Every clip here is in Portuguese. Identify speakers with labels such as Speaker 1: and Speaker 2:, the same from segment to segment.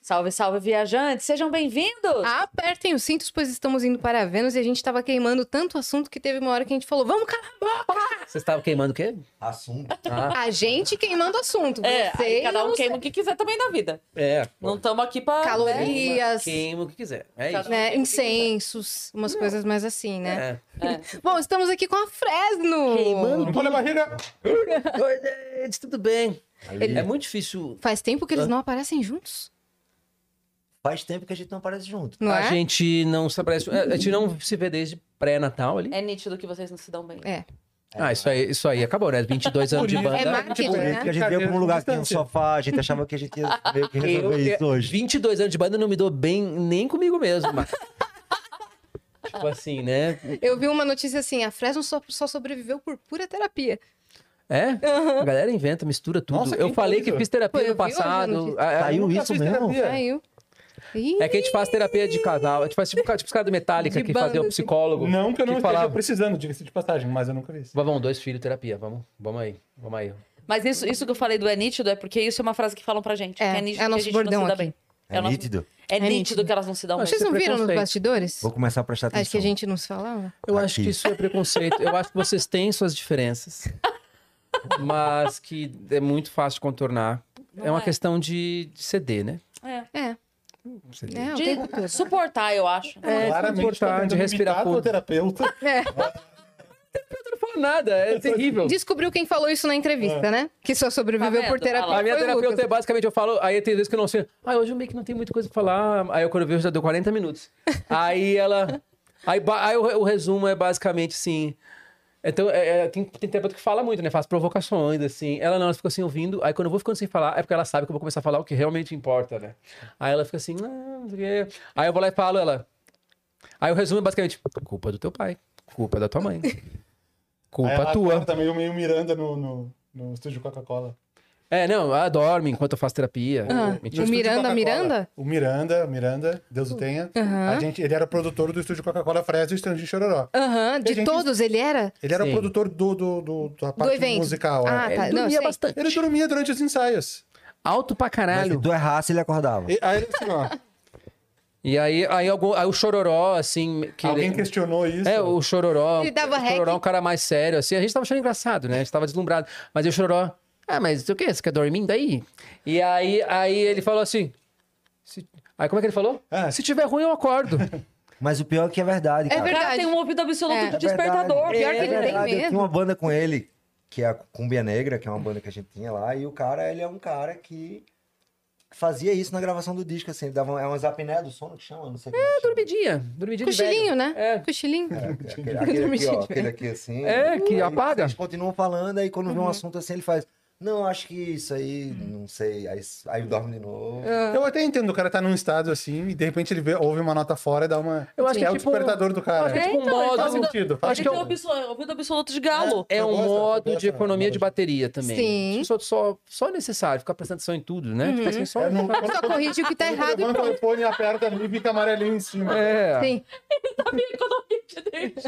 Speaker 1: Salve, salve, viajantes! Sejam bem-vindos!
Speaker 2: Apertem os cintos, pois estamos indo para a Vênus e a gente estava queimando tanto assunto que teve uma hora que a gente falou: vamos calar a boca!
Speaker 3: Vocês estavam queimando o quê?
Speaker 4: Assunto.
Speaker 3: Ah,
Speaker 2: A gente queimando assunto.
Speaker 1: É,
Speaker 2: você
Speaker 1: aí cada um
Speaker 2: não sei.
Speaker 1: queima o que quiser também da vida.
Speaker 3: é. pô.
Speaker 1: Não estamos aqui pra. né?
Speaker 2: Caloria. né, Calorias.
Speaker 3: Queima o que quiser. É isso.
Speaker 2: Né, incensos, umas coisas mais assim, né?
Speaker 3: É.
Speaker 2: Bom, estamos aqui com a Fresno.
Speaker 3: Queimando.
Speaker 4: Olha a barriga.
Speaker 3: Oi, gente, tudo bem.
Speaker 4: Ali.
Speaker 3: É muito difícil
Speaker 2: Faz tempo que
Speaker 3: Ah.
Speaker 2: eles não aparecem juntos,
Speaker 4: Faz tempo que a gente não aparece junto.
Speaker 2: não
Speaker 3: a
Speaker 2: é?
Speaker 3: gente não se aparece. A gente não se vê desde pré-natal ali.
Speaker 1: É nítido que vocês não se dão bem.
Speaker 2: É.
Speaker 3: Ah, isso aí, isso aí acabou, né? 22 anos de
Speaker 4: Por isso-
Speaker 3: banda. tipo,
Speaker 2: É marketing,
Speaker 4: Por isso
Speaker 2: né?
Speaker 4: que a gente veio pra um lugar que tinha um sofá, a gente achava que a gente ia meio que
Speaker 3: Eu-
Speaker 4: resolver isso hoje.
Speaker 3: 22 anos de banda eu não me dou bem nem comigo mesmo. mas- tipo assim, né?
Speaker 2: Eu vi uma notícia assim: a Fresno só, só sobreviveu por pura terapia.
Speaker 3: É? A galera inventa, mistura tudo.
Speaker 4: Nossa, que
Speaker 3: eu falei que
Speaker 4: coisa.
Speaker 3: fiz terapia
Speaker 2: Pô, eu
Speaker 3: no
Speaker 2: vi hoje a
Speaker 3: passado.
Speaker 2: notícia.
Speaker 3: Ah, ah,
Speaker 4: Saiu
Speaker 3: nunca
Speaker 4: isso
Speaker 3: fiz
Speaker 4: mesmo?
Speaker 3: terapia.
Speaker 2: Saiu. Ih,
Speaker 3: É que a gente faz terapia de casal. A gente faz tipo, tipo os caras do Metallica
Speaker 2: De
Speaker 3: que
Speaker 2: banda,
Speaker 3: faziam o
Speaker 2: assim.
Speaker 3: psicólogo.
Speaker 5: Não que eu não
Speaker 3: que
Speaker 5: esteja
Speaker 3: falava.
Speaker 5: precisando, diga-se de passagem, mas eu nunca vi isso.
Speaker 3: Vamos, dois filhos, terapia. Vamos, vamos aí, vamos aí.
Speaker 1: Mas isso, isso que eu falei do é nítido é porque isso é uma frase que falam pra gente.
Speaker 2: É,
Speaker 1: que é nítido
Speaker 2: é
Speaker 1: que a
Speaker 2: nosso
Speaker 1: gente não
Speaker 2: bordão
Speaker 1: se dá
Speaker 2: aqui.
Speaker 1: bem.
Speaker 4: É
Speaker 1: nosso-
Speaker 4: nítido.
Speaker 1: É,
Speaker 2: É
Speaker 1: nítido,
Speaker 2: nítido.
Speaker 1: que elas não se dão bem.
Speaker 3: Mas
Speaker 2: Vocês não viram nos
Speaker 3: preconceito.
Speaker 2: bastidores?
Speaker 4: Vou começar a prestar atenção.
Speaker 2: Acho que a gente não se falava.
Speaker 3: Eu acho que
Speaker 4: Aqui.
Speaker 3: isso é preconceito. Eu acho que vocês têm suas diferenças, mas que é muito fácil de contornar.
Speaker 1: Não
Speaker 3: é uma
Speaker 1: é.
Speaker 3: questão de, de ceder, né?
Speaker 1: É.
Speaker 2: É,
Speaker 3: Ceder.
Speaker 2: é, o tempo
Speaker 1: De
Speaker 2: todo.
Speaker 1: suportar, eu acho.
Speaker 3: É,
Speaker 5: Claramente,
Speaker 3: suportar,
Speaker 5: tá
Speaker 3: de
Speaker 5: tentando
Speaker 3: respirar
Speaker 5: imitar
Speaker 3: fundo.
Speaker 5: o terapeuta.
Speaker 2: É.
Speaker 3: Eu não falo nada, é terrível.
Speaker 2: Descobriu quem falou isso na
Speaker 3: É.
Speaker 2: entrevista, né? Que só sobreviveu
Speaker 1: Tá
Speaker 2: por
Speaker 1: vendo? Olha
Speaker 2: terapia.
Speaker 1: lá.
Speaker 3: A minha
Speaker 2: Foi o
Speaker 3: terapeuta
Speaker 2: Lucas.
Speaker 3: é basicamente, eu falo, aí tem vezes que eu não sei. Ah, hoje eu meio que não tenho muita coisa pra falar. Aí eu quando eu vejo já deu 40 minutos. Aí ela. Aí, ba- aí o, o resumo é basicamente assim. Então, é- é, tem, tem terapeuta que fala muito, né? Faz provocações, assim. Ela não, ela fica assim ouvindo. Aí quando eu vou ficando sem falar, é porque ela sabe que eu vou começar a falar o que realmente importa, né? Aí ela fica assim, "Ah, não sei o quê." Aí eu vou lá e falo, ela. Aí o resumo é basicamente: culpa do teu pai, culpa da tua mãe,
Speaker 5: Aí
Speaker 3: culpa
Speaker 5: ela
Speaker 3: tua.
Speaker 5: Tá meio, meio Miranda no, no, no estúdio Coca-Cola.
Speaker 3: É, não, ela dorme enquanto eu faço terapia.
Speaker 2: Ah,
Speaker 3: Mentira.
Speaker 2: o Miranda,
Speaker 5: Coca-Cola.
Speaker 2: Miranda?
Speaker 5: O Miranda, Miranda, Deus o tenha. A gente, ele era produtor do estúdio Coca-Cola Fresno e Estranho de Chororó.
Speaker 3: é
Speaker 2: Aham, de
Speaker 5: gente-
Speaker 2: todos ele era?
Speaker 5: Ele era
Speaker 3: Sim.
Speaker 5: o produtor do, do, do, da
Speaker 2: Do
Speaker 5: parte
Speaker 2: evento.
Speaker 5: musical.
Speaker 2: Ah,
Speaker 5: é.
Speaker 2: tá.
Speaker 3: Ele
Speaker 2: Não, eu
Speaker 3: dormia
Speaker 2: sei.
Speaker 3: bastante.
Speaker 5: Ele dormia durante os ensaios.
Speaker 3: Alto pra
Speaker 4: Mas se
Speaker 3: caralho.
Speaker 4: tu errasse, ele acordava.
Speaker 5: E, aí, ele assim, ó,
Speaker 3: E aí, aí, algum- aí o Chororó, assim... Que
Speaker 5: alguém
Speaker 3: ele-
Speaker 5: questionou isso.
Speaker 3: É, o Chororó...
Speaker 2: Ele dava
Speaker 3: o Chororó é um
Speaker 2: hack.
Speaker 3: cara mais sério, assim. A gente tava achando engraçado, né? A gente tava deslumbrado. Mas aí o Chororó... Ah, mas o quê? Você quer dormindo aí? E aí, aí ele falou assim... se- Aí como é que ele falou?
Speaker 5: Ah.
Speaker 3: Se tiver ruim, eu acordo.
Speaker 4: Mas o pior é que é verdade, cara.
Speaker 1: O
Speaker 2: verdade.
Speaker 1: cara tem um ouvido absoluto
Speaker 2: É.
Speaker 1: de
Speaker 4: É verdade.
Speaker 1: despertador.
Speaker 2: Pior que
Speaker 4: É
Speaker 2: ele tem
Speaker 4: verdade, Eu
Speaker 2: mesmo.
Speaker 4: tinha uma banda com ele, que é a Cumbia Negra, que é uma banda que a gente tinha lá, e o cara, ele é um cara que fazia isso na gravação do disco, assim, ele dava um- é umas apneia do sono que chama, não sei o que. É,
Speaker 3: Dormidinha. Dormidinha de velho.
Speaker 2: Cochilinho, né?
Speaker 3: É.
Speaker 2: Cochilinho.
Speaker 4: Aquele, aquele aqui, ó, aquele aqui assim.
Speaker 3: É, que
Speaker 4: Aí
Speaker 3: apaga.
Speaker 4: Eles continuam falando, aí quando vê um assunto assim, ele faz, não, acho que isso aí, não sei, aí, aí dorme de novo.
Speaker 5: Eu até entendo, o cara tá num estado assim, e de repente ele vê, ouve uma nota fora e dá uma.
Speaker 3: Eu acho que
Speaker 5: é
Speaker 3: é
Speaker 5: o
Speaker 3: tipo-
Speaker 5: despertador do cara.
Speaker 3: acho que é tipo um
Speaker 1: Então, ele
Speaker 3: modo-
Speaker 5: Faz sentido. Faz
Speaker 3: acho
Speaker 1: Ele
Speaker 3: que
Speaker 1: tem
Speaker 5: sentido.
Speaker 1: um abso- ouvido absoluto de galo.
Speaker 3: É
Speaker 5: Eu
Speaker 3: um
Speaker 5: gosto, eu
Speaker 3: modo
Speaker 5: gosto,
Speaker 3: de
Speaker 5: eu
Speaker 3: economia
Speaker 5: gosto.
Speaker 3: de bateria também.
Speaker 2: Sim. Uhum.
Speaker 3: Só, só, só necessário, ficar prestando atenção em tudo, né? Tipo assim, só...
Speaker 5: É, não- quando-
Speaker 2: Só corrige o que tá
Speaker 5: quando
Speaker 2: errado e
Speaker 5: Levanta o
Speaker 2: pronto.
Speaker 5: iPhone, um aperta ali e fica amarelinho em cima.
Speaker 3: É.
Speaker 2: Sim.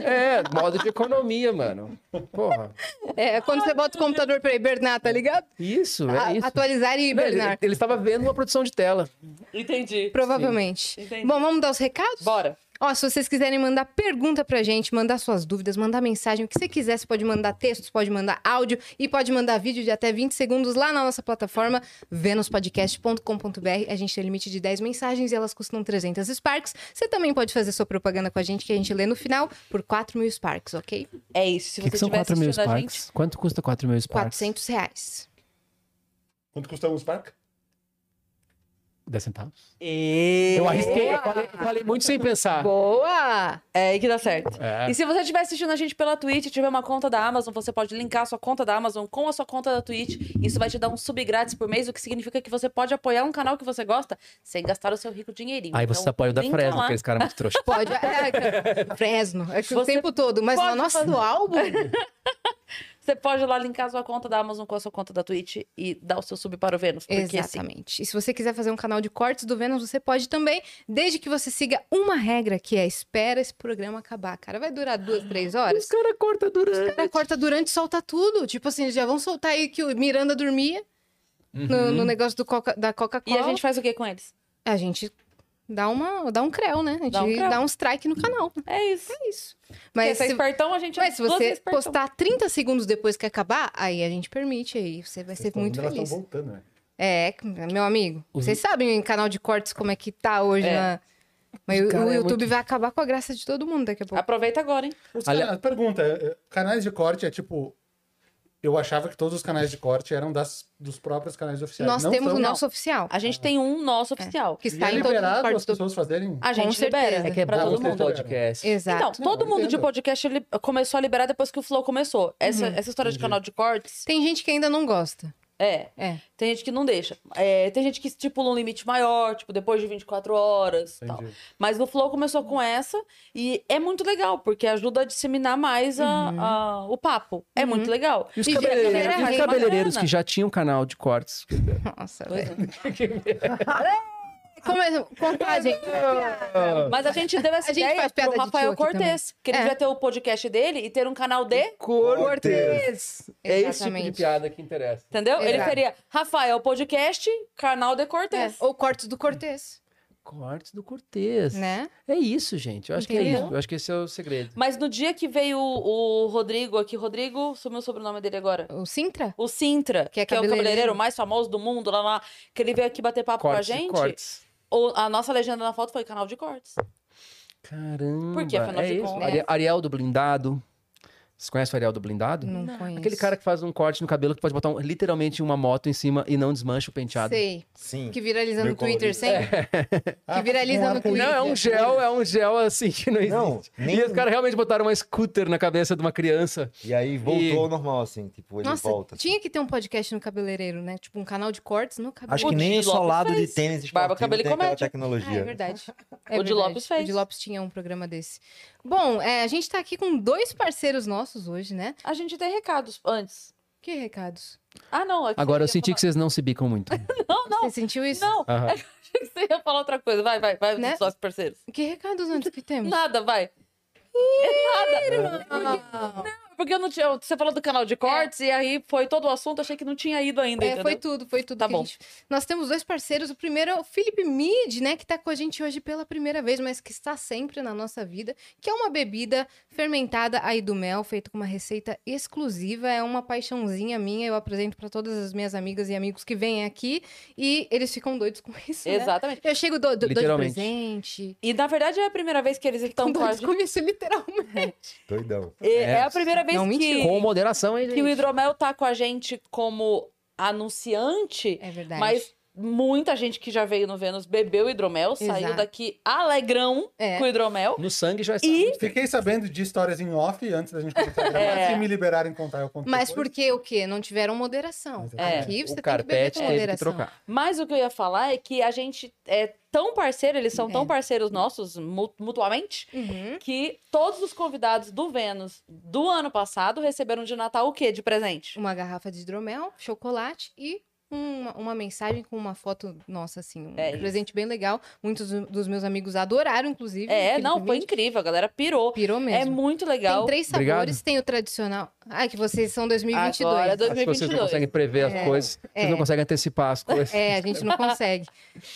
Speaker 3: É, modo de economia, mano. Porra.
Speaker 2: É, quando você bota o computador pra hibernar, tá ligado?
Speaker 3: Isso, é
Speaker 2: A-
Speaker 3: isso.
Speaker 2: Atualizar e
Speaker 3: Não, ele,
Speaker 2: hibernar.
Speaker 3: ele estava vendo uma produção de tela.
Speaker 1: Entendi.
Speaker 2: Provavelmente.
Speaker 1: Entendi.
Speaker 2: Bom, vamos dar os recados?
Speaker 1: Bora.
Speaker 2: Ó, se vocês quiserem mandar pergunta pra gente, mandar suas dúvidas, mandar mensagem, o que você quiser, você pode mandar textos, pode mandar áudio e pode mandar vídeo de até 20 segundos lá na nossa plataforma venuspodcast.com.br. A gente tem limite de 10 mensagens e elas custam 300 Sparks. Você também pode fazer sua propaganda com a gente, que a gente lê no final, por 4 mil Sparks, ok?
Speaker 1: É isso. Se
Speaker 3: O
Speaker 1: você
Speaker 3: que, são
Speaker 1: tiver
Speaker 3: 4 mil
Speaker 1: assistindo a gente,
Speaker 3: Sparks? Quanto custa 4 mil Sparks?
Speaker 2: 400 reais.
Speaker 5: Quanto custa um Spark?
Speaker 3: 10 centavos.
Speaker 1: E...
Speaker 3: Eu arrisquei, eu falei, eu falei muito sem pensar.
Speaker 2: Boa!
Speaker 1: É aí que dá certo.
Speaker 3: É.
Speaker 1: E se você estiver assistindo a gente pela Twitch e tiver uma conta da Amazon, você pode linkar a sua conta da Amazon com a sua conta da Twitch. Isso vai te dar um sub grátis por mês, o que significa que você pode apoiar um canal que você gosta sem gastar o seu rico dinheirinho.
Speaker 3: Aí você
Speaker 1: Então,
Speaker 3: apoia o da
Speaker 1: linka
Speaker 3: Fresno,
Speaker 1: lá.
Speaker 3: aqueles caras muito trouxa.
Speaker 2: Pode. É, Fresno, é que o
Speaker 1: Você
Speaker 2: tempo todo, mas no
Speaker 1: pode
Speaker 2: nosso
Speaker 1: fazer.
Speaker 2: álbum.
Speaker 1: Você pode ir lá linkar sua conta da Amazon com a sua conta da Twitch e dar o seu sub para o Vênus. Porque assim,
Speaker 2: Exatamente. E se você quiser fazer um canal de cortes do Vênus, você pode também, desde que você siga uma regra, que é espera esse programa acabar. Cara, vai durar duas, três horas?
Speaker 3: Os caras cortam durante.
Speaker 2: Cara, corta durante e solta tudo. Tipo assim, já vão soltar aí que o Miranda dormia
Speaker 3: Uhum.
Speaker 2: no, no negócio do Coca- da
Speaker 1: Uhum. e
Speaker 2: Coca-Cola.
Speaker 1: a gente faz o que com eles?
Speaker 2: a gente dá, uma, dá um creu, né? A gente
Speaker 1: Dá
Speaker 2: dá
Speaker 1: um
Speaker 2: um,
Speaker 1: creu.
Speaker 2: strike no canal.
Speaker 1: É isso.
Speaker 2: É isso.
Speaker 1: Mas
Speaker 2: Mas
Speaker 1: se é
Speaker 2: se,
Speaker 1: espertão, a gente
Speaker 2: mas se
Speaker 1: duas
Speaker 2: você
Speaker 1: vezes espertão.
Speaker 2: postar 30 segundos depois que acabar, aí a gente permite aí. Você vai ser muito
Speaker 5: Elas estão
Speaker 2: feliz.
Speaker 5: voltando, né?
Speaker 2: É, meu amigo. Vocês sabem em canal de cortes como é que tá hoje
Speaker 1: É.
Speaker 2: na- Mas o-
Speaker 3: Cara,
Speaker 2: o
Speaker 3: é
Speaker 2: YouTube
Speaker 3: muito-
Speaker 2: vai acabar com a graça de todo mundo daqui a pouco.
Speaker 1: Aproveita agora, hein?
Speaker 5: Os
Speaker 3: Ali-
Speaker 5: cana- Pergunta, eh, canais de corte é tipo... Eu achava que todos os canais de corte eram das, dos próprios canais oficiais.
Speaker 2: Nós
Speaker 5: não
Speaker 2: temos
Speaker 5: são.
Speaker 2: o nosso oficial,
Speaker 1: A
Speaker 3: É.
Speaker 1: gente tem um nosso oficial.
Speaker 2: que
Speaker 5: E
Speaker 2: está
Speaker 5: é
Speaker 2: em todos os
Speaker 5: liberado as
Speaker 2: cortes do...
Speaker 5: pessoas fazerem...
Speaker 1: A gente
Speaker 2: Com
Speaker 1: libera
Speaker 2: certeza.
Speaker 3: É que é
Speaker 1: pra
Speaker 3: bom
Speaker 1: todo
Speaker 3: ter
Speaker 1: mundo.
Speaker 3: podcast.
Speaker 2: Exato.
Speaker 1: Então, todo
Speaker 5: Não,
Speaker 1: mundo de
Speaker 5: entendo.
Speaker 1: podcast li- começou a liberar depois que o Flow começou. Essa, essa história de canal de cortes,
Speaker 2: Uhum. Tem gente que ainda não gosta.
Speaker 1: é.
Speaker 2: É.
Speaker 1: Tem gente que não deixa. É, tem gente que estipula um limite maior, tipo, depois de 24 horas e tal.
Speaker 5: Entendi.
Speaker 1: Mas no Flow começou com essa e é muito legal, porque ajuda a disseminar mais a-
Speaker 2: Uhum.
Speaker 1: a- o papo. É muito legal.
Speaker 3: E os
Speaker 2: E vira
Speaker 3: cabeleireiros,
Speaker 2: cabeleireiro,
Speaker 3: e os
Speaker 2: hein?
Speaker 3: cabeleireiros
Speaker 1: Bacana.
Speaker 3: que já tinham canal de cortes.
Speaker 2: Nossa, é,
Speaker 1: Pois
Speaker 2: velho. Começa- Contagem.
Speaker 1: Mas a gente deu essa
Speaker 2: A gente
Speaker 1: ideia
Speaker 2: faz piada
Speaker 1: pro
Speaker 2: de
Speaker 1: Rafael
Speaker 2: tio aqui
Speaker 1: Cortez, que ele
Speaker 2: É.
Speaker 1: devia ter o podcast dele e ter um canal de...
Speaker 3: Cortes! É esse tipo de
Speaker 2: Exatamente.
Speaker 3: piada que interessa.
Speaker 1: Entendeu? Ele
Speaker 2: Exato.
Speaker 1: teria Rafael Podcast, canal de
Speaker 2: É,
Speaker 1: Cortez.
Speaker 2: Ou cortes do Cortez,
Speaker 3: Cortes do Cortez.
Speaker 2: né?
Speaker 3: É isso, gente. Eu acho que é
Speaker 2: Entendeu?
Speaker 3: isso. Eu acho que esse é o segredo.
Speaker 1: Mas no dia que veio o, o Rodrigo aqui, Rodrigo, sumiu o sobrenome dele agora.
Speaker 2: O Sintra?
Speaker 1: O Sintra, que
Speaker 2: Que
Speaker 1: é,
Speaker 2: é
Speaker 1: o
Speaker 2: cabeleireiro.
Speaker 1: cabeleireiro mais famoso do mundo, lá, lá que ele veio aqui bater papo
Speaker 3: Cortes
Speaker 1: com a
Speaker 3: e
Speaker 1: gente.
Speaker 3: cortes.
Speaker 1: o- a nossa legenda na foto foi canal de cortes.
Speaker 3: Caramba.
Speaker 1: Porque, afinal
Speaker 3: é
Speaker 1: de
Speaker 3: isso.
Speaker 1: contas-
Speaker 3: Ari- Ariel do Blindado. Vocês conhecem o Ariel do Blindado?
Speaker 2: Não, conheço.
Speaker 3: Aquele cara que faz um corte no cabelo que pode botar um- literalmente uma moto em cima e não desmancha o penteado.
Speaker 2: Sei.
Speaker 4: Sim.
Speaker 2: Que viraliza no
Speaker 4: Meu É.
Speaker 2: Twitter
Speaker 4: colorido.
Speaker 2: sempre. Que viraliza
Speaker 5: Ah,
Speaker 2: no
Speaker 5: um
Speaker 2: Twitter.
Speaker 3: Não, é um gel, é um gel assim que não existe.
Speaker 4: Não, nem-
Speaker 3: E os caras realmente botaram uma scooter na cabeça de uma criança.
Speaker 4: E aí voltou
Speaker 3: E-
Speaker 4: ao normal, assim, tipo, ele
Speaker 2: Nossa,
Speaker 4: volta.
Speaker 2: tinha que ter um podcast no cabeleireiro, né? Tipo, um canal de cortes no cabeleireiro.
Speaker 4: Acho que nem é
Speaker 1: Di
Speaker 4: o solado
Speaker 1: Lopes fez.
Speaker 4: de tênis
Speaker 1: Barba,
Speaker 4: esportivo
Speaker 1: cabelo e
Speaker 4: tem aquela
Speaker 1: comédia.
Speaker 4: tecnologia. né?
Speaker 2: Ah, é verdade. É
Speaker 1: O de
Speaker 2: verdade.
Speaker 1: Lopes fez.
Speaker 2: O de Lopes tinha um programa desse. Bom, é, a gente tá aqui com dois parceiros nossos hoje, né?
Speaker 1: A gente tem recados antes.
Speaker 2: Que recados?
Speaker 1: Ah, não. é
Speaker 3: Agora eu
Speaker 1: você ia
Speaker 3: senti que vocês não se bicam muito.
Speaker 1: falar- Não, não.
Speaker 2: Você sentiu isso?
Speaker 1: Não,
Speaker 3: Aham.
Speaker 1: achei É que você ia falar outra coisa. Vai, vai, vai,
Speaker 2: Né?
Speaker 1: dos nossos parceiros.
Speaker 2: Que recados antes que temos?
Speaker 1: Nada, vai. É nada. Porque eu não tinha. Você falou do canal de cortes e aí foi todo o assunto, achei que não tinha ido ainda.
Speaker 2: É,
Speaker 1: entendeu?
Speaker 2: foi tudo, foi tudo.
Speaker 1: Tá
Speaker 2: que a
Speaker 1: bom.
Speaker 2: gente- Nós temos dois parceiros. O primeiro é o Felipe Mid, né? Que tá com a gente hoje pela primeira vez, mas que está sempre na nossa vida. Que é uma bebida fermentada aí do mel, feita com uma receita exclusiva. É uma paixãozinha minha. Eu apresento para todas as minhas amigas e amigos que vêm aqui. E eles ficam doidos com isso, né?
Speaker 1: Exatamente.
Speaker 2: Eu chego do, do, dou de
Speaker 3: Literalmente.
Speaker 2: presente.
Speaker 1: E na verdade é a primeira vez que eles estão
Speaker 2: Então,
Speaker 1: com a
Speaker 2: doidos
Speaker 1: gente.
Speaker 2: com isso, literalmente.
Speaker 4: Doidão.
Speaker 1: É, é a primeira vez
Speaker 2: Não,
Speaker 1: que,
Speaker 2: mentira.
Speaker 3: Com moderação, hein,
Speaker 1: que o
Speaker 3: gente?
Speaker 1: Hidromel tá com a gente como anunciante,
Speaker 2: É verdade.
Speaker 1: mas
Speaker 3: Então
Speaker 1: muita gente que já veio no Vênus bebeu hidromel, saiu
Speaker 2: Exato.
Speaker 1: daqui alegrão
Speaker 2: É.
Speaker 1: com hidromel.
Speaker 3: No sangue já está.
Speaker 1: E
Speaker 5: Fiquei sabendo de histórias em off antes da gente começar a gravar.
Speaker 1: É.
Speaker 5: Se me liberarem contar, eu conto
Speaker 2: Mas
Speaker 5: depois.
Speaker 2: porque o quê? Não tiveram moderação.
Speaker 5: É,
Speaker 2: Aqui você
Speaker 3: o
Speaker 2: tem que beber com
Speaker 3: carpete teve que
Speaker 2: moderação.
Speaker 3: trocar.
Speaker 1: Mas o que eu ia falar é que a gente é tão parceiro, eles são tão
Speaker 2: É.
Speaker 1: parceiros nossos mu- mutuamente,
Speaker 2: Uhum.
Speaker 1: que todos os convidados do Vênus do ano passado receberam de Natal o quê de presente?
Speaker 2: uma garrafa de hidromel, chocolate e uma, uma mensagem com uma foto nossa, assim, um
Speaker 1: É isso.
Speaker 2: presente bem legal. Muitos do- dos meus amigos adoraram, inclusive.
Speaker 1: É,
Speaker 2: Felipe
Speaker 1: não, foi
Speaker 2: Vinte
Speaker 1: incrível, a galera pirou.
Speaker 2: Pirou
Speaker 1: É
Speaker 2: mesmo.
Speaker 1: muito
Speaker 2: tem
Speaker 1: legal.
Speaker 2: três
Speaker 3: Obrigado.
Speaker 2: sabores, tem o tradicional. Ai, que vocês são 2022.
Speaker 1: Agora, dois-
Speaker 3: Acho que vocês não
Speaker 1: 2022.
Speaker 3: conseguem prever as coisas, vocês
Speaker 2: é.
Speaker 3: não conseguem antecipar as coisas.
Speaker 2: É, a gente não consegue.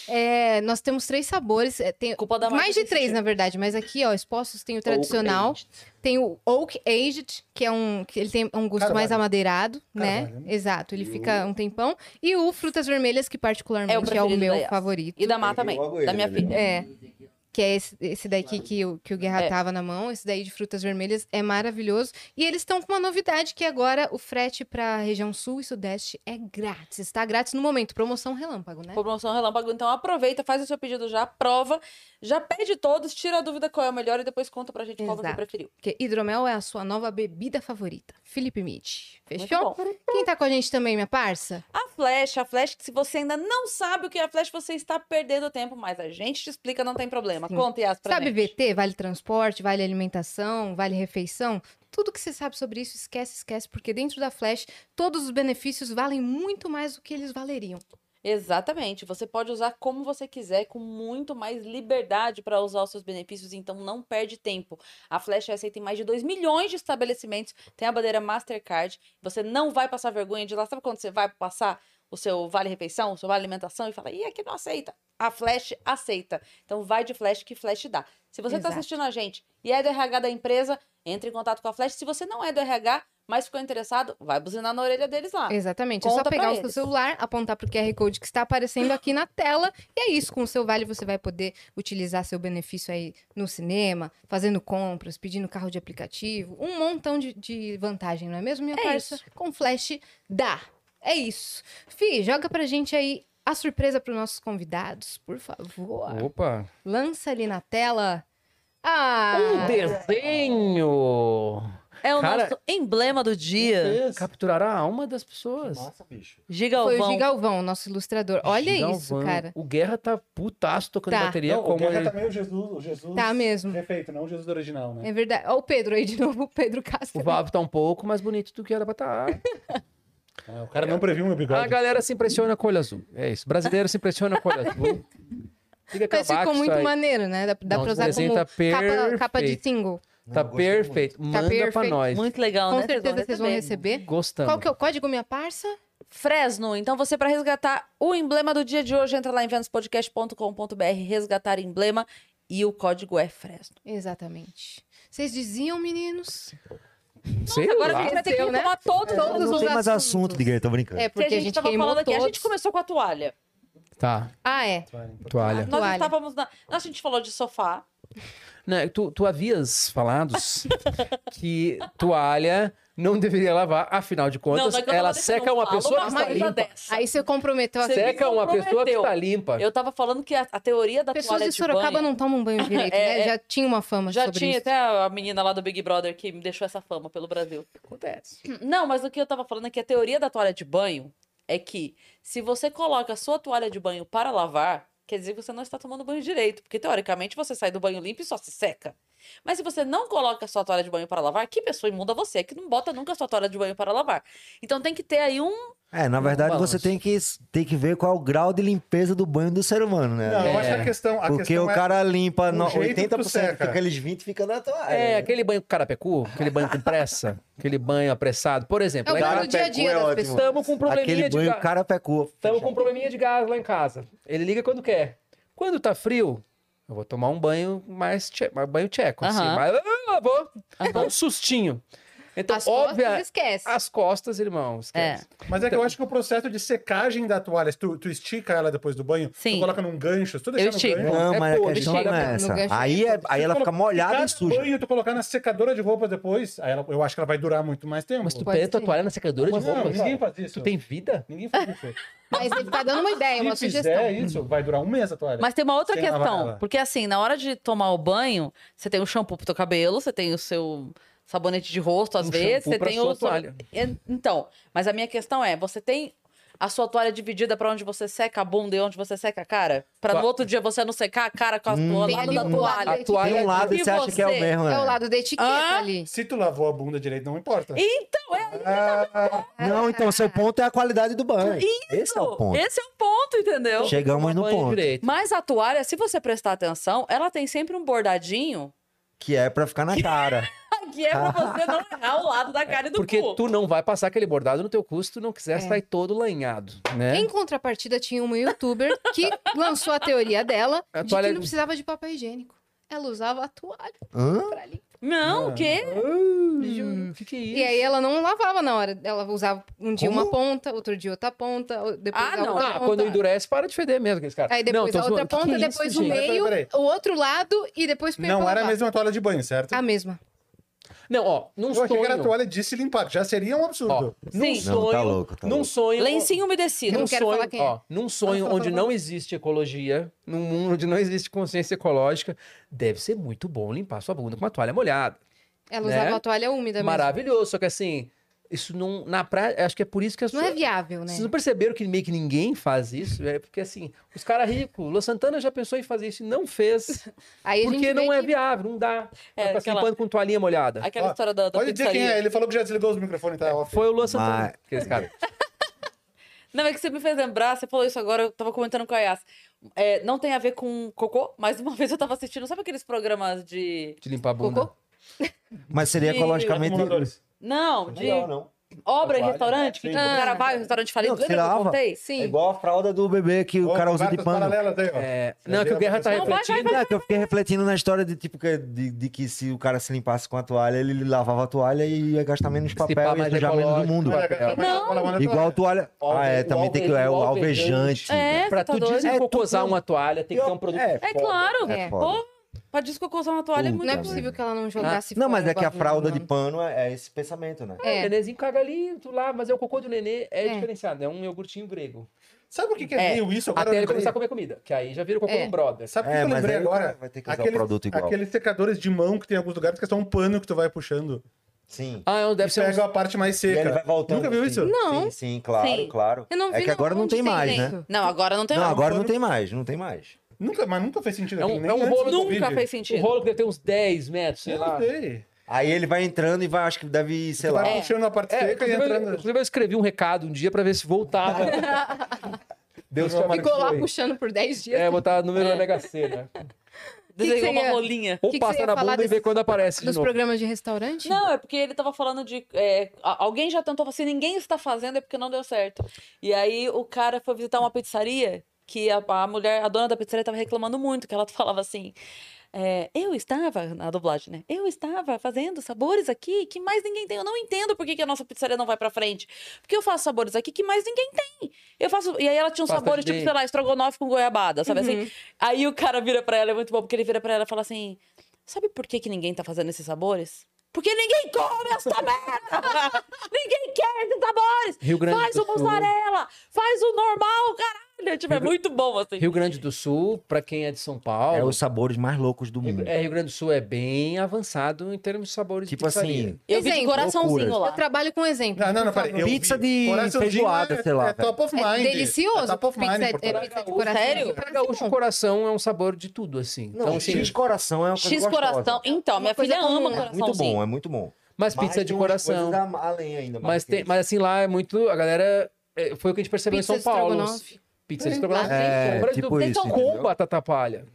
Speaker 2: É, nós temos três sabores. é, tem-
Speaker 1: Culpa da
Speaker 2: mais
Speaker 1: Marta
Speaker 2: de
Speaker 1: que
Speaker 2: três, né,
Speaker 1: assistiu.
Speaker 2: na verdade, mas aqui, ó, expostos tem o tradicional, tem o Oak Aged, que é um. que ele tem um gosto mais
Speaker 5: Carvalho.
Speaker 2: amadeirado, né?
Speaker 5: Carvalho, né?
Speaker 2: Exato, ele fica um tempão. E o Frutas Vermelhas, que particularmente
Speaker 1: É o
Speaker 2: é o
Speaker 1: preferido da
Speaker 2: meu
Speaker 1: Yas.
Speaker 2: favorito.
Speaker 1: E da Má também,
Speaker 4: É, logo
Speaker 1: da
Speaker 4: ele né?
Speaker 1: minha
Speaker 4: ali,
Speaker 1: filha.
Speaker 4: ó.
Speaker 2: É. Que é esse, esse daqui que, o- que o Guerra
Speaker 1: É.
Speaker 2: tava na mão, esse daí de frutas vermelhas, é maravilhoso. E eles estão com uma novidade, que agora o frete pra região sul e sudeste é grátis. Está grátis no momento, promoção relâmpago, né?
Speaker 1: Promoção relâmpago, então aproveita, faz o seu pedido já, prova, já pede todos, tira a dúvida qual é o melhor e depois conta pra gente qual você
Speaker 2: Exato.
Speaker 1: preferiu.
Speaker 2: Porque hidromel é a sua nova bebida favorita. Felipe Mitch.
Speaker 1: Muito
Speaker 2: Fechou?
Speaker 1: bom.
Speaker 2: Quem tá com a gente também, minha parça?
Speaker 1: A Flash, a Flash, que se você ainda não sabe o que é a Flash, você está perdendo tempo, mas a gente te explica, não tem problema. Telma, conta, Yas, pra
Speaker 2: Sabe
Speaker 1: gente.
Speaker 2: VT? Vale transporte, vale alimentação, vale refeição? Tudo que você sabe sobre isso, esquece, esquece, porque dentro da Flash, todos os benefícios valem muito mais do que eles valeriam.
Speaker 1: Exatamente. Você pode usar como você quiser, com muito mais liberdade para usar os seus benefícios, então não perde tempo. A Flash é aceita em mais de 2 milhões de estabelecimentos, tem a bandeira Mastercard. Você não vai passar vergonha de ir lá. Sabe quando você vai passar o seu vale refeição, o seu vale alimentação e fala, ih, aqui não aceita. A Flash aceita. Então vai de Flash que Flash dá. Se você está
Speaker 2: Exato.
Speaker 1: assistindo a gente e é do RH da empresa, entre em contato com a Flash. Se você não é do RH, mas ficou interessado, vai buzinar na orelha deles lá.
Speaker 2: Exatamente. é só
Speaker 1: Ah, conta pra
Speaker 2: pegar o seu
Speaker 1: eles.
Speaker 2: celular, apontar para o QR Code que está aparecendo aqui na tela. E é isso. Com o seu vale, você vai poder utilizar seu benefício aí no cinema, fazendo compras, pedindo carro de aplicativo. Um montão de, de vantagem, não é mesmo, minha
Speaker 1: É
Speaker 2: parça? Com flash dá. É isso. Fih, joga pra gente aí a surpresa para os nossos convidados, por favor.
Speaker 3: Opa!
Speaker 2: Lança ali na tela. Ah!
Speaker 3: Um desenho!
Speaker 1: É o
Speaker 3: Cara-
Speaker 1: nosso emblema do dia.
Speaker 3: Capturará a alma das pessoas.
Speaker 4: Nossa, bicho.
Speaker 1: Gigalvão.
Speaker 2: Foi o Gigalvão, nosso ilustrador. Olha isso,
Speaker 3: Galvão.
Speaker 2: cara.
Speaker 3: O Guerra tá putaço tocando
Speaker 2: Tá.
Speaker 3: bateria.
Speaker 5: Não,
Speaker 3: como
Speaker 5: o Guerra
Speaker 3: ele-
Speaker 5: também é o Jesus, o Jesus.
Speaker 2: Tá mesmo.
Speaker 5: Perfeito, não o Jesus original, né?
Speaker 2: É verdade. Ó, o Pedro aí de novo, o Pedro Castro.
Speaker 3: O Vavo tá um pouco mais bonito do que era pra estar.
Speaker 5: Ah, o cara não previu meu
Speaker 3: A
Speaker 5: bigode.
Speaker 3: galera se impressiona com o olho azul. É isso. Brasileiro se impressiona com o olho azul. Fica
Speaker 2: Mas Então,
Speaker 3: acabar
Speaker 2: ficou
Speaker 3: com isso
Speaker 2: muito
Speaker 3: aí.
Speaker 2: maneiro, né? Dá, dá
Speaker 3: Não,
Speaker 2: pra
Speaker 3: o
Speaker 2: usar
Speaker 3: desenho
Speaker 2: como
Speaker 3: tá
Speaker 2: capa, capa de
Speaker 3: perfeito.
Speaker 2: single.
Speaker 4: Não,
Speaker 3: Tá
Speaker 4: eu gostei
Speaker 3: perfeito. Manda pra
Speaker 2: perfeito.
Speaker 3: nós.
Speaker 1: Muito legal,
Speaker 2: Com
Speaker 1: né?
Speaker 2: certeza
Speaker 1: vão
Speaker 2: vocês vão receber.
Speaker 3: Gostando.
Speaker 2: Qual que é o código, minha parça?
Speaker 1: Fresno. Então você, para resgatar o emblema do dia de hoje, entra lá em venuspodcast.com.br, resgatar emblema e o código é Fresno.
Speaker 2: Exatamente. Vocês diziam, meninos? é
Speaker 3: Sei
Speaker 1: Agora a
Speaker 3: lá.
Speaker 1: gente vai ter que
Speaker 2: Esqueceu, né?
Speaker 1: retomar todos,
Speaker 2: Todos
Speaker 4: Não
Speaker 2: os
Speaker 4: tem mais assunto, Miguel, tô brincando.
Speaker 2: É,
Speaker 1: Porque
Speaker 2: porque a gente,
Speaker 1: tava
Speaker 2: queimou
Speaker 1: falando aqui. A gente
Speaker 2: todos.
Speaker 1: começou com a toalha.
Speaker 3: Tá,
Speaker 2: Ah, é.
Speaker 3: toalha.
Speaker 1: Nós
Speaker 2: Toalha.
Speaker 1: estávamos na. Nós a gente falou de sofá.
Speaker 3: Né, tu, tu havias falado que toalha não deveria lavar, afinal de contas,
Speaker 1: não é que eu tava
Speaker 3: ela
Speaker 1: defendendo,
Speaker 3: seca uma
Speaker 1: falo
Speaker 3: pessoa que
Speaker 1: uma
Speaker 3: está
Speaker 1: coisa
Speaker 3: limpa.
Speaker 1: dessa.
Speaker 2: Aí você comprometeu a
Speaker 1: Você
Speaker 3: Seca uma pessoa que
Speaker 1: comprometeu.
Speaker 3: está limpa.
Speaker 1: Eu tava falando que a, a teoria da
Speaker 2: Pessoas
Speaker 1: toalha
Speaker 2: de
Speaker 1: de
Speaker 2: Sorocaba
Speaker 1: banho-
Speaker 2: não tomam banho direito,
Speaker 1: É,
Speaker 2: né?
Speaker 1: é.
Speaker 2: Já tinha uma fama
Speaker 1: Já
Speaker 2: sobre
Speaker 1: tinha
Speaker 2: isso.
Speaker 1: até a menina lá do Big Brother que me deixou essa fama pelo Brasil. Acontece. Não, mas o que eu tava falando é que a teoria da toalha de banho é que se você coloca a sua toalha de banho para lavar, quer dizer que você não está tomando banho direito. Porque teoricamente você sai do banho limpo e só se seca. Mas se você não coloca a sua toalha de banho para lavar, que pessoa imunda você é que não bota nunca a sua toalha de banho para lavar. Então tem que ter aí um.
Speaker 4: É, na
Speaker 3: Um
Speaker 4: verdade,
Speaker 3: balanço.
Speaker 4: você tem que, tem que ver qual é o grau de limpeza do banho do ser humano, né?
Speaker 5: Não, eu acho que a questão. A
Speaker 4: Porque
Speaker 5: questão
Speaker 4: o
Speaker 5: é-
Speaker 4: cara limpa
Speaker 5: o
Speaker 4: no-
Speaker 5: jeito que tu
Speaker 4: 80%,
Speaker 5: seca.
Speaker 4: fica aqueles 20% fica na toalha.
Speaker 3: É, aquele banho com carapecu, aquele banho com pressa, aquele banho apressado. Por exemplo,
Speaker 2: É o
Speaker 3: lá em
Speaker 2: banho
Speaker 3: casa,
Speaker 2: do dia a dia
Speaker 4: é
Speaker 2: das
Speaker 4: ótimo.
Speaker 2: pessoas.
Speaker 3: estamos com um probleminha
Speaker 4: Aquele
Speaker 3: de
Speaker 4: banho,
Speaker 3: gás.
Speaker 4: o cara pecou.
Speaker 3: Estamos com um probleminha de gás lá em casa. Ele liga quando quer. Quando tá frio, eu vou tomar um banho mais tche... mais banho tcheco, assim.
Speaker 1: Aham.
Speaker 3: Mas ah, vou dar um sustinho. Então,
Speaker 2: As
Speaker 3: óbvia,
Speaker 2: costas esquece.
Speaker 3: as costas, irmão, esquece.
Speaker 5: Mas é que eu acho que o processo de secagem da toalha, se tu, tu estica ela depois do banho,
Speaker 1: Sim.
Speaker 5: tu coloca num gancho, se tu deixar
Speaker 1: Eu
Speaker 5: no
Speaker 1: estico.
Speaker 5: gancho.
Speaker 4: Não,
Speaker 3: É
Speaker 4: mas
Speaker 3: podre,
Speaker 4: a questão
Speaker 3: chega
Speaker 4: não
Speaker 2: no
Speaker 4: é essa.
Speaker 2: gancho.
Speaker 4: Aí, é- aí ela fica molhada
Speaker 5: Cada
Speaker 4: e suja.
Speaker 5: banho tu colocar na secadora de roupa depois, aí ela- eu acho que ela vai durar muito mais tempo.
Speaker 3: Mas tu
Speaker 2: Pode
Speaker 3: pega tua
Speaker 2: ser.
Speaker 3: toalha na secadora de
Speaker 5: Mas não,
Speaker 3: roupa. assim,
Speaker 5: ninguém faz isso.
Speaker 3: Tu tem vida?
Speaker 5: Ninguém faz isso.
Speaker 2: Mas ele tá dando uma ideia, uma
Speaker 5: se
Speaker 2: sugestão.
Speaker 5: fizer isso, vai durar um mês a toalha.
Speaker 1: Mas tem uma outra
Speaker 5: Sem lavar
Speaker 1: questão.
Speaker 5: ela.
Speaker 1: Porque assim, na hora de tomar o banho, você tem o shampoo pro teu cabelo, você tem o seu sabonete de rosto, às
Speaker 3: Um
Speaker 1: vezes,
Speaker 3: shampoo
Speaker 1: você
Speaker 3: pra
Speaker 1: tem
Speaker 3: sua
Speaker 1: o.
Speaker 3: toalha.
Speaker 1: En- Então, mas a minha questão é: você tem a sua toalha dividida pra onde você seca a bunda e onde você seca a cara? Pra no
Speaker 3: Tua-
Speaker 1: outro dia você não secar a cara com a do
Speaker 2: Tem
Speaker 1: lado
Speaker 2: ali
Speaker 1: da
Speaker 2: um lado da
Speaker 1: toalha.
Speaker 2: etiqueta.
Speaker 4: Tem um lado
Speaker 1: E
Speaker 4: e você acha que é
Speaker 1: você?
Speaker 4: o mesmo,
Speaker 2: É o
Speaker 4: né?
Speaker 2: lado da etiqueta
Speaker 1: Ah.
Speaker 2: ali.
Speaker 5: Se tu lavou a bunda direito, não importa.
Speaker 1: Então, é
Speaker 5: Ah,
Speaker 4: Não, então seu ponto é a qualidade do banho. Esse é o ponto.
Speaker 1: Esse é o ponto, entendeu?
Speaker 4: Chegamos no
Speaker 3: Banho
Speaker 4: ponto,
Speaker 3: direito.
Speaker 1: Mas a toalha, se você prestar atenção, ela tem sempre um bordadinho
Speaker 4: que é pra ficar na cara.
Speaker 1: que é pra você não errar o lado da cara e do
Speaker 3: Porque
Speaker 1: cu.
Speaker 3: tu não vai passar aquele bordado no teu cu se tu não quiser
Speaker 2: É.
Speaker 3: sair todo lanhado, né?
Speaker 2: Em contrapartida, tinha uma youtuber que lançou a teoria dela
Speaker 3: É A
Speaker 2: de
Speaker 3: toalha-
Speaker 2: que não precisava de papel higiênico. Ela usava a toalha
Speaker 4: Hã?
Speaker 2: pra limpar.
Speaker 1: Não, o quê?
Speaker 3: Juro, que que é isso?
Speaker 2: E aí ela não lavava na hora. Ela usava um dia uma
Speaker 4: Como?
Speaker 2: ponta, outro dia outra ponta, o- depois
Speaker 1: Ah,
Speaker 2: a
Speaker 1: não.
Speaker 2: outra
Speaker 3: Ah,
Speaker 2: ponta.
Speaker 3: quando endurece, para de feder mesmo, aqueles caras.
Speaker 2: Aí depois
Speaker 3: Não,
Speaker 2: a
Speaker 3: tô
Speaker 2: outra
Speaker 3: zoando. Que
Speaker 2: ponta,
Speaker 3: que é
Speaker 2: depois
Speaker 3: isso,
Speaker 2: o
Speaker 3: gente?
Speaker 2: meio,
Speaker 5: Peraí,
Speaker 2: o outro lado e depois pra ir
Speaker 5: não
Speaker 2: pra
Speaker 5: era a
Speaker 2: lá.
Speaker 5: mesma toalha de banho,
Speaker 3: assim?
Speaker 5: certo?
Speaker 2: A mesma.
Speaker 3: Não, ó, num
Speaker 5: Eu achei que era a
Speaker 3: um sonho...
Speaker 5: toalha de se limpar, já seria um absurdo.
Speaker 3: Ó, num
Speaker 1: Sim.
Speaker 3: sonho,
Speaker 4: Não, tá louco, tá
Speaker 3: num
Speaker 4: louco.
Speaker 3: sonho,
Speaker 1: Lencinho umedecido.
Speaker 2: Eu
Speaker 3: num
Speaker 2: não quero
Speaker 3: sonho,
Speaker 2: falar é. quem é.
Speaker 3: ó, num sonho
Speaker 2: fala,
Speaker 3: onde
Speaker 2: fala.
Speaker 3: não existe ecologia, num mundo onde não existe consciência ecológica, deve ser muito bom limpar sua bunda com uma toalha molhada.
Speaker 2: Ela
Speaker 3: Né?
Speaker 2: usava a toalha úmida mesmo.
Speaker 3: Maravilhoso, só que assim, Isso não. Na prática, acho que é por isso que as
Speaker 2: Não é viável, né?
Speaker 3: Vocês não perceberam que meio que ninguém faz isso? É porque assim, os caras ricos, Luan Santana já pensou em fazer isso e não fez.
Speaker 2: Aí a gente
Speaker 3: Porque
Speaker 2: vê
Speaker 3: não é
Speaker 2: que-
Speaker 3: viável, não dá.
Speaker 1: É,
Speaker 3: É, tá
Speaker 1: aquela-
Speaker 3: limpando com toalhinha molhada.
Speaker 1: Aquela
Speaker 5: Ó,
Speaker 1: história da, da
Speaker 5: Pode dizer quem
Speaker 1: pizzaria.
Speaker 5: é, ele falou que já desligou os microfones, tá? Off.
Speaker 3: Foi o Luan Santana, é
Speaker 4: Mas-
Speaker 3: aqueles caras.
Speaker 1: Não, é que você me fez lembrar, você falou isso agora, eu tava comentando com a Yas. É, não tem a ver com cocô, mas uma vez eu tava assistindo, sabe aqueles programas de.
Speaker 3: De limpar a bunda.
Speaker 2: Cocô?
Speaker 4: Mas seria
Speaker 1: E-
Speaker 4: ecologicamente.
Speaker 5: Acumuladores. é
Speaker 1: Não, de
Speaker 4: Não, não.
Speaker 1: obra em
Speaker 5: Vale,
Speaker 1: restaurante, que
Speaker 5: sim.
Speaker 1: tipo, o cara vai, o restaurante falido,
Speaker 4: Não,
Speaker 1: lembra que eu
Speaker 4: tirava.
Speaker 1: contei?
Speaker 4: É
Speaker 2: Sim.
Speaker 4: igual a fralda do bebê que o
Speaker 5: Ó,
Speaker 4: cara usa de
Speaker 5: marcas
Speaker 4: pano.
Speaker 5: paralelas aí, ó.
Speaker 3: É, não, é que o Guerra tá
Speaker 5: Não, vai,
Speaker 1: vai,
Speaker 3: refletindo.
Speaker 4: Não, é que eu fiquei refletindo na história de tipo que, de, de que se o cara se limpasse com a toalha, ele lavava a toalha e ia gastar menos
Speaker 3: pá,
Speaker 4: papel e
Speaker 3: mais
Speaker 4: sujar menos do
Speaker 3: ecológico,
Speaker 4: mundo.
Speaker 3: né?
Speaker 5: Olha, cara,
Speaker 1: Não.
Speaker 5: fala, manda
Speaker 4: Igual a toalha. Ah, é,
Speaker 3: O
Speaker 4: também tem que.
Speaker 3: alve-
Speaker 4: É o
Speaker 3: o
Speaker 4: alvejante.
Speaker 1: É,
Speaker 3: Pra
Speaker 1: você tá
Speaker 3: tu
Speaker 1: doido.
Speaker 3: descocosar uma toalha, tem que ter um produto.
Speaker 4: É,
Speaker 1: É claro,
Speaker 4: É
Speaker 1: pô.
Speaker 4: foda.
Speaker 1: Pra descocosar uma toalha é muito.
Speaker 2: Não é
Speaker 4: Puta,
Speaker 2: possível que ela
Speaker 3: Ah,
Speaker 2: não jogasse
Speaker 4: Não, mas
Speaker 2: fora
Speaker 4: é que a
Speaker 2: o bagulho,
Speaker 4: fralda de
Speaker 2: mano.
Speaker 4: pano é, é esse pensamento, né?
Speaker 3: O
Speaker 2: É.
Speaker 3: nenenzinho caga ali, tu lá, mas é o cocô do nenê, é,
Speaker 2: É.
Speaker 3: diferenciado, é um iogurtinho grego.
Speaker 5: Sabe o que, que
Speaker 1: É,
Speaker 5: é, meio isso? Agora
Speaker 3: Até
Speaker 5: eu
Speaker 3: ele
Speaker 5: lembrei.
Speaker 3: começar a comer comida, que aí já vira o cocô
Speaker 2: É.
Speaker 3: do brother.
Speaker 5: Sabe o que,
Speaker 4: É,
Speaker 5: que eu
Speaker 4: mas
Speaker 5: lembrei
Speaker 4: aí o cara
Speaker 5: agora?
Speaker 4: vai ter que usar o produto igual.
Speaker 5: Aqueles secadores de mão que tem em alguns lugares que é só um pano que tu vai puxando.
Speaker 4: Sim.
Speaker 3: Ah, não,
Speaker 5: Deve
Speaker 3: deve ser
Speaker 5: pega
Speaker 3: um...
Speaker 5: a parte mais
Speaker 4: E
Speaker 5: seca.
Speaker 4: ele vai voltando. assim.
Speaker 5: Nunca viu
Speaker 4: sim.
Speaker 5: isso?
Speaker 2: Não.
Speaker 4: Sim, sim, claro,
Speaker 1: Sim.
Speaker 4: claro.
Speaker 2: Eu não
Speaker 4: é
Speaker 2: vi,
Speaker 4: que agora não
Speaker 2: onde
Speaker 4: tem mais,
Speaker 2: isso?
Speaker 4: né?
Speaker 1: Não, agora não tem
Speaker 4: Não,
Speaker 1: mais.
Speaker 4: agora não
Speaker 5: quando-
Speaker 4: tem mais, não tem mais.
Speaker 5: Nunca, mas nunca fez sentido.
Speaker 3: É um-
Speaker 5: aquilo, nem
Speaker 3: é um
Speaker 5: antes
Speaker 3: rolo-
Speaker 5: do
Speaker 1: Nunca
Speaker 5: Covid.
Speaker 1: fez
Speaker 3: um
Speaker 1: sentido.
Speaker 3: rolo que deve ter uns 10 metros, sei
Speaker 5: Eu
Speaker 3: lá.
Speaker 5: não sei.
Speaker 4: Aí ele vai entrando e vai, acho que deve, sei lá.
Speaker 5: Então Vai puxando a parte
Speaker 3: É,
Speaker 5: seca e
Speaker 3: inclusive, eu,
Speaker 5: entrando.
Speaker 3: inclusive eu escrevi um recado um dia pra ver se voltava. Deus te
Speaker 2: Ficou lá
Speaker 3: abençoe.
Speaker 2: puxando por 10 dias.
Speaker 3: É, botar número na Mega Sena.
Speaker 1: Desenhou
Speaker 2: que você
Speaker 1: uma
Speaker 2: ia-
Speaker 1: rolinha.
Speaker 3: Ou
Speaker 2: que você
Speaker 3: passa
Speaker 2: ia
Speaker 3: na
Speaker 2: falar
Speaker 3: bunda e
Speaker 2: desse-
Speaker 3: vê quando aparece de
Speaker 2: Dos
Speaker 3: novo.
Speaker 2: programas de restaurante?
Speaker 1: Não, é porque ele tava falando de. é, a- alguém já tentou, assim, ninguém está fazendo, é porque não deu certo. E aí o cara foi visitar uma pizzaria que a, a mulher, a dona da pizzaria, tava reclamando muito, que ela falava assim. é, eu estava, na dublagem, né? Eu estava fazendo sabores aqui que mais ninguém tem. Eu não entendo por que, que a nossa pizzaria não vai pra frente. Porque eu faço sabores aqui que mais ninguém tem. Eu faço. E aí ela tinha uns
Speaker 3: Pasta de
Speaker 1: sabores, tipo,
Speaker 3: dente.
Speaker 1: sei lá, estrogonofe com goiabada, sabe assim? Aí o cara vira pra ela, é muito bom, porque ele vira pra ela e fala assim: Sabe por que, que ninguém tá fazendo esses sabores? Porque ninguém come essa merda! ninguém quer esses sabores!
Speaker 3: Rio Grande
Speaker 1: faz
Speaker 3: do
Speaker 1: o
Speaker 3: Sul.
Speaker 1: mozzarela! Faz o normal, caralho! Tipo, é muito bom, assim.
Speaker 3: Rio Grande do Sul, pra quem é de São
Speaker 4: É
Speaker 3: Paulo.
Speaker 4: os sabores mais loucos do mundo.
Speaker 3: É, Rio Grande do Sul é bem avançado em termos de sabores
Speaker 4: Tipo
Speaker 3: de pizzaria.
Speaker 4: assim,
Speaker 1: Eu vi de
Speaker 2: Exemplo.
Speaker 1: coraçãozinho
Speaker 4: Loucuras.
Speaker 1: lá.
Speaker 2: Eu trabalho com exemplo.
Speaker 5: Ah, Não, não, não, peraí. eu
Speaker 4: Pizza
Speaker 5: vi.
Speaker 4: de
Speaker 5: Coraçãozinho
Speaker 4: feijoada,
Speaker 5: é-
Speaker 4: sei lá,
Speaker 5: É top of
Speaker 2: É
Speaker 5: mind.
Speaker 2: delicioso.
Speaker 5: É top of mind.
Speaker 2: pizza,
Speaker 5: em
Speaker 2: é,
Speaker 5: Portugal.
Speaker 2: pizza de coração.
Speaker 1: Sério?
Speaker 3: Pra gaúcho, o coração é um sabor de tudo, assim.
Speaker 4: Não,
Speaker 3: então, assim,
Speaker 4: X coração é uma coisa
Speaker 1: X
Speaker 4: gostosa.
Speaker 1: coração. Então, minha
Speaker 2: coisa
Speaker 1: filha ama
Speaker 2: comum.
Speaker 4: É muito
Speaker 1: coraçãozinho.
Speaker 4: bom, é muito bom.
Speaker 3: mas
Speaker 4: Mas
Speaker 3: pizza de
Speaker 4: tem umas
Speaker 3: coração.
Speaker 4: coisas a- além ainda. mais
Speaker 3: Mas,
Speaker 4: que
Speaker 3: tem,
Speaker 4: isso.
Speaker 3: mas assim, lá é muito. A galera. é, Foi o que a gente percebeu
Speaker 2: Pizza
Speaker 3: em São Paulo.
Speaker 2: estrogonofe.
Speaker 3: Pizza de estrogonofe.
Speaker 4: É,
Speaker 3: Compras
Speaker 4: tipo
Speaker 3: do-
Speaker 4: isso,
Speaker 3: Com
Speaker 4: entendeu?
Speaker 3: batata palha.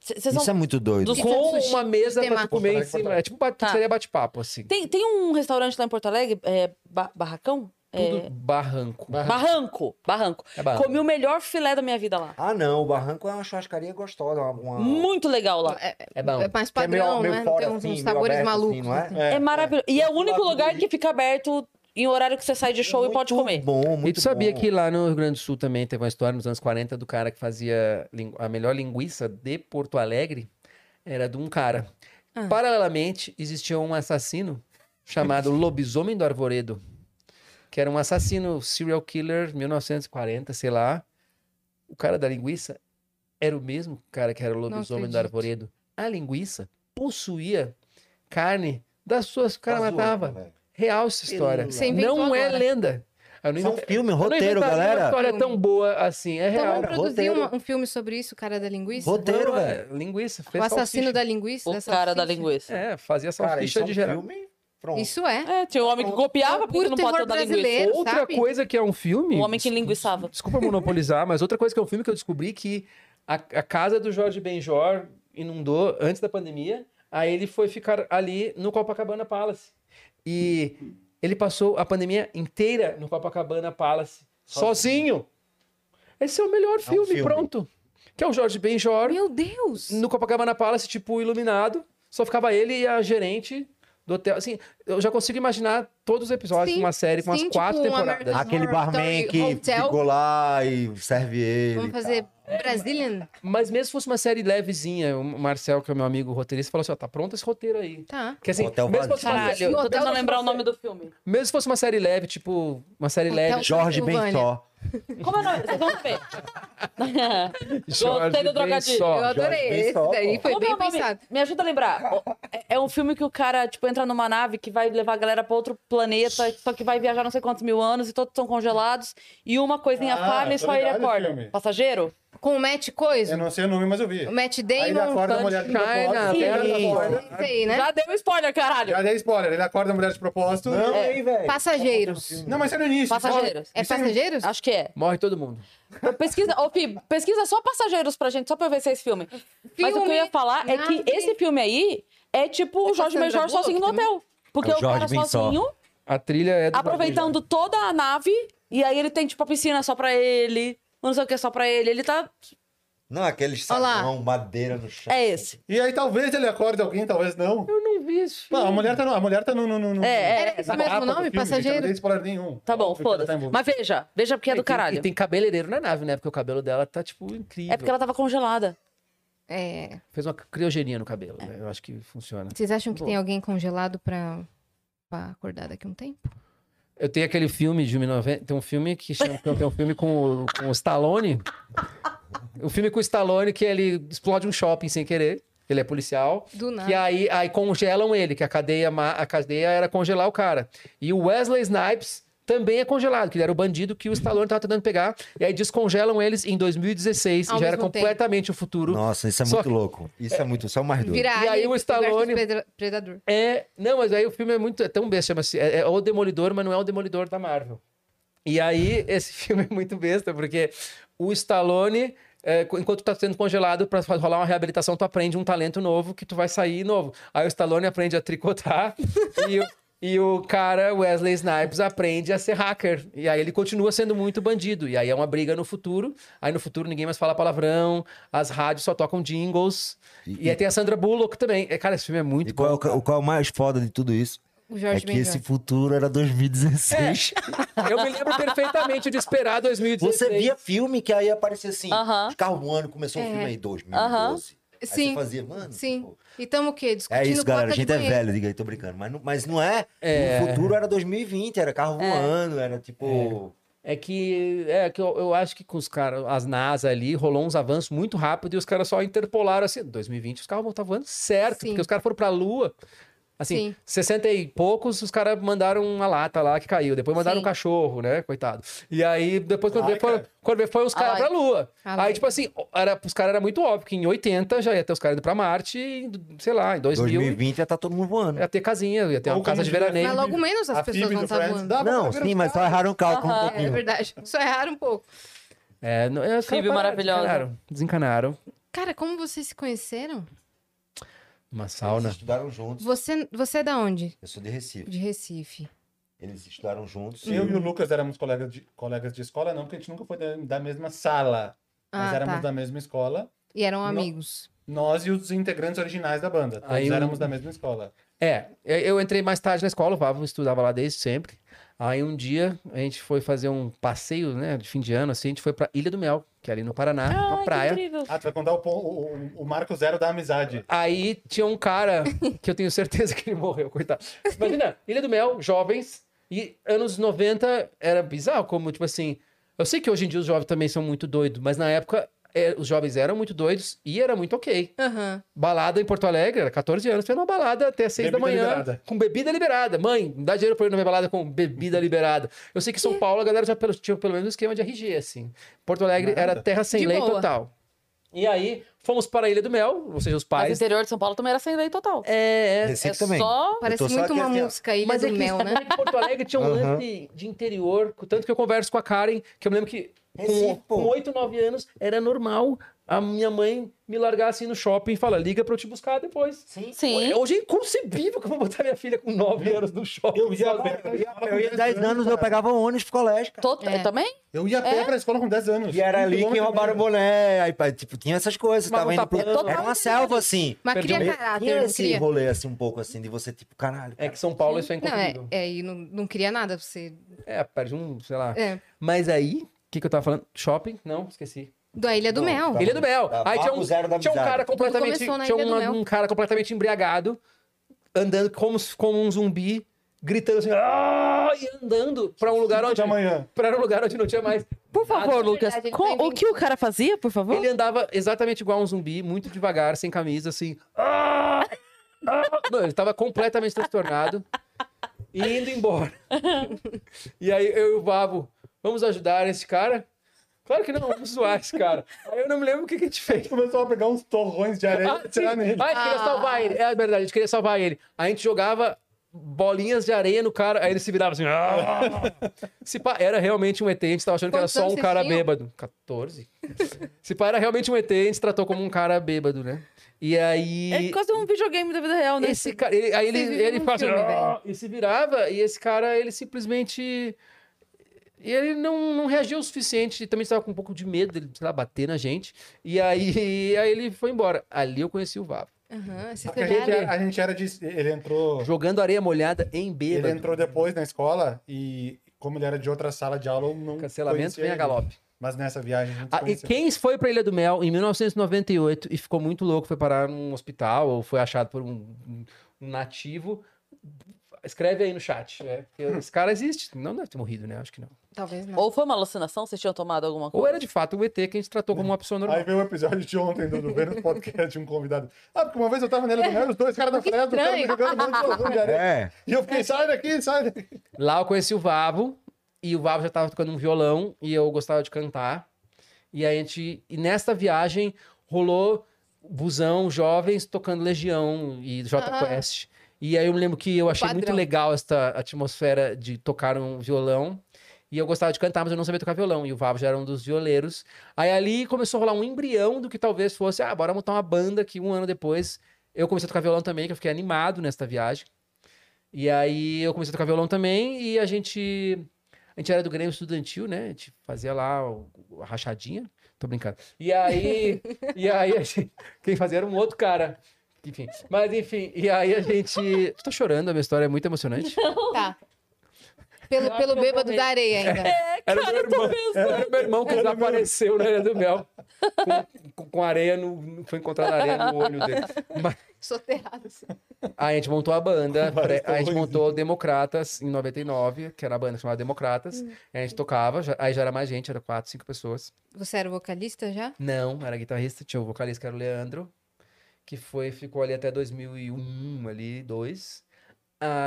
Speaker 1: C- Vocês
Speaker 4: Isso é
Speaker 1: são...
Speaker 4: muito doido.
Speaker 1: Dos- Pizza de
Speaker 3: Com
Speaker 1: sushi.
Speaker 3: uma mesa
Speaker 2: Tem
Speaker 3: pra
Speaker 2: massa.
Speaker 3: tu comer em
Speaker 5: Porto Alegre, Porto
Speaker 3: cima.
Speaker 5: Alegre.
Speaker 3: É tipo ba-
Speaker 1: Tá.
Speaker 3: pizzaria bate-papo, assim.
Speaker 1: tem, tem um restaurante lá em Porto Alegre, é, Ba- Barracão?
Speaker 3: Tudo
Speaker 1: É,
Speaker 3: barranco.
Speaker 1: Barranco. Barranco.
Speaker 3: É barranco.
Speaker 1: Comi o melhor filé da minha vida lá.
Speaker 4: Ah, não, o Barranco é uma churrascaria gostosa. Uma, uma...
Speaker 1: Muito legal lá.
Speaker 2: É,
Speaker 3: É bom.
Speaker 2: é mais
Speaker 4: que é meio-
Speaker 2: padrão,
Speaker 4: meio
Speaker 2: né? Não
Speaker 4: fora,
Speaker 2: Tem uns,
Speaker 4: assim,
Speaker 2: uns
Speaker 4: meio
Speaker 2: sabores
Speaker 4: aberto,
Speaker 2: malucos.
Speaker 4: assim, não é?
Speaker 2: assim.
Speaker 1: É maravilhoso. E é o único lugar que fica aberto em horário que você sai de show e
Speaker 4: É Muito
Speaker 1: pode comer.
Speaker 4: Bom,
Speaker 3: E
Speaker 4: muito
Speaker 3: tu sabia
Speaker 4: bom.
Speaker 3: que lá no Rio Grande do Sul também teve uma história nos anos 40 do cara que fazia lingu- a melhor linguiça de Porto Alegre? Era de um cara.
Speaker 2: Ah.
Speaker 3: Paralelamente, existia um assassino chamado Lobisomem do Arvoredo, que era um assassino serial killer, 1940, sei lá. O cara da linguiça era o mesmo cara que era o Lobisomem do
Speaker 2: acredito.
Speaker 3: Arvoredo. A linguiça possuía carne das suas que o cara
Speaker 4: Tá zoando,
Speaker 3: matava.
Speaker 4: velho.
Speaker 3: Real essa história.
Speaker 4: Você
Speaker 2: inventou
Speaker 3: Não é
Speaker 2: agora.
Speaker 3: lenda. Eu não
Speaker 4: Isso é um
Speaker 3: inventei-
Speaker 4: filme,
Speaker 3: eu não
Speaker 4: roteiro,
Speaker 3: inventaria uma
Speaker 4: galera.
Speaker 3: história tão boa assim, é
Speaker 2: Então
Speaker 3: real.
Speaker 2: vamos produzir
Speaker 4: roteiro.
Speaker 2: uma- um filme sobre isso, o cara da linguiça?
Speaker 4: Roteiro.
Speaker 3: velho. é Linguiça.
Speaker 2: O
Speaker 3: fez
Speaker 2: assassino
Speaker 3: salsicha.
Speaker 2: da linguiça?
Speaker 1: O
Speaker 2: da
Speaker 1: cara da
Speaker 2: salsicha?
Speaker 1: linguiça. É.
Speaker 3: É, fazia
Speaker 4: Cara,
Speaker 3: salsicha
Speaker 4: isso é um
Speaker 3: de geral.
Speaker 4: filme? Pronto.
Speaker 2: Isso é.
Speaker 1: tinha um homem que copiava, por
Speaker 2: É
Speaker 1: que
Speaker 2: puro
Speaker 1: não pode
Speaker 2: terror
Speaker 1: ter da linguiça?
Speaker 2: brasileiro,
Speaker 3: Outra
Speaker 2: sabe?
Speaker 3: coisa que é um filme...
Speaker 1: Um homem que linguiçava.
Speaker 3: Desculpa monopolizar, mas outra coisa que é um filme que eu descobri que a, a casa do Jorge Benjor inundou antes da pandemia, aí ele foi ficar ali no Copacabana Palace. E ele passou a pandemia inteira no Copacabana Palace, sozinho. Esse é o melhor filme,
Speaker 4: um filme.
Speaker 3: pronto. Que é o Jorge Benjor
Speaker 2: Meu Deus!
Speaker 3: no Copacabana Palace, tipo, iluminado. Só ficava ele e a gerente do hotel. Assim, eu já consigo imaginar todos os episódios
Speaker 2: Sim,
Speaker 3: de uma série com
Speaker 2: sim,
Speaker 3: umas quatro
Speaker 2: tipo, um
Speaker 3: temporadas.
Speaker 2: American-
Speaker 4: Aquele
Speaker 2: Horror
Speaker 4: barman
Speaker 2: Story
Speaker 4: que
Speaker 2: Hotel.
Speaker 4: ficou lá e serve ele.
Speaker 2: Vamos fazer Brazilian?
Speaker 3: Mas mesmo se fosse uma série levezinha, o Marcel, que é meu amigo roteirista, falou assim, ó, tá pronto esse roteiro aí.
Speaker 2: Tá.
Speaker 3: Que assim,
Speaker 4: Hotel
Speaker 3: mesmo se, fosse uma,
Speaker 1: Caralho, eu tô
Speaker 2: Hotel
Speaker 1: tentando
Speaker 2: da
Speaker 1: lembrar o
Speaker 2: França.
Speaker 1: nome do filme.
Speaker 3: mesmo se fosse uma série leve, tipo, uma série
Speaker 2: Hotel-
Speaker 3: leve,
Speaker 4: Jorge
Speaker 2: Pensilvânia.
Speaker 4: Benjó.
Speaker 1: Como é o nome? Vocês vão ver.
Speaker 3: Jorge tipo,
Speaker 1: Gostei do trocadilho.
Speaker 3: Bençol.
Speaker 2: Eu adorei.
Speaker 4: bem
Speaker 2: Esse
Speaker 4: só,
Speaker 2: daí
Speaker 4: pô.
Speaker 2: foi
Speaker 1: Como é
Speaker 2: bem
Speaker 1: o nome?
Speaker 2: pensado.
Speaker 1: Me ajuda a lembrar. O- é- É um filme que o cara, tipo, entra numa nave que vai levar a galera pra outro planeta, só que vai viajar não sei quantos mil anos e todos estão congelados. E uma coisinha
Speaker 5: Ah,
Speaker 1: falha e
Speaker 5: tô
Speaker 1: só ele
Speaker 5: ligado esse
Speaker 1: acorda.
Speaker 5: filme.
Speaker 1: Passageiro?
Speaker 2: Com o Matt
Speaker 5: Eu
Speaker 2: Coisa,
Speaker 5: não sei o nome, mas eu vi.
Speaker 2: o Matt
Speaker 5: Aí ele
Speaker 2: Damon.
Speaker 5: acorda a
Speaker 1: Sunshine,
Speaker 5: mulher de propósito.
Speaker 3: né?
Speaker 5: ele
Speaker 3: Sim.
Speaker 5: acorda-
Speaker 2: Esse aí, né?
Speaker 1: Já deu spoiler, caralho!
Speaker 5: Já dei spoiler, ele acorda a mulher de propósito.
Speaker 4: Não,
Speaker 5: É.
Speaker 4: aí, velho.
Speaker 2: Passageiros.
Speaker 5: Não, mas é no início.
Speaker 1: Passageiros.
Speaker 5: Isso
Speaker 2: É Passageiros?
Speaker 1: Acho que é.
Speaker 3: Morre todo mundo.
Speaker 1: Pesquisa, ô, Pi, pesquisa só passageiros pra gente, só pra eu ver se é esse filme. Mas o que eu ia falar é
Speaker 2: nave.
Speaker 1: que esse filme aí é tipo
Speaker 2: É
Speaker 1: o Jorge
Speaker 2: com a Sandra
Speaker 1: Major
Speaker 2: Bullock
Speaker 1: sozinho no
Speaker 2: também?
Speaker 1: hotel. Porque
Speaker 4: É o
Speaker 1: o cara
Speaker 4: Jorge Ben Só.
Speaker 1: sozinho,
Speaker 3: A trilha é do
Speaker 1: aproveitando toda a nave, e aí ele tem tipo a piscina só pra ele, um não sei o que só pra ele. Ele tá.
Speaker 4: Não, aquele
Speaker 2: lá.
Speaker 4: salão, madeira no chão.
Speaker 1: É esse.
Speaker 5: E aí talvez ele acorde alguém, talvez não.
Speaker 3: Eu não vi isso.
Speaker 5: Não, a mulher tá no. A mulher tá no. no, no, no-
Speaker 1: É, é.
Speaker 2: Era esse
Speaker 5: na
Speaker 2: mesmo
Speaker 5: capa do
Speaker 2: nome?
Speaker 5: filme, gente, eu Não
Speaker 2: Passageiro?
Speaker 5: dei spoiler nenhum.
Speaker 1: Tá bom,
Speaker 5: Óbvio que ela
Speaker 1: foda-se.
Speaker 5: tá envolvida.
Speaker 1: Mas veja, veja porque é do
Speaker 3: E
Speaker 1: caralho.
Speaker 3: tem cabeleireiro na nave, né? Porque o cabelo dela tá, tipo, incrível.
Speaker 1: É porque ela tava congelada.
Speaker 2: É.
Speaker 3: Fez uma criogenia no cabelo.
Speaker 1: É.
Speaker 3: né? Eu acho que funciona.
Speaker 2: Vocês acham que
Speaker 3: Boa.
Speaker 2: tem alguém congelado pra, pra acordar daqui a um tempo?
Speaker 3: Eu tenho aquele filme de 1990. Tem um filme que chama. Tem um filme com, o- com o Stallone. Um filme com o Stallone que ele explode um shopping sem querer. Ele é policial.
Speaker 2: Do nada.
Speaker 3: E aí, aí congelam ele, que a cadeia, ma- a cadeia era congelar o cara. E o Wesley Snipes também é congelado, que ele era o bandido que o Stallone estava tentando pegar. E aí descongelam eles em 2016,
Speaker 2: Ao
Speaker 3: e já era
Speaker 2: mesmo tempo.
Speaker 3: completamente o futuro.
Speaker 4: Nossa, isso é
Speaker 3: Só
Speaker 4: muito
Speaker 3: que-
Speaker 4: louco. Isso é muito, só mais doido.
Speaker 2: Virar
Speaker 3: E aí
Speaker 2: alien
Speaker 3: o
Speaker 2: versus
Speaker 3: Stallone-
Speaker 2: predra- Predador.
Speaker 3: É, não, mas aí o filme é muito, é tão besta, chama-se, é, é O Demolidor, mas não é O Demolidor da Marvel. E aí, esse filme é muito besta, porque o Stallone, é, co- enquanto tá sendo congelado pra fa- rolar uma reabilitação, tu aprende um talento novo que tu vai sair novo. Aí o Stallone aprende a tricotar e, o- e o cara, Wesley Snipes, aprende a ser hacker. E aí ele continua sendo muito bandido. E aí é uma briga no futuro. Aí no futuro ninguém mais fala palavrão, as rádios só tocam jingles. E, aí tem a Sandra Bullock também. É, Cara, esse filme é muito
Speaker 4: E qual é o, ca- o qual é o mais foda de tudo isso?
Speaker 2: O Jorge
Speaker 4: é que
Speaker 2: Ben
Speaker 4: esse
Speaker 2: Jorge.
Speaker 4: futuro era 2016.
Speaker 3: É. Eu me lembro perfeitamente de esperar 2016.
Speaker 4: Você via filme que aí aparecia assim,
Speaker 1: Aham.
Speaker 4: os carros voando, começou o filme aí, 2012. Aí
Speaker 2: Sim.
Speaker 4: você fazia, mano.
Speaker 2: Sim.
Speaker 4: pô.
Speaker 2: E tamo o quê? Discutindo
Speaker 4: É isso, galera. A
Speaker 2: porta de
Speaker 4: gente é
Speaker 2: banheiro.
Speaker 4: velho, diga aí, tô brincando. Mas não, mas não é.
Speaker 3: É.
Speaker 4: O futuro era 2020, era carro voando, era tipo.
Speaker 3: É que, é que eu, eu acho que com os caras, as NASA ali, rolou uns avanços muito rápido e os caras só interpolaram assim, 2020 os carros vão estar voando certo,
Speaker 2: Sim.
Speaker 3: porque os caras foram pra Lua. Assim,
Speaker 2: Sim.
Speaker 3: 60 e poucos, os caras mandaram uma lata lá que caiu. Depois mandaram
Speaker 2: Sim.
Speaker 3: um cachorro, né? Coitado. E aí, depois, quando,
Speaker 5: Ai,
Speaker 3: vê, foram,
Speaker 5: cara.
Speaker 3: quando vê, foi os
Speaker 1: A
Speaker 3: caras pra
Speaker 1: laica.
Speaker 3: Lua.
Speaker 2: A
Speaker 3: aí,
Speaker 2: laica.
Speaker 3: tipo assim, era, os caras era muito óbvio que em 80 já ia ter os caras indo pra Marte, e, sei lá, em 2000
Speaker 4: 2020 já tá todo mundo voando.
Speaker 3: ia ter casinha, ia ter
Speaker 5: Ou
Speaker 3: uma casa
Speaker 5: como
Speaker 3: de
Speaker 5: diria-
Speaker 3: veraneio.
Speaker 2: Mas logo menos as
Speaker 5: A
Speaker 2: pessoas
Speaker 5: Phoebe
Speaker 2: vão
Speaker 5: do
Speaker 2: estar
Speaker 5: Friends
Speaker 2: voando.
Speaker 5: dá pra
Speaker 4: Não,
Speaker 5: ver os
Speaker 4: sim, mas só
Speaker 5: caras.
Speaker 4: erraram o cálculo um
Speaker 1: Aham.
Speaker 2: É, é
Speaker 4: pouquinho.
Speaker 2: verdade. Só erraram um pouco.
Speaker 3: É, não, é, os caras
Speaker 1: Phoebe
Speaker 3: pararam,
Speaker 1: maravilhosa.
Speaker 3: Desencanaram, desencanaram.
Speaker 2: Cara, como vocês se conheceram?
Speaker 3: Uma
Speaker 4: Eles
Speaker 3: sauna.
Speaker 4: estudaram juntos.
Speaker 2: Você, você é da onde?
Speaker 4: Eu sou de Recife.
Speaker 2: De Recife.
Speaker 4: Eles estudaram juntos.
Speaker 5: Eu e o Lucas éramos colegas de, colegas de escola, não, porque a gente nunca foi da, da mesma sala. Mas
Speaker 2: Ah,
Speaker 5: éramos
Speaker 2: tá.
Speaker 5: da mesma escola.
Speaker 2: E eram
Speaker 5: Não.
Speaker 2: amigos.
Speaker 5: Nós e os integrantes originais da banda. Todos
Speaker 3: Aí o-
Speaker 5: éramos da mesma escola.
Speaker 3: É, eu- eu entrei mais tarde na escola, o Pablo estudava lá desde sempre. Aí um dia a gente foi fazer um passeio, né, de fim de ano, assim, a gente foi pra Ilha do Mel, que é ali no Paraná, uma praia.
Speaker 1: incrível.
Speaker 5: Ah, tu vai contar o, pon- o, o- o marco zero da amizade.
Speaker 3: Aí tinha um cara que eu tenho certeza que ele morreu, coitado. Imagina, Ilha do Mel, jovens, e anos 90 era bizarro, como tipo assim. Eu sei que hoje em dia os jovens também são muito doidos, mas na época é, os jovens eram muito doidos e era muito ok.
Speaker 2: Aham.
Speaker 3: Balada em Porto Alegre, era 14 anos, fez uma balada até 6 da
Speaker 5: Bebida
Speaker 3: manhã,
Speaker 5: liberada.
Speaker 3: com bebida liberada. Mãe, me dá dinheiro pra eu ir na minha balada com bebida liberada. Eu sei que em São Paulo a galera já pelo- tinha pelo menos um esquema de RG, assim. Porto Alegre
Speaker 5: Nada.
Speaker 3: era terra sem
Speaker 2: De
Speaker 3: lei
Speaker 2: boa.
Speaker 3: total. E aí, fomos para a Ilha do Mel, ou seja, os
Speaker 1: Mas o
Speaker 2: é
Speaker 3: pais.
Speaker 1: interior de São Paulo também era sem lei total.
Speaker 3: É, é.
Speaker 4: Recife
Speaker 1: é
Speaker 4: também.
Speaker 1: só.
Speaker 2: Parece
Speaker 4: tô só
Speaker 2: muito
Speaker 4: aqui,
Speaker 2: uma
Speaker 4: assim, ó.
Speaker 2: música Ilha
Speaker 3: Mas
Speaker 2: do
Speaker 3: é que,
Speaker 2: Mel, né?
Speaker 3: é que Porto Alegre tinha um
Speaker 4: Aham.
Speaker 3: lance de interior, tanto que eu converso com a Karen, que eu me lembro que com,
Speaker 4: Recife, pô.
Speaker 3: com 8, 9 anos era normal a minha mãe me largar assim no shopping e falar: liga pra eu te buscar depois.
Speaker 4: Sim.
Speaker 1: Sim.
Speaker 3: Hoje é inconcebível que eu vou botar minha filha com 9 anos no shopping.
Speaker 5: Eu ia,
Speaker 3: sozinha.
Speaker 5: eu ia,
Speaker 4: Eu ia 10 anos, eu
Speaker 5: cara.
Speaker 4: pegava ônibus pro colégio, cara.
Speaker 1: Tot-
Speaker 2: É.
Speaker 1: Eu também?
Speaker 5: Eu ia a pé pra escola com 10 anos.
Speaker 4: E era
Speaker 5: Um
Speaker 4: ali que
Speaker 5: quilômetro e
Speaker 4: roubaram o
Speaker 5: meio.
Speaker 4: boné. Aí, pá, tipo, tinha essas coisas.
Speaker 3: Mas
Speaker 4: Tava
Speaker 3: não tá
Speaker 4: indo pro...
Speaker 3: plano.
Speaker 4: Era uma selva, assim.
Speaker 2: Mas
Speaker 3: Perdi um-
Speaker 2: cria
Speaker 4: Tinha
Speaker 2: caráter, não
Speaker 4: esse
Speaker 2: cria.
Speaker 4: rolê, assim, um pouco, assim, de você, tipo, caralho.
Speaker 3: É
Speaker 4: cara.
Speaker 3: que São Paulo isso é
Speaker 2: Não, é,
Speaker 3: inconcebível.
Speaker 2: é, e não, não cria nada. Você.
Speaker 3: É, perde um, sei lá.
Speaker 2: É.
Speaker 3: Mas aí, o que, que eu tava falando? Shopping? Não, esqueci.
Speaker 2: Da Ilha do
Speaker 4: Não,
Speaker 2: Mel.
Speaker 4: tá.
Speaker 3: Ilha do Mel.
Speaker 4: Tá,
Speaker 3: aí tinha
Speaker 4: papo
Speaker 3: um,
Speaker 4: zero da
Speaker 3: tinha um
Speaker 4: amizade.
Speaker 3: cara
Speaker 2: Tudo
Speaker 3: completamente.
Speaker 2: começou na
Speaker 3: Tinha
Speaker 2: Ilha do Mel.
Speaker 3: um, um cara completamente embriagado, andando como, se- como um zumbi, gritando assim, "Ah!" e andando pra um lugar
Speaker 5: Cinco
Speaker 3: onde.
Speaker 5: da manhã.
Speaker 3: Pra um lugar onde não tinha mais
Speaker 6: Por
Speaker 4: tá.
Speaker 6: favor,
Speaker 2: Verdade, tá
Speaker 6: Lucas.
Speaker 2: ele
Speaker 6: com-
Speaker 2: foi
Speaker 6: o que o cara fazia, por favor?
Speaker 3: Ele andava exatamente igual um zumbi, muito devagar, sem camisa, assim. "Ah! Ah!" Não, ele estava completamente transtornado e indo embora. E aí eu e o Babo, vamos ajudar esse cara? Claro que não, vamos zoar esse cara. Aí eu não me lembro o que, que a gente fez.
Speaker 5: Começou a pegar uns torrões de areia
Speaker 3: Ah, sim. Ah,
Speaker 5: e É, tirar
Speaker 3: a
Speaker 5: nele.
Speaker 3: gente queria salvar ele. É verdade, a gente queria salvar ele. A gente jogava bolinhas de areia no cara, aí ele se virava assim. "Ah!" Se pá, era realmente um ET, a gente tava achando que era
Speaker 2: Quantos
Speaker 3: só
Speaker 2: anos
Speaker 3: um
Speaker 2: vocês
Speaker 3: cara
Speaker 2: tinham?
Speaker 3: bêbado. 14. Se pá, era realmente um ET, a gente tratou como um cara bêbado, né? E
Speaker 6: É
Speaker 3: aí.
Speaker 6: quase um videogame da vida real, né?
Speaker 3: Esse cara, ele, aí ele,
Speaker 2: Vocês viram
Speaker 3: ele
Speaker 2: um
Speaker 3: faz assim,
Speaker 2: filme,
Speaker 3: "Ah!" e se virava, e esse cara, ele simplesmente. E ele não, não reagiu o suficiente, e também estava com um pouco de medo dele, sei lá, bater na gente. E aí, aí ele foi embora. Ali eu conheci o Vavo.
Speaker 2: Aham, esse
Speaker 5: Porque a gente,
Speaker 2: trabalho.
Speaker 4: é
Speaker 5: era, a gente era de. Ele entrou.
Speaker 3: Jogando areia molhada em
Speaker 5: Ele
Speaker 3: bêbado.
Speaker 5: entrou depois na escola e, como ele era de outra sala de aula, eu não.
Speaker 3: Cancelamento
Speaker 5: conhecia
Speaker 3: vem a
Speaker 5: ele.
Speaker 3: galope.
Speaker 5: Mas nessa viagem a gente
Speaker 3: Ah, e
Speaker 5: conheceu.
Speaker 3: quem foi pra Ilha do Mel em 1998 e ficou muito louco, foi parar num hospital ou foi achado por um, um- um nativo, escreve aí no chat. né? Porque esse cara existe. Não deve ter morrido, né? Acho que não.
Speaker 2: Talvez não.
Speaker 1: Ou foi uma alucinação? Vocês tinham tomado alguma coisa?
Speaker 3: Ou era de fato o ET que a gente tratou como uma pessoa normal.
Speaker 5: Aí veio o episódio de ontem do, do Vênus Podcast de um convidado. Ah, porque uma vez eu tava nele do Mel, os dois caras da
Speaker 2: Que
Speaker 5: fresta, o cara me
Speaker 2: estranho.
Speaker 5: jogando um monte de torrões de areia.
Speaker 4: É.
Speaker 5: E eu fiquei, sai daqui, sai daqui.
Speaker 3: Lá eu conheci o Vavo, e o Vavo já tava tocando um violão, e eu gostava de cantar. E a gente, e nesta viagem rolou busão, jovens tocando Legião e J
Speaker 2: Ah.
Speaker 3: Quest. E aí eu me lembro que eu achei muito
Speaker 2: padrão.
Speaker 3: legal esta atmosfera de tocar um violão. E eu gostava de cantar, mas eu não sabia tocar violão. E o Vavo já era um dos violeiros. Aí ali começou a rolar um embrião do que talvez fosse, ah, bora montar uma banda que um ano depois eu comecei a tocar violão também, que eu fiquei animado nesta viagem. E aí eu comecei a tocar violão também e a gente. A gente era do Grêmio Estudantil, né? A gente fazia lá o- a rachadinha. Tô brincando. E aí. e aí a gente- quem fazia era um outro cara. Enfim. Mas enfim, e aí a gente. Tu tá chorando, a minha história é muito emocionante.
Speaker 2: Tá. Pelo, pelo bêbado da areia ainda.
Speaker 3: Era meu irmão, era meu irmão que desapareceu na Ilha do Mel. Com, com- com areia no. no- Foi encontrada areia no olho dele. Mas-
Speaker 2: Soterrado. assim.
Speaker 3: Aí a gente montou a banda,
Speaker 5: Vários
Speaker 3: pré- a gente
Speaker 5: torrões.
Speaker 3: montou Democratas em 99, que era a banda chamada Democratas. Aí A gente tocava, já- aí já era mais gente, era quatro, cinco pessoas.
Speaker 2: Você era o vocalista já?
Speaker 3: Não, era guitarrista, tinha o vocalista que era o Leandro, que foi, ficou ali até 2001, ali, dois.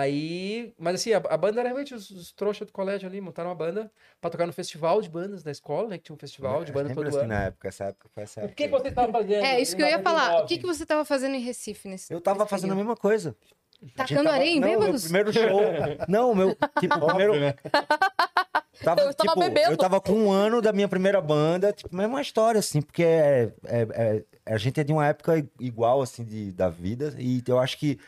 Speaker 3: Aí, mas assim, a, a banda era realmente os, os trouxas do colégio ali, montaram uma banda pra tocar no festival de bandas da escola, né? Que tinha um festival de bandas
Speaker 4: Lembra
Speaker 3: todo
Speaker 4: assim, né?
Speaker 3: ano.
Speaker 4: na época, essa época foi essa
Speaker 3: O
Speaker 4: época.
Speaker 3: que você tava fazendo?
Speaker 2: É, isso que eu ia falar. O que, que
Speaker 3: 99?
Speaker 2: você tava fazendo em Recife nesse
Speaker 4: Eu tava
Speaker 2: nesse
Speaker 4: fazendo a
Speaker 2: período?
Speaker 4: mesma coisa. A gente
Speaker 2: Tacando
Speaker 4: tava-
Speaker 2: areia em
Speaker 4: Não, meu
Speaker 2: bêbados?
Speaker 4: primeiro show. Não, o meu. Tipo, o primeiro.
Speaker 5: Óbvio, né?
Speaker 4: Tava,
Speaker 1: Eu tava
Speaker 4: tipo,
Speaker 1: bebendo.
Speaker 4: Eu tava com um ano da minha primeira banda, tipo, mesma história, assim, porque é, é- é- a gente é de uma época i- igual, assim, de, da vida, e eu acho que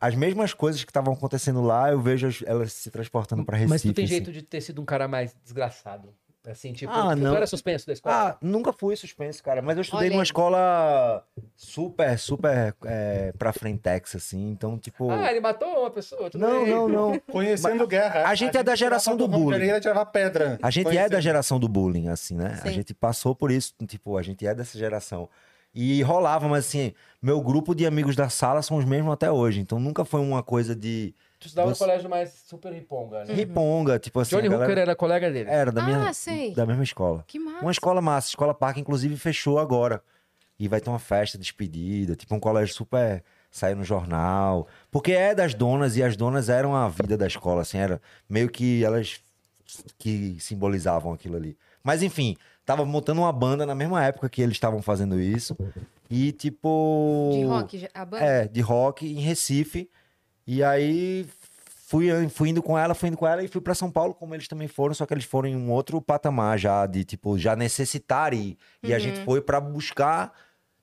Speaker 4: as mesmas coisas que estavam acontecendo lá, eu vejo as- elas se transportando pra Recife.
Speaker 3: Mas tu tem
Speaker 4: assim.
Speaker 3: jeito de ter sido um cara mais desgraçado. Assim, tipo,
Speaker 4: Ah,
Speaker 3: tu
Speaker 4: não.
Speaker 3: era suspenso da escola.
Speaker 4: Ah, nunca fui suspenso, cara, mas eu estudei
Speaker 2: Olha
Speaker 4: numa
Speaker 2: aí.
Speaker 4: escola super, super é, pra frentex, assim, então, tipo...
Speaker 2: é,
Speaker 3: Ah, ele matou uma pessoa. tudo
Speaker 4: não,
Speaker 3: bem.
Speaker 4: não, não.
Speaker 5: Conhecendo guerra.
Speaker 4: A gente é da geração
Speaker 5: tirava
Speaker 4: do
Speaker 5: torrão de
Speaker 4: bullying.
Speaker 5: areia, tirava pedra.
Speaker 4: A gente é da
Speaker 5: Conhecendo.
Speaker 4: geração do bullying, assim, né? A
Speaker 2: Sim.
Speaker 4: gente passou por isso, tipo, a gente é dessa geração. E rolava, mas assim, meu grupo de amigos da sala são os mesmos até hoje. Então nunca foi uma coisa de
Speaker 3: Tu estudava
Speaker 4: Você-
Speaker 3: no colégio mais super riponga, né?
Speaker 4: riponga, tipo assim. a
Speaker 3: Johnny
Speaker 4: galera- É,
Speaker 3: Hooker era colega dele.
Speaker 4: era da, minha,
Speaker 2: Uhum. Ah, sei.
Speaker 4: da mesma escola.
Speaker 2: Que massa.
Speaker 4: Uma escola massa, escola parque, inclusive, fechou agora. E vai ter uma festa de despedida, tipo um colégio super. Saiu no jornal. Porque é das donas, e as donas eram a vida da escola, assim, era meio que elas que simbolizavam aquilo ali. Mas enfim, tava montando uma banda na mesma época que eles estavam fazendo isso. E tipo.
Speaker 2: De rock, já- a banda?
Speaker 4: É, de rock em Recife. E aí fui, fui indo com ela, fui indo com ela e fui pra São Paulo, como eles também foram, só que eles foram em um outro patamar já, de tipo, já necessitar ir. E a
Speaker 2: Uhum.
Speaker 4: gente foi pra buscar,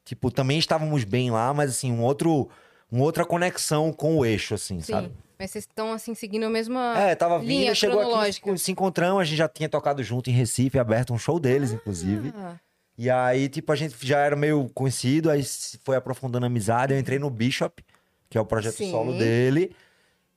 Speaker 4: tipo, também estávamos bem lá, mas assim, um outro, uma outra conexão com o eixo, assim,
Speaker 2: Sim.
Speaker 4: sabe?
Speaker 2: Mas vocês estão, assim, seguindo a mesma...
Speaker 4: É, tava
Speaker 2: linha
Speaker 4: vindo, chegou
Speaker 2: cronológica.
Speaker 4: aqui, se encontramos, a gente já tinha tocado junto em Recife, aberto um show deles, inclusive.
Speaker 2: Ah,
Speaker 4: E aí, tipo, a gente já era meio conhecido, aí se foi aprofundando a amizade. Eu entrei no Bishop, que é o projeto
Speaker 2: Sim.
Speaker 4: solo dele.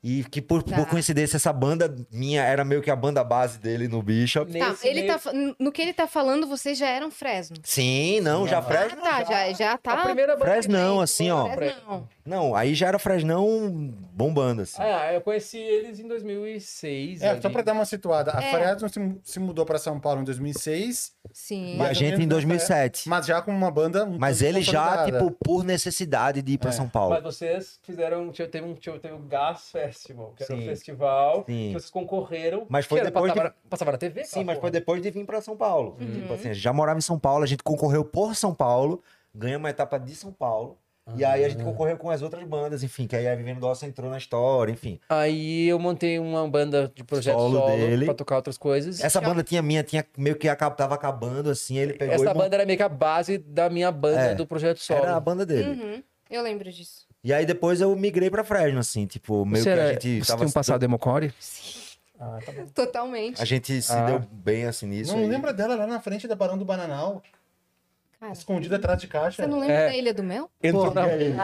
Speaker 4: E que, por,
Speaker 2: Tá.
Speaker 4: por coincidência, essa banda minha era meio que a banda base dele no Bishop.
Speaker 3: Nesse
Speaker 2: Tá, ele
Speaker 3: meio-
Speaker 2: tá, fa- no que ele tá falando, vocês já eram Fresno.
Speaker 5: é
Speaker 4: Sim, não, já Fresno.
Speaker 2: Ah, tá, né? já, já tá...
Speaker 3: A primeira banda.
Speaker 4: Fresno não, assim, ó.
Speaker 2: Fresno não.
Speaker 4: Não, aí já era Fresnão bombando, assim.
Speaker 3: Ah, eu conheci eles em 2006.
Speaker 5: É,
Speaker 3: ali.
Speaker 5: só pra dar uma situada. A
Speaker 2: É.
Speaker 5: Fresno se, se mudou pra São Paulo em 2006,
Speaker 2: Sim.
Speaker 4: e a
Speaker 5: mais ou
Speaker 4: gente
Speaker 5: menos
Speaker 4: em
Speaker 5: nessa
Speaker 4: 2007.
Speaker 5: mas já com uma banda. um
Speaker 4: Mas
Speaker 5: tanto
Speaker 4: ele já,
Speaker 5: consolidada.
Speaker 4: tipo, por necessidade de ir pra
Speaker 5: É.
Speaker 4: São
Speaker 3: Mas
Speaker 4: Paulo.
Speaker 3: vocês fizeram. tinha- Teve um, tinha- teve um Gas Festival, que era um
Speaker 4: Sim.
Speaker 3: festival
Speaker 4: Sim.
Speaker 3: que vocês concorreram.
Speaker 4: Mas foi
Speaker 3: que era-
Speaker 4: depois
Speaker 3: Passava, passava na TV?
Speaker 4: Sim, mas foi
Speaker 3: pode
Speaker 4: depois de vir pra São Paulo. Tipo assim, a gente já morava em São Paulo, a gente concorreu por São Paulo, ganhamos uma etapa de São Paulo. E aí a gente concorreu com as outras bandas, enfim, que aí a Vivendo Nossa entrou na história, enfim.
Speaker 3: Aí eu montei uma banda de projeto
Speaker 4: Solo
Speaker 3: solo,
Speaker 4: dele.
Speaker 3: pra tocar outras coisas.
Speaker 4: Essa banda tinha minha, tinha meio que acab- tava acabando, assim, ele pegou
Speaker 3: Essa
Speaker 4: e montou-
Speaker 3: banda era meio que a base da minha banda
Speaker 4: É,
Speaker 3: do projeto solo.
Speaker 4: era a banda dele.
Speaker 2: Uhum. Eu lembro disso.
Speaker 4: E aí depois eu migrei pra Fresno, assim, tipo, meio
Speaker 3: você
Speaker 4: que
Speaker 3: era-
Speaker 4: a gente
Speaker 3: você
Speaker 4: tava.
Speaker 3: tem um passado emocore?
Speaker 2: Totalmente.
Speaker 4: A gente se
Speaker 3: Ah.
Speaker 4: deu bem assim nisso.
Speaker 5: Não
Speaker 4: aí.
Speaker 5: lembra dela lá na frente da Barão do Bananal,
Speaker 2: Cara,
Speaker 5: escondida atrás de caixa?
Speaker 2: você não lembra
Speaker 3: É.
Speaker 2: da Ilha do Mel?
Speaker 3: Entrou
Speaker 7: Pô, e aí?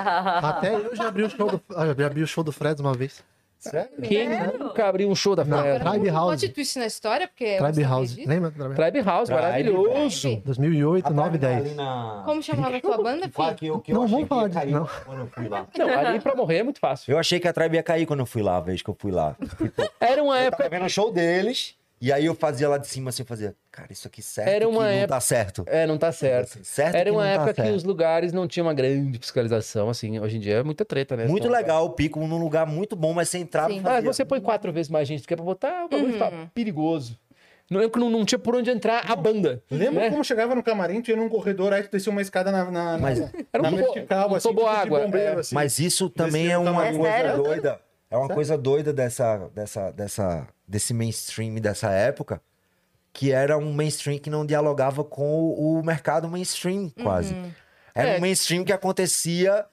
Speaker 7: Até eu já abri o show do, ah, já abri o show do Freds uma vez.
Speaker 5: Sério?
Speaker 3: Quem nunca abriu um show da
Speaker 4: É.
Speaker 7: Não.
Speaker 3: Fresno?
Speaker 7: Tribe
Speaker 2: um
Speaker 7: House.
Speaker 2: plot twist na história, porque... eu
Speaker 7: Tribe
Speaker 2: sabia
Speaker 7: House.
Speaker 2: disso.
Speaker 7: Lembra? Tribe House?
Speaker 3: Tribe House,
Speaker 4: Tribe.
Speaker 3: maravilhoso.
Speaker 7: 2008, 9, 10.
Speaker 4: Como
Speaker 2: Como chamava a tua banda, filho?
Speaker 4: que eu, que eu
Speaker 7: Não
Speaker 4: achei
Speaker 7: vamos
Speaker 4: que ia
Speaker 7: falar disso,
Speaker 4: cair
Speaker 7: não.
Speaker 4: quando eu fui lá.
Speaker 3: Não, ali pra morrer é muito fácil.
Speaker 4: Eu achei que a Tribe ia cair quando eu fui lá, a vez que eu fui lá.
Speaker 3: Era uma
Speaker 4: Eu
Speaker 3: época.
Speaker 4: tava vendo o show deles, e aí eu fazia lá de cima assim, eu fazia, cara, isso aqui certo
Speaker 3: Era uma
Speaker 4: que não
Speaker 3: época-
Speaker 4: tá certo.
Speaker 3: É, não tá certo.
Speaker 4: Assim, certo que
Speaker 3: Era
Speaker 4: não
Speaker 3: uma
Speaker 4: tá
Speaker 3: época que
Speaker 4: certo.
Speaker 3: os lugares não tinham uma grande fiscalização, assim. Hoje em dia é muita treta, né?
Speaker 4: Muito
Speaker 3: Então,
Speaker 4: legal o pico, num lugar muito bom, mas você entrava
Speaker 2: Sim. Uhum.
Speaker 4: e
Speaker 3: Mas
Speaker 4: fazia.
Speaker 3: Ah, você põe quatro vezes mais gente do que é pra botar, o bagulho fica perigoso. Não, não, não tinha por onde entrar a banda.
Speaker 5: Lembra
Speaker 3: né?
Speaker 5: como chegava no camarim, tinha num corredor, aí tu descia uma escada na, na,
Speaker 4: Mas-
Speaker 5: na,
Speaker 3: Era
Speaker 5: na
Speaker 3: um tubo-
Speaker 5: vertical,
Speaker 3: um
Speaker 5: assim,
Speaker 3: tubo
Speaker 5: tipo de
Speaker 3: água,
Speaker 5: bombeiro,
Speaker 3: é.
Speaker 5: assim.
Speaker 4: Mas isso também é
Speaker 5: Desceu o
Speaker 4: uma
Speaker 5: camarim.
Speaker 4: coisa
Speaker 5: É sério?
Speaker 4: doida. É uma coisa doida dessa, dessa, dessa, desse mainstream dessa época, que era um mainstream que não dialogava com o, o mercado mainstream, quase. Era
Speaker 3: É.
Speaker 4: um mainstream que acontecia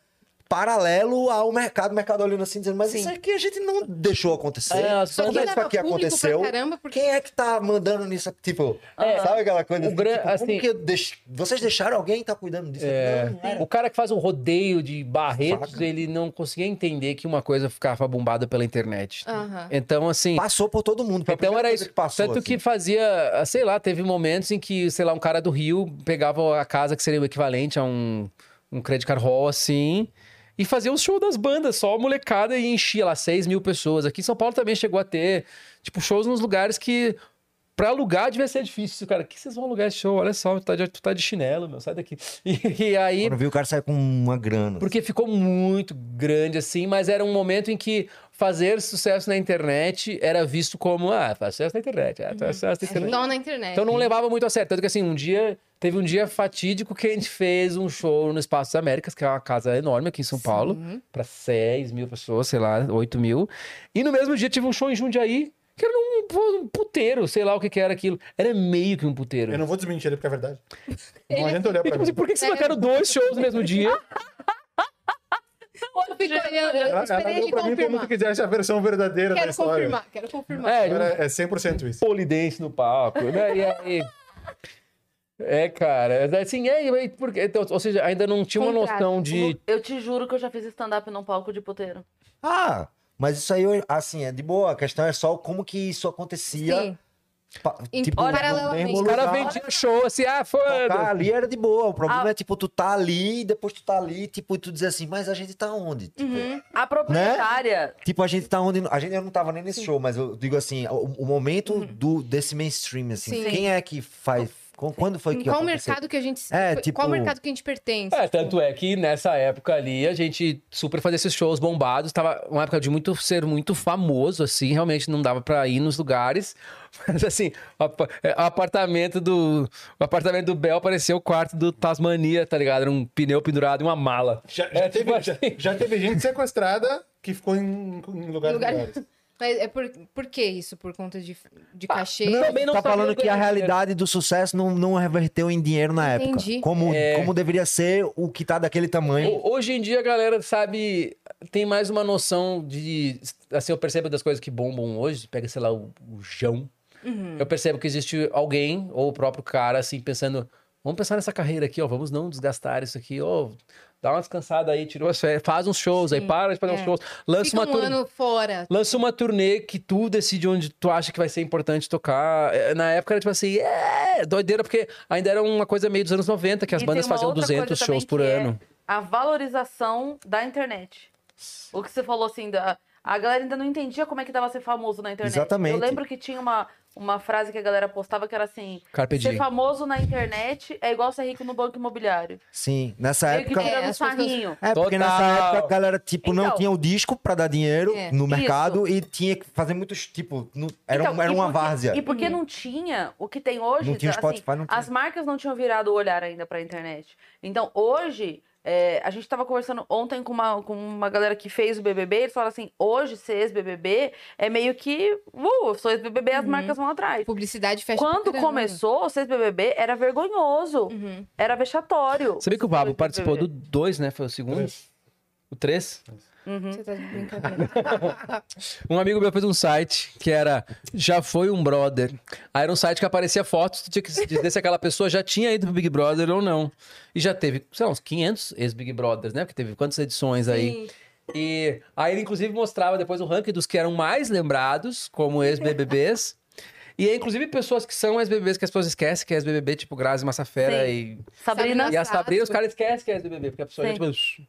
Speaker 4: paralelo ao mercado, o mercado olhando assim, dizendo, mas
Speaker 2: Sim.
Speaker 4: isso aqui a gente não deixou acontecer.
Speaker 3: É, as
Speaker 2: Só que
Speaker 4: Quando
Speaker 3: bandas-
Speaker 4: isso
Speaker 2: dava
Speaker 4: aqui
Speaker 2: público
Speaker 4: aconteceu,
Speaker 2: pra caramba, porque...
Speaker 4: quem é que tá mandando nisso? Tipo, sabe aquela coisa?
Speaker 3: O
Speaker 4: assim,
Speaker 3: gran-
Speaker 4: tipo,
Speaker 3: assim-
Speaker 4: como que eu deix- vocês deixaram alguém tá cuidando disso?
Speaker 3: É,
Speaker 4: Não, não era.
Speaker 3: o cara que faz um rodeio de barretos,
Speaker 4: Saca.
Speaker 3: ele não conseguia entender que uma coisa ficava bombada pela internet.
Speaker 2: Aham.
Speaker 3: Então, assim.
Speaker 4: Passou por todo mundo. foi a
Speaker 3: Então
Speaker 4: primeira
Speaker 3: era
Speaker 4: coisa
Speaker 3: isso.
Speaker 4: Que passou,
Speaker 3: Tanto que
Speaker 4: assim.
Speaker 3: fazia, ah, sei lá, teve momentos em que, sei lá, um cara do Rio pegava a casa que seria o equivalente a um, um credit card hall, assim, e fazia o show das bandas, só a molecada e enchia lá 6 mil pessoas. Aqui em São Paulo também chegou a ter, tipo, shows nos lugares que, pra alugar, devia ser difícil. Cara, que vocês vão alugar esse show? Olha só, tu tá de, tu tá de chinelo, meu, sai daqui. E, e aí,
Speaker 4: Quando eu vi o cara sair com uma grana.
Speaker 3: porque ficou muito grande assim, mas era um momento em que fazer sucesso na internet era visto como, ah, faz sucesso na internet, ah, faz
Speaker 2: É
Speaker 3: sucesso na internet.
Speaker 2: Só na internet.
Speaker 3: Então não levava muito a sério. Tanto que assim, um dia, teve um dia fatídico que a gente fez um show no Espaço das Américas, que é uma casa enorme aqui em São Paulo, para 6 mil pessoas, sei lá, 8 mil. E no mesmo dia tive um show em Jundiaí, que era um, pu- um puteiro, sei lá o que que era aquilo. Era meio que um puteiro.
Speaker 5: Eu não vou desmentir ele porque é verdade.
Speaker 2: Ele-
Speaker 5: Não adianta olhar
Speaker 3: E,
Speaker 5: pra
Speaker 3: tipo assim,
Speaker 5: mim.
Speaker 3: por que, que vocês marcaram dois shows no mesmo dia?
Speaker 2: Eu fico olhando, eu
Speaker 5: Ela, ela
Speaker 2: esperei ele
Speaker 5: olhou Ah, pra mim como
Speaker 2: confirmar.
Speaker 5: tu quisesse a versão verdadeira da
Speaker 2: Quero
Speaker 5: história.
Speaker 2: confirmar, quero confirmar.
Speaker 3: É,
Speaker 5: Agora é 100% isso.
Speaker 3: polidense no palco, né? E aí. É, cara, assim, é, e aí, porque, então, ou seja, ainda não tinha uma
Speaker 2: Contrato.
Speaker 3: noção de.
Speaker 1: Eu te juro que eu já fiz stand-up num palco de puteiro.
Speaker 4: Ah, mas isso aí, eu- assim, é de boa. A questão é só como que isso acontecia.
Speaker 2: Sim.
Speaker 4: pa-
Speaker 2: Em-
Speaker 4: tipo,
Speaker 2: paralelamente.
Speaker 4: no mesmo
Speaker 3: O cara
Speaker 4: lugar.
Speaker 3: vendia show assim, ah,
Speaker 4: Tocar
Speaker 3: foda!
Speaker 4: ali era de boa. O problema
Speaker 2: Ah.
Speaker 4: é, tipo, tu tá ali, depois tu tá ali, tipo, e tu diz assim, mas a gente tá onde? Tipo,
Speaker 2: Uhum.
Speaker 1: A proprietária
Speaker 4: tipo, a gente tá onde. A gente eu não tava nem nesse show, mas eu digo assim, o, o momento do, desse mainstream, assim,
Speaker 2: Uhum. Sim.
Speaker 4: quem é que faz. com- Quando foi
Speaker 2: Em
Speaker 4: que.
Speaker 2: qual
Speaker 4: aconteceu?
Speaker 2: mercado que a gente...
Speaker 4: É,
Speaker 2: foi-
Speaker 4: tipo-
Speaker 2: Qual mercado que a gente pertence?
Speaker 3: É, tanto é que nessa época ali a gente super fazia esses shows bombados. Tava uma época de muito ser muito famoso, assim, realmente não dava pra ir nos lugares. Mas assim, o apa- é, o apartamento do. O apartamento do Bel parecia o quarto do Tasmania, tá ligado? Era um pneu pendurado e uma mala.
Speaker 5: Já, já
Speaker 3: É, tipo
Speaker 5: teve, já,
Speaker 3: assim.
Speaker 5: já teve gente sequestrada que ficou em, em é, lugares
Speaker 2: Lugar-
Speaker 5: melhores.
Speaker 2: Mas é por, por que isso? Por conta de, de cachê?
Speaker 3: não, Também
Speaker 4: tá
Speaker 3: sabia né?
Speaker 4: falando que
Speaker 3: ganhar
Speaker 4: a
Speaker 3: dinheiro.
Speaker 4: realidade do sucesso não, não reverteu em dinheiro na
Speaker 2: Entendi.
Speaker 4: época. Como,
Speaker 3: É.
Speaker 4: como deveria ser o que tá daquele tamanho.
Speaker 3: Ho- Hoje em dia a galera sabe, tem mais uma noção de. Assim, eu percebo das coisas que bombam hoje, pega, sei lá, o, o Jão.
Speaker 1: Uhum.
Speaker 3: Eu percebo que existe alguém, ou o próprio cara, assim, pensando: vamos pensar nessa carreira aqui, ó, vamos não desgastar isso aqui, ó, dá uma descansada aí, tira umas férias, faz uns shows, aí
Speaker 2: Sim,
Speaker 3: para de fazer uns
Speaker 2: é.
Speaker 3: shows, lança
Speaker 2: Fica
Speaker 3: uma
Speaker 2: um
Speaker 3: turnê.
Speaker 2: ano fora.
Speaker 3: Lança uma turnê que tu decide onde tu acha que vai ser importante tocar. É, Na época era tipo assim, é, doideira, porque ainda era uma coisa meio dos anos 90, que as
Speaker 1: E
Speaker 3: bandas
Speaker 1: tem uma
Speaker 3: faziam
Speaker 1: outra coisa
Speaker 3: 200
Speaker 1: também
Speaker 3: shows por
Speaker 1: que é
Speaker 3: ano.
Speaker 1: a valorização da internet. O que você falou assim, da, a galera ainda não entendia como é que dava ser famoso na internet.
Speaker 4: Exatamente.
Speaker 1: Eu lembro que tinha uma, uma frase que a galera postava que era assim:
Speaker 3: Carpe
Speaker 1: ser
Speaker 3: diem.
Speaker 1: famoso na internet é igual ser rico no banco imobiliário.
Speaker 4: Sim, nessa
Speaker 1: Meio que
Speaker 4: época.
Speaker 1: tirando um
Speaker 2: É, as pessoas-
Speaker 1: sarrinho.
Speaker 4: É,
Speaker 3: Total.
Speaker 4: porque nessa época a galera, tipo, não
Speaker 1: Então.
Speaker 4: tinha o disco pra dar dinheiro
Speaker 2: É.
Speaker 4: no mercado e tinha que fazer muitos, tipo, no- era,
Speaker 1: Então,
Speaker 4: um- era
Speaker 1: e
Speaker 4: uma
Speaker 1: porque-
Speaker 4: várzea.
Speaker 1: E porque não tinha o que tem hoje,
Speaker 4: Não tinha
Speaker 1: assim,
Speaker 4: Spotify, não tinha.
Speaker 1: as marcas não tinham virado o olhar ainda pra internet. Então, hoje, é, a gente tava conversando ontem com uma, com uma galera que fez o BBB, eles falaram assim, hoje ser ex-BBB é meio que, uh, eu sou ex-BBB, as marcas vão atrás.
Speaker 2: Publicidade fecha pra
Speaker 1: Quando
Speaker 2: caramba.
Speaker 1: começou o ser ex-BBB, era vergonhoso,
Speaker 2: Uhum.
Speaker 1: era vexatório.
Speaker 3: Sabia que o Pablo
Speaker 1: Ser
Speaker 3: participou do
Speaker 1: ex-BBB.
Speaker 3: 2, né? Foi o segundo? O 3?
Speaker 1: Uhum.
Speaker 2: Você tá de brincadeira.
Speaker 3: Um amigo meu fez um site que era Já Foi Um Brother. Aí era um site que aparecia fotos, tu tinha que dizer se aquela pessoa já tinha ido pro Big Brother ou não. E já teve, sei lá, uns 500 ex-Big Brothers, né? Porque teve quantas edições aí. E aí ele inclusive mostrava depois o ranking dos que eram mais lembrados como ex-BBBs. E aí, inclusive pessoas que são ex-BBBs que as pessoas esquecem, que é ex-BBB, tipo Grazi Massafera e...
Speaker 1: Sabrina,
Speaker 3: E a Sabrina, os
Speaker 2: Sato.
Speaker 3: caras esquecem que é ex-BBB, porque a pessoa
Speaker 1: Sim.
Speaker 3: já, tipo...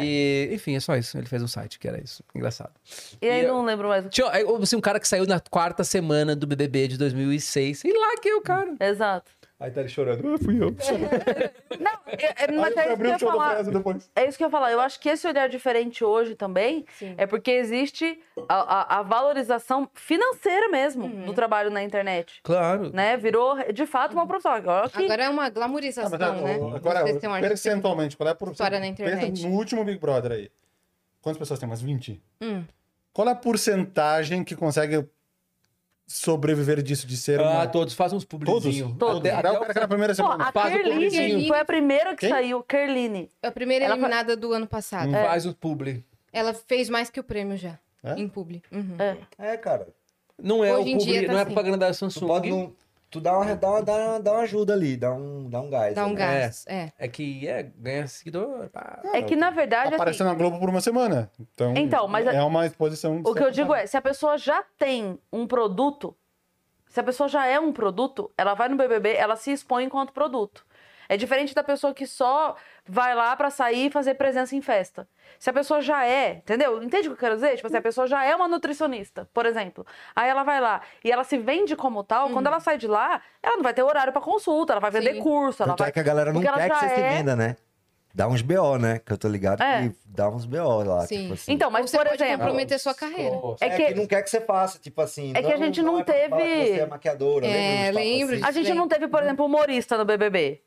Speaker 3: E, enfim, é só isso. Ele fez um site que era isso. Engraçado.
Speaker 1: e aí
Speaker 3: e-
Speaker 1: não lembro mais o que.
Speaker 3: Tinha aí, assim, um cara que saiu na quarta semana do BBB de 2006. Sei lá quem é o cara.
Speaker 1: Exato.
Speaker 4: Aí tá ele chorando. Ah, fui eu.
Speaker 1: Não, é, é, mas é isso que eu ia falar.
Speaker 5: depois.
Speaker 1: É isso que eu ia falar. Eu acho que esse olhar diferente hoje também
Speaker 2: Sim.
Speaker 1: é porque existe a, a- a valorização financeira mesmo do trabalho na internet.
Speaker 3: Claro.
Speaker 1: Né? Virou, de fato, uma profissão. Olha que-
Speaker 2: Agora é uma glamorização, né?
Speaker 5: Agora,
Speaker 2: Vocês têm um artista.
Speaker 5: percentualmente, qual é a
Speaker 2: História
Speaker 5: porcentagem?
Speaker 2: na internet.
Speaker 5: Pensa no último Big Brother aí. Quantas pessoas tem? Umas 20?
Speaker 2: Hum.
Speaker 5: Qual é a porcentagem que consegue sobreviver disso, de ser
Speaker 3: Ah,
Speaker 5: uma...
Speaker 3: todos fazem uns
Speaker 5: Todos?
Speaker 3: publizinhos.
Speaker 5: Todos.
Speaker 3: Até-
Speaker 5: Dá o cara que na primeira
Speaker 1: Pô,
Speaker 5: semana. tá
Speaker 1: a
Speaker 3: Faz o
Speaker 1: Kerline
Speaker 3: publizinho.
Speaker 1: foi a primeira que
Speaker 5: Quem?
Speaker 1: saiu, Kerline.
Speaker 2: A primeira
Speaker 1: Ela fa-
Speaker 2: eliminada do ano passado.
Speaker 1: É.
Speaker 3: até- Faz o publi.
Speaker 2: Ela fez mais que o prêmio já.
Speaker 5: É?
Speaker 2: Em publi. Uhum.
Speaker 4: É, cara.
Speaker 3: Não é
Speaker 2: Hoje em
Speaker 3: o publi,
Speaker 2: dia tá
Speaker 3: não é a
Speaker 2: assim.
Speaker 3: propaganda da
Speaker 4: Tu
Speaker 3: Samsung.
Speaker 4: pode não. Tu dá uma, dá, uma- dá, uma- dá uma ajuda ali, dá um, dá um gás.
Speaker 2: Dá um
Speaker 4: né?
Speaker 2: gás. É.
Speaker 3: É que é, ganha seguidor. pá.
Speaker 1: É que, na verdade, assim,
Speaker 5: Apareceu na Globo por uma semana. Então,
Speaker 1: Então, mas a-
Speaker 5: é uma exposição... Ah,
Speaker 1: o que eu digo é, se a pessoa já tem um produto, se a pessoa já é um produto, ela vai no BBB, ela se expõe enquanto produto. É diferente da pessoa que só vai lá pra sair e fazer presença em festa. Se a pessoa já é, entendeu? Entende o que eu quero dizer? Tipo assim, a pessoa já é uma nutricionista, por exemplo. Aí ela vai lá e ela se vende como tal, quando ela sai de lá, ela não vai ter horário pra consulta, ela vai vender
Speaker 2: Uhum. Sim.
Speaker 1: curso, ela
Speaker 4: Tanto
Speaker 1: vai
Speaker 4: é que a galera não
Speaker 1: Porque ela
Speaker 4: quer que
Speaker 1: já
Speaker 4: você se
Speaker 1: é-
Speaker 4: venda, né? Dá uns BO, né? Que eu tô ligado
Speaker 1: É.
Speaker 4: que dá uns BO lá.
Speaker 2: Sim.
Speaker 4: Tipo assim.
Speaker 1: Então,
Speaker 2: Ou
Speaker 1: mas
Speaker 2: você
Speaker 1: por
Speaker 2: pode
Speaker 1: exemplo,
Speaker 2: comprometer sua carreira.
Speaker 1: é
Speaker 4: é, que...
Speaker 1: que-
Speaker 4: não quer que você faça, tipo assim.
Speaker 1: É que a gente não
Speaker 4: é pra falar que
Speaker 1: teve-
Speaker 4: Você é maquiadora,
Speaker 2: É,
Speaker 4: lembra dos papos
Speaker 2: lembro
Speaker 4: assim?
Speaker 1: A gente
Speaker 2: Bem.
Speaker 1: não teve, por exemplo, humorista no BBB.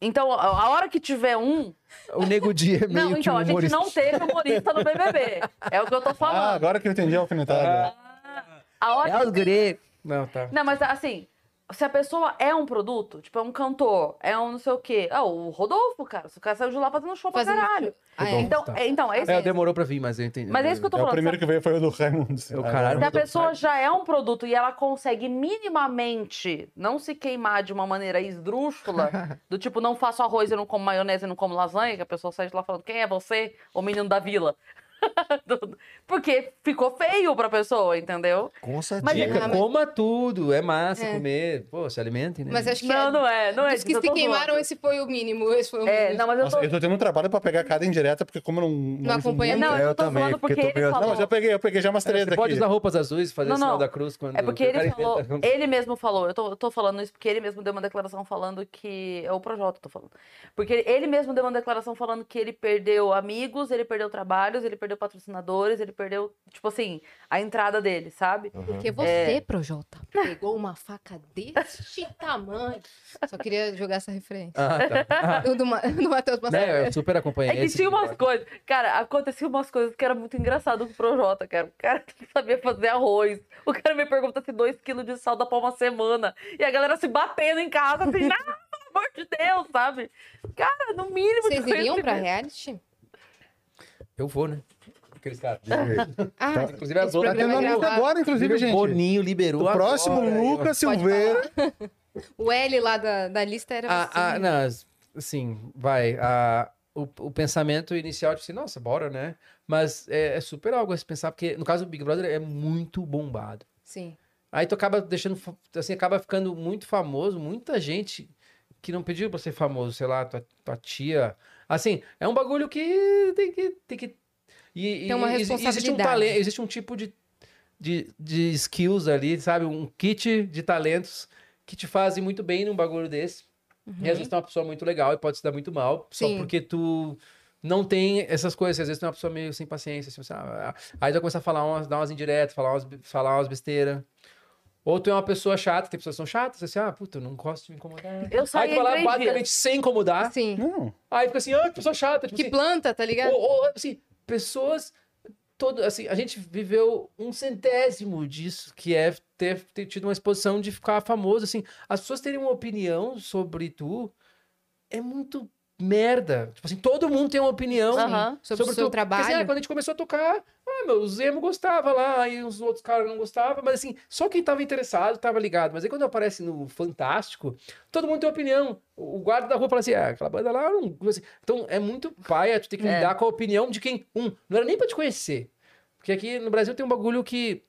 Speaker 1: Então, a a hora que tiver um.
Speaker 3: O Nego Dia é meio
Speaker 1: Não,
Speaker 3: que
Speaker 1: então,
Speaker 3: um
Speaker 1: a gente
Speaker 3: humorista.
Speaker 1: não teve humorista no BBB. É o que eu tô
Speaker 5: Ah,
Speaker 1: falando. Ah,
Speaker 5: agora que eu entendi a alfinetada.
Speaker 1: A hora...
Speaker 3: É os guri. Não, tá.
Speaker 1: Não, mas assim, se a pessoa é um produto, tipo, é um cantor, é um não sei o quê. Ah, o Rodolfo, cara. O cara saiu de lá fazendo show pra
Speaker 2: Fazendo
Speaker 1: caralho.
Speaker 2: Ah, é.
Speaker 1: Então, é, então, é isso.
Speaker 3: É, demorou pra vir, mas eu entendi.
Speaker 1: Mas é isso que eu tô
Speaker 5: É, o
Speaker 1: falando.
Speaker 5: primeiro que veio foi o do Raimundo.
Speaker 3: Eu, caralho.
Speaker 1: Se a
Speaker 3: Rodolfo
Speaker 1: pessoa já é um produto e ela consegue minimamente não se queimar de uma maneira esdrúxula, do tipo, não faço arroz, eu não como maionese, eu não como lasanha, que a pessoa sai de lá falando, quem é você, o menino da vila? Porque ficou feio pra pessoa, entendeu?
Speaker 4: Com
Speaker 1: Mas-
Speaker 4: certeza.
Speaker 3: Dica,
Speaker 2: Ah, mas-
Speaker 3: coma tudo. É massa
Speaker 2: É.
Speaker 3: comer. Pô, se alimentem, né?
Speaker 2: Mas acho que.
Speaker 1: não, não é, não é.
Speaker 2: Dos que
Speaker 1: disso, eu
Speaker 2: se
Speaker 1: tô
Speaker 2: queimaram,
Speaker 1: zoando.
Speaker 2: esse foi o mínimo. Esse foi o
Speaker 1: É,
Speaker 2: mínimo.
Speaker 1: não, mas eu tô...
Speaker 5: Nossa, eu tô é, tendo um trabalho pra pegar cada indireta, porque como eu não...
Speaker 2: Não acompanha,
Speaker 1: Não,
Speaker 4: Eu
Speaker 1: eu tô
Speaker 4: também,
Speaker 1: falando porque,
Speaker 4: porque tô
Speaker 1: ele
Speaker 4: meio-
Speaker 1: falou...
Speaker 5: Não, eu já peguei, eu peguei já umas três
Speaker 3: Você
Speaker 5: aqui.
Speaker 3: pode usar roupas azuis e fazer
Speaker 1: Não,
Speaker 3: o sinal
Speaker 1: não.
Speaker 3: da cruz quando...
Speaker 1: É porque
Speaker 3: o
Speaker 1: ele
Speaker 3: cara inventa-
Speaker 1: falou, ele mesmo falou, eu tô, eu tô falando isso porque ele mesmo deu uma declaração falando que. É o Projota, eu tô falando. Porque ele, ele mesmo deu uma declaração falando que ele perdeu amigos, ele perdeu trabalhos, ele perdeu patrocinadores, ele perdeu, tipo assim, a entrada dele, sabe?
Speaker 2: Porque
Speaker 1: É.
Speaker 2: você, Projota, pegou uma faca deste tamanho. Só queria jogar essa referência.
Speaker 3: Ah, tá.
Speaker 2: O do, Ma... do Matheus Massaro.
Speaker 3: Né, eu super acompanhei.
Speaker 1: É que
Speaker 3: esse
Speaker 1: tinha umas
Speaker 3: episódio.
Speaker 1: coisas. Cara, acontecia umas coisas que era muito engraçado com o Projota, cara. O cara que sabia fazer arroz. O cara me pergunta se 2kg de sal dá pra uma semana. E a galera se batendo em casa, assim, ah, pelo amor de Deus, sabe? Cara, no mínimo de
Speaker 2: Vocês iriam pra
Speaker 1: conhecimento.
Speaker 2: reality?
Speaker 3: Eu vou, né? Aqueles caras.
Speaker 2: Ah,
Speaker 3: Inclusive, a
Speaker 2: esse
Speaker 3: dona-
Speaker 2: programa
Speaker 5: Tá tendo
Speaker 2: é
Speaker 5: anúncio
Speaker 2: gravado.
Speaker 5: agora, inclusive, gente.
Speaker 3: Boninho liberou.
Speaker 5: O próximo,
Speaker 3: agora,
Speaker 5: Lucas
Speaker 2: Pode
Speaker 5: Silveira.
Speaker 2: O L lá da, da lista era
Speaker 3: eu- A, a,
Speaker 2: você. né?
Speaker 3: Ah, não, assim, vai. A, o, o pensamento inicial, tipo assim, nossa, bora, né? Mas é, é super algo a se pensar, porque no caso do Big Brother é muito bombado.
Speaker 2: Sim.
Speaker 3: Aí tu acaba deixando, fa- assim, acaba ficando muito famoso, muita gente que não pediu pra ser famoso, sei lá, tua, tua tia. Assim, é um bagulho que tem que. Tem, que, e-
Speaker 2: Tem uma
Speaker 3: e- exi- Existe um
Speaker 2: responsabilidade.
Speaker 3: talento, existe um tipo de, de, de skills ali, sabe? Um kit de talentos que te fazem muito bem num bagulho desse. E às vezes tu é uma pessoa muito legal e pode se dar muito mal,
Speaker 2: Uhum. Sim.
Speaker 3: só porque tu não tem essas coisas. Às vezes tu é uma pessoa meio sem paciência, assim, você, ah, ah. aí tu vai começar a falar umas, dar umas indiretas, falar umas, falar umas besteiras. Ou tu é uma pessoa chata, tem pessoas que são chatas, assim, ah, puta, eu não gosto de me incomodar.
Speaker 1: Eu saí
Speaker 3: Aí tu vai lá
Speaker 1: em três dias.
Speaker 3: basicamente sem incomodar.
Speaker 2: Assim,
Speaker 5: Não.
Speaker 3: Aí fica assim, ah, que pessoa chata. Ah, Tipo
Speaker 2: que
Speaker 3: assim,
Speaker 2: planta, tá ligado?
Speaker 3: ou, ou, assim, pessoas. Todo, assim, a gente viveu um centésimo disso, que é ter, ter tido uma exposição de ficar famoso. Assim, as pessoas terem uma opinião sobre tu é muito merda. Tipo assim, todo mundo tem uma opinião
Speaker 1: Aham.
Speaker 2: Sobre, o
Speaker 3: tu.
Speaker 2: seu
Speaker 3: Porque,
Speaker 2: trabalho.
Speaker 3: assim, ah, quando a gente começou a tocar, ah, meu, o Zemo gostava lá, aí os outros caras não gostavam, mas assim, só quem tava interessado tava ligado. Mas aí quando aparece no Fantástico, todo mundo tem opinião. O o guarda da rua fala assim, ah, aquela banda lá, eu não... assim, Então é muito paia, tu tem que
Speaker 1: É.
Speaker 3: lidar com a opinião de quem, um, não era nem pra te conhecer. Porque aqui no Brasil tem um bagulho que,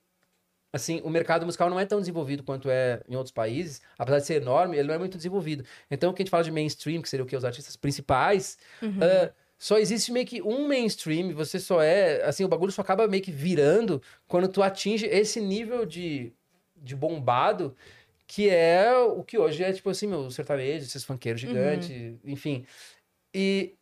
Speaker 3: assim, o mercado musical não é tão desenvolvido quanto é em outros países, apesar de ser enorme, ele não é muito desenvolvido. Então, o que a gente fala de mainstream, que seria o que? Os artistas principais,
Speaker 2: Uhum.
Speaker 3: ah, só existe meio que um mainstream, você só é, assim, o bagulho só acaba meio que virando quando tu atinge esse nível de, de bombado, que é o que hoje é, tipo assim, meu, sertanejo, esses funkeiros gigantes, enfim. E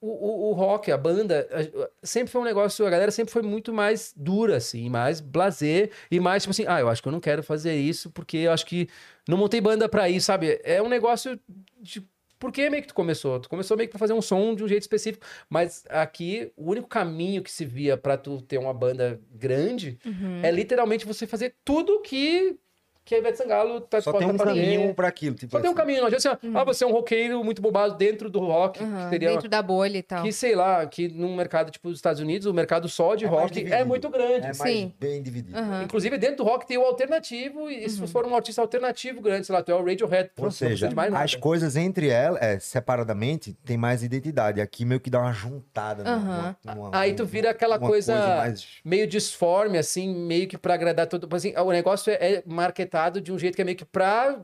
Speaker 3: o, o, o rock, a banda, a- sempre foi um negócio, a galera sempre foi muito mais dura, assim, mais blazer e mais, tipo assim, ah, eu acho que eu não quero fazer isso porque eu acho que não montei banda pra isso, sabe? É um negócio de. Por que meio que tu começou? Tu começou meio que pra fazer um som de um jeito específico, mas aqui o único caminho que se via pra tu ter uma banda grande é literalmente você fazer tudo que, que a Ivete Sangalo tá
Speaker 4: Só
Speaker 3: tá
Speaker 4: tem um
Speaker 3: fazendo.
Speaker 4: caminho pra aquilo. Tipo
Speaker 3: Só tem um
Speaker 4: assim.
Speaker 3: caminho, não adianta assim, ah, você é um roqueiro muito bombado dentro do rock,
Speaker 2: Uhum. Aham,
Speaker 3: que seria
Speaker 2: Dentro da bolha e tal.
Speaker 3: que sei lá, que num mercado tipo dos Estados Unidos, o mercado só de
Speaker 4: É mais
Speaker 3: rock é
Speaker 4: dividido.
Speaker 3: muito grande.
Speaker 4: É mais
Speaker 2: Sim.
Speaker 4: bem dividido.
Speaker 2: Aham. Uhum.
Speaker 3: Inclusive, dentro do rock tem o alternativo, e se for um artista alternativo grande, sei lá, tu é o Radiohead. pô, não
Speaker 4: Ou
Speaker 3: precisa
Speaker 4: seja,
Speaker 3: de mais nada.
Speaker 4: as coisas entre elas, é, separadamente, tem mais identidade. Aqui meio que dá uma juntada. numa-
Speaker 2: Aham.
Speaker 4: numa- numa-
Speaker 3: Aí tu vira aquela
Speaker 4: uma
Speaker 3: coisa,
Speaker 4: mais-
Speaker 3: meio disforme, assim, meio que pra agradar todo assim, O negócio é, é marketado de um jeito que é meio que pra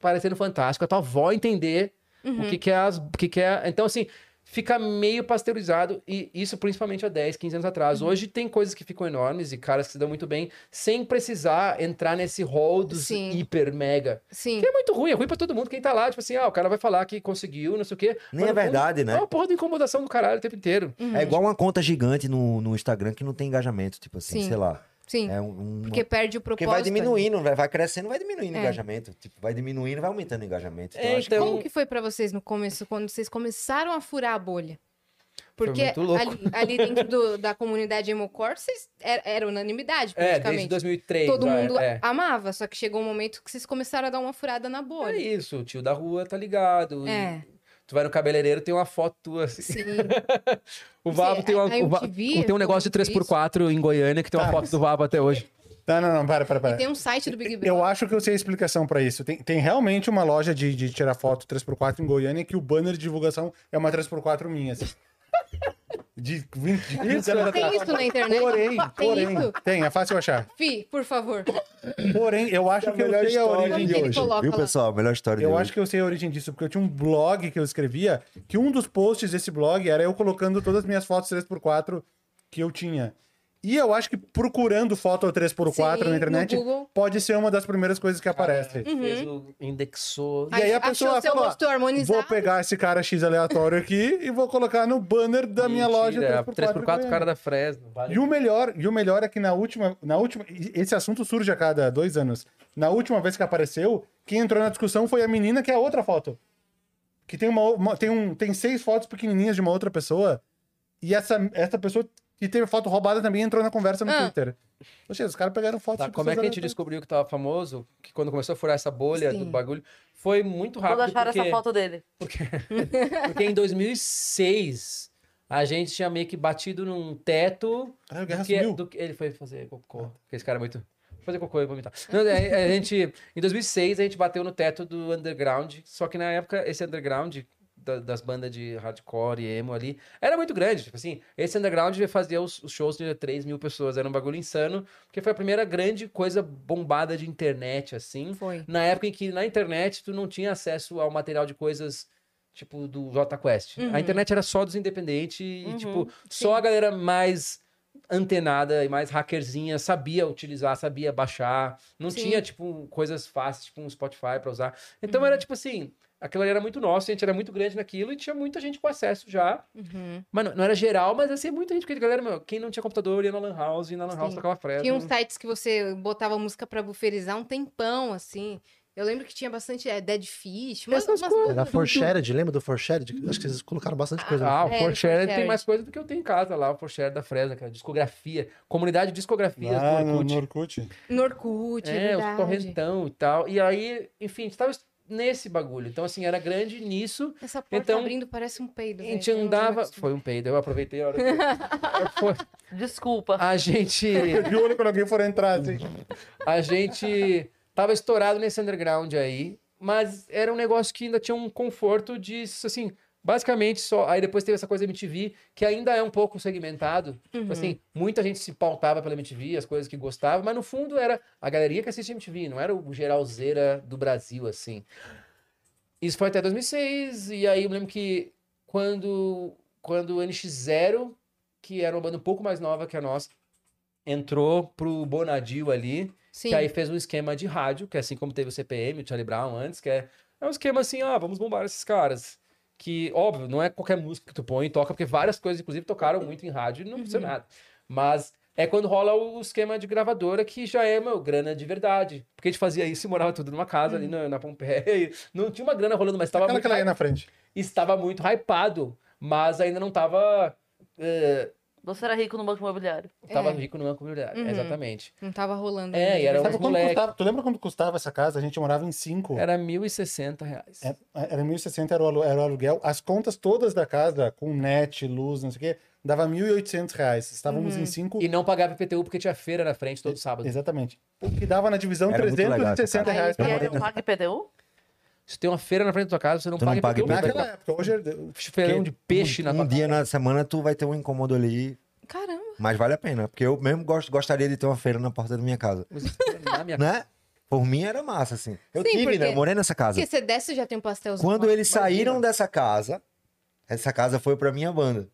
Speaker 3: parecer no fantástico, a tua avó entender o que, que é as. o Que que é... Então, assim, fica meio pasteurizado, e isso principalmente há 10, 15 anos atrás. Hoje tem coisas que ficam enormes e caras que se dão muito bem, sem precisar entrar nesse rol dos
Speaker 2: Sim.
Speaker 3: hiper mega.
Speaker 2: Sim.
Speaker 3: Que é muito ruim, é ruim pra todo mundo. Quem tá lá, tipo assim, ah, o cara vai falar que conseguiu, não sei o quê.
Speaker 4: Nem
Speaker 3: mas no
Speaker 4: é
Speaker 3: fundo,
Speaker 4: verdade, né?
Speaker 3: É uma porra de incomodação do caralho o tempo inteiro.
Speaker 4: É igual uma conta gigante no, no Instagram que não tem engajamento, tipo assim,
Speaker 2: Sim.
Speaker 4: sei lá.
Speaker 2: Sim.
Speaker 4: É um, um-
Speaker 2: Porque perde o propósito. né?
Speaker 4: Porque vai
Speaker 2: ali.
Speaker 4: diminuindo, vai, vai crescendo, vai diminuindo o
Speaker 2: É.
Speaker 4: engajamento. Tipo, vai diminuindo, vai aumentando o engajamento. Então,
Speaker 3: É,
Speaker 4: acho
Speaker 3: então-
Speaker 4: que...
Speaker 2: Como que foi pra vocês no começo, quando vocês começaram a furar a bolha?
Speaker 3: Foi
Speaker 2: Porque
Speaker 3: muito louco.
Speaker 2: ali, ali dentro do- da comunidade Hemocore, vocês era, era unanimidade,
Speaker 3: É, desde
Speaker 2: praticamente.
Speaker 3: 2003.
Speaker 2: Todo
Speaker 3: vai,
Speaker 2: mundo
Speaker 3: é.
Speaker 2: amava, só que chegou um momento que vocês começaram a dar uma furada na
Speaker 3: É
Speaker 2: bolha.
Speaker 3: isso, o tio da rua tá ligado. e
Speaker 2: É.
Speaker 3: Tu vai no cabeleireiro, tem uma foto tua assim.
Speaker 2: Sim. Sim,
Speaker 3: O
Speaker 2: é,
Speaker 3: Vavo tem, uma,
Speaker 2: a- a
Speaker 3: o Va-
Speaker 2: MTV
Speaker 3: tem um negócio de
Speaker 2: falou muito
Speaker 3: 3x4 em Goiânia que tem
Speaker 5: Tá.
Speaker 3: uma foto do Vavo até hoje.
Speaker 5: Não, não, não, para, para, para.
Speaker 2: Tem um site do Big
Speaker 5: Eu
Speaker 2: Brother.
Speaker 5: acho que eu sei a explicação pra isso. Tem, tem realmente uma loja de, de tirar foto 3x4 em Goiânia que o banner de divulgação é uma 3x4 minha. assim. De 20 de 15 anos
Speaker 2: Tem
Speaker 5: atrás.
Speaker 2: isso na internet?
Speaker 5: Porém,
Speaker 2: Tem
Speaker 5: porém.
Speaker 2: isso?
Speaker 5: Tem, é fácil achar.
Speaker 2: Fi, por favor.
Speaker 5: Porém, eu
Speaker 2: é
Speaker 5: acho que eu
Speaker 4: é melhor
Speaker 5: sei a
Speaker 4: história
Speaker 5: origem
Speaker 2: de
Speaker 5: de
Speaker 2: ele
Speaker 5: hoje.
Speaker 2: coloca
Speaker 4: Viu,
Speaker 2: lá.
Speaker 4: pessoal? A melhor história de
Speaker 5: Eu
Speaker 4: hoje.
Speaker 5: acho que eu sei a origem disso, porque eu tinha um blog que eu escrevia, que um dos posts desse blog era eu colocando todas as minhas fotos 3x4 que eu tinha. E eu acho que procurando foto 3x4
Speaker 2: Sim,
Speaker 5: na internet
Speaker 2: no Google. Hum,
Speaker 5: pode ser uma das primeiras coisas que
Speaker 2: Uhum.
Speaker 5: aparece.
Speaker 3: Fez o indexou.
Speaker 5: E aí a
Speaker 2: Achou
Speaker 5: pessoa
Speaker 2: seu
Speaker 5: fala, ó,
Speaker 2: rosto harmonizado.
Speaker 5: vou pegar esse cara X aleatório aqui e vou colocar no banner da minha
Speaker 3: é,
Speaker 5: loja 3x4.
Speaker 3: 3x4, cara da Fresno. vale.
Speaker 5: E o melhor, e o melhor é que na última, na última, e esse assunto surge a cada dois anos. Na última vez que apareceu, quem entrou na discussão foi a menina que é a outra foto. Que tem uma, uma- tem um, tem seis fotos pequenininhas de uma outra pessoa. E essa, essa pessoa que teve foto roubada também entrou na conversa no
Speaker 2: Ah.
Speaker 5: Twitter. Poxa, os caras pegaram fotos
Speaker 3: Tá,
Speaker 5: de
Speaker 3: como é que a
Speaker 5: pessoas
Speaker 3: gente descobriu que tava famoso? Que quando começou a furar essa bolha
Speaker 2: Sim.
Speaker 3: do bagulho, foi muito rápido.
Speaker 1: Quando acharam
Speaker 3: porque...
Speaker 1: essa foto dele.
Speaker 3: Porque em 2006, a gente tinha meio que batido num teto.
Speaker 5: Ah, o Guerra
Speaker 3: do que-
Speaker 5: sumiu. Ah.
Speaker 3: do que- ele foi fazer cocô. Porque esse cara é muito. Fazer cocô e vomitar. Não, é, a, a gente, em 2006, a gente bateu no teto do underground. Só que na época, esse underground da- das bandas de hardcore e emo ali era muito grande. Tipo assim, esse underground fazia os, os shows de 3 mil pessoas. Era um bagulho insano, porque foi a primeira grande coisa bombada de internet, assim.
Speaker 2: Foi.
Speaker 3: Na época em que na internet tu não tinha acesso ao material de coisas tipo do Jota Quest.
Speaker 2: Uhum.
Speaker 3: A internet era só dos independentes e,
Speaker 6: Uhum,
Speaker 3: tipo, só a galera mais antenada e mais hackerzinha sabia utilizar, sabia baixar. Não
Speaker 2: Sim.
Speaker 3: tinha, tipo, coisas fáceis, tipo um Spotify pra usar. Então
Speaker 2: Uhum.
Speaker 3: era tipo assim. Aquilo ali era muito nosso, a gente era muito grande naquilo e tinha muita gente com acesso já.
Speaker 2: Uhum.
Speaker 3: Mano, não era geral, mas assim, muita gente, porque galera, meu, quem não tinha computador ia na Lan House, e na Lan House
Speaker 2: Sim.
Speaker 3: tocava Fresno.
Speaker 2: Tinha uns sites que você botava música pra buferizar um tempão, assim. Eu lembro que tinha bastante é, Dead Fish, mas umas
Speaker 3: Essas coisas.
Speaker 2: bandas-
Speaker 7: Era Forshared, lembra do Forshared? Acho que vocês colocaram bastante coisa.
Speaker 3: Ah, o
Speaker 2: É,
Speaker 3: Forshare tem
Speaker 2: Forshare.
Speaker 3: mais coisa do que eu tenho em casa lá, o Forshare da Fresno, aquela discografia, comunidade de discografias
Speaker 5: Ah,
Speaker 3: do
Speaker 5: no,
Speaker 3: Orkut.
Speaker 5: no Orkut.
Speaker 2: no Orkut, é,
Speaker 3: é, os
Speaker 2: verdade.
Speaker 3: torrentão e tal. E aí, enfim, a gente tava nesse bagulho. Então, assim, era grande nisso.
Speaker 2: Essa porta
Speaker 3: Então,
Speaker 2: abrindo parece um peido.
Speaker 3: A
Speaker 2: velho.
Speaker 3: gente
Speaker 2: Eu não
Speaker 3: andava.
Speaker 2: gosto.
Speaker 3: Foi um peido, eu aproveitei a hora. que- Foi-
Speaker 1: Desculpa.
Speaker 3: A gente.
Speaker 5: De olho quando alguém for entrar, assim.
Speaker 3: A gente tava estourado nesse underground aí, mas era um negócio que ainda tinha um conforto de, assim, basicamente só. Aí depois teve essa coisa da MTV, que ainda é um pouco segmentado. Tipo Assim, muita gente se pautava pela MTV, as coisas que gostava, mas no fundo era a galeria que assiste MTV, não era o geralzeira do Brasil, assim. Isso foi até 2006, e aí eu lembro que quando, quando o NX0, que era uma banda um pouco mais nova que a nossa, entrou pro Bonadio ali,
Speaker 2: Sim.
Speaker 3: que aí fez um esquema de rádio, que é assim como teve o CPM, o Charlie Brown antes, que é, é um esquema assim, ah, vamos bombar esses caras. Que, óbvio, não é qualquer música que tu põe e toca, porque várias coisas, inclusive, tocaram muito em rádio e não funciona nada. Mas é quando rola o esquema de gravadora que já é, meu, grana de verdade. Porque a gente fazia isso e morava tudo numa casa ali na, na Pompeia. e Não tinha uma grana rolando, mas tava
Speaker 5: Aquela que
Speaker 3: muito
Speaker 5: ela ia na frente.
Speaker 3: estava muito hypado, mas ainda não estava.
Speaker 1: Você era rico no banco imobiliário.
Speaker 3: Tava
Speaker 2: É.
Speaker 3: rico no banco imobiliário,
Speaker 2: Uhum.
Speaker 3: exatamente.
Speaker 2: Não tava rolando.
Speaker 3: É,
Speaker 2: ainda.
Speaker 3: e era
Speaker 5: Sabe
Speaker 3: uns
Speaker 5: quanto
Speaker 3: moleque.
Speaker 5: custava- tu lembra quando custava essa casa? A gente morava em cinco.
Speaker 3: Era 1.060 reais.
Speaker 5: É, Era 1.060, era o alu- era o aluguel. As contas todas da casa, com net, luz, não sei o quê, dava 1.800 reais. Estávamos em cinco.
Speaker 3: Uhum. E não pagava IPTU porque tinha feira na frente todo sábado.
Speaker 5: Exatamente. O que dava na divisão
Speaker 4: Era muito legal essa
Speaker 5: 360
Speaker 4: casa.
Speaker 5: reais.
Speaker 1: E
Speaker 4: Eu
Speaker 1: aí
Speaker 3: é.
Speaker 4: morei
Speaker 1: não paga IPTU?
Speaker 3: Se tem uma feira na frente da tua casa, você não
Speaker 4: Tu
Speaker 3: paga
Speaker 4: não paga
Speaker 3: IPTU.
Speaker 4: IPTU.
Speaker 5: Naquela época, hoje é-
Speaker 3: Feirão de peixe
Speaker 4: um,
Speaker 3: na tua
Speaker 4: Um dia na semana tu vai ter um incômodo ali,
Speaker 2: Caramba.
Speaker 4: mas vale a pena. Porque eu mesmo gosto, gostaria de ter uma feira na porta da minha casa.
Speaker 3: Na minha
Speaker 4: Né? Por mim era massa, assim. Eu
Speaker 2: É. Sim,
Speaker 4: tive,
Speaker 2: porque-
Speaker 4: né? Eu morei nessa casa.
Speaker 2: Porque você desce já tem um pastelzinho.
Speaker 4: Quando
Speaker 2: lá.
Speaker 4: eles saíram dessa casa, essa casa foi pra minha banda.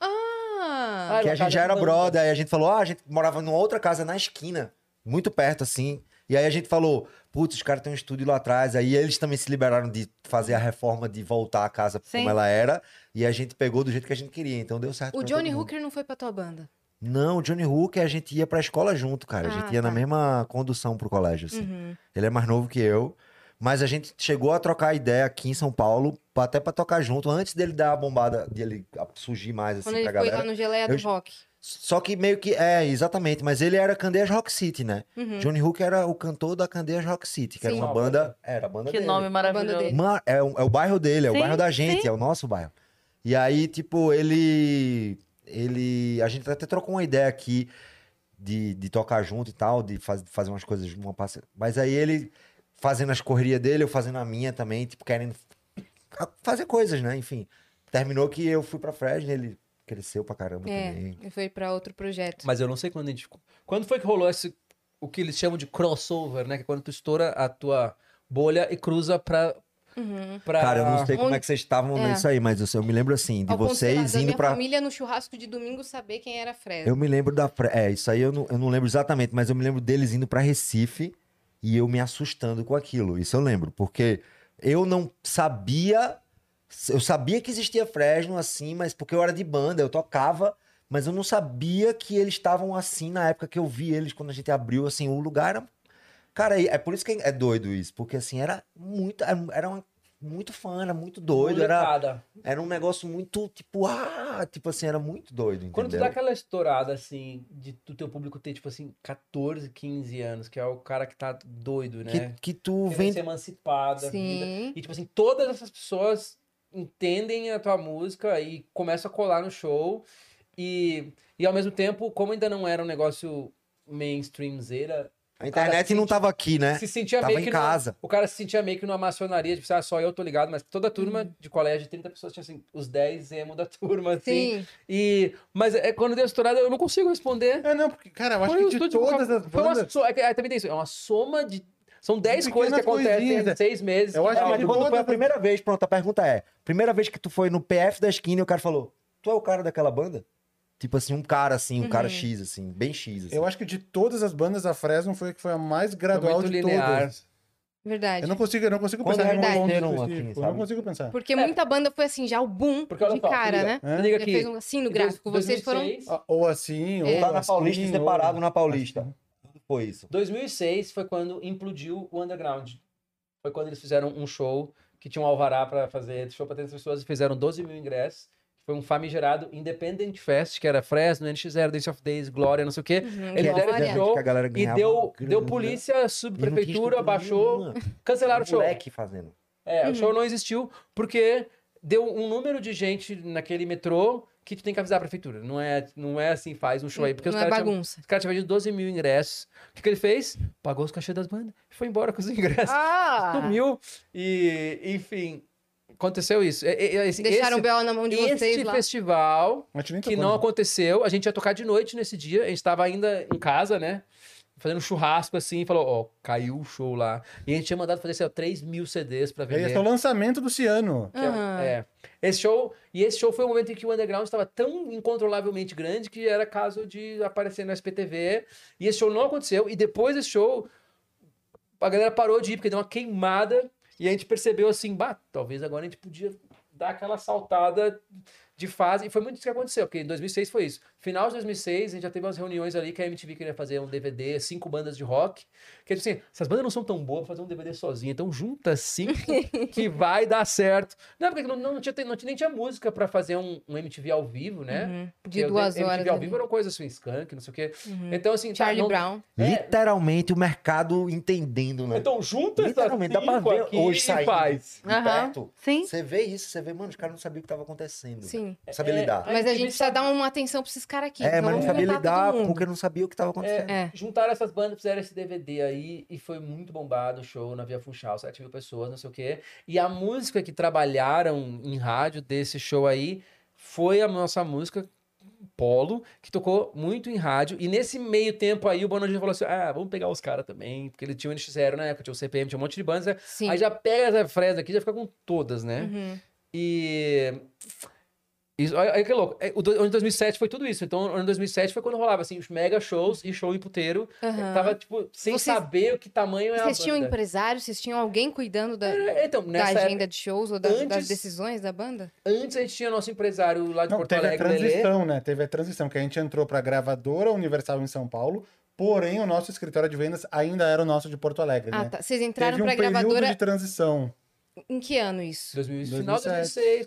Speaker 2: Ah,
Speaker 4: que
Speaker 3: era casa
Speaker 4: a gente já
Speaker 3: de
Speaker 4: era
Speaker 3: banda.
Speaker 4: brother, aí a gente falou, ah, a gente morava numa outra casa na esquina, muito perto, assim. E aí a gente falou, putz, os caras têm um estúdio lá atrás. Aí eles também se liberaram de fazer a reforma, de voltar a casa
Speaker 1: Sim.
Speaker 4: como ela era. E a gente pegou do jeito que a gente queria, então deu certo.
Speaker 2: o
Speaker 4: pra
Speaker 2: Johnny
Speaker 4: todo mundo.
Speaker 2: Hooker não foi pra tua banda.
Speaker 4: Não, o Johnny Hooker, a gente ia pra escola junto, cara. a
Speaker 2: Ah,
Speaker 4: gente ia
Speaker 2: tá.
Speaker 4: na mesma condução pro colégio, assim.
Speaker 2: Uhum.
Speaker 4: Ele é mais novo que eu. Mas a gente chegou a trocar ideia aqui em São Paulo, pra- até pra tocar junto, antes dele dar a bombada, de ele surgir mais, assim,
Speaker 2: Quando
Speaker 4: pra
Speaker 2: ele foi
Speaker 4: galera.
Speaker 2: lá no Geleia do
Speaker 4: Eu-
Speaker 2: Rock.
Speaker 4: Só que meio que. É, exatamente. Mas ele era Candeias Rock City, né?
Speaker 2: Uhum.
Speaker 4: Johnny Hook era o cantor da Candeias Rock City, que era
Speaker 2: Sim.
Speaker 4: uma
Speaker 3: Ah,
Speaker 4: banda. Era a banda
Speaker 1: Que
Speaker 4: dele.
Speaker 1: nome maravilhoso.
Speaker 2: dele.
Speaker 4: Ma- é, o- é o bairro dele, é
Speaker 1: Sim,
Speaker 4: o bairro da gente,
Speaker 1: sim.
Speaker 4: é o nosso bairro. E aí, tipo, ele. Ele. A gente até trocou uma ideia aqui de, de tocar junto e tal, de faz- fazer umas coisas, uma passe... Mas aí ele fazendo as correrias dele, eu fazendo a minha também, tipo, querendo fa- fazer coisas, né? Enfim. Terminou que eu fui pra Fresno, ele cresceu pra caramba
Speaker 2: É,
Speaker 4: também.
Speaker 2: ele foi pra outro projeto.
Speaker 3: Mas eu não sei quando a gente. Quando foi que rolou esse. O que eles chamam de crossover, né? Que é quando tu estoura a tua bolha e cruza pra. pra...
Speaker 4: Cara, eu não sei como
Speaker 2: Onde-
Speaker 4: é que vocês estavam
Speaker 2: É.
Speaker 4: nisso aí, mas eu, sei- eu me lembro assim, de
Speaker 2: Ao contrário
Speaker 4: vocês
Speaker 2: da
Speaker 4: indo
Speaker 2: minha
Speaker 4: pra.
Speaker 2: família no churrasco de domingo saber quem era Fred.
Speaker 4: Eu me lembro da. Fre- É, isso aí eu não, eu não lembro exatamente, mas eu me lembro deles indo pra Recife e eu me assustando com aquilo. Isso eu lembro, porque eu não sabia. Eu sabia que existia Fresno assim, mas porque eu era de banda, eu tocava, mas eu não sabia que eles estavam assim na época que eu vi eles, quando a gente abriu, assim, o lugar era. Cara, e é por isso que é doido isso, porque assim, era muito. Era uma- muito fã, era muito doido, era.
Speaker 3: molecada.
Speaker 4: Era um negócio muito, tipo, ah, tipo assim, era muito doido, entendeu?
Speaker 3: Quando tu dá aquela estourada, assim, de, do teu público ter, tipo assim, 14, 15 anos, que é o cara que tá doido, né?
Speaker 4: que, que tu
Speaker 3: Querendo
Speaker 4: vem.
Speaker 3: ser emancipada, vida.
Speaker 2: Sim.
Speaker 3: E, tipo assim, todas essas pessoas entendem a tua música e começam a colar no show. E, e ao mesmo tempo, como ainda não era um negócio mainstreamzeira,
Speaker 4: A internet
Speaker 3: se
Speaker 4: não
Speaker 3: sente-
Speaker 4: tava aqui,
Speaker 5: É,
Speaker 4: né?
Speaker 3: Se sentia
Speaker 4: tava
Speaker 3: meio
Speaker 4: em
Speaker 3: que numa-
Speaker 4: casa.
Speaker 3: o cara se sentia meio que numa maçonaria, tipo, assim, ah, só eu tô ligado, mas toda a turma
Speaker 2: Uhum.
Speaker 3: de colégio, 30 pessoas, tinha assim, os 10 emo da turma, assim.
Speaker 2: Sim.
Speaker 3: E, mas é, quando deu estourada, eu não consigo responder.
Speaker 5: É, não, porque, cara, eu acho
Speaker 3: Foi
Speaker 5: que
Speaker 3: tudo,
Speaker 5: de
Speaker 3: tipo,
Speaker 5: todas as
Speaker 3: foi uma
Speaker 5: bandas.
Speaker 3: so- é que- é, também tem isso, é uma soma de... São 10
Speaker 5: Pequenas
Speaker 3: coisas que acontecem
Speaker 5: coisinhas,
Speaker 3: em
Speaker 5: é.
Speaker 3: 6 meses.
Speaker 5: Eu acho
Speaker 4: É,
Speaker 5: que
Speaker 4: mas
Speaker 5: de
Speaker 4: quando foi a
Speaker 3: tá
Speaker 5: todas-
Speaker 4: primeira vez, pronto, a pergunta é: primeira vez que tu foi no PF da esquina e o cara falou, tu é o cara daquela banda? Tipo assim, um cara assim, um cara X, assim, bem X. Assim.
Speaker 5: Eu acho que de todas as bandas, a Fresno foi a que foi a mais gradual
Speaker 3: muito
Speaker 5: de
Speaker 3: linear.
Speaker 5: todas.
Speaker 2: Verdade.
Speaker 5: Eu não consigo, eu não consigo
Speaker 4: Quando
Speaker 5: pensar em
Speaker 2: verdade.
Speaker 5: um ponto
Speaker 4: Bateram aqui,
Speaker 5: específico, eu
Speaker 4: sabe?
Speaker 5: não consigo pensar.
Speaker 2: Porque muita banda foi assim, já o boom
Speaker 3: Porque olha
Speaker 2: de
Speaker 3: só, se
Speaker 2: cara,
Speaker 3: liga,
Speaker 2: né?
Speaker 5: É.
Speaker 3: se liga
Speaker 2: Já
Speaker 3: aqui.
Speaker 2: fez um assim no gráfico. Vocês foram.
Speaker 3: 2006,
Speaker 5: Ah, Ou
Speaker 3: É.
Speaker 5: assim, ou
Speaker 4: Tá na
Speaker 5: assim,
Speaker 4: Paulista
Speaker 5: ou-
Speaker 4: separado na Paulista. Quando assim. foi isso?
Speaker 3: 2006 foi quando implodiu o Underground. Foi quando eles fizeram um show que tinha um alvará pra fazer, show pra 300 pessoas, e fizeram 12 mil ingressos. Foi um famigerado Independent Fest, que era Fresno, NX0, Dance of Days, Glória, não sei o quê.
Speaker 2: Uhum,
Speaker 3: Eles deram
Speaker 2: glória.
Speaker 3: esse jogo
Speaker 4: Que a galera
Speaker 3: E
Speaker 4: ganhava
Speaker 3: deu,
Speaker 4: uma grana.
Speaker 3: deu polícia,
Speaker 4: E não tinha
Speaker 3: subprefeitura,
Speaker 4: estrutura
Speaker 3: baixou,
Speaker 4: nenhuma. um
Speaker 3: cancelaram o show.
Speaker 4: Moleque fazendo.
Speaker 3: É,
Speaker 2: Uhum.
Speaker 3: o show não existiu porque deu um número de gente naquele metrô que tu tem que avisar a prefeitura. Não é, não é assim, faz um show aí. Porque
Speaker 2: não
Speaker 3: os
Speaker 2: é
Speaker 3: caras tinham-
Speaker 2: bagunça.
Speaker 3: os caras tinham vendido 12 mil ingressos. O que, que ele fez? Pagou os cachê das bandas. Foi embora com os ingressos.
Speaker 2: Ah!
Speaker 3: Sumiu. E, enfim, aconteceu isso. E- e- e- Esse,
Speaker 2: Deixaram o B.O. na mão de
Speaker 3: esse,
Speaker 2: vocês
Speaker 3: esse
Speaker 2: lá.
Speaker 3: festival
Speaker 5: A gente nem
Speaker 3: que
Speaker 5: tocou,
Speaker 3: não
Speaker 5: né?
Speaker 3: aconteceu. A gente ia tocar de noite nesse dia. A gente tava ainda em casa, né? Fazendo churrasco assim. E falou, ó, caiu o show lá. E a gente tinha mandado fazer, sei lá, 3 mil CDs pra
Speaker 5: Aí
Speaker 3: vender.
Speaker 5: esse é o lançamento do Ciano.
Speaker 3: Que é-
Speaker 2: Aham.
Speaker 3: é. Esse show, e esse show foi o momento em que o underground estava tão incontrolavelmente grande que era caso de aparecer no SPTV. E esse show não aconteceu. E depois desse show, a galera parou de ir, porque deu uma queimada. E a gente percebeu assim, bah, talvez agora a gente podia dar aquela saltada de fase. E foi muito isso que aconteceu, porque em 2006 foi isso. Final de 2006, a gente já teve umas reuniões ali que a MTV queria fazer um DVD, cinco bandas de rock. Que é tipo assim, essas bandas não são tão boas pra fazer um DVD sozinha, então junta cinco que vai dar certo. Não, porque não, não tinha, não tinha- nem tinha música pra fazer um, um MTV ao vivo, né?
Speaker 2: Uhum.
Speaker 3: Porque
Speaker 2: De
Speaker 3: o
Speaker 2: duas
Speaker 3: MTV
Speaker 2: horas.
Speaker 3: ao
Speaker 2: ali. Uhum.
Speaker 3: vivo era uma coisa assim, skunk, não sei o quê. Então, assim, tá,
Speaker 2: Charlie
Speaker 3: não-
Speaker 2: Brown.
Speaker 3: É.
Speaker 4: Literalmente o mercado entendendo, né?
Speaker 3: Então junta essas
Speaker 4: Literalmente, dá pra
Speaker 3: cinco
Speaker 4: ver
Speaker 3: aqui
Speaker 4: hoje
Speaker 3: e
Speaker 4: saindo.
Speaker 3: faz.
Speaker 4: de
Speaker 6: Aham.
Speaker 4: perto.
Speaker 6: Sim.
Speaker 4: Você vê isso, você vê, mano, os caras não sabiam o que tava acontecendo.
Speaker 2: Sim.
Speaker 4: Não sabia
Speaker 3: É,
Speaker 4: lidar.
Speaker 3: Aí
Speaker 2: Mas a
Speaker 3: a gente
Speaker 2: gente precisa dar uma atenção pra esses caras aqui.
Speaker 4: É,
Speaker 2: então
Speaker 4: mas não
Speaker 2: vamos
Speaker 4: sabia
Speaker 2: juntar todo
Speaker 4: lidar
Speaker 2: mundo.
Speaker 4: porque não sabia o que tava acontecendo.
Speaker 3: É,
Speaker 2: É.
Speaker 3: Juntaram essas bandas, fizeram esse DVD aí e foi muito bombado o show na Via Funchal, 7 mil pessoas, não sei o quê. E a música que trabalharam em rádio desse show aí foi a nossa música Polo, que tocou muito em rádio. E nesse meio tempo aí o Bono falou assim: ah, vamos pegar os caras também, porque ele tinha o NX0 na época, tinha o CPM, tinha um monte de bandas. né?
Speaker 2: Sim.
Speaker 3: Aí já pega essa fresa aqui e já fica com todas, né?
Speaker 2: Uhum.
Speaker 3: E. Isso, olha, olha que louco. É, O do- o ano de 2007 foi tudo isso. Então, o ano de 2007 foi quando rolava assim, os mega shows e show em puteiro.
Speaker 2: Aham.
Speaker 3: Tava, tipo, sem
Speaker 2: Vocês-
Speaker 3: saber o que tamanho é a
Speaker 2: Vocês tinham Tá,
Speaker 3: banda.
Speaker 2: empresários? Vocês tinham alguém cuidando da,
Speaker 3: Era- Então,
Speaker 2: da
Speaker 3: nessa
Speaker 2: agenda de shows ou das, das
Speaker 3: antes-
Speaker 2: decisões da banda?
Speaker 3: época, antes a gente tinha nosso empresário lá de
Speaker 5: Não,
Speaker 3: Porto
Speaker 5: teve a
Speaker 3: Alegre, Lelê.
Speaker 5: transição, né? Teve a transição, que a gente entrou pra gravadora Universal em São Paulo, porém o nosso escritório de vendas ainda era o nosso de Porto Alegre,
Speaker 3: É,
Speaker 2: Ah,
Speaker 5: né?
Speaker 2: tá. Vocês entraram
Speaker 5: Teve um
Speaker 2: pra
Speaker 5: período
Speaker 2: gravadora
Speaker 5: de transição.
Speaker 2: em que ano isso?
Speaker 3: 2000, Final de
Speaker 5: 2007.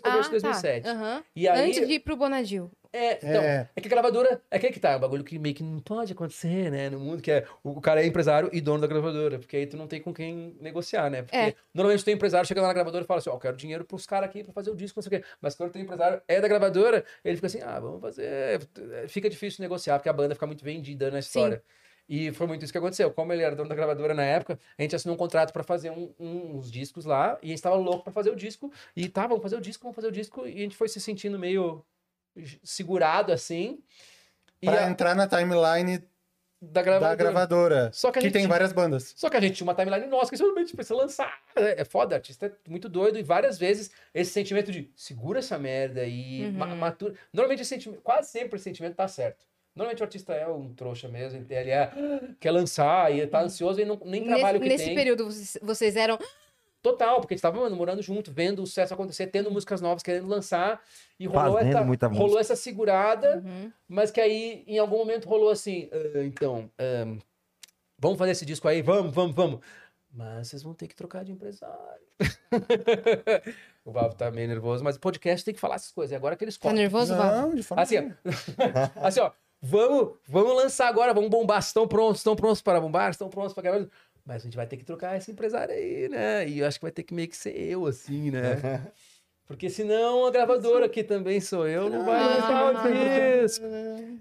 Speaker 3: 2006,
Speaker 2: Ah,
Speaker 3: começo de 2007.
Speaker 2: tá. Aham.
Speaker 3: E aí,
Speaker 2: Antes de ir pro Bonadil.
Speaker 3: é, então,
Speaker 5: É.
Speaker 3: É que a gravadora. É que, é que tá, o bagulho que meio que não pode acontecer, né? No mundo, que é o, o cara é empresário e dono da gravadora. Porque aí tu não tem com quem negociar, né? Porque
Speaker 2: É.
Speaker 3: normalmente tu tem empresário, chega lá na gravadora e fala assim, ó, quero dinheiro pros caras aqui pra fazer o disco, não sei o quê. Mas quando tem empresário é da gravadora, ele fica assim, ah, vamos fazer. é, Fica difícil negociar, porque a banda fica muito vendida na história. E foi muito isso que aconteceu. Como ele era dono da gravadora na época, a gente assinou um contrato pra fazer um- um- uns discos lá, e a gente tava louco pra fazer o disco. E tá, vamos fazer o disco, vamos fazer o disco. E a gente foi se sentindo meio j- segurado assim. E
Speaker 5: Pra
Speaker 3: a-
Speaker 5: entrar na timeline
Speaker 3: da gravadora.
Speaker 5: da gravadora,
Speaker 3: Só que a
Speaker 5: que
Speaker 3: gente-
Speaker 5: tem várias bandas.
Speaker 3: Só que a gente tinha uma timeline nossa, que a gente realmente precisa lançar. É é foda, artista é muito doido. E várias vezes esse sentimento de segura essa merda aí,
Speaker 2: Uhum.
Speaker 3: ma- matura. Normalmente, esse sentimento, quase sempre esse sentimento tá certo. Normalmente o artista é um trouxa mesmo, ele- ele é, quer lançar e tá ansioso e não, nem
Speaker 2: Uhum.
Speaker 3: trabalha
Speaker 2: Nesse,
Speaker 3: o que
Speaker 2: nesse
Speaker 3: tem.
Speaker 2: período vocês, vocês eram. tá
Speaker 3: Total, porque a gente tava mano, morando junto, vendo o sucesso acontecer, tendo músicas novas, querendo lançar. E rolou,
Speaker 4: Fazendo
Speaker 3: essa,
Speaker 4: muita música.
Speaker 3: rolou essa segurada,
Speaker 2: Uhum.
Speaker 3: mas que aí em algum momento rolou assim: "Ah, então, ah, vamos fazer esse disco aí, vamos, vamos, vamos. Mas vocês vão ter que trocar de empresário. o Valvo tá meio nervoso, mas o podcast tem que falar essas coisas. É agora que eles
Speaker 2: Tá
Speaker 3: cortam.
Speaker 2: nervoso, Val?
Speaker 5: Não, de forma
Speaker 3: Assim,
Speaker 5: nenhuma.
Speaker 3: ó. assim, ó. Vamos, vamos lançar agora, vamos bombar. Estão prontos, estão prontos para bombar, estão prontos para gravar. Mas a gente vai ter que trocar esse empresário aí, né? E eu acho que vai ter que meio que ser eu, assim, né? Porque senão a gravadora, que também sou eu, não vai lançar o disco.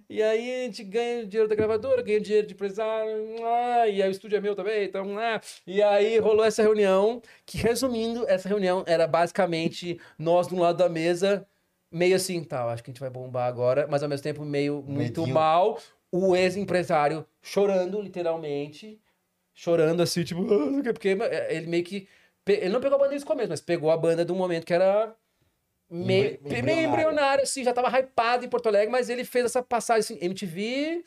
Speaker 3: E E aí a gente ganha o dinheiro da gravadora, ganha o dinheiro de empresário, ah, e aí o estúdio é meu também, então. ah. E aí rolou essa reunião, que resumindo, essa reunião era basicamente nós de um lado da mesa, meio assim, tal, acho que a gente vai bombar agora, mas ao mesmo tempo meio muito
Speaker 4: Medinho.
Speaker 3: mal, o ex-empresário chorando, literalmente, chorando assim, tipo, "Ah, não sei o quê", porque ele meio que. pe- Ele não pegou a banda desde o começo, mas pegou a banda de um momento que era meio,
Speaker 4: Embri-
Speaker 3: meio
Speaker 4: embrionário.
Speaker 3: embrionário, assim, já tava hypado em Porto Alegre, mas ele fez essa passagem assim, MTV,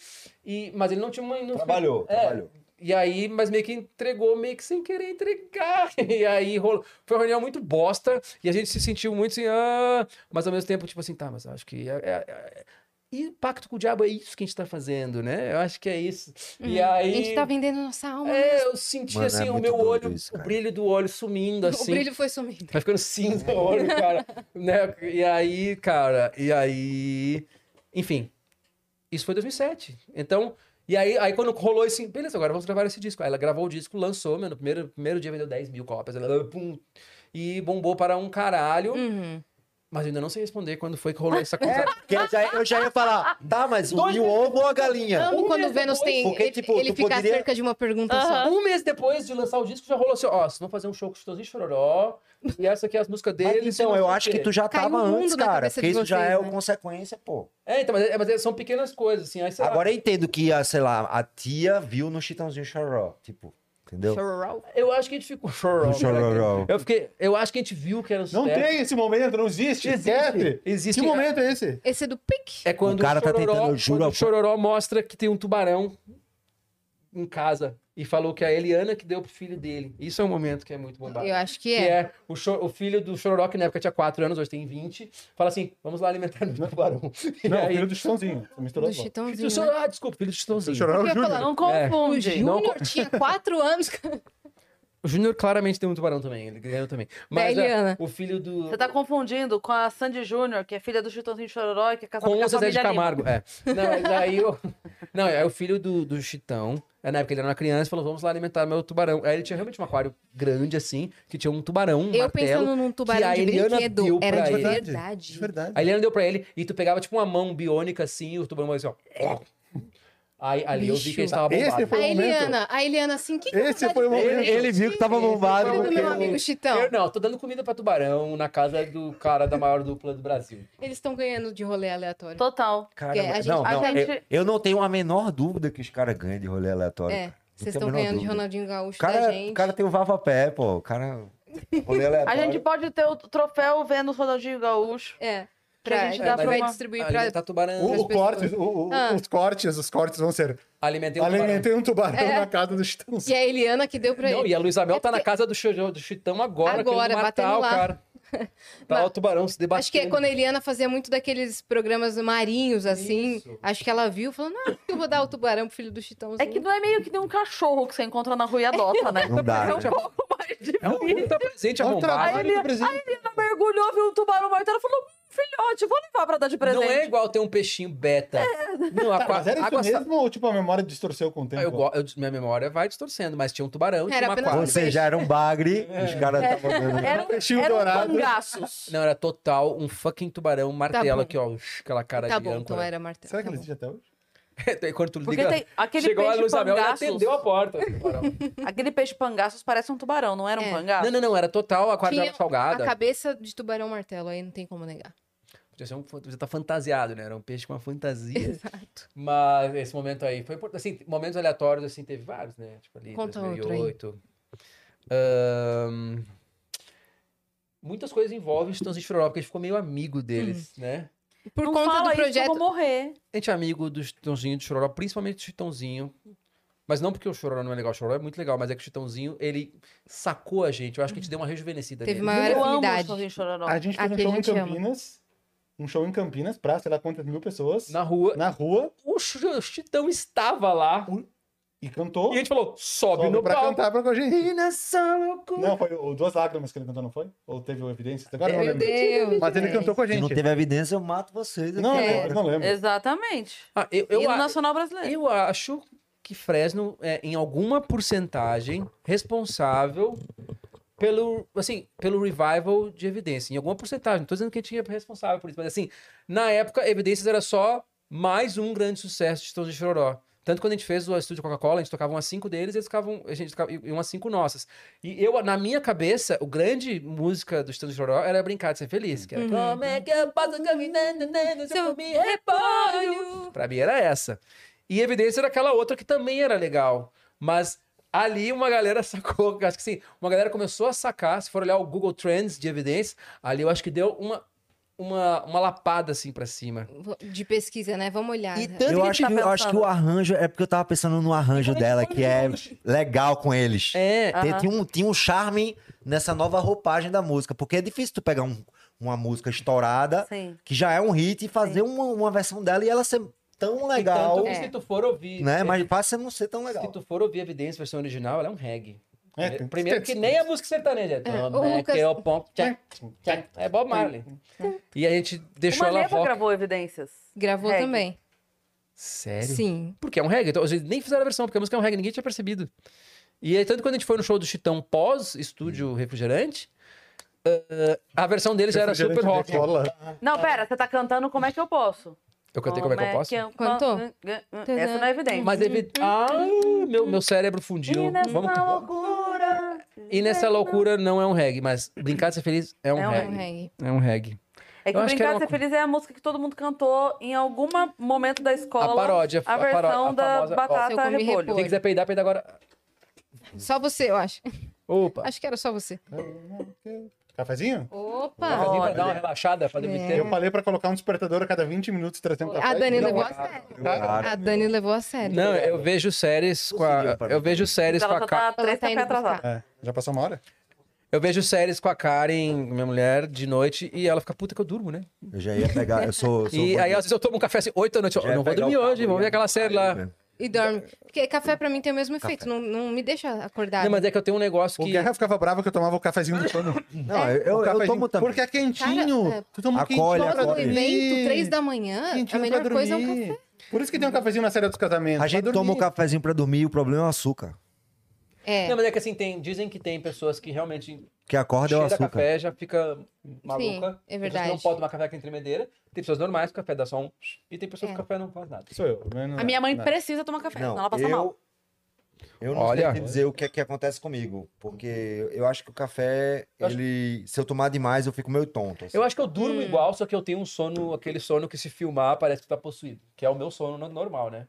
Speaker 3: e, mas ele não tinha uma. Não
Speaker 4: Trabalhou,
Speaker 3: é,
Speaker 4: trabalhou.
Speaker 3: E aí, mas meio que entregou, meio que sem querer entregar. E aí rolou. Foi uma reunião muito bosta, e a gente se sentiu muito assim, ah, mas ao mesmo tempo, tipo assim, tá, mas acho que. É, é- é- e pacto com o diabo é isso que a gente tá fazendo, né? Eu acho que é isso. E aí.
Speaker 2: A gente tá vendendo nossa alma.
Speaker 3: É, eu senti
Speaker 4: Mano, é
Speaker 3: assim, o
Speaker 4: muito
Speaker 3: meu
Speaker 4: doido
Speaker 3: olho,
Speaker 4: isso,
Speaker 3: o
Speaker 4: cara.
Speaker 3: brilho do olho sumindo, assim.
Speaker 2: O brilho foi sumindo.
Speaker 3: Vai ficando cinza o olho, cara. né? E aí, cara, e aí. Enfim, isso foi 2007. Então, e aí, aí quando rolou assim, beleza, agora vamos gravar esse disco. Aí ela gravou o disco, lançou, meu, no primeiro, primeiro dia vendeu 10 mil cópias. Ela, ah, pum, e bombou para um caralho.
Speaker 2: Uhum.
Speaker 3: Mas eu ainda não sei responder quando foi que rolou essa coisa.
Speaker 7: É, porque eu já, eu já ia falar, tá, mas o
Speaker 3: Dois
Speaker 7: mil ovo ou a galinha?
Speaker 2: Amo quando o Vênus tem.
Speaker 7: porque,
Speaker 2: ele-
Speaker 7: tipo,
Speaker 2: ele
Speaker 7: tu
Speaker 2: fica
Speaker 7: poderia-
Speaker 2: cerca de uma pergunta
Speaker 6: Aham.
Speaker 2: só.
Speaker 3: Um mês depois de lançar o disco, já rolou assim: ó, vocês vão fazer um show com o Chitãozinho e Chororó. E essa aqui é as músicas
Speaker 4: Mas,
Speaker 3: deles. e
Speaker 4: então,
Speaker 3: não
Speaker 4: eu
Speaker 3: sei o
Speaker 4: acho
Speaker 3: quê.
Speaker 4: que tu já
Speaker 2: Caiu
Speaker 4: tava
Speaker 2: um mundo
Speaker 4: antes,
Speaker 2: na
Speaker 4: cara.
Speaker 2: cabeça
Speaker 4: Porque
Speaker 2: de
Speaker 4: isso já
Speaker 2: vocês,
Speaker 4: é o
Speaker 2: né?
Speaker 4: consequência, pô.
Speaker 3: É, então, mas, mas são pequenas coisas, assim. Aí, sei lá,
Speaker 4: Agora eu entendo que, a, sei lá, a tia viu no Chitãozinho Choró, tipo, entendeu?
Speaker 3: Eu acho que a gente ficou. Chororó.
Speaker 4: No Chororó.
Speaker 3: Eu, fiquei... eu acho que a gente viu que era um
Speaker 5: Não
Speaker 3: sucesso.
Speaker 5: tem esse momento, não existe.
Speaker 3: Existe,
Speaker 5: Esquece.
Speaker 3: existe.
Speaker 5: Que momento é esse?
Speaker 2: Esse do pique.
Speaker 3: É quando
Speaker 4: O cara tá
Speaker 3: Chororó,
Speaker 4: tentando, eu juro,
Speaker 3: quando
Speaker 4: a-
Speaker 3: o Chororó mostra que tem um tubarão em casa e falou que é a Eliana que deu pro filho dele. Isso é um momento que é muito bombado.
Speaker 2: Eu acho que
Speaker 3: Que
Speaker 2: é.
Speaker 3: é o, cho- o filho do Chororó, que na época tinha 4 anos, hoje tem 20, fala assim: vamos lá alimentar o tubarão. E
Speaker 5: Não, o
Speaker 3: aí-
Speaker 5: filho do Chitãozinho. Você Misturou
Speaker 2: Do
Speaker 5: as bolas.
Speaker 3: Filho do
Speaker 2: Chitãozinho. né?
Speaker 3: Chororó, ah, desculpa, filho do Chitãozinho.
Speaker 5: Chororó é o
Speaker 2: Eu ia
Speaker 5: Júnior.
Speaker 2: falar,
Speaker 6: Não
Speaker 2: O
Speaker 6: confunde.
Speaker 2: Júnior tinha quatro anos.
Speaker 3: O Júnior claramente tem um tubarão também, ele ganhou também. Mas
Speaker 2: Da
Speaker 3: ah,
Speaker 2: Eliana.
Speaker 3: o filho do.
Speaker 1: Você tá confundindo com a Sandy Júnior, que é filha do Chitãozinho Chororó, e que é casada
Speaker 3: Com
Speaker 1: com a
Speaker 3: o Zezé de
Speaker 1: família Lima.
Speaker 3: Camargo, é. Não, mas aí o... Não, é o filho do, do Chitão. é, Na época ele era uma criança e falou, vamos lá alimentar meu tubarão. Aí ele tinha realmente um aquário grande, assim, que tinha um tubarão, um
Speaker 2: eu
Speaker 3: martelo.
Speaker 2: pensando num tubarão
Speaker 3: a
Speaker 2: de
Speaker 3: Eliana
Speaker 2: brinquedo.
Speaker 3: deu
Speaker 2: Era
Speaker 3: pra
Speaker 2: de
Speaker 3: ele.
Speaker 2: verdade.
Speaker 5: De verdade.
Speaker 3: A Eliana deu pra ele e tu pegava, tipo, uma mão biônica, assim, e o tubarão fazia assim, ó. Aí ali eu vi
Speaker 2: Bicho.
Speaker 3: que ele estava bombado.
Speaker 5: Esse foi o
Speaker 2: A
Speaker 5: momento.
Speaker 2: Eliana, a Eliana assim, que que
Speaker 5: Esse foi o momento.
Speaker 4: Ele, ele viu que tava bombado.
Speaker 2: do
Speaker 4: porque-
Speaker 2: meu amigo Chitão.
Speaker 3: Eu não, tô dando comida pra tubarão na casa do cara da maior dupla do Brasil.
Speaker 2: Eles estão ganhando de rolê aleatório.
Speaker 1: Total.
Speaker 4: Caramba,
Speaker 2: a gente-
Speaker 4: não,
Speaker 1: a
Speaker 4: não,
Speaker 1: gente-
Speaker 4: eu, eu não tenho a menor dúvida que os caras ganham de rolê aleatório.
Speaker 2: É,
Speaker 4: cara. Não
Speaker 2: vocês
Speaker 4: tenho a
Speaker 2: estão
Speaker 4: menor
Speaker 2: ganhando de
Speaker 4: dúvida.
Speaker 2: Ronaldinho Gaúcho
Speaker 4: O cara,
Speaker 2: da gente.
Speaker 4: o cara tem o vavapé, pô. O cara. Rolê
Speaker 1: A
Speaker 4: aleatório.
Speaker 1: gente pode ter o troféu vendo o Ronaldinho Gaúcho.
Speaker 2: É,
Speaker 1: Pra
Speaker 2: pra,
Speaker 1: gente
Speaker 2: gente
Speaker 1: dar pra
Speaker 2: vai
Speaker 1: uma-
Speaker 2: distribuir pra... Uh,
Speaker 3: Alimentar tubarão.
Speaker 5: O, o
Speaker 2: pessoas.
Speaker 5: corte, o- o-
Speaker 2: Ah.
Speaker 5: Os cortes, os cortes vão ser.
Speaker 3: Alimentei um tubarão.
Speaker 5: Alimentei um tubarão
Speaker 2: É.
Speaker 5: na casa do Chitãozinho.
Speaker 2: E a Eliana que deu pra
Speaker 3: Não,
Speaker 2: ele.
Speaker 3: e a Luísa Mel tá na
Speaker 2: É porque-
Speaker 3: casa do, Chororó- do Chitão agora,
Speaker 2: Agora,
Speaker 3: querendo matar
Speaker 2: batendo
Speaker 3: o
Speaker 2: lá.
Speaker 3: cara. Tá lá o tubarão se debatendo.
Speaker 2: Acho que é quando a Eliana fazia muito daqueles programas marinhos, assim. Acho que ela viu e falou, não, eu vou dar o tubarão pro filho do Chitãozinho.
Speaker 1: É que não é meio que nem um cachorro que você encontra na rua e adota, né?
Speaker 4: Não dá,
Speaker 1: É um
Speaker 4: né?
Speaker 1: pouco mais difícil.
Speaker 3: É um puta presente
Speaker 5: Olha o
Speaker 3: arrombado.
Speaker 5: trabalho do presidente.
Speaker 1: Ela mergulhou, viu um tubarão morto, ela falou, "Hum, filhote, vou levar pra dar de
Speaker 3: Não
Speaker 1: presente.
Speaker 3: é igual ter um peixinho beta.
Speaker 2: É.
Speaker 3: Não,
Speaker 5: Tá,
Speaker 3: aqua,
Speaker 5: mas era isso
Speaker 3: água sa-
Speaker 5: mesmo né, ou tipo a memória distorceu com o tempo?
Speaker 3: Eu, go- eu- minha memória vai distorcendo, mas tinha um
Speaker 2: Era
Speaker 3: tubarão, tinha uma
Speaker 2: apenas
Speaker 3: aquária.
Speaker 2: um peixe.
Speaker 4: Você já era um bagre, os tá caras estavam dando.
Speaker 1: Era um,
Speaker 5: Peixinho
Speaker 1: era um
Speaker 5: dourado.
Speaker 1: pangaços.
Speaker 3: Não, era total um fucking tubarão martelo
Speaker 2: Tá bom.
Speaker 3: aqui, ó. ush, Aquela cara
Speaker 2: Tá
Speaker 3: de
Speaker 2: bom, então
Speaker 3: âncora.
Speaker 2: era martelo.
Speaker 5: Será que
Speaker 2: tá
Speaker 5: ele
Speaker 2: bom.
Speaker 5: existe até hoje?
Speaker 3: Quando tu
Speaker 1: Porque
Speaker 3: liga,
Speaker 1: tem aquele
Speaker 3: chegou a
Speaker 1: peixe
Speaker 3: Luiz Abel e
Speaker 1: pangaços.
Speaker 3: atendeu a porta. do tubarão.
Speaker 1: Aquele peixe pangaços parece um tubarão, não era um
Speaker 2: É.
Speaker 3: não,
Speaker 1: pangaço?
Speaker 3: não, não, era total aquário de
Speaker 2: Tinha
Speaker 3: água salgada.
Speaker 2: A cabeça de tubarão martelo, aí não tem como negar.
Speaker 3: Podia ser um, fan- você tá fantasiado, né? Era um peixe com uma fantasia. Mas esse momento aí foi importante. Assim, momentos aleatórios, assim, teve vários, né? Tipo ali,
Speaker 2: Conta outro aí.
Speaker 3: 2008. Ahn, Muitas coisas envolvem os Tons Chororó, porque a gente ficou meio amigo deles,
Speaker 2: Hum.
Speaker 3: né?
Speaker 2: Por
Speaker 1: Não
Speaker 2: conta
Speaker 1: fala
Speaker 2: do
Speaker 1: isso que eu
Speaker 2: projeto...
Speaker 1: vou morrer.
Speaker 3: A gente é amigo do Chitãozinho e do Chororó, principalmente do Chitãozinho. Mas não porque o Chororó não é legal, o Chororó é muito legal, mas é que o Chitãozinho, ele sacou a gente. Eu acho que a gente deu uma rejuvenescida
Speaker 2: Teve
Speaker 3: nele.
Speaker 2: uma- Maior
Speaker 1: eu amo o
Speaker 2: afinidade.
Speaker 1: Chitãozinho Chororó.
Speaker 5: A gente fez
Speaker 2: Aqui a
Speaker 5: um show em
Speaker 2: gente ama.
Speaker 5: Campinas. Um show em Campinas pra sei lá quantas mil pessoas.
Speaker 3: Uhum. Na rua,
Speaker 5: Na rua.
Speaker 3: o Ch- o Chitão estava lá.
Speaker 5: E
Speaker 3: E
Speaker 5: cantou.
Speaker 3: a gente falou, sobe,
Speaker 5: Uhum. sobe
Speaker 3: no
Speaker 5: pra
Speaker 3: palco.
Speaker 5: cantar pra com a gente.
Speaker 3: E nessa loucura.
Speaker 5: Não, foi o Duas Lágrimas que ele cantou, não foi? Ou teve o Evidências? Agora eu não
Speaker 3: É, Meu
Speaker 5: lembro.
Speaker 2: Deus.
Speaker 5: Mas ele
Speaker 2: É.
Speaker 5: cantou com a
Speaker 4: Se
Speaker 5: gente.
Speaker 4: não teve evidência, eu mato vocês. aqui
Speaker 5: Não,
Speaker 4: agora.
Speaker 5: eu não lembro.
Speaker 1: Exatamente.
Speaker 3: Ah, eu,
Speaker 1: Eu,
Speaker 3: eu,
Speaker 1: e no
Speaker 3: a-
Speaker 1: Nacional Brasileiro.
Speaker 3: eu acho que Fresno é, em alguma porcentagem, responsável pelo, assim, pelo revival de Evidência. Em alguma porcentagem. Não tô dizendo que a gente é responsável por isso, mas assim, na época, Evidências era só mais um grande sucesso de Estúdio de Chororó. Tanto quando a gente fez o estúdio Coca-Cola, a gente tocava umas cinco deles, eles tocavam, a gente tocava, e umas cinco nossas. E eu, na minha cabeça, o grande música do estúdio de Chororó era Brincar de Ser Feliz, que era Como é que eu posso caminhar né, se eu me reponho? Pra mim era essa. E Evidência era aquela outra que também era legal. Mas ali uma galera sacou, acho que sim, uma galera começou a sacar, se for olhar o Google Trends de Evidência, ali eu acho que deu uma, uma, uma lapada assim pra cima.
Speaker 2: De pesquisa, né? Vamos olhar.
Speaker 3: E tanto
Speaker 4: eu
Speaker 3: que
Speaker 4: acho
Speaker 1: tá
Speaker 4: que, eu acho que o arranjo é porque eu tava pensando no arranjo dela, que é legal com eles.
Speaker 3: É.
Speaker 4: Tem-
Speaker 1: Aham.
Speaker 4: Tinha, um, tinha um charme nessa nova roupagem da música, porque é difícil tu pegar um- uma música estourada,
Speaker 1: Sim.
Speaker 4: que já é um hit, e fazer uma, uma versão dela e ela ser tão É legal,
Speaker 3: Tanto que se tu for ouvir.
Speaker 4: né?
Speaker 3: é,
Speaker 4: Mas passa a não ser tão
Speaker 3: Se
Speaker 4: legal.
Speaker 3: tu for ouvir a evidência versão original, ela é um reggae.
Speaker 5: É,
Speaker 3: Primeiro-
Speaker 5: tem-
Speaker 3: Primeiro que nem a música sertaneja.
Speaker 2: o Lucas-
Speaker 3: É, o pom- tchac, tchac. É Bob Marley. E a gente deixou
Speaker 1: Uma
Speaker 3: ela
Speaker 1: leva
Speaker 3: rock.
Speaker 1: gravou evidências.
Speaker 2: Gravou
Speaker 1: Reggae.
Speaker 2: também.
Speaker 3: Sério?
Speaker 2: Sim.
Speaker 3: Porque é um reggae. Então, eles nem fizeram a versão, porque a música é um reggae, ninguém tinha percebido. E aí, tanto que quando a gente foi no show do Chitão pós Estúdio Refrigerante, ah, a versão deles era super rock.
Speaker 5: Cola.
Speaker 1: Não, pera, você tá cantando Como é que eu posso?
Speaker 3: Eu cantei como é que eu posso?
Speaker 2: Cantou?
Speaker 1: Essa não é evidência.
Speaker 3: Mas evi... ah, meu, meu cérebro fundiu.
Speaker 1: E nessa
Speaker 3: Vamos...
Speaker 1: loucura.
Speaker 3: E nessa loucura não é um reggae, mas Brincar de Ser Feliz é um
Speaker 1: É um
Speaker 2: É um
Speaker 3: reggae.
Speaker 2: reggae.
Speaker 3: É um reggae.
Speaker 1: É que
Speaker 3: Eu
Speaker 1: o
Speaker 3: acho que
Speaker 1: Brincar
Speaker 3: era
Speaker 1: de
Speaker 3: uma
Speaker 1: Ser Feliz é a música que todo mundo cantou em algum momento da escola.
Speaker 3: A paródia,
Speaker 1: A
Speaker 3: a paró-
Speaker 1: versão
Speaker 3: a
Speaker 1: da
Speaker 3: famosa-
Speaker 2: Se eu
Speaker 1: batata
Speaker 2: comi
Speaker 1: repolho.
Speaker 3: Quem
Speaker 2: repolho.
Speaker 3: quiser peidar, peida agora.
Speaker 2: Só você, eu acho.
Speaker 3: Opa!
Speaker 2: Acho que era só você.
Speaker 5: Cafezinho?
Speaker 2: Opa!
Speaker 3: Pra dar uma relaxada, pra dormir
Speaker 5: Eu
Speaker 3: tempo.
Speaker 5: falei pra colocar um despertador a cada 20 minutos e trazer
Speaker 3: Ah,
Speaker 5: um café.
Speaker 2: A Dani
Speaker 5: Não, ah,
Speaker 2: levou a
Speaker 5: a-
Speaker 2: sério.
Speaker 4: Claro.
Speaker 2: A Dani levou a sério.
Speaker 3: Não, eu vejo séries com a.
Speaker 4: Conseguiu, parou.
Speaker 3: Eu vejo séries com
Speaker 1: Ela
Speaker 3: a
Speaker 1: só
Speaker 3: Ka-
Speaker 1: tá três
Speaker 2: tá indo
Speaker 1: cafés atrasada.
Speaker 5: É, já passou uma hora?
Speaker 3: Eu vejo séries com a Karen, minha mulher, de noite, e ela fica puta que eu durmo, né?
Speaker 4: Eu já ia pegar, eu sou. eu sou
Speaker 3: E aí, às vezes, eu tomo um café assim, 8 da noite. Eu
Speaker 4: Já ia
Speaker 3: não vou
Speaker 4: pegar
Speaker 3: dormir
Speaker 4: o né? carro,
Speaker 3: hoje, vou ver
Speaker 4: ia-
Speaker 3: aquela série lá.
Speaker 2: E dorme. Porque café pra mim tem o mesmo efeito. Não, não me deixa acordar.
Speaker 3: Não, mas é que eu tenho um negócio
Speaker 5: O
Speaker 3: que.
Speaker 5: Guerra ficava bravo que eu tomava o cafezinho do sono.
Speaker 4: Não, eu, eu,
Speaker 5: O cafezinho,
Speaker 4: tomo também.
Speaker 5: Porque é quentinho.
Speaker 2: Cara, é.
Speaker 5: Tu toma um quentinho
Speaker 4: Acolhe,
Speaker 5: pra
Speaker 2: Fora do
Speaker 4: acolhe.
Speaker 5: dormir.
Speaker 2: evento, três da manhã, a
Speaker 5: Quentinho
Speaker 2: melhor
Speaker 5: pra
Speaker 2: coisa é um
Speaker 5: dormir.
Speaker 2: café.
Speaker 5: Por isso que tem um cafezinho na série dos casamentos.
Speaker 4: A
Speaker 5: pra
Speaker 4: gente
Speaker 5: dormir.
Speaker 4: toma um cafezinho pra dormir e o problema é o açúcar.
Speaker 2: É.
Speaker 3: Não, mas é que assim, tem, dizem que tem pessoas que realmente
Speaker 4: Que acorda é o
Speaker 3: cheira
Speaker 4: açúcar.
Speaker 3: café, já fica maluca.
Speaker 2: é
Speaker 3: Tem pessoas que
Speaker 2: verdade.
Speaker 3: Não pode tomar café com tremedeira. Tem pessoas normais, que o café dá só um. E tem pessoas
Speaker 2: É.
Speaker 3: que o café não faz nada.
Speaker 4: é
Speaker 5: Sou eu. né? Não,
Speaker 1: A minha mãe
Speaker 5: não.
Speaker 1: precisa tomar café, senão ela passa
Speaker 4: eu,
Speaker 1: mal.
Speaker 4: Eu não
Speaker 3: Olha.
Speaker 4: sei te dizer o que é que acontece comigo, porque eu acho que o café, ele, se eu tomar demais, eu fico meio tonto. assim.
Speaker 3: Eu acho que eu
Speaker 2: Hum.
Speaker 3: durmo igual, só que eu tenho um sono, aquele sono que se filmar parece que tá possuído, que é o meu sono no- normal, né?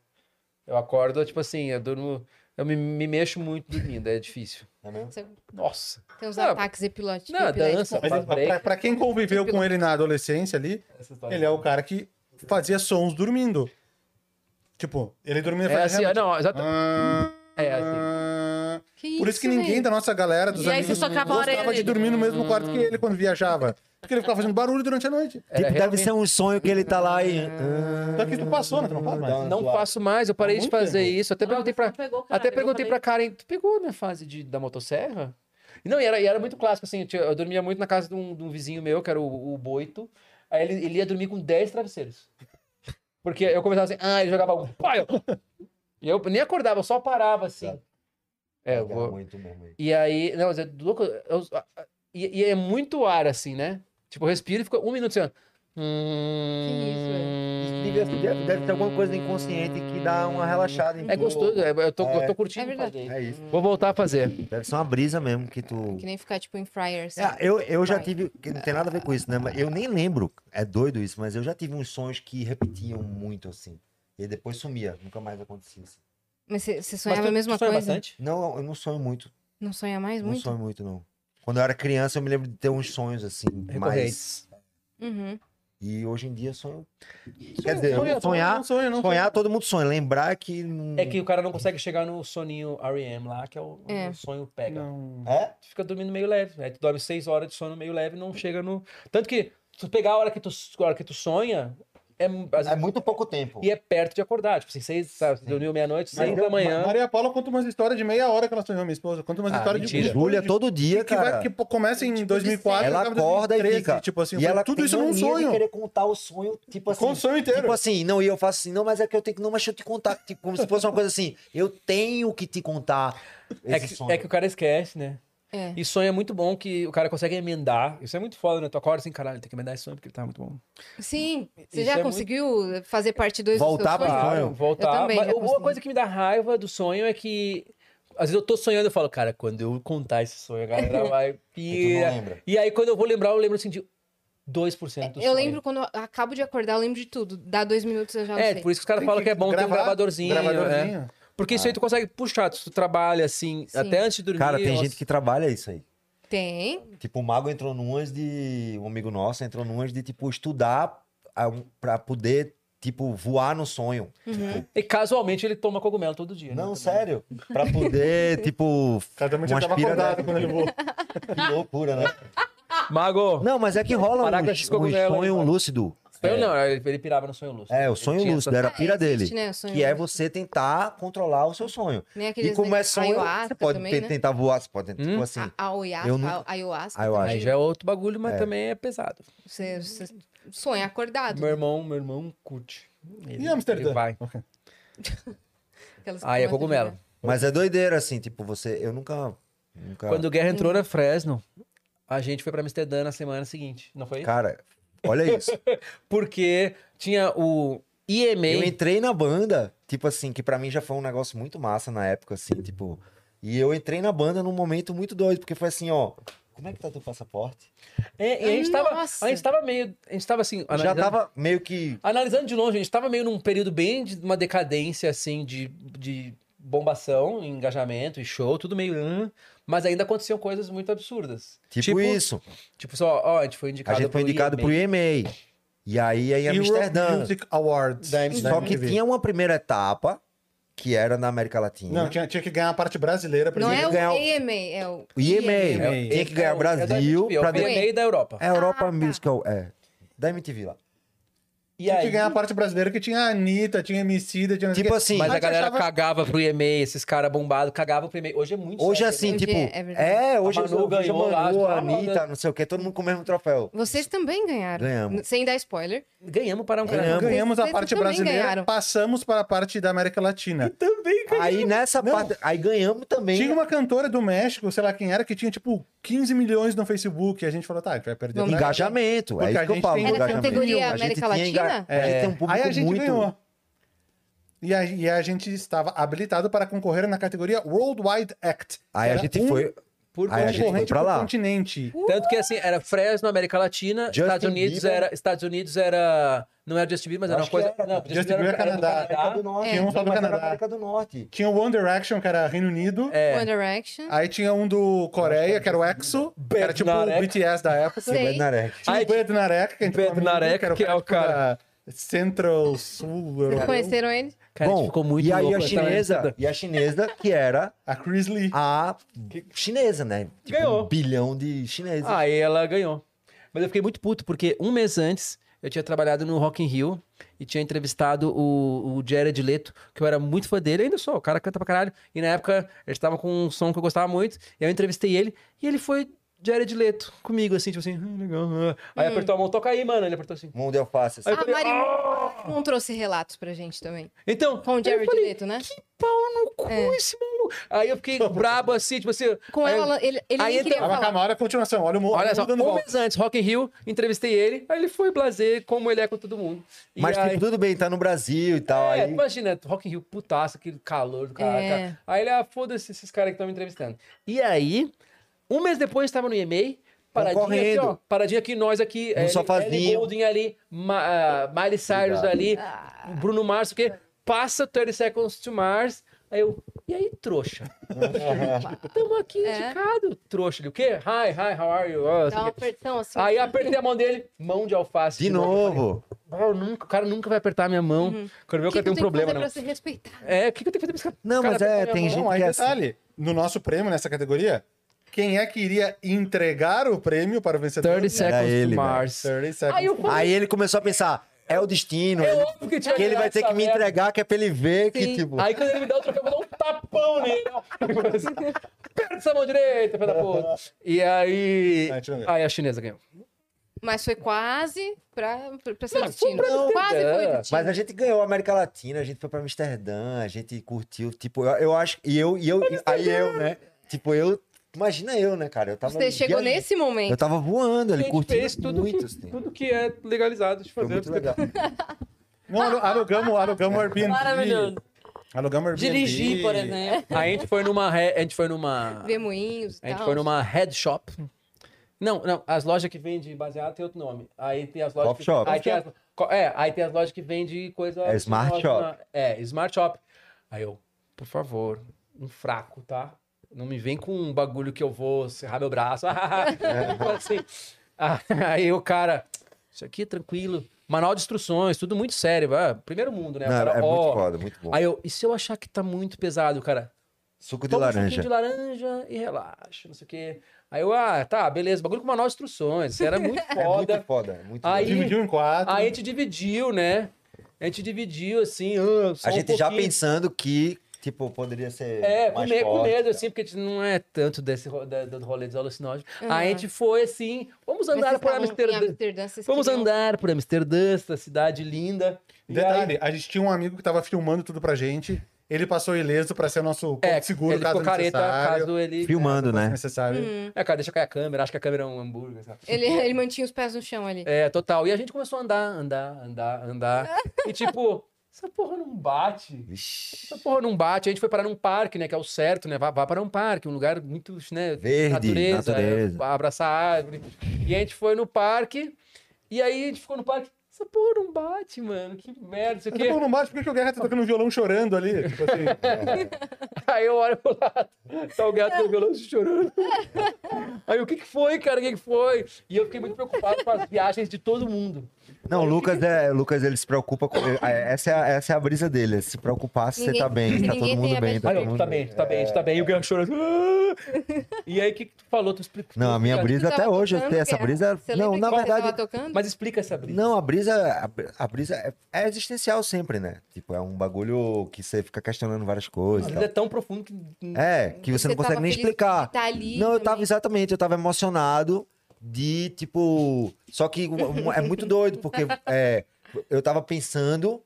Speaker 3: Eu acordo, tipo assim, eu durmo, eu me, me mexo muito dormindo, é difícil.
Speaker 4: É mesmo?
Speaker 2: Você
Speaker 3: Nossa.
Speaker 2: Tem uns
Speaker 3: Não,
Speaker 2: ataques epilote-
Speaker 3: não,
Speaker 2: epiléticos.
Speaker 3: dança.
Speaker 5: Mas ele- pra, pra quem conviveu com ele na adolescência ali,
Speaker 3: Essa história.
Speaker 5: ele é o cara que fazia sons dormindo. Tipo, ele dormia e
Speaker 3: É
Speaker 5: fazia
Speaker 3: assim,
Speaker 5: realmente-
Speaker 3: não, exato.
Speaker 5: Ah,
Speaker 3: É assim.
Speaker 5: ah.
Speaker 2: Que
Speaker 5: Por isso que ninguém
Speaker 2: velho?
Speaker 5: da nossa galera, dos
Speaker 1: E aí
Speaker 5: amigos,
Speaker 1: você socava a orelha
Speaker 5: gostava de
Speaker 1: dele.
Speaker 5: dormir no mesmo quarto que
Speaker 3: Hum.
Speaker 5: ele quando viajava. Porque ele ficava fazendo barulho durante a noite.
Speaker 3: É,
Speaker 4: Tipo, deve
Speaker 3: realmente- Ah,
Speaker 4: ser um sonho que ele tá lá e... ah,
Speaker 5: Só que isso passou, né? Tu não faz mais.
Speaker 4: Não.
Speaker 3: Não faço mais, eu parei
Speaker 5: Há
Speaker 3: de
Speaker 5: muito
Speaker 3: fazer
Speaker 5: tempo.
Speaker 1: Ah,
Speaker 3: isso. Até perguntei pra,
Speaker 1: Não pegou, caralho,
Speaker 3: até
Speaker 1: eu
Speaker 3: perguntei
Speaker 1: falei.
Speaker 3: pra Karen, tu pegou a minha fase de, da motosserra? E Não, e era, e era muito clássico, assim, eu, tinha- eu dormia muito na casa de um, de um vizinho meu, que era o, o Boito. Aí ele, ele ia dormir com 10 travesseiros. Porque eu começava assim, ah, ele jogava um, pá, eu... E eu nem acordava, eu só parava, assim. É, eu vou...
Speaker 4: Muito mesmo. aí.
Speaker 3: E aí, não, mas é louco, eu- e, e é muito ar, assim, né? Tipo, eu respiro e fico um minuto assim, ó. é? Hum,
Speaker 4: Deve, deve- deve ter alguma coisa inconsciente que dá uma relaxada. em
Speaker 3: É
Speaker 4: tu.
Speaker 3: gostoso, é- eu tô, eu tô
Speaker 2: É
Speaker 3: curtindo
Speaker 2: verdade.
Speaker 3: fazer isso.
Speaker 4: É isso.
Speaker 3: Vou voltar a fazer.
Speaker 4: Deve ser uma brisa mesmo que tu...
Speaker 2: Que nem ficar, tipo, em Friars.
Speaker 4: É, eu, eu já
Speaker 2: Vai.
Speaker 4: tive. que Não tem nada a ver com isso, né? Mas eu nem lembro. É doido isso, mas eu já tive uns sonhos que repetiam muito, assim. E depois sumia. Nunca mais acontecia. assim.
Speaker 2: Mas você- você
Speaker 3: Mas
Speaker 2: sonhava
Speaker 3: tu-
Speaker 2: a mesma
Speaker 3: tu sonha
Speaker 2: coisa?
Speaker 3: bastante?
Speaker 4: Não, eu não sonho muito.
Speaker 2: Não sonha mais
Speaker 4: Não
Speaker 2: muito?
Speaker 4: sonho muito, não. Quando eu era criança, eu me lembro de ter uns sonhos, assim, mais.
Speaker 3: Recorrentes.
Speaker 2: Uhum.
Speaker 4: E hoje em dia eu sonho. Quer dizer, eu-
Speaker 5: não
Speaker 4: sonhar.
Speaker 5: sonha, não
Speaker 4: Sonhar, todo mundo sonha. Lembrar que. não-
Speaker 3: É que o cara não consegue chegar no soninho R.E.M. lá, que é o,
Speaker 2: É.
Speaker 3: o sonho
Speaker 5: sonha.
Speaker 3: pega.
Speaker 5: Não.
Speaker 4: É?
Speaker 3: Tu fica dormindo meio leve. Aí tu dorme seis horas de sono meio leve e não chega no... Tanto que tu pegar a hora que tu, a hora que tu sonha, é, às
Speaker 4: É
Speaker 3: vezes,
Speaker 4: muito pouco tempo.
Speaker 3: e é perto de acordar. Tipo assim, seis, sabe, dormiu meia-noite, seis
Speaker 5: Maria-
Speaker 3: da manhã.
Speaker 5: Ma- Maria Paula conta umas histórias de meia hora que ela sonhou, minha esposa. Conta umas
Speaker 3: Ah,
Speaker 5: histórias
Speaker 3: mentira.
Speaker 5: de
Speaker 4: Júlia, é todo dia,
Speaker 5: que, vai-
Speaker 4: cara.
Speaker 5: que pô- começa
Speaker 3: Tipo,
Speaker 5: em 2004
Speaker 4: Ela
Speaker 5: acaba em
Speaker 4: acorda e
Speaker 5: 2013,
Speaker 4: fica.
Speaker 5: Tipo assim, eu
Speaker 4: e
Speaker 5: falei,
Speaker 4: ela
Speaker 5: tudo isso
Speaker 4: tem um
Speaker 5: num
Speaker 4: mania de
Speaker 5: sonho.
Speaker 4: querer contar o sonho, tipo assim.
Speaker 5: Com o sonho inteiro.
Speaker 4: Tipo assim, não, e eu faço assim, não, mas é que eu tenho que. Não, mas deixa eu te contar. Tipo, como se fosse uma coisa assim, eu tenho que te contar.
Speaker 3: É
Speaker 4: esse
Speaker 3: que,
Speaker 4: sonho.
Speaker 3: é que o cara esquece, né?
Speaker 2: É.
Speaker 3: E sonho é muito bom que o cara consegue emendar. Isso é muito foda, né? Tu acorda assim, caralho, tem que emendar esse sonho porque ele tá muito bom.
Speaker 2: Sim, você
Speaker 3: Isso
Speaker 2: já
Speaker 3: é muito-
Speaker 2: conseguiu fazer parte 2
Speaker 4: Voltar
Speaker 2: do seu
Speaker 4: pra-
Speaker 2: sonho?
Speaker 4: sonho?
Speaker 3: Voltar.
Speaker 2: é. Eu também
Speaker 3: Mas
Speaker 2: já
Speaker 3: uma
Speaker 2: consegui.
Speaker 3: coisa que me dá raiva do sonho é que. Às vezes eu tô sonhando e falo, cara, quando eu contar esse sonho, a galera vai
Speaker 4: E tu É não
Speaker 3: pira.
Speaker 4: lembra.
Speaker 3: E aí quando eu vou lembrar, eu lembro assim de 2% do
Speaker 2: É, Eu
Speaker 3: sonho.
Speaker 2: lembro quando eu acabo de acordar, eu lembro de tudo. Dá dois minutos, eu já não
Speaker 3: É,
Speaker 2: sei.
Speaker 3: por isso que os caras falam que é bom ter um gravadorzinho. né?
Speaker 5: Gravadorzinho.
Speaker 3: Porque isso aí tu consegue puxar, tu trabalha assim,
Speaker 2: Sim.
Speaker 3: até antes de dormir.
Speaker 4: Ah. Cara, tem
Speaker 3: nossa.
Speaker 4: gente que trabalha isso aí.
Speaker 2: Tem.
Speaker 4: Tipo, o Mago entrou numas de. Um amigo nosso entrou numas de, tipo, estudar a- um, pra poder, tipo, voar no sonho.
Speaker 2: Uhum.
Speaker 4: Tipo,
Speaker 3: E casualmente ele toma cogumelo todo dia. né?
Speaker 4: não, sério. Pra poder, tipo.
Speaker 5: Casualmente ele
Speaker 4: umas
Speaker 5: tava
Speaker 4: pira
Speaker 5: acordado
Speaker 4: dessa.
Speaker 5: quando ele voou.
Speaker 4: Que loucura, né?
Speaker 3: Mago!
Speaker 4: Não, mas é que rola um,
Speaker 3: Paracas
Speaker 4: um
Speaker 3: cogumelo,
Speaker 4: sonho
Speaker 3: né?
Speaker 4: lúcido.
Speaker 3: Eu não, ele ele pirava no sonho lúcido.
Speaker 4: É, o
Speaker 3: Ele
Speaker 4: sonho
Speaker 3: tinha
Speaker 4: lúcido, era a pira dele.
Speaker 2: Existe, né, o sonho
Speaker 4: Que é
Speaker 2: lúcido.
Speaker 4: você tentar controlar o seu sonho.
Speaker 2: Né,
Speaker 4: E
Speaker 2: aqueles
Speaker 4: como é
Speaker 2: negócios-
Speaker 4: sonho, você
Speaker 2: ayahuasca
Speaker 4: pode
Speaker 2: também,
Speaker 4: pe-
Speaker 2: né? Ah.
Speaker 4: tentar voar, você pode tentar, tipo assim.
Speaker 2: A, a oiasca,
Speaker 4: Eu nunca-
Speaker 2: a ayahuasca.
Speaker 4: Ayahuasca.
Speaker 2: também,
Speaker 3: Aí já é outro bagulho, mas
Speaker 4: É.
Speaker 3: também é pesado.
Speaker 2: Você, você sonha acordado.
Speaker 3: Meu irmão, meu irmão curte. Ele,
Speaker 5: Ah, E Amsterdã?
Speaker 3: ele vai.
Speaker 2: aquelas que
Speaker 3: Aí
Speaker 2: começam
Speaker 3: é
Speaker 2: a
Speaker 3: cogumelo.
Speaker 2: jogar.
Speaker 4: Mas é doideira, assim, tipo, você. Eu nunca. nunca...
Speaker 3: Quando o Guerra
Speaker 5: Hum.
Speaker 3: entrou na Fresno, a gente foi pra Amsterdã na semana seguinte, não foi?
Speaker 4: Cara, olha isso.
Speaker 3: Porque tinha o
Speaker 4: Eu
Speaker 3: IMA.
Speaker 4: entrei na banda, tipo assim, que pra mim já foi um negócio muito massa na época, assim, tipo. E eu entrei na banda num momento muito doido, porque foi assim, ó. Como é que tá teu passaporte?
Speaker 3: É, e a gente, tava,
Speaker 2: Nossa!
Speaker 3: a gente tava meio. A gente tava assim.
Speaker 4: Já
Speaker 3: analisando-
Speaker 4: tava meio que.
Speaker 3: Analisando de longe, a gente tava meio num período bem de uma decadência, assim, de, de bombação, engajamento e show, tudo meio. "Hã", mas ainda aconteciam coisas muito absurdas.
Speaker 4: Tipo, isso.
Speaker 3: Tipo, só, ó, a gente foi
Speaker 4: A
Speaker 3: indicado
Speaker 4: gente foi indicado pro EMA. E aí é em
Speaker 5: Europe
Speaker 4: Amsterdã.
Speaker 5: Music Awards. Da
Speaker 4: Só que
Speaker 5: MTV.
Speaker 4: tinha uma primeira etapa, que era na América Latina.
Speaker 5: Não, tinha, tinha que ganhar a parte brasileira pra
Speaker 2: Não
Speaker 5: ele
Speaker 2: é o
Speaker 4: ganhar o-
Speaker 2: EMA, é o...
Speaker 4: O EMA.
Speaker 5: EMA.
Speaker 4: né? Tinha que ganhar o Brasil
Speaker 3: É
Speaker 4: pra
Speaker 3: o
Speaker 4: depois.
Speaker 3: meio da Europa.
Speaker 4: É Europa Musical, é. Da MTV lá.
Speaker 3: E
Speaker 5: Tinha
Speaker 3: aí,
Speaker 5: que ganhar a parte brasileira, que tinha a Anitta, tinha Emicida, tinha... não sei
Speaker 4: Tipo
Speaker 5: o quê.
Speaker 4: assim,
Speaker 3: mas
Speaker 4: a
Speaker 3: a
Speaker 5: gente
Speaker 3: galera
Speaker 5: achava-
Speaker 3: cagava pro EMA, esses caras bombados cagavam pro EMA. Hoje é muito
Speaker 4: Hoje
Speaker 3: sério,
Speaker 4: assim,
Speaker 2: Hoje
Speaker 4: tipo.
Speaker 2: é- é verdade.
Speaker 4: É, hoje
Speaker 3: A Manu
Speaker 4: hoje a
Speaker 3: ganhou lá,
Speaker 4: Manu, a
Speaker 3: tá rolando.
Speaker 4: Anitta, não sei o quê, todo mundo com o mesmo troféu.
Speaker 2: Vocês também ganharam.
Speaker 4: Ganhamos.
Speaker 2: Sem dar spoiler.
Speaker 3: né? Ganhamos para um
Speaker 4: Ganhamos.
Speaker 3: cara.
Speaker 5: Ganhamos a
Speaker 2: Vocês
Speaker 5: parte
Speaker 2: também
Speaker 5: brasileira,
Speaker 2: ganharam.
Speaker 5: passamos para a parte da América Latina.
Speaker 4: Aí nessa parte. Aí ganhamos também.
Speaker 5: Tinha uma cantora do México, sei lá quem era, que tinha tipo 15 milhões no Facebook. E a gente falou, tá, a gente vai perder.
Speaker 2: Vamos
Speaker 5: pra ela.
Speaker 3: né?
Speaker 4: Engajamento.
Speaker 5: Porque
Speaker 4: é
Speaker 5: a
Speaker 4: isso que eu
Speaker 5: gente
Speaker 4: falo.
Speaker 5: tem-
Speaker 4: do
Speaker 5: Era
Speaker 4: engajamento.
Speaker 2: categoria
Speaker 4: A gente
Speaker 2: América
Speaker 4: tinha enga-
Speaker 2: Latina?
Speaker 4: A gente tem um público
Speaker 5: É. Aí a gente
Speaker 4: muito.
Speaker 5: ganhou. E a, e a gente estava habilitado para concorrer na categoria Worldwide Act.
Speaker 4: Aí a
Speaker 5: Era
Speaker 4: gente
Speaker 5: um
Speaker 4: foi.
Speaker 3: Por
Speaker 4: Aí a gente foi
Speaker 5: Concorrente
Speaker 4: pra
Speaker 5: pro
Speaker 4: lá.
Speaker 5: continente.
Speaker 3: Tanto que assim, era Fresno, América Latina,
Speaker 4: Justin
Speaker 3: Estados Unidos
Speaker 4: Bieber.
Speaker 3: era. Estados Unidos era. Não era Justin Bieber, mas era
Speaker 4: Acho
Speaker 3: uma coisa.
Speaker 4: que era.
Speaker 3: não,
Speaker 5: Justin Bieber é Canadá.
Speaker 4: América do Norte.
Speaker 5: Tinha um só do
Speaker 4: mas É. era
Speaker 5: Canadá.
Speaker 4: América do Norte.
Speaker 5: Tinha o One Direction, que era Reino Unido.
Speaker 3: É.
Speaker 2: One Direction.
Speaker 5: Aí tinha um do Coreia, que era o EXO. que Era tipo o
Speaker 3: Bednarek.
Speaker 5: BTS da época.
Speaker 2: Sei.
Speaker 4: Bednarek.
Speaker 5: Tinha
Speaker 3: Aí
Speaker 5: o Bednarek, que a gente ficou amigo,
Speaker 3: Bednarek,
Speaker 5: era
Speaker 3: que é o
Speaker 5: cara tipo
Speaker 3: cara.
Speaker 5: da Central Sul
Speaker 2: Vocês
Speaker 5: Europeu.
Speaker 2: conheceram ele?
Speaker 3: Cara,
Speaker 4: Bom,
Speaker 3: ficou muito
Speaker 4: e aí
Speaker 3: louco tá?
Speaker 4: a
Speaker 3: essa
Speaker 4: chinesa,
Speaker 3: merda.
Speaker 4: e a chinesa que era
Speaker 5: A Chris Lee.
Speaker 4: a chinesa, né? Tipo,
Speaker 3: Ganhou. Ah,
Speaker 4: Um bilhão de chineses.
Speaker 3: Aí ela ganhou. Mas eu fiquei muito puto, porque um mês antes eu tinha trabalhado no Rock in Rio e tinha entrevistado o, o Jared Leto, que eu era muito fã dele, ainda sou, o cara canta pra caralho. E na época ele estava com um som que eu gostava muito, e eu entrevistei ele, e ele foi Jared Leto comigo, assim, tipo assim, ah, legal. ah." Aí apertou a mão, toca aí, mano. Ele apertou assim.
Speaker 4: Mundo de alface. assim.
Speaker 3: Aí eu
Speaker 2: Ah,
Speaker 3: falei,
Speaker 2: Hum. Mari-
Speaker 3: "Ah!"
Speaker 2: Não Um trouxe relatos pra gente também.
Speaker 3: Então.
Speaker 2: Com o
Speaker 3: eu
Speaker 2: Jared
Speaker 3: falei,
Speaker 2: Leto, né?
Speaker 3: Que pau no cu
Speaker 2: É.
Speaker 3: esse maluco. Aí eu fiquei brabo assim, tipo assim.
Speaker 2: Com
Speaker 3: aí eu-
Speaker 2: ela, ele, ele
Speaker 3: aí
Speaker 2: nem queria
Speaker 3: entra-
Speaker 5: Ah, mas
Speaker 2: falar.
Speaker 5: calma, olha a continuação. Olha o mundo
Speaker 3: Olha só,
Speaker 5: dando
Speaker 3: um
Speaker 5: volta.
Speaker 3: mês antes, Rock in Rio, entrevistei ele, aí ele foi blazer como ele é com todo mundo. E
Speaker 4: Mas
Speaker 3: aí,
Speaker 4: tipo, tudo bem, tá no Brasil e tal.
Speaker 3: é,
Speaker 4: aí...
Speaker 3: imagina, Rock in Rio, putaça, aquele calor do cara.
Speaker 2: É.
Speaker 3: cara. Aí ele, ah, foda-se esses caras que estão me entrevistando. E aí, um mês depois, estava no e-mail, paradinha aqui,
Speaker 4: Concorrendo.
Speaker 3: ó, paradinha aqui, nós aqui,
Speaker 4: No
Speaker 3: Ellie-
Speaker 4: sofazinho.
Speaker 3: Ellie Goulding ali, Ma, ah, Miley Cyrus
Speaker 4: Obrigado.
Speaker 3: ali,
Speaker 2: Ah.
Speaker 3: Bruno Mars, porque passa 30 Seconds to Mars, aí eu, e aí, trouxa? Tamo aqui
Speaker 2: É.
Speaker 3: indicado, trouxa. Ele, o quê? Hi, hi, how are you? Ah, não sei
Speaker 2: Dá
Speaker 3: o
Speaker 2: um
Speaker 3: quê.
Speaker 2: apertão assim.
Speaker 3: Aí eu apertei a mão dele, mão de alface.
Speaker 4: De
Speaker 3: Eu
Speaker 4: novo.
Speaker 3: falei, "Ah, eu nunca, o cara nunca vai apertar a minha mão. Quando vê
Speaker 2: O
Speaker 3: que,
Speaker 2: que
Speaker 3: eu tenho um
Speaker 2: que
Speaker 3: problema,
Speaker 2: fazer
Speaker 3: não.
Speaker 2: pra ser respeitado?
Speaker 3: É, o que, que eu tenho que fazer pra esse cara?
Speaker 4: Não,
Speaker 3: o cara
Speaker 4: mas
Speaker 3: apertar
Speaker 4: é,
Speaker 3: minha
Speaker 4: tem
Speaker 3: mão?
Speaker 4: gente
Speaker 5: Não, aí
Speaker 4: que é
Speaker 5: detalhe. No nosso prêmio, nessa categoria, quem é que iria entregar o prêmio para o vencedor?
Speaker 3: 30 Seconds
Speaker 4: é ele,
Speaker 3: to
Speaker 4: velho.
Speaker 3: Mars.
Speaker 5: 30
Speaker 3: Aí eu
Speaker 5: seconds.
Speaker 3: falei,
Speaker 4: Aí ele começou a pensar, é o destino.
Speaker 3: é
Speaker 4: ele-
Speaker 3: óbvio que tinha
Speaker 4: que ele vai ter que me
Speaker 3: essa merda.
Speaker 4: entregar, que é pra ele ver que,
Speaker 3: Sim.
Speaker 4: tipo...
Speaker 3: Aí quando ele me dá o troféu, eu vou dar um tapão nele. Perto essa mão direita, filho da puta. E aí...
Speaker 5: Ah, deixa eu ver.
Speaker 3: Aí a chinesa ganhou.
Speaker 2: Mas foi quase pra, pra- pra ser
Speaker 3: Não, foi
Speaker 2: destino.
Speaker 3: pra É, ter
Speaker 2: Quase
Speaker 3: ideia.
Speaker 2: foi destino.
Speaker 4: Mas a gente ganhou a América Latina, a gente foi pra Amsterdã, a gente curtiu, tipo, eu, eu acho... E eu, e eu aí eu, né? Tipo, eu Imagina eu, né, cara? Eu tava
Speaker 2: Você chegou
Speaker 4: viajando.
Speaker 2: nesse momento.
Speaker 4: Eu tava voando ali,
Speaker 3: A gente fez
Speaker 4: curtindo
Speaker 3: tudo,
Speaker 4: muito.
Speaker 3: que,
Speaker 4: assim.
Speaker 3: tudo que é legalizado de
Speaker 4: Foi
Speaker 3: fazer.
Speaker 4: muito legal.
Speaker 5: Não, alu- alugamos, alugamos o Airbnb.
Speaker 1: Maravilhoso.
Speaker 5: Alugamos o Airbnb.
Speaker 1: Dirigir, por exemplo.
Speaker 3: A gente foi numa. re- A gente foi numa.
Speaker 2: Ver moinhos e
Speaker 3: A gente
Speaker 2: tal.
Speaker 3: foi numa head shop. Não, não, as lojas que vendem baseado tem outro nome. Aí tem as lojas.
Speaker 4: Coffee
Speaker 3: que,
Speaker 4: shop.
Speaker 3: Aí tem as, co- é, aí tem as lojas que vendem coisa.
Speaker 4: É smart
Speaker 3: relaciona- É, smart shop. Aí eu, por favor, um fraco, tá? Não me vem com um bagulho que eu vou serrar meu braço. Tipo assim. Ah, Aí o cara, isso aqui é tranquilo. Manual de instruções, tudo muito sério. ah, Primeiro mundo, né? O
Speaker 4: Não,
Speaker 3: cara,
Speaker 4: é muito
Speaker 3: ó.
Speaker 4: foda, muito bom.
Speaker 3: Aí eu, e se eu achar que tá muito pesado, cara?
Speaker 4: Suco de
Speaker 3: Toma um suquinho
Speaker 4: laranja.
Speaker 3: de laranja e relaxa, não sei o quê. Aí eu, ah, tá, beleza, bagulho com manual de instruções, isso era muito
Speaker 4: É
Speaker 3: foda.
Speaker 4: muito foda, é muito
Speaker 3: Aí-
Speaker 4: bom.
Speaker 5: Dividiu em quatro.
Speaker 3: Aí a gente dividiu, né? A gente dividiu, assim, ah, só
Speaker 4: A
Speaker 3: um
Speaker 4: gente já
Speaker 3: pouquinho.
Speaker 4: pensando que, tipo, poderia ser
Speaker 3: É, com,
Speaker 4: mais
Speaker 3: me- com
Speaker 4: forte,
Speaker 3: medo,
Speaker 4: tá?
Speaker 3: assim, porque a gente não é tanto desse ro- da- do rolê dos alucinógenos.
Speaker 2: Aham.
Speaker 3: Aí a gente foi, assim, vamos
Speaker 2: É. Mas
Speaker 3: andar
Speaker 2: vocês
Speaker 3: por
Speaker 2: estavam em
Speaker 3: Amsterdã.
Speaker 2: Amsterdã, vocês
Speaker 3: Vamos
Speaker 2: queriam-
Speaker 3: andar por Amsterdã, essa cidade linda. E
Speaker 5: Detalhe, a gente tinha um amigo que tava filmando tudo pra gente. Ele passou ileso pra ser nosso ponto
Speaker 3: aí, é,
Speaker 5: seguro
Speaker 3: ele
Speaker 5: caso
Speaker 3: ficou careta
Speaker 5: necessário.
Speaker 3: caso ele...
Speaker 4: Filmando, né?
Speaker 5: necessário.
Speaker 3: É, cara, deixa cair a câmera, acho que a câmera é um hambúrguer, sabe?
Speaker 2: Ele, ele mantinha os pés no chão ali.
Speaker 3: É, total. E a gente começou a andar, andar, andar, andar. e tipo, essa porra não bate.
Speaker 4: Vixe.
Speaker 3: Essa porra não bate. A gente foi parar num parque, né? Que é o certo, né? Vá, vá para um parque, um lugar muito, né?
Speaker 4: Verde, natureza.
Speaker 3: é, abraçar a árvore. E a gente foi no parque. E aí a gente ficou no parque. Essa porra não bate, mano. Que merda, isso
Speaker 5: Mas eu
Speaker 3: aqui.
Speaker 5: não bate, por que que o Guerra tá tocando um violão chorando ali? Tipo assim,
Speaker 3: Aí eu olho pro lado. Tá o gato com o violão chorando. Aí o que que foi, cara? O que que foi? E eu fiquei muito preocupado com as viagens de todo mundo.
Speaker 4: Não, o Lucas, é, o Lucas, ele se preocupa com. é, Essa é, a- essa é a brisa dele. é Se preocupar se você tá
Speaker 2: Ninguém-
Speaker 4: bem, se
Speaker 2: ninguém
Speaker 4: tá todo
Speaker 2: tem a
Speaker 4: mundo bem.
Speaker 2: mesma-
Speaker 4: Tá É.
Speaker 3: Aí
Speaker 4: todo
Speaker 3: eu, tu
Speaker 4: mundo
Speaker 3: tá bem, tu tá bem, tu tá bem. E o Guilherme chorando. "Ah!" E aí, o que, que tu falou? Tu explicou.
Speaker 4: Não, a minha
Speaker 3: Cara,
Speaker 4: brisa
Speaker 2: Você
Speaker 4: até
Speaker 2: tava é
Speaker 4: hoje, eu
Speaker 2: tocando,
Speaker 4: tenho essa
Speaker 2: Guerra?
Speaker 4: brisa.
Speaker 2: Você
Speaker 4: Não,
Speaker 2: lembra
Speaker 4: na
Speaker 2: que você tava
Speaker 4: verdade.
Speaker 2: tocando?
Speaker 3: Mas explica essa brisa.
Speaker 4: Não, a brisa, a br- a brisa é, é existencial sempre, né? Tipo, é um bagulho que você fica questionando várias
Speaker 3: a
Speaker 4: coisas. e
Speaker 3: brisa é tão profundo que.
Speaker 4: tal. É, que você, não
Speaker 2: tava
Speaker 4: consegue nem
Speaker 2: feliz de
Speaker 4: explicar.
Speaker 2: estar ali
Speaker 4: Não, eu
Speaker 2: também.
Speaker 4: tava exatamente, eu tava emocionado de tipo. Só que um- é muito doido, porque é, eu tava pensando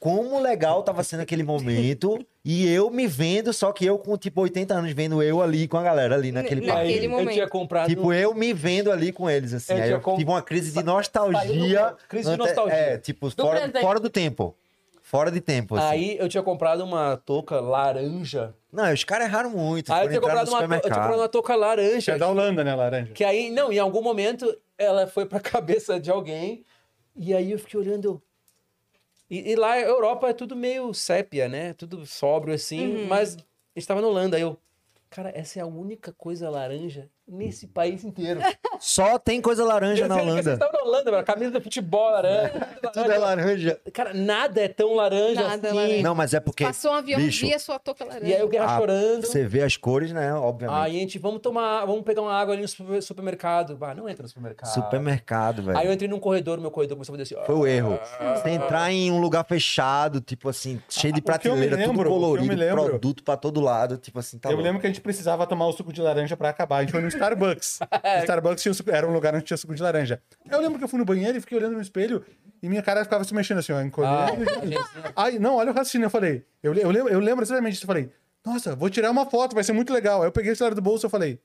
Speaker 4: como legal tava sendo aquele momento e eu me vendo, só que eu com tipo 80 anos, vendo eu ali com a galera ali naquele
Speaker 2: Naquele
Speaker 4: parque.
Speaker 3: Aí,
Speaker 2: momento.
Speaker 3: Eu tinha comprado.
Speaker 4: Tipo, eu me vendo ali com eles, assim.
Speaker 3: É Eu
Speaker 4: Aí
Speaker 3: tinha
Speaker 4: eu
Speaker 3: com-
Speaker 4: tive uma crise de nostalgia.
Speaker 3: Crise de
Speaker 4: ante-
Speaker 3: nostalgia.
Speaker 4: É, tipo, fora,
Speaker 1: presente.
Speaker 4: fora do tempo. Fora de tempo, assim.
Speaker 3: Aí eu tinha comprado uma touca laranja.
Speaker 4: Não, os caras erraram muito.
Speaker 3: Aí eu
Speaker 4: foram
Speaker 3: tinha,
Speaker 4: entrar no
Speaker 3: comprado uma, eu tinha
Speaker 4: supermercado.
Speaker 3: comprado uma touca
Speaker 5: é
Speaker 3: laranja.
Speaker 5: da Holanda, né, laranja?
Speaker 3: Que aí, não, em algum momento ela foi pra cabeça de alguém. E aí eu fiquei olhando. eu- E, e lá, a Europa é tudo meio sépia, né? Tudo sóbrio assim. Mas a gente tava na Holanda. Aí eu, cara, essa é a única coisa laranja nesse país inteiro.
Speaker 4: Só tem coisa laranja na
Speaker 3: Você
Speaker 4: Holanda.
Speaker 3: tava na Holanda, velho. Camisa do futebol laranja.
Speaker 4: Tudo é laranja.
Speaker 3: Cara, nada é tão laranja
Speaker 2: Nada é
Speaker 3: assim.
Speaker 2: laranja.
Speaker 4: Não, mas é porque.
Speaker 2: Passou um avião,
Speaker 4: bicho,
Speaker 2: via sua touca laranja.
Speaker 3: E aí o
Speaker 5: tá
Speaker 3: Guerra
Speaker 4: Ah,
Speaker 3: chorando.
Speaker 4: Você vê as cores, né? Obviamente.
Speaker 3: Aí a gente, vamos tomar, vamos pegar uma água ali no super- supermercado. Ah, não entra no supermercado.
Speaker 4: Supermercado,
Speaker 3: Aí eu
Speaker 4: velho.
Speaker 3: entrei num corredor, meu corredor começou a fazer assim. ó.
Speaker 4: Foi o erro. Você entrar em um lugar fechado, tipo assim, cheio de
Speaker 5: Ah. o que eu me
Speaker 4: prateleira, tudo
Speaker 5: lembro, o que eu me
Speaker 4: colorido,
Speaker 5: lembro-
Speaker 4: produto pra todo lado, tipo assim, tá
Speaker 5: eu
Speaker 4: bom.
Speaker 5: lembro que a gente precisava tomar o suco de laranja pra acabar. A gente foi no Starbucks.
Speaker 3: É.
Speaker 5: O Starbucks tinha o suco- era um lugar onde tinha suco de laranja. Eu lembro que eu fui no banheiro e fiquei olhando no espelho e minha cara ficava se mexendo assim, ó,
Speaker 3: Ah,
Speaker 5: encolhendo.
Speaker 3: a gente-
Speaker 5: Aí, não, olha o raciocínio. Eu falei, eu, le- eu lembro, eu lembro exatamente disso. Eu falei, nossa, vou tirar uma foto, vai ser muito legal. Aí eu peguei o celular do bolso e falei,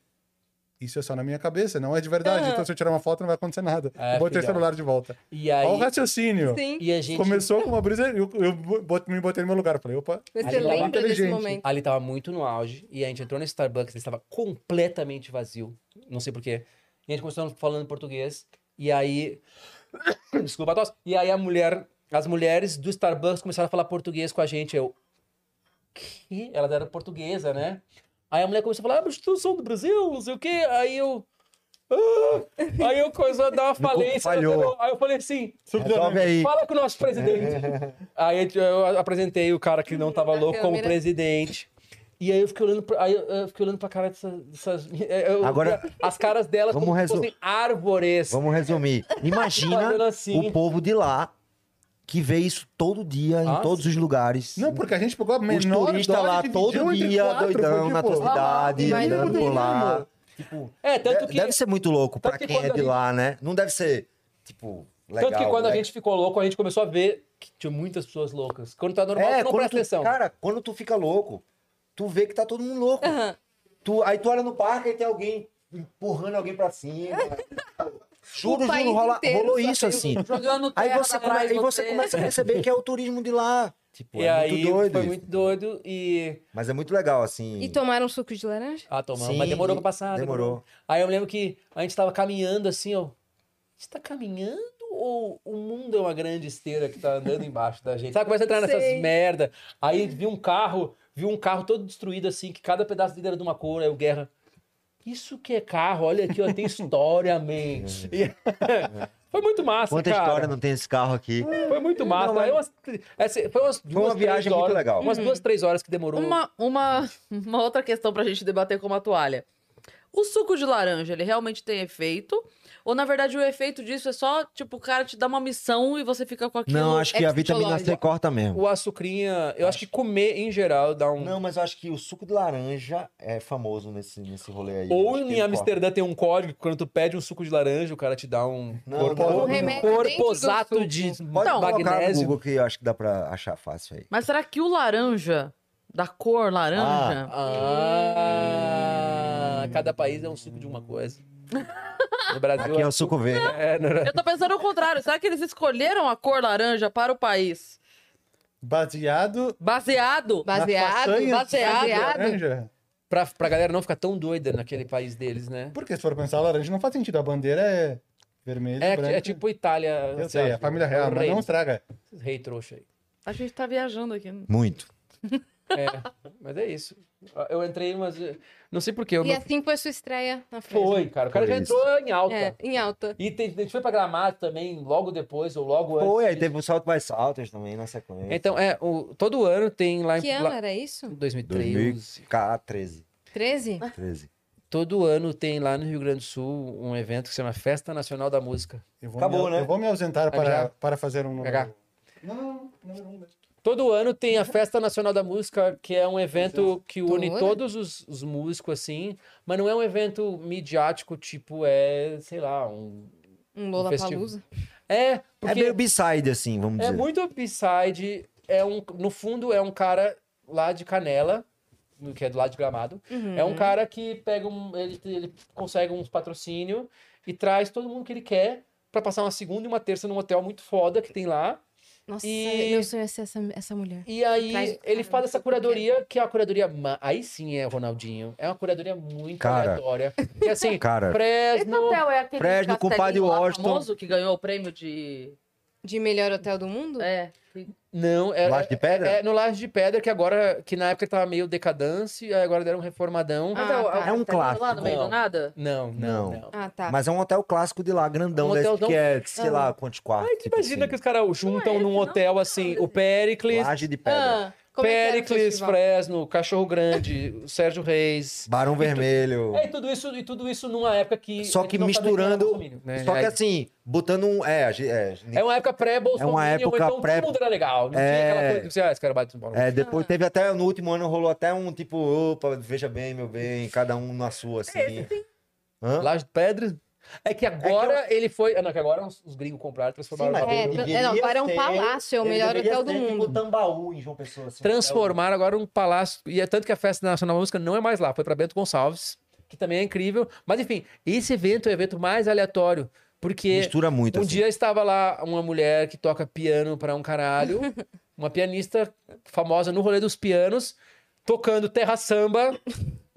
Speaker 5: isso é só na minha cabeça, não é de verdade. Então, se eu tirar uma foto, não vai acontecer nada.
Speaker 3: É,
Speaker 5: eu botei o
Speaker 3: filhão.
Speaker 5: celular de volta.
Speaker 3: e aí,
Speaker 5: Olha o raciocínio.
Speaker 2: Sim.
Speaker 3: e a gente
Speaker 5: Começou com uma brisa, eu, eu bot- me botei no meu lugar. Eu Falei, opa,
Speaker 2: Você
Speaker 3: Aí lá-
Speaker 2: lembra desse
Speaker 5: inteligente.
Speaker 2: momento?
Speaker 3: ali tava muito no auge. E a gente entrou no Starbucks, ele estava completamente vazio. Não sei porquê. E a gente começou falando em português. E aí. Desculpa a tosse. E aí a mulher. As mulheres do Starbucks começaram a falar português com a gente. Eu. Que? Elas eram portuguesa, né? Aí a mulher começou a falar, ah, mas tu são do Brasil, não sei o quê. Aí eu. "Ah!" Aí eu começou a dar uma falência.
Speaker 4: falhou.
Speaker 3: Aí eu falei assim.
Speaker 4: Resolve aí.
Speaker 3: Fala com o nosso presidente. aí eu- eu apresentei o cara que não tava
Speaker 2: Na
Speaker 3: louco como
Speaker 2: câmera.
Speaker 3: presidente. E aí eu fiquei olhando pra, aí eu, eu fiquei olhando pra cara dessa- dessas. é, eu-
Speaker 4: Agora-
Speaker 3: As caras delas
Speaker 4: Vamos
Speaker 3: como se
Speaker 4: resol-
Speaker 3: fossem árvores.
Speaker 4: Vamos resumir.
Speaker 3: Fazendo
Speaker 4: Imagina
Speaker 3: assim.
Speaker 4: o povo de lá que vê isso todo dia, em
Speaker 3: Ah,
Speaker 4: todos os lugares.
Speaker 5: Não, porque a gente pegou a
Speaker 4: os
Speaker 5: menor
Speaker 4: turistas
Speaker 5: dose
Speaker 4: lá
Speaker 5: de
Speaker 4: todo
Speaker 5: vídeo entre
Speaker 4: dia,
Speaker 5: quatro, foi
Speaker 4: doidão,
Speaker 5: tipo,
Speaker 4: na tua cidade,
Speaker 2: vai
Speaker 4: andando
Speaker 2: todo
Speaker 4: por
Speaker 5: mundo,
Speaker 4: lá.
Speaker 5: amor.
Speaker 4: Tipo,
Speaker 3: É, tanto
Speaker 4: de-
Speaker 3: que.
Speaker 4: Deve ser muito louco pra
Speaker 3: tanto que
Speaker 4: quem é
Speaker 3: quando
Speaker 4: de
Speaker 3: a
Speaker 4: lá, né? Não deve ser, tipo, legal.
Speaker 3: tanto que quando a
Speaker 4: né?
Speaker 3: gente ficou louco, a gente começou a ver que tinha muitas pessoas loucas. Quando tá normal, tu não
Speaker 4: É, quando
Speaker 3: presta
Speaker 4: tu-
Speaker 3: atenção.
Speaker 4: Cara, quando tu fica louco, tu vê que tá todo mundo louco. Tu, aí tu olha no parque e tem alguém empurrando alguém pra cima. Juro,
Speaker 2: O país
Speaker 4: juro, rola-
Speaker 2: inteiro
Speaker 4: rolou
Speaker 2: só
Speaker 4: isso assim.
Speaker 1: Jogando
Speaker 4: Aí
Speaker 1: terra
Speaker 4: você,
Speaker 1: na
Speaker 4: pra-
Speaker 1: mais
Speaker 4: aí você
Speaker 1: você.
Speaker 4: começa a perceber que é o turismo de lá. Tipo,
Speaker 3: E
Speaker 4: é
Speaker 3: aí
Speaker 4: muito doido.
Speaker 3: foi
Speaker 4: isso.
Speaker 3: muito doido e.
Speaker 4: Mas é muito legal, assim.
Speaker 2: E tomaram um suco de laranja?
Speaker 3: Ah, tomamos,
Speaker 4: Sim,
Speaker 3: mas demorou pra passar.
Speaker 4: Demorou.
Speaker 3: Aí eu me lembro que a gente tava caminhando assim, ó. A gente tá caminhando ou o mundo é uma grande esteira que tá andando embaixo da gente? Sabe, começa a entrar
Speaker 2: Sei.
Speaker 3: nessas merda. Aí vi um carro, vi um carro todo destruído assim, que cada pedaço dele era de uma cor, aí o Guerra. Isso que é carro, olha aqui, ó, tem história, man. E- Foi muito massa,
Speaker 4: Quanta
Speaker 3: cara.
Speaker 4: É.
Speaker 3: Hum,
Speaker 4: história não tem esse carro aqui.
Speaker 3: Foi muito massa.
Speaker 4: Não, mas-
Speaker 3: Aí umas- essa- foi umas duas, três
Speaker 4: viagem muito
Speaker 3: horas-
Speaker 4: legal.
Speaker 3: Umas duas, três horas que demorou.
Speaker 6: Uma, uma, uma outra questão pra gente debater como a toalha. O suco de laranja, ele realmente tem efeito? Ou, na verdade, o efeito disso é só, tipo, o cara te dá uma missão e você fica com aquilo?
Speaker 4: Não, acho que
Speaker 2: é
Speaker 4: a vitamina C
Speaker 2: psicológico.
Speaker 4: corta mesmo.
Speaker 3: O açucrinha, eu acho que comer em geral dá um.
Speaker 4: Não, mas eu acho que o suco de laranja é famoso nesse, nesse rolê aí.
Speaker 3: Ou
Speaker 4: Acho que
Speaker 3: em
Speaker 4: ele
Speaker 3: Amsterdã tem um código que quando tu pede um suco de laranja, o cara te dá um
Speaker 4: Não,
Speaker 3: corpo-
Speaker 4: não, não.
Speaker 3: um
Speaker 4: Um remédio
Speaker 3: corposato de
Speaker 4: Pode colocar no
Speaker 3: magnésio.
Speaker 4: Google que eu acho que dá pra achar fácil aí.
Speaker 6: Mas será que o laranja, da cor laranja...
Speaker 3: Ah, cada país é um suco de uma coisa. No Brasil
Speaker 4: Hum. Aqui é o suco verde.
Speaker 3: é, no-
Speaker 6: Eu tô pensando o contrário. Será que eles escolheram a cor laranja para o país?
Speaker 5: Baseado.
Speaker 6: Baseado?
Speaker 2: Baseado,
Speaker 5: nas façanhas de
Speaker 2: baseado.
Speaker 5: laranja.
Speaker 3: pra, pra galera não ficar tão doida naquele país deles, né?
Speaker 5: Porque se for pensar, laranja não faz sentido. A bandeira é vermelha.
Speaker 3: É,
Speaker 5: branca.
Speaker 3: é tipo Itália.
Speaker 5: Eu
Speaker 3: sei
Speaker 4: é
Speaker 5: sei,
Speaker 3: lá,
Speaker 5: a família real, mas
Speaker 3: rei,
Speaker 5: não estraga.
Speaker 3: rei trouxa aí.
Speaker 6: A gente tá viajando aqui.
Speaker 4: Muito.
Speaker 3: É, mas é isso. Eu entrei, mas. eh, Não sei porquê. Eu
Speaker 2: E
Speaker 3: não...
Speaker 2: assim foi sua estreia na Fresno.
Speaker 3: Foi, cara. O cara
Speaker 4: Foi
Speaker 3: já
Speaker 4: isso.
Speaker 3: entrou em alta.
Speaker 2: É, em alta.
Speaker 3: E tem- a gente foi pra Gramado também, logo depois, ou logo antes.
Speaker 4: Foi, aí teve o Salto mais Saltas também na sequência.
Speaker 3: Então, é, o, todo ano tem lá em
Speaker 2: Que ano
Speaker 3: lá,
Speaker 2: era isso?
Speaker 3: 2013.
Speaker 4: 2013.
Speaker 2: 13?
Speaker 4: 13.
Speaker 3: Todo ano tem lá no Rio Grande do Sul um evento que se chama Festa Nacional da Música.
Speaker 5: Eu vou
Speaker 4: Acabou,
Speaker 5: me,
Speaker 4: né?
Speaker 5: Eu vou me ausentar para,
Speaker 3: já?
Speaker 5: para fazer um.
Speaker 3: Cagar.
Speaker 5: Não, não, não, não, não.
Speaker 3: Todo ano tem a Festa Nacional da Música, que é um evento que une
Speaker 2: Todo?
Speaker 3: todos os, os músicos, assim, mas não é um evento midiático, tipo, é, sei lá, um.
Speaker 2: Um Lola Palusa.
Speaker 3: É,
Speaker 4: É
Speaker 3: porque
Speaker 4: meio B-side, assim, vamos
Speaker 3: É
Speaker 4: dizer.
Speaker 3: muito upside. É um, no fundo, é um cara lá de Canela, no- que é do lado de Gramado.
Speaker 2: Uhum.
Speaker 3: É um cara que pega um, ele, ele consegue uns patrocínio e traz todo mundo que ele quer pra passar uma segunda e uma terça num hotel muito foda que tem lá.
Speaker 2: Nossa,
Speaker 3: E-
Speaker 2: meu sonho é ser essa, essa mulher.
Speaker 3: E aí
Speaker 2: Traz o
Speaker 3: ele
Speaker 2: cara,
Speaker 3: faz
Speaker 2: não sei como
Speaker 3: essa
Speaker 2: que é.
Speaker 3: curadoria que é a curadoria, ma- aí sim é Ronaldinho. É uma curadoria muito
Speaker 4: Cara.
Speaker 3: aleatória. E assim,
Speaker 4: Cara,
Speaker 6: Esse
Speaker 3: Fresno,
Speaker 6: hotel é aquele
Speaker 4: Fresno,
Speaker 6: castelinho
Speaker 4: compadre
Speaker 6: lá
Speaker 4: Washington.
Speaker 6: famoso que ganhou o prêmio de...
Speaker 2: De melhor hotel do mundo?
Speaker 6: É.
Speaker 3: Não, é.
Speaker 4: Laje de
Speaker 3: é-
Speaker 4: pedra?
Speaker 3: É, no Laje de Pedra, que agora, que na época tava meio decadance, aí agora deram um reformadão.
Speaker 6: Mas
Speaker 2: Ah,
Speaker 6: o-
Speaker 2: tá.
Speaker 6: o
Speaker 4: É um
Speaker 6: castelinho Lá
Speaker 4: clássico.
Speaker 6: no meio do
Speaker 3: Não.
Speaker 6: nada?
Speaker 3: Não, não, não.
Speaker 2: Ah, tá.
Speaker 4: mas é um hotel clássico de lá, grandão,
Speaker 3: Um
Speaker 4: desse
Speaker 3: hotelzão-
Speaker 4: que é, sei
Speaker 3: Ah.
Speaker 4: lá, quantos quartos. tipo
Speaker 3: Aí tu imagina que os caras
Speaker 2: é
Speaker 3: juntam num hotel assim, o
Speaker 4: que...
Speaker 3: Pericles,
Speaker 4: assim. Laje de pedra.
Speaker 2: Ah, como é que era o
Speaker 3: Pericles,
Speaker 2: festival?
Speaker 3: Fresno, Cachorro Grande, o Sérgio Reis.
Speaker 4: Barão Vermelho.
Speaker 3: É, e tudo isso, e tudo isso numa época que.
Speaker 4: Só que
Speaker 3: não sabia quem era
Speaker 4: misturando-
Speaker 3: Bolsonaro, né?
Speaker 4: Só que
Speaker 3: É-
Speaker 4: assim, botando um... É, a gente- é,
Speaker 3: É uma época pré-Bolsonaro.
Speaker 4: É uma época
Speaker 3: então
Speaker 4: pré-
Speaker 3: Todo mundo era legal. Não
Speaker 4: É.
Speaker 3: tinha aquela coisa que você, ah, esse cara bate no bola.
Speaker 4: É, depois teve até, no último ano rolou até um tipo, opa, veja bem, meu bem, cada um na sua, assim. Hã?
Speaker 3: Laje de Pedra. É que agora ele foi. Ah, não, que agora os, os gringos compraram e
Speaker 4: Sim,
Speaker 3: transformaram
Speaker 4: mas
Speaker 3: o
Speaker 2: É,
Speaker 4: ele
Speaker 2: não,
Speaker 4: deveria
Speaker 2: Barão
Speaker 4: ser-
Speaker 2: Palácio é o
Speaker 4: ele
Speaker 2: melhor
Speaker 4: deveria
Speaker 2: hotel do
Speaker 4: ser
Speaker 2: mundo.
Speaker 4: Tipo Tambaú em João Pessoa. Assim,
Speaker 3: transformaram agora um palácio. E é tanto que a Festa Nacional da Música não é mais lá, foi para Bento Gonçalves, que também é incrível. Mas enfim, esse evento é o evento mais aleatório,
Speaker 4: um hotel-
Speaker 3: porque
Speaker 4: Mistura muito,
Speaker 3: um
Speaker 4: assim.
Speaker 3: dia estava lá uma mulher que toca piano para um caralho, uma pianista famosa no rolê dos pianos, tocando terra samba.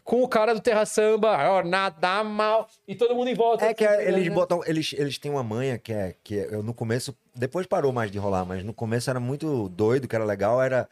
Speaker 3: Com o cara do Terra Samba, ó, nada mal, e todo mundo em volta.
Speaker 4: É que
Speaker 3: assim,
Speaker 4: eles
Speaker 3: né?
Speaker 4: botam, eles, eles têm uma manha que é, que é- eu no começo, depois parou mais de rolar, mas no começo era muito doido, que era legal, era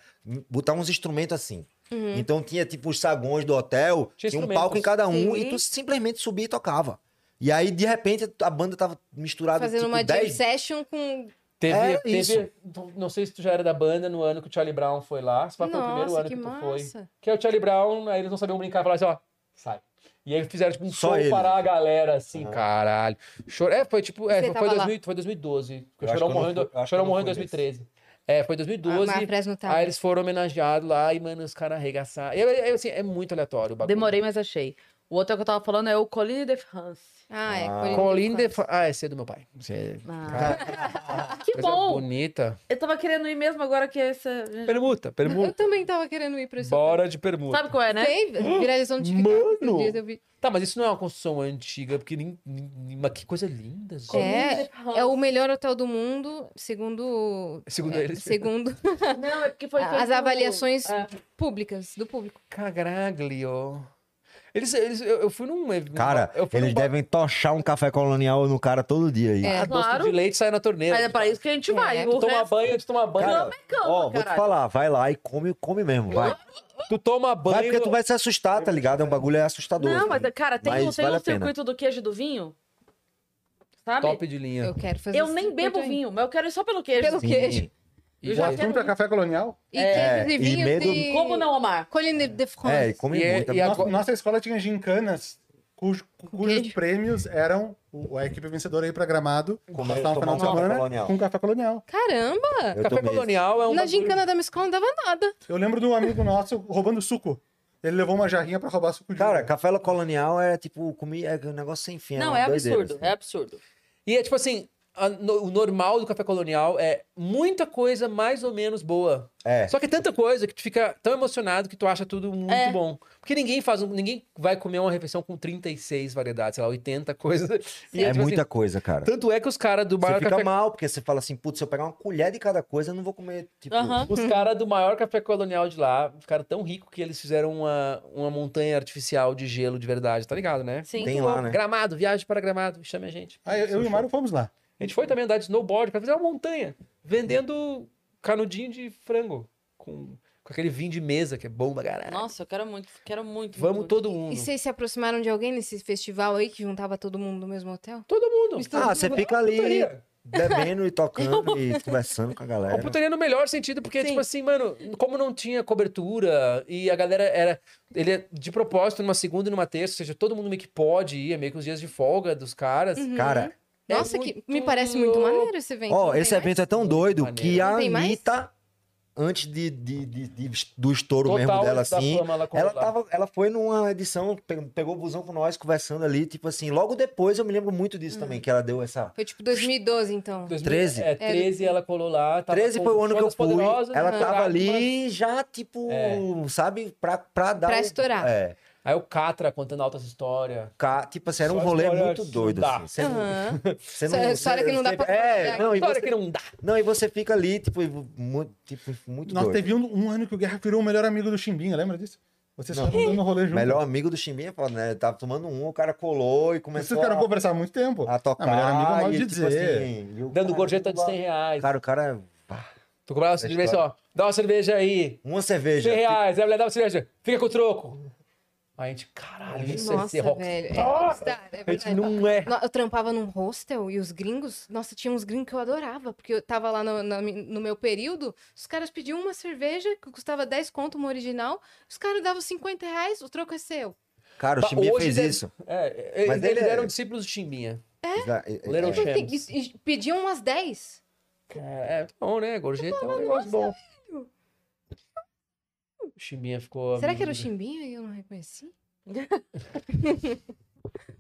Speaker 4: botar uns instrumentos assim.
Speaker 2: Uhum.
Speaker 4: Então tinha tipo os sagões do hotel,
Speaker 3: Tinha
Speaker 4: tinha, um
Speaker 3: instrumentos.
Speaker 4: palco em cada um
Speaker 2: Sim.
Speaker 4: e tu simplesmente subia e tocava. E aí de repente a banda tava misturada
Speaker 2: Fazendo
Speaker 4: tipo
Speaker 2: uma jam
Speaker 4: 10
Speaker 2: session com...
Speaker 3: Teve,
Speaker 4: É
Speaker 3: teve-
Speaker 4: isso.
Speaker 3: não sei se tu já era da banda no ano que o Charlie Brown foi lá, se foi o primeiro
Speaker 2: Nossa,
Speaker 3: ano
Speaker 2: que
Speaker 3: que, tu foi.
Speaker 2: massa.
Speaker 3: Que é o Charlie Brown, aí eles não sabiam brincar, falaram assim, ó, sai. E aí fizeram tipo um
Speaker 4: Só
Speaker 3: show
Speaker 4: ele.
Speaker 3: parar a galera, assim,
Speaker 4: Aham.
Speaker 3: caralho. Chor... É, foi tipo, é,
Speaker 2: Você
Speaker 3: foi,
Speaker 2: tava lá?
Speaker 3: 2000, foi 2012. Porque
Speaker 4: Eu
Speaker 3: o Chorão
Speaker 4: acho que eu não
Speaker 3: morreu, em do-
Speaker 4: fui- eu acho que eu
Speaker 3: Chorão
Speaker 4: não
Speaker 3: morreu em
Speaker 4: fui nesse.
Speaker 3: 2013. É, foi 2012.
Speaker 2: Ah, mas a Fresno tava.
Speaker 3: Aí eles foram homenageados lá e, mano, os caras arregaçaram. E, aí, assim, é muito aleatório o bagulho.
Speaker 6: Demorei, mas achei. O outro que eu tava falando é o Colline de France.
Speaker 2: Ah, é.
Speaker 4: Ah.
Speaker 2: Colline,
Speaker 3: Colline de
Speaker 2: Farm.
Speaker 3: Fa- Ah, esse é do meu pai. Esse é-
Speaker 6: que
Speaker 3: coisa
Speaker 6: bom!
Speaker 3: bonita.
Speaker 6: Eu tava querendo ir mesmo agora que essa.
Speaker 3: Permuta,
Speaker 2: Eu
Speaker 3: permuta.
Speaker 2: também tava querendo ir pra esse
Speaker 3: Bora de permuta.
Speaker 6: Sabe qual é, né?
Speaker 2: Sei, viralizou no TikTok. esses
Speaker 3: Mano!
Speaker 2: dias eu vi.
Speaker 3: Tá, mas isso não é uma construção antiga, porque nem, nem- nem- mas que coisa linda, gente.
Speaker 2: É, é o melhor hotel do mundo, segundo.
Speaker 3: Segundo
Speaker 2: é,
Speaker 3: eles.
Speaker 2: Segundo
Speaker 6: Não, é porque foi.
Speaker 2: as
Speaker 6: feito-
Speaker 2: avaliações
Speaker 6: É.
Speaker 2: públicas, do público.
Speaker 3: Caraglio. Eles, eles, eu, eu fui num. ev-
Speaker 4: Cara,
Speaker 3: eu fui
Speaker 4: eles
Speaker 3: num
Speaker 4: devem tochar um café colonial no cara todo dia aí.
Speaker 2: É.
Speaker 3: bar- doce
Speaker 6: Claro.
Speaker 3: de leite sai na torneira.
Speaker 6: Mas é pra isso que a gente
Speaker 2: É,
Speaker 6: vai.
Speaker 2: tu
Speaker 6: O
Speaker 3: Tu toma
Speaker 6: resto...
Speaker 3: banho, tu toma banho.
Speaker 4: Cara,
Speaker 6: cama,
Speaker 4: ó, vou te
Speaker 6: caralho.
Speaker 4: falar, vai lá e come, come mesmo, vai.
Speaker 3: tu toma banho.
Speaker 4: Vai porque tu vai se assustar, tá ligado? É um bagulho é assustador.
Speaker 6: Não,
Speaker 4: assim.
Speaker 6: mas, cara, tem,
Speaker 4: Mas
Speaker 6: um- tem
Speaker 4: vale
Speaker 6: um
Speaker 4: a pena.
Speaker 6: circuito do queijo e do vinho. Sabe?
Speaker 3: Top de linha.
Speaker 2: Eu quero fazer
Speaker 6: Eu
Speaker 2: esse
Speaker 6: nem bebo
Speaker 2: circuito aí.
Speaker 6: vinho, mas eu quero ir só pelo queijo.
Speaker 2: Pelo
Speaker 4: Sim.
Speaker 2: queijo.
Speaker 3: E
Speaker 6: Eu
Speaker 5: O
Speaker 3: já-
Speaker 6: já quero
Speaker 5: assunto é
Speaker 6: ir.
Speaker 5: café colonial.
Speaker 2: E
Speaker 4: É,
Speaker 2: queijos e
Speaker 4: e
Speaker 2: vinhos
Speaker 4: medo-
Speaker 2: de...
Speaker 6: Como não, Omar?
Speaker 2: Colline de
Speaker 4: É, e
Speaker 2: France.
Speaker 4: come
Speaker 3: E é-
Speaker 4: muito. é
Speaker 3: e
Speaker 4: bom.
Speaker 5: Nossa,
Speaker 3: agora-
Speaker 5: nossa escola tinha gincanas cujo- cujos prêmios eram o- a equipe vencedora aí pra Gramado.
Speaker 4: Comer-
Speaker 5: Passava o final de
Speaker 4: tomar um café
Speaker 5: semana
Speaker 4: colonial.
Speaker 5: com café colonial.
Speaker 2: Caramba!
Speaker 4: Eu
Speaker 3: Café
Speaker 4: tomei esse.
Speaker 3: colonial é um.
Speaker 2: Na
Speaker 3: bagulho-
Speaker 2: gincana da minha escola não dava nada.
Speaker 5: Eu lembro de um amigo nosso roubando suco. Ele levou uma jarrinha pra roubar suco de
Speaker 4: Cara,
Speaker 5: uva.
Speaker 4: café colonial é tipo comi... é um negócio sem fim.
Speaker 6: Não,
Speaker 4: uma
Speaker 6: é
Speaker 4: doideira,
Speaker 6: absurdo,
Speaker 4: assim.
Speaker 6: é absurdo.
Speaker 3: E é tipo assim: a- no- o normal do café colonial é muita coisa mais ou menos boa.
Speaker 4: É.
Speaker 3: Só que é tanta coisa que tu fica tão emocionado que tu acha tudo muito
Speaker 6: É.
Speaker 3: bom. Porque ninguém faz, um- ninguém vai comer uma refeição com 36 variedades, sei lá, 80 coisas. E
Speaker 4: É
Speaker 3: tipo assim,
Speaker 4: muita coisa, cara.
Speaker 3: Tanto é que os caras do
Speaker 4: Você
Speaker 3: maior
Speaker 4: fica
Speaker 3: café
Speaker 4: mal, porque você fala assim, putz, se eu pegar uma colher de cada coisa, eu não vou comer, tipo...
Speaker 6: Aham.
Speaker 3: Os caras do maior café colonial de lá ficaram tão ricos que eles fizeram uma, uma montanha artificial de gelo de verdade, tá ligado, né?
Speaker 6: Sim.
Speaker 4: Tem
Speaker 3: Muito
Speaker 4: lá,
Speaker 3: louco.
Speaker 4: né?
Speaker 3: Gramado, viagem para Gramado, chame a gente.
Speaker 5: Ah, eu, eu e o Mário fomos lá.
Speaker 3: A gente foi também andar de snowboard para fazer uma montanha, vendendo canudinho de frango com, com aquele vinho de mesa que é bom pra caralho.
Speaker 6: Nossa, eu quero muito, quero muito.
Speaker 3: Vamos
Speaker 6: muito.
Speaker 3: todo mundo.
Speaker 4: Hum.
Speaker 2: E vocês se aproximaram de alguém nesse festival aí que juntava todo mundo no mesmo hotel?
Speaker 3: Todo mundo.
Speaker 4: Ah, você fica ali
Speaker 3: Putaria.
Speaker 4: bebendo e tocando e conversando com a
Speaker 3: Uma
Speaker 4: galera.
Speaker 3: putaria no melhor sentido, porque,
Speaker 6: Sim.
Speaker 3: tipo assim, mano, como não tinha cobertura e a galera era. Ele é de propósito numa segunda e numa terça, ou seja, todo mundo meio que pode ir, é meio que os dias de folga dos caras.
Speaker 4: Cara,
Speaker 3: É
Speaker 2: Nossa, que me
Speaker 3: muito
Speaker 2: parece muito
Speaker 3: louco.
Speaker 2: maneiro esse evento.
Speaker 4: Ó,
Speaker 2: não tem
Speaker 4: esse
Speaker 2: mais?
Speaker 4: evento é tão
Speaker 3: Muito
Speaker 4: doido
Speaker 3: maneiro.
Speaker 4: que a
Speaker 2: Não tem mais?
Speaker 4: Anitta, antes de, de- de- de- do estouro mesmo
Speaker 3: Total,
Speaker 4: dela,
Speaker 3: antes da
Speaker 4: assim,
Speaker 3: fama, ela
Speaker 4: ela,
Speaker 3: colou lá.
Speaker 4: tava, ela foi numa edição, pe- pegou o busão com nós, conversando ali, tipo assim, logo depois eu me lembro muito
Speaker 2: Hum.
Speaker 4: disso também, que ela deu essa...
Speaker 2: Foi tipo 2012, então.
Speaker 4: 13?
Speaker 3: É, 13 ela colou lá. tava
Speaker 4: 13
Speaker 3: com
Speaker 4: foi o ano que eu
Speaker 3: Jonas
Speaker 4: fui,
Speaker 3: Poderosas,
Speaker 4: ela
Speaker 3: né? É.
Speaker 4: tava
Speaker 3: Mas-
Speaker 4: ali já, tipo, sabe, pra, pra dar...
Speaker 2: Pra
Speaker 4: o-
Speaker 2: estourar.
Speaker 4: É,
Speaker 3: Aí o Catra contando altas histórias.
Speaker 4: ca- tipo assim, era um
Speaker 3: Só
Speaker 4: rolê
Speaker 3: história
Speaker 4: muito doido,
Speaker 3: dá.
Speaker 4: assim. Você não-
Speaker 2: Aham.
Speaker 4: você
Speaker 2: Só- história que não dá pra
Speaker 4: É, não e,
Speaker 3: História que
Speaker 4: você,
Speaker 3: não dá.
Speaker 4: não, e você fica ali, tipo, muito, tipo, muito
Speaker 5: Nossa,
Speaker 4: doido.
Speaker 5: teve um, um ano que o Guerra virou o melhor amigo do Chimbinha, lembra disso? Vocês estavam dando rolê junto.
Speaker 4: Melhor amigo do Chimbinha, pô, né? Tava tomando um, o cara colou e
Speaker 5: Vocês
Speaker 4: começou
Speaker 5: ficaram
Speaker 4: a,
Speaker 5: a conversar há muito tempo.
Speaker 4: a tocar.
Speaker 5: Ah, melhor amigo é um modo
Speaker 4: e,
Speaker 5: de
Speaker 4: tipo
Speaker 5: dizer.
Speaker 4: assim, e o
Speaker 3: Dando
Speaker 4: cara-
Speaker 3: gorjeta de 100 reais.
Speaker 4: Cara, o cara. pá,
Speaker 3: Tu cobrava uma cerveja assim, ó. Dá uma cerveja aí.
Speaker 4: Uma
Speaker 3: 100
Speaker 4: cerveja.
Speaker 3: reais. Aí a mulher dá uma cerveja. Fica com o troco. Aí a gente, caralho, isso é
Speaker 2: Nossa,
Speaker 3: ser rock.
Speaker 2: velho. É, rockstar, é
Speaker 3: A gente
Speaker 2: verdade.
Speaker 3: não é.
Speaker 2: No- Eu trampava num hostel e os gringos, nossa, tinha uns gringos que eu adorava, porque eu tava lá no, na mi- no meu período, os caras pediam uma cerveja que custava 10 conto, uma original, os caras davam 50 reais, o troco é seu.
Speaker 4: Cara, o
Speaker 3: Tá,
Speaker 4: Chimbinha
Speaker 3: hoje
Speaker 4: fez
Speaker 3: deve-
Speaker 4: isso.
Speaker 3: É,
Speaker 4: Mas
Speaker 3: eles, eles
Speaker 4: ele é-
Speaker 3: eram discípulos do Chimbinha.
Speaker 4: Já- é- é-
Speaker 3: Little
Speaker 4: é.
Speaker 3: Champ.
Speaker 2: E, e- e pediam umas 10.
Speaker 3: É, é bom, né? Gorjeta é um negócio bom. O Chimbinha ficou.
Speaker 2: Será que era o
Speaker 3: amigo
Speaker 2: Chimbinha e eu não reconheci?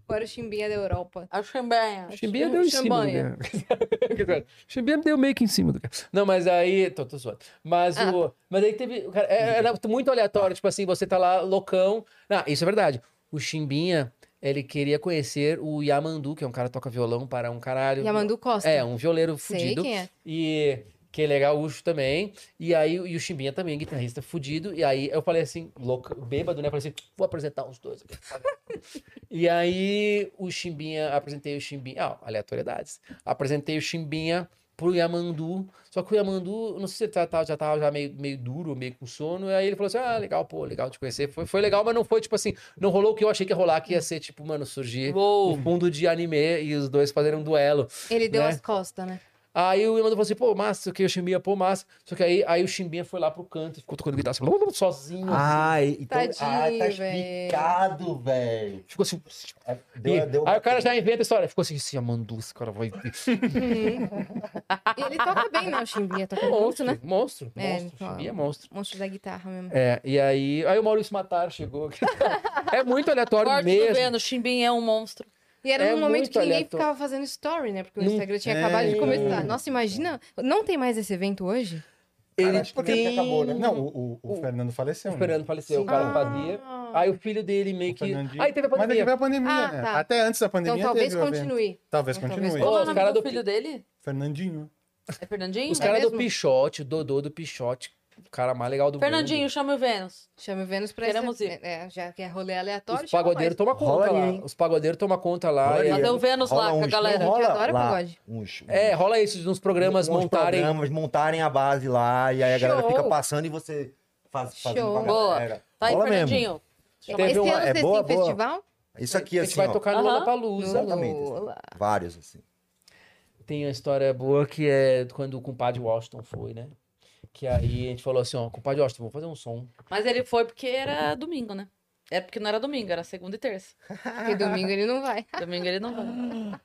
Speaker 2: Ou era o Chimbinha é da Europa?
Speaker 6: A chambanha.
Speaker 3: O Chimbinha deu em cima.
Speaker 2: Chambanha.
Speaker 3: do cara. O Chimbinha deu meio que em cima do cara. Não, mas aí. Tô, tô zoando. Mas,
Speaker 2: Ah,
Speaker 3: o, mas aí teve. Cara, é- era muito aleatório. Tipo assim, você tá lá loucão. Não, isso é verdade. O Chimbinha, ele queria conhecer o Yamandu, que é um cara que toca violão para um caralho.
Speaker 2: Yamandu Costa.
Speaker 3: É, um violeiro
Speaker 2: Sei
Speaker 3: fudido.
Speaker 2: quem é.
Speaker 3: E que ele é gaúcho também. E aí e o Chimbinha também, guitarrista fudido. E aí eu falei assim, louco, bêbado, né? Falei assim, vou apresentar os dois. aqui. e aí o Chimbinha, apresentei o Chimbinha. Ah, aleatoriedades. Apresentei o Chimbinha pro Yamandu. Só que o Yamandu, não sei se ele já tava já, tava já meio, meio duro, meio com sono. E aí ele falou assim: ah, legal, pô, legal te conhecer. Foi, foi legal, mas não foi tipo assim, não rolou o que eu achei que ia rolar, que ia ser tipo, mano, surgir
Speaker 6: Uou.
Speaker 3: um mundo de anime e os dois fazerem um duelo.
Speaker 2: Ele deu
Speaker 3: né?
Speaker 2: as costas, né?
Speaker 3: Aí o Imandu falou assim, pô, massa, que o Chimbinha, pô, massa. Só que aí, aí o Chimbinha foi lá pro canto e ficou tocando guitarra assim, blá, blá, blá, sozinho.
Speaker 4: Ai, então.
Speaker 2: Tadinho,
Speaker 4: ah,
Speaker 2: véi.
Speaker 4: tá explicado, velho.
Speaker 3: Ficou assim.
Speaker 4: É,
Speaker 3: e-
Speaker 4: deu- deu-
Speaker 3: aí o cara já inventa a história. Ficou assim, esse Amandu, esse cara vai.
Speaker 2: E ele toca bem, né? O Chimbinha toca muito,
Speaker 3: monstro,
Speaker 2: né?
Speaker 3: monstro,
Speaker 2: É,
Speaker 3: monstro.
Speaker 2: fala.
Speaker 3: Chimbinha é monstro.
Speaker 2: Monstro da guitarra mesmo.
Speaker 3: É, e aí. Aí o Maurício Matar chegou aqui. é muito aleatório
Speaker 1: Corte do
Speaker 3: mesmo.
Speaker 1: Vênus, Chimbim é um monstro.
Speaker 2: E era
Speaker 3: É
Speaker 2: num momento
Speaker 3: muito
Speaker 2: que ninguém
Speaker 3: aleatório.
Speaker 2: ficava fazendo story, né? Porque o
Speaker 3: Não
Speaker 2: Instagram tinha
Speaker 5: tem.
Speaker 2: acabado de começar. Nossa, imagina. Não tem mais esse evento hoje?
Speaker 3: Ele
Speaker 4: Caraca, porque
Speaker 3: tem... um
Speaker 4: acabou, né?
Speaker 5: Não, o, o- o
Speaker 3: O-
Speaker 5: Fernando faleceu.
Speaker 3: O
Speaker 5: né?
Speaker 3: Fernando faleceu, o cara fazia. Aí o filho dele meio
Speaker 5: O
Speaker 3: que.
Speaker 5: Fernandinho.
Speaker 3: Aí teve a
Speaker 5: Mas é
Speaker 3: pandemia.
Speaker 5: teve a pandemia,
Speaker 2: Ah,
Speaker 5: né?
Speaker 2: tá.
Speaker 5: Até antes da pandemia.
Speaker 2: Então talvez
Speaker 5: teve o evento.
Speaker 2: continue.
Speaker 5: Talvez
Speaker 2: Então,
Speaker 5: continue.
Speaker 2: talvez-
Speaker 1: Qual
Speaker 3: Pô,
Speaker 1: é o
Speaker 3: os
Speaker 1: nome
Speaker 3: cara
Speaker 1: do,
Speaker 3: do-
Speaker 1: filho dele?
Speaker 5: Fernandinho.
Speaker 1: É Fernandinho?
Speaker 3: Os caras
Speaker 2: mesmo?
Speaker 3: do Pichote, o Dodô do Pichote, o cara mais legal do
Speaker 1: Fernandinho,
Speaker 3: mundo.
Speaker 1: chame o Vênus.
Speaker 2: Chame o Vênus pra
Speaker 1: Queremos
Speaker 2: esse...
Speaker 1: ir.
Speaker 2: É, já que é rolê aleatório.
Speaker 3: Os
Speaker 2: chama
Speaker 3: pagodeiros
Speaker 2: nós.
Speaker 3: tomam
Speaker 4: Rola
Speaker 3: conta
Speaker 4: aí,
Speaker 3: lá.
Speaker 4: hein?
Speaker 3: Os pagodeiros tomam conta lá.
Speaker 4: Rola
Speaker 3: e-
Speaker 4: aí.
Speaker 1: Fazer o Vênus
Speaker 4: Rola
Speaker 1: lá com a
Speaker 4: uns-
Speaker 1: galera.
Speaker 4: não rola
Speaker 2: Adora
Speaker 4: lá
Speaker 2: pagode.
Speaker 4: uns-
Speaker 3: É, rola isso, nos programas
Speaker 4: uns
Speaker 3: montarem.
Speaker 4: programas, montarem a base lá, e aí a galera
Speaker 2: Show.
Speaker 4: fica passando e você faz, fazendo
Speaker 2: Show.
Speaker 4: pra
Speaker 1: Boa.
Speaker 4: galera.
Speaker 1: Tá aí,
Speaker 4: Rola mesmo.
Speaker 1: Fernandinho.
Speaker 4: Teve
Speaker 2: Esse
Speaker 3: um
Speaker 4: uma-
Speaker 2: ano
Speaker 4: é
Speaker 2: vocês
Speaker 4: boa,
Speaker 2: têm
Speaker 4: boa.
Speaker 2: festival?
Speaker 4: Isso aqui,
Speaker 3: a gente
Speaker 4: assim,
Speaker 3: vai
Speaker 4: ó,
Speaker 3: tocar no
Speaker 1: Aham.
Speaker 3: Lollapalooza.
Speaker 4: Exatamente. assim.
Speaker 2: Lula.
Speaker 4: vários, assim.
Speaker 3: Tem uma história boa que é quando o compadre Washington foi, né? Que aí a gente falou assim, ó, compadre Washington, vamos fazer um som.
Speaker 1: Mas ele foi porque era domingo, né? É porque não era domingo, era segunda e terça.
Speaker 2: Porque domingo ele não vai.
Speaker 1: Domingo ele não vai.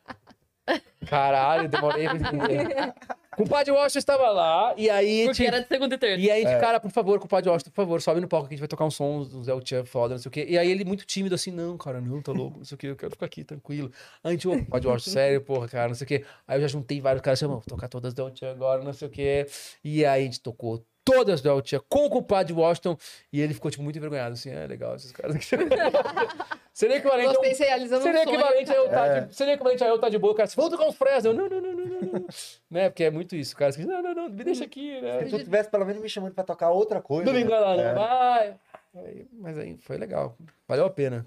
Speaker 3: Caralho, demorei pra entender. compadre Washington estava lá, e aí a gente...
Speaker 1: Porque era de segunda e terça.
Speaker 3: E aí a gente, cara, por favor, compadre Washington, por favor, sobe no palco que a gente vai tocar um som do Zé Tchan, foda, não sei o quê. E aí ele muito tímido, assim, não, cara, não, tá louco, não sei o quê, eu quero ficar aqui, tranquilo. Aí a gente, ô, compadre Washington, sério, porra, cara, não sei o quê. Aí eu já juntei vários caras, chamam, vou tocar todas do El Tchan agora, não sei o quê. E aí a gente tocou todas do El Tchan com o compadre Washington, e ele ficou, tipo, muito envergonhado, assim, é legal, esses caras aqui. Seria equivalente a um
Speaker 2: Vocês realizando um
Speaker 3: Seria
Speaker 2: sonho.
Speaker 3: equivalente a eu tá de, seria equivalente a eu tá de boa, o cara. Se vão tocar uns Fresno, eu, não, não, não, não, não, não. né? Porque é muito isso, o cara. assim, Não, não, não, me deixa aqui, né?
Speaker 4: Se tu tivesse pelo menos me chamando pra tocar outra coisa.
Speaker 3: Não me
Speaker 4: né?
Speaker 3: engana, não.
Speaker 4: É.
Speaker 3: Vai. Aí, mas aí foi legal. Valeu a pena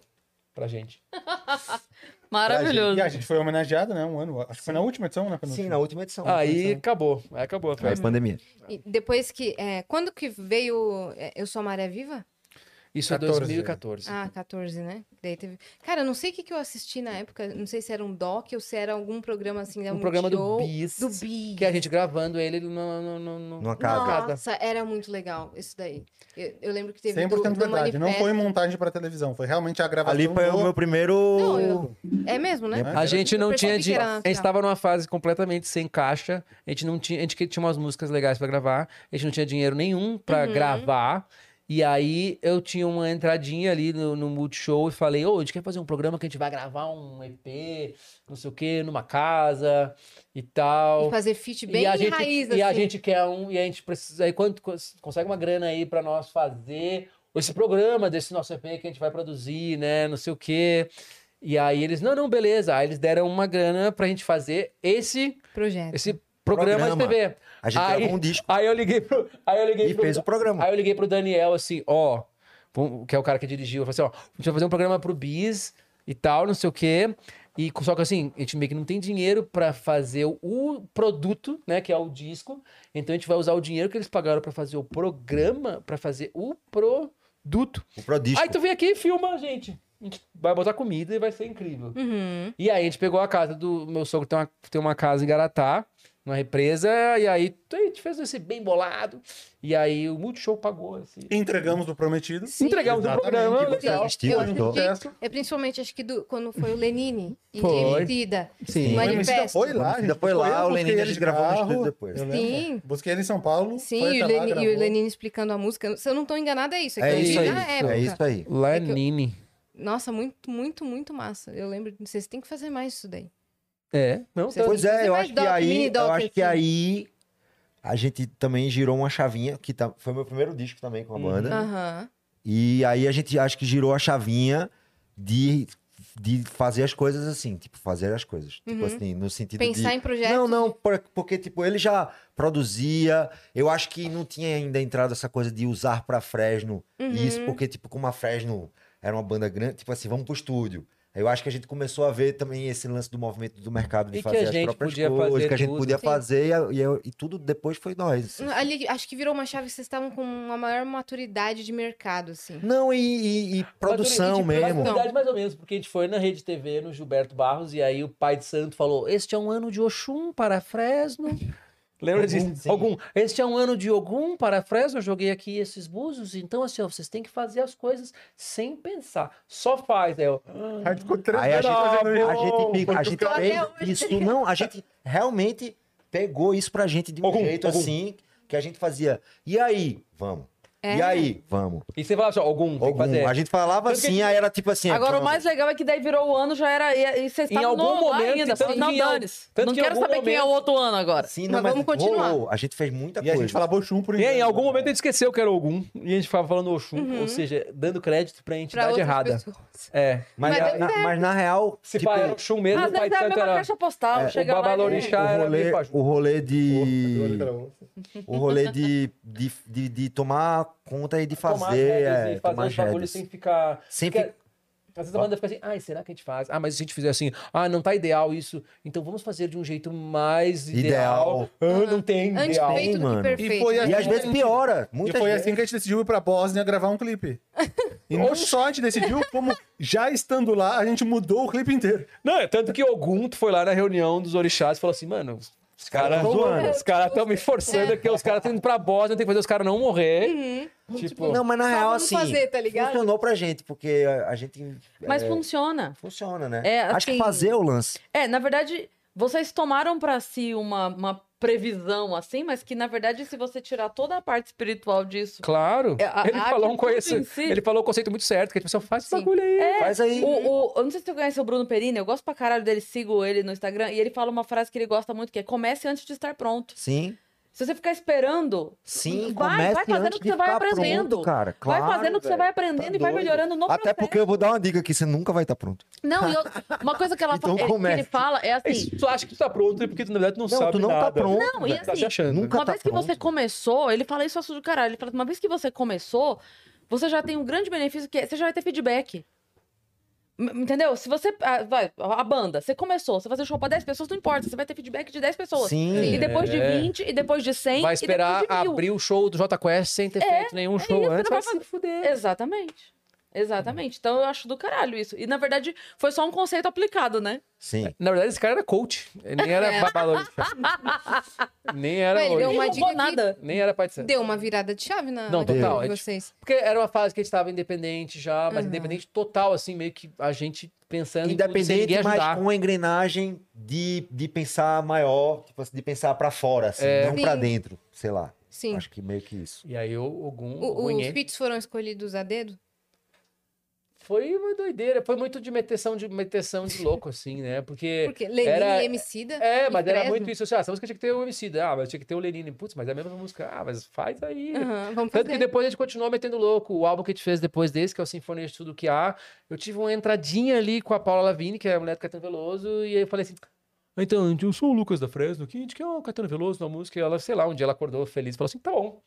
Speaker 3: pra gente.
Speaker 1: Maravilhoso.
Speaker 5: E a gente foi homenageado, né? Um ano. Acho que foi na última edição, né?
Speaker 4: Sim, na última edição.
Speaker 3: aí
Speaker 4: Última edição.
Speaker 3: acabou. Aí acabou a
Speaker 4: Aí,
Speaker 3: festa.
Speaker 4: pandemia.
Speaker 2: E depois que... é, quando que veio é, Eu Sou a Maré Viva?
Speaker 3: Isso é
Speaker 5: 14.
Speaker 3: 2014.
Speaker 2: Ah, 14, né? Daí teve... Cara, eu não sei o que, que eu assisti na época. Não sei se era um doc ou se era algum programa assim.
Speaker 3: Um programa do
Speaker 2: show.
Speaker 3: Bis.
Speaker 2: Do Bis.
Speaker 3: Que é a gente gravando ele no. no, no, no...
Speaker 4: Numa casa.
Speaker 3: casa.
Speaker 2: Nossa, era muito legal isso daí. Eu, eu lembro que teve
Speaker 5: 100%
Speaker 2: do, do
Speaker 5: verdade. Não foi
Speaker 2: manifesto.
Speaker 5: montagem pra televisão, foi realmente a gravação.
Speaker 4: Ali foi
Speaker 5: do-
Speaker 4: o meu primeiro.
Speaker 2: Não, eu- É mesmo, né?
Speaker 5: Né?
Speaker 3: A gente não
Speaker 2: Eu
Speaker 3: tinha
Speaker 2: percebi
Speaker 3: de.
Speaker 2: que era
Speaker 3: A gente
Speaker 2: natural.
Speaker 3: estava numa fase completamente sem caixa. A gente não tinha. A gente que tinha umas músicas legais pra gravar. A gente não tinha dinheiro nenhum pra gravar. E aí eu tinha uma entradinha ali no, no Multishow e falei, ô, a gente quer fazer um programa que a gente vai gravar um EP, não sei o quê, numa casa e tal.
Speaker 2: E fazer fit bem
Speaker 3: e a
Speaker 2: em
Speaker 3: gente,
Speaker 2: raiz,
Speaker 3: e a
Speaker 2: assim.
Speaker 3: gente quer um, e a gente precisa. Aí quanto cons- consegue uma grana aí pra nós fazer esse programa desse nosso EP que a gente vai produzir, né? Não sei o quê. E aí eles, não, não, beleza. Aí eles deram uma grana pra gente fazer esse,
Speaker 2: Projeto.
Speaker 3: esse programa,
Speaker 4: Programa.
Speaker 3: de TV.
Speaker 4: A gente
Speaker 3: Aí-
Speaker 4: gravou um disco
Speaker 3: Aí eu liguei pro. Aí eu liguei
Speaker 4: e
Speaker 3: pro-
Speaker 4: fez o programa.
Speaker 3: Aí eu liguei pro Daniel assim, ó, vamos- que é o cara que dirigiu, eu falei assim, ó, a gente vai fazer um programa pro Bis e tal, não sei o quê. E com- só que assim, a gente meio que não tem dinheiro pra fazer o- o produto, né, que é o disco. Então a gente vai usar o dinheiro que eles pagaram pra fazer o programa, pra fazer o produto.
Speaker 4: O prodisco.
Speaker 3: Aí tu vem aqui e filma a gente. A gente vai botar comida e vai ser incrível.
Speaker 2: Uhum.
Speaker 3: E aí a gente pegou a casa do meu sogro, tem uma, tem uma casa em Garatá, numa represa, e aí a gente fez esse bem bolado. E aí o Multishow pagou assim. esse.
Speaker 5: Entregamos o prometido.
Speaker 2: Sim.
Speaker 3: Entregamos o
Speaker 5: Exatamente.
Speaker 3: programa.
Speaker 5: Você
Speaker 3: legal.
Speaker 4: assistiu,
Speaker 2: eu
Speaker 4: ajudou.
Speaker 2: assisti, é principalmente acho que do- quando foi o Lenine e
Speaker 3: Foi.
Speaker 2: Emicida.
Speaker 3: Sim.
Speaker 2: O
Speaker 5: O MC ainda
Speaker 2: manifesto.
Speaker 5: foi lá,
Speaker 4: O
Speaker 5: gente.
Speaker 4: MC ainda foi lá,
Speaker 5: eu
Speaker 4: o
Speaker 5: busquei
Speaker 4: Lenine a
Speaker 5: ele
Speaker 4: gente
Speaker 5: de
Speaker 4: gravou no
Speaker 5: carro,
Speaker 4: estúdio depois.
Speaker 5: eu lembro.
Speaker 2: Sim.
Speaker 5: Busquei ele em São Paulo.
Speaker 2: Sim,
Speaker 5: foi
Speaker 2: e o,
Speaker 5: até lá,
Speaker 2: Leni- e o
Speaker 5: gravou.
Speaker 2: Lenine explicando a música. Se eu não tô enganada, é isso. que
Speaker 4: É
Speaker 2: eu vi
Speaker 4: isso aí.
Speaker 2: na época.
Speaker 4: É isso aí.
Speaker 3: Lanini.
Speaker 2: Nossa, muito, muito, muito massa. Eu lembro, vocês têm que fazer mais isso daí.
Speaker 3: É, não
Speaker 2: Você-
Speaker 3: tanto.
Speaker 4: Pois é,
Speaker 2: Você
Speaker 4: eu
Speaker 2: faz
Speaker 4: acho que
Speaker 2: doc, mini
Speaker 4: aí,
Speaker 2: doc,
Speaker 4: eu acho que
Speaker 2: assim.
Speaker 4: aí a gente também girou uma chavinha, que tá- foi meu primeiro disco também com a banda.
Speaker 2: Uhum. Aham.
Speaker 4: E aí a gente acho que girou a chavinha de, de fazer as coisas assim, tipo, fazer as coisas. Tipo assim, no sentido de.
Speaker 2: Uhum. Pensar em projetos.
Speaker 4: Não, não, por- porque tipo, ele já produzia. Eu acho que não tinha ainda entrado essa coisa de
Speaker 3: Uhum.
Speaker 4: usar pra Fresno. Isso porque tipo, como a Fresno era uma banda grande, tipo assim, vamos pro estúdio. Eu acho que a gente começou a ver também esse lance do movimento do mercado de
Speaker 3: E que
Speaker 4: fazer
Speaker 3: a
Speaker 4: as
Speaker 3: gente
Speaker 4: próprias
Speaker 3: podia
Speaker 4: coisas,
Speaker 3: fazer
Speaker 4: que a gente
Speaker 3: tudo. é-
Speaker 4: podia
Speaker 2: Sim.
Speaker 4: fazer e, a- e eu- e tudo depois foi nós. assim.
Speaker 2: Ali, acho que virou uma chave que vocês estavam com uma maior maturidade de mercado, assim.
Speaker 4: Não, e, e- e
Speaker 3: Mas,
Speaker 4: produção
Speaker 3: tipo,
Speaker 4: mesmo.
Speaker 3: Na verdade, mais ou menos, porque a gente foi na rede TV, no Gilberto Barros, e aí o pai de santo falou: Este é um ano de Oxum para Fresno. Lembra
Speaker 4: Ogum,
Speaker 3: disso?
Speaker 4: sim.
Speaker 3: Algum. Este é um ano de Ogum para Fresno. Eu joguei aqui esses búzios, então assim, ó, vocês têm que fazer as coisas sem pensar. Só faz. né, Aí eu,
Speaker 5: Aí ficou três
Speaker 4: Aí a
Speaker 5: anos
Speaker 4: gente,
Speaker 5: fazendo isso.
Speaker 4: a gente, fica- a gente
Speaker 5: Portugal.
Speaker 4: fez isso. Não, a gente realmente pegou isso pra gente de um
Speaker 5: Algum,
Speaker 4: jeito
Speaker 5: algum.
Speaker 4: assim, que a gente fazia. E aí? Vamos.
Speaker 2: É.
Speaker 4: E aí? Vamos.
Speaker 3: E você fala assim: ó, Ogum, tem que
Speaker 4: Algum.
Speaker 3: fazer.
Speaker 4: A gente falava
Speaker 3: Tanto que a
Speaker 4: assim, aí era tipo assim.
Speaker 1: Agora, o
Speaker 4: vamos.
Speaker 1: mais legal é que daí virou o ano, já era. E, e vocês
Speaker 3: Em
Speaker 1: estavam
Speaker 3: algum
Speaker 1: no lá
Speaker 3: momento,
Speaker 1: ainda.
Speaker 3: tanto
Speaker 1: falando, não,
Speaker 3: que em al-
Speaker 1: dane-se.
Speaker 3: tanto
Speaker 1: Não
Speaker 3: que em
Speaker 1: quero
Speaker 3: algum
Speaker 1: saber quem é o
Speaker 3: momento-
Speaker 1: outro ano agora.
Speaker 4: Sim,
Speaker 2: Mas vamos continuar.
Speaker 4: rolou. A gente fez muita
Speaker 5: E a
Speaker 4: coisa.
Speaker 5: gente falava Oxum por
Speaker 3: E aí, em
Speaker 5: engano.
Speaker 3: algum momento a gente esqueceu que era Ogum, e a gente ficava falando Oxum, ou seja, dando crédito pra
Speaker 2: Pra
Speaker 3: entidade
Speaker 2: outras
Speaker 3: errada.
Speaker 2: pessoas.
Speaker 3: É.
Speaker 4: Mas,
Speaker 2: Mas deu
Speaker 4: na, mas na real,
Speaker 3: Se
Speaker 4: tipo,
Speaker 3: pá, era Oxum mesmo,
Speaker 1: Ah, Mas
Speaker 3: o pai
Speaker 1: deve ser
Speaker 3: de
Speaker 1: a
Speaker 3: santo
Speaker 1: mesma
Speaker 3: era.
Speaker 1: caixa postal.
Speaker 4: É,
Speaker 1: chega
Speaker 3: o
Speaker 1: lá. e-
Speaker 3: Babalorixá.
Speaker 4: o
Speaker 3: era
Speaker 4: rolê,
Speaker 3: meio pajú.
Speaker 4: o rolê
Speaker 5: Agora
Speaker 4: de.
Speaker 5: outra outra.
Speaker 4: O rolê de, de, de, de tomar conta e de
Speaker 3: Tomar as
Speaker 4: fazer.
Speaker 3: rédeas
Speaker 4: é,
Speaker 3: e
Speaker 4: tomar
Speaker 3: fazer
Speaker 4: as
Speaker 3: os bagulhos
Speaker 4: rédeas.
Speaker 3: sem ficar.
Speaker 4: Sem
Speaker 3: Porque
Speaker 4: fi-
Speaker 3: Às vezes a banda fica assim, ai, será que a gente faz? Ah, mas se a gente fizer assim, ah, não tá ideal isso, então vamos fazer de um jeito mais ideal.
Speaker 4: Ideal.
Speaker 3: Ah, não tem
Speaker 2: Antes
Speaker 3: ideal.
Speaker 2: feito do que
Speaker 4: mano.
Speaker 2: perfeito.
Speaker 5: E foi
Speaker 4: E às vezes piora.
Speaker 5: E
Speaker 4: Muitas
Speaker 5: foi
Speaker 4: vezes.
Speaker 5: assim que a gente decidiu ir pra Bósnia gravar um clipe. E não só a gente decidiu, como já estando lá, a gente mudou o clipe inteiro.
Speaker 3: Não, é tanto que Ogum foi lá na reunião dos orixás e falou assim, mano, os caras
Speaker 4: tão zoando.
Speaker 3: os caras estão me forçando aqui, os caras estão indo pra Bósnia, tem que fazer os caras não morrer. Tipo,
Speaker 4: Não, mas na
Speaker 2: Só
Speaker 4: real,
Speaker 2: vamos
Speaker 4: assim,
Speaker 2: fazer, tá ligado?
Speaker 4: funcionou pra gente, porque a, a gente
Speaker 1: Mas
Speaker 4: é,
Speaker 1: funciona.
Speaker 4: funciona, né?
Speaker 1: É,
Speaker 4: Acho que
Speaker 1: assim-
Speaker 4: fazer é o lance.
Speaker 1: É, na verdade, vocês tomaram pra si uma, uma previsão, assim, mas que, na verdade, se você tirar toda a parte espiritual disso.
Speaker 3: claro.
Speaker 1: É, a-
Speaker 3: ele,
Speaker 1: a
Speaker 3: falou um
Speaker 1: atitude
Speaker 3: conhece-
Speaker 1: em si- É.
Speaker 3: ele falou um conceito muito certo, que a gente pensou, faz esse
Speaker 2: Sim.
Speaker 3: bagulho aí.
Speaker 4: Faz aí.
Speaker 1: O, o- eu não sei se tu conhece o Bruno Perini, eu gosto pra caralho dele, sigo ele no Instagram, e ele fala uma frase que ele gosta muito, que é comece antes de estar pronto.
Speaker 4: Sim,
Speaker 1: Se você ficar esperando,
Speaker 4: sim,
Speaker 1: vai,
Speaker 4: comece
Speaker 1: vai fazendo
Speaker 4: antes
Speaker 1: o que você
Speaker 4: de
Speaker 1: vai
Speaker 4: ficar
Speaker 1: aprendendo.
Speaker 4: pronto, cara. Claro,
Speaker 1: vai fazendo o que você
Speaker 4: velho.
Speaker 1: vai aprendendo
Speaker 4: Tá
Speaker 1: e vai
Speaker 4: doido.
Speaker 1: melhorando no
Speaker 4: Até
Speaker 1: processo.
Speaker 4: porque eu vou dar uma dica aqui, você nunca vai estar pronto.
Speaker 1: Não, e eu- uma coisa que, ela
Speaker 4: Então
Speaker 1: fa- é- que ele
Speaker 4: comece.
Speaker 1: fala é
Speaker 3: É
Speaker 1: assim...
Speaker 3: isso, tu acha que tu tá pronto, é porque tu, na verdade tu não,
Speaker 4: Não,
Speaker 3: sabe
Speaker 4: tu não
Speaker 3: nada.
Speaker 4: tá pronto.
Speaker 1: Não, e
Speaker 4: velho.
Speaker 3: Tá
Speaker 1: assim,
Speaker 3: se achando.
Speaker 4: Nunca
Speaker 1: Uma
Speaker 4: tá
Speaker 1: vez que você
Speaker 4: pronto.
Speaker 1: começou, ele fala isso assunto do caralho. Ele fala, uma vez que você começou, você já tem um grande benefício que é, você já vai ter feedback. M- Entendeu? Se você. ah, vai, A, banda, você começou, você vai fazer show pra 10 pessoas, não importa, você vai ter feedback de 10 pessoas.
Speaker 4: Sim.
Speaker 1: E depois de
Speaker 3: É.
Speaker 1: 20, e depois de 100,
Speaker 3: Vai
Speaker 1: e
Speaker 3: esperar
Speaker 1: depois de mil. É,
Speaker 3: abrir o show do Jota Quest sem ter feito nenhum show
Speaker 1: isso, não
Speaker 3: antes.
Speaker 1: vai
Speaker 3: Vai
Speaker 1: fazer-
Speaker 3: se fuder.
Speaker 1: Exatamente. Exatamente. Então eu acho do caralho isso. E na verdade, foi só um conceito aplicado, né?
Speaker 4: Sim.
Speaker 3: Na verdade, esse cara era coach. Ele nem era
Speaker 1: É.
Speaker 3: babalorixá. nem era
Speaker 2: Velho,
Speaker 3: orixá.
Speaker 2: deu uma
Speaker 1: não
Speaker 2: dica
Speaker 1: roubou
Speaker 2: que
Speaker 1: nada.
Speaker 3: Nem era pai de santo.
Speaker 2: Deu uma virada de chave na
Speaker 3: Não,
Speaker 2: na vida
Speaker 3: total,
Speaker 2: de
Speaker 3: é
Speaker 2: vocês.
Speaker 3: Porque era uma fase que a gente estava independente já, mas independente total, assim, meio que a gente pensando em tudo, sem ninguém
Speaker 4: Independente, mas
Speaker 3: ajudar.
Speaker 4: com a engrenagem de, de pensar maior, tipo assim, de pensar pra fora, assim,
Speaker 1: É.
Speaker 4: não
Speaker 2: Sim.
Speaker 4: pra dentro, sei lá.
Speaker 2: Sim.
Speaker 4: Acho que meio que isso.
Speaker 3: E aí, o Ogum,
Speaker 2: O-
Speaker 3: o,
Speaker 2: os
Speaker 3: Ogum
Speaker 2: pits foram escolhidos a dedo?
Speaker 3: foi uma doideira. Foi muito de meteção de, meteção de louco, assim, né? Porque...
Speaker 2: Porque Lenin
Speaker 3: Era-
Speaker 2: e Emicida.
Speaker 3: É,
Speaker 2: e
Speaker 3: mas era
Speaker 2: Fresno.
Speaker 3: muito isso. Assim, ah, essa música tinha que ter o MC. Ah, mas tinha que ter o Lenine. Putz, mas é a mesma música. Ah, mas faz aí.
Speaker 2: Aham, vamos
Speaker 3: Tanto que
Speaker 2: fazer.
Speaker 3: depois a gente continuou metendo louco. O álbum que a gente fez depois desse, que é o Sinfonia de Tudo Que Há, eu tive uma entradinha ali com a Paula Lavigne, que é a mulher do Caetano Veloso, e aí eu falei assim. "Ah, Então, eu sou o Lucas da Fresno, que a gente quer o Caetano Veloso na música. E ela, sei lá, um dia ela acordou feliz e falou assim: tá bom.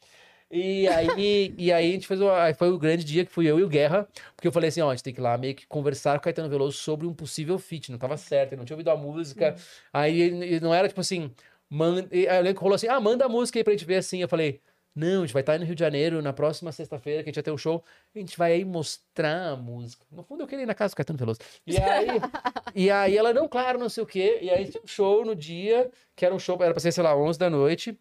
Speaker 3: E aí, e aí a gente fez o, aí foi o grande dia que fui eu e o Guerra, porque eu falei assim, ó, a gente tem que ir lá meio que conversar com o Caetano Veloso sobre um possível feat, não tava certo, ele não tinha ouvido a música.
Speaker 2: Uhum.
Speaker 3: Aí ele- ele não era tipo assim, man... e aí eu lembro que rolou assim, ah, manda a música aí pra gente ver assim. Eu falei, não, a gente vai estar aí no Rio de Janeiro na próxima sexta-feira, que a gente vai ter um show, a gente vai aí mostrar a música. No fundo eu queria ir na casa do Caetano Veloso. E aí, e aí ela, não, claro, não sei o quê. E aí tinha um show no dia, que era um show, era pra ser, sei lá, 11 da noite.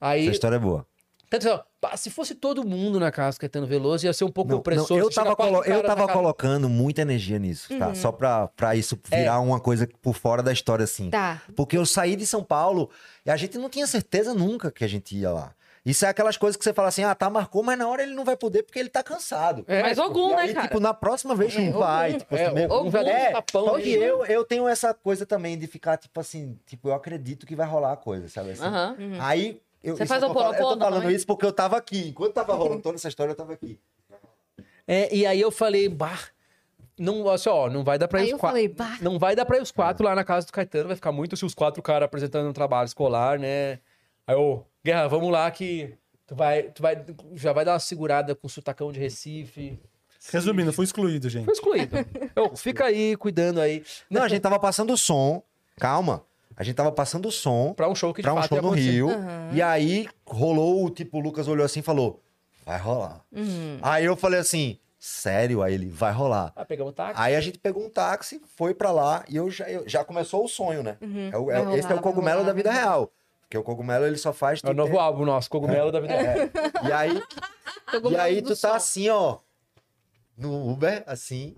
Speaker 3: Aí,
Speaker 4: Essa história é boa.
Speaker 3: tanto assim, ó, pá, se fosse todo mundo na casa do Caetano Veloso, ia ser um pouco
Speaker 4: Não,
Speaker 3: opressor.
Speaker 4: não, eu
Speaker 3: você chega
Speaker 4: tava,
Speaker 3: quatro
Speaker 4: colo- eu
Speaker 3: caras na
Speaker 4: tava
Speaker 3: casa-
Speaker 4: colocando muita energia nisso, tá? Só pra, pra isso virar uma coisa por fora da história, assim.
Speaker 2: Tá.
Speaker 4: Porque eu saí de São Paulo e a gente não tinha certeza nunca que a gente ia lá. Isso é aquelas coisas que você fala assim, ah, tá, marcou, mas na hora ele não vai poder porque ele tá cansado.
Speaker 3: É,
Speaker 1: Mas
Speaker 3: tipo,
Speaker 1: algum,
Speaker 4: e
Speaker 1: né,
Speaker 4: aí,
Speaker 1: cara?
Speaker 4: tipo, na próxima vez não vai. Tipo,
Speaker 3: É,
Speaker 4: assim, meio-
Speaker 3: algum já deu um
Speaker 4: É,
Speaker 3: tapão
Speaker 4: só
Speaker 3: nele.
Speaker 4: que eu, eu tenho essa coisa também de ficar, tipo assim, tipo, eu acredito que vai rolar a coisa, sabe assim?
Speaker 1: Aham.
Speaker 4: Aí... Eu,
Speaker 1: Você
Speaker 4: isso
Speaker 1: faz
Speaker 4: eu tô falando- Eu tô
Speaker 1: Ho'oponopono
Speaker 4: falando
Speaker 1: também?
Speaker 4: isso porque eu tava aqui. Enquanto tava rolando toda essa história, eu tava aqui.
Speaker 3: É, e aí eu falei, bah, não, assim, ó, não vai dar pra
Speaker 2: Aí
Speaker 3: ir
Speaker 2: eu
Speaker 3: os quatro.
Speaker 2: falei, bah.
Speaker 3: Não vai dar pra ir os quatro lá na casa do Caetano, vai ficar muito se os quatro caras apresentando um trabalho escolar, né? Aí eu, Guerra, vamos lá que tu vai, tu vai, já vai dar uma segurada com o sotacão de Recife.
Speaker 5: Resumindo, fui excluído, gente.
Speaker 3: Foi excluído. Eu, fica aí, cuidando aí.
Speaker 4: Não, a gente tava passando o som. Calma. A gente tava passando o som
Speaker 3: Pra um show que de
Speaker 4: pra um
Speaker 3: fato
Speaker 4: show
Speaker 3: ia
Speaker 4: no
Speaker 3: acontecer.
Speaker 4: Rio. E aí rolou, o tipo, o Lucas olhou assim e falou: vai rolar.
Speaker 2: Uhum.
Speaker 4: Aí eu falei assim: sério? Aí ele: vai rolar.
Speaker 3: Ah, pegamos táxi.
Speaker 4: Aí a gente pegou um táxi, foi pra lá e eu já, eu- já começou o sonho, né? É o- é-
Speaker 2: Uhum. Vai rolar,
Speaker 4: esse é o
Speaker 2: vai
Speaker 4: cogumelo
Speaker 2: rolar,
Speaker 4: da vida
Speaker 2: vai
Speaker 4: real. Porque o cogumelo ele só faz.
Speaker 3: É o novo álbum nosso, Cogumelo da
Speaker 4: É.
Speaker 3: Vida Real.
Speaker 4: E aí, e
Speaker 2: Cogumelo
Speaker 4: aí
Speaker 2: do
Speaker 4: tu tá
Speaker 2: som.
Speaker 4: assim, ó, no Uber, assim.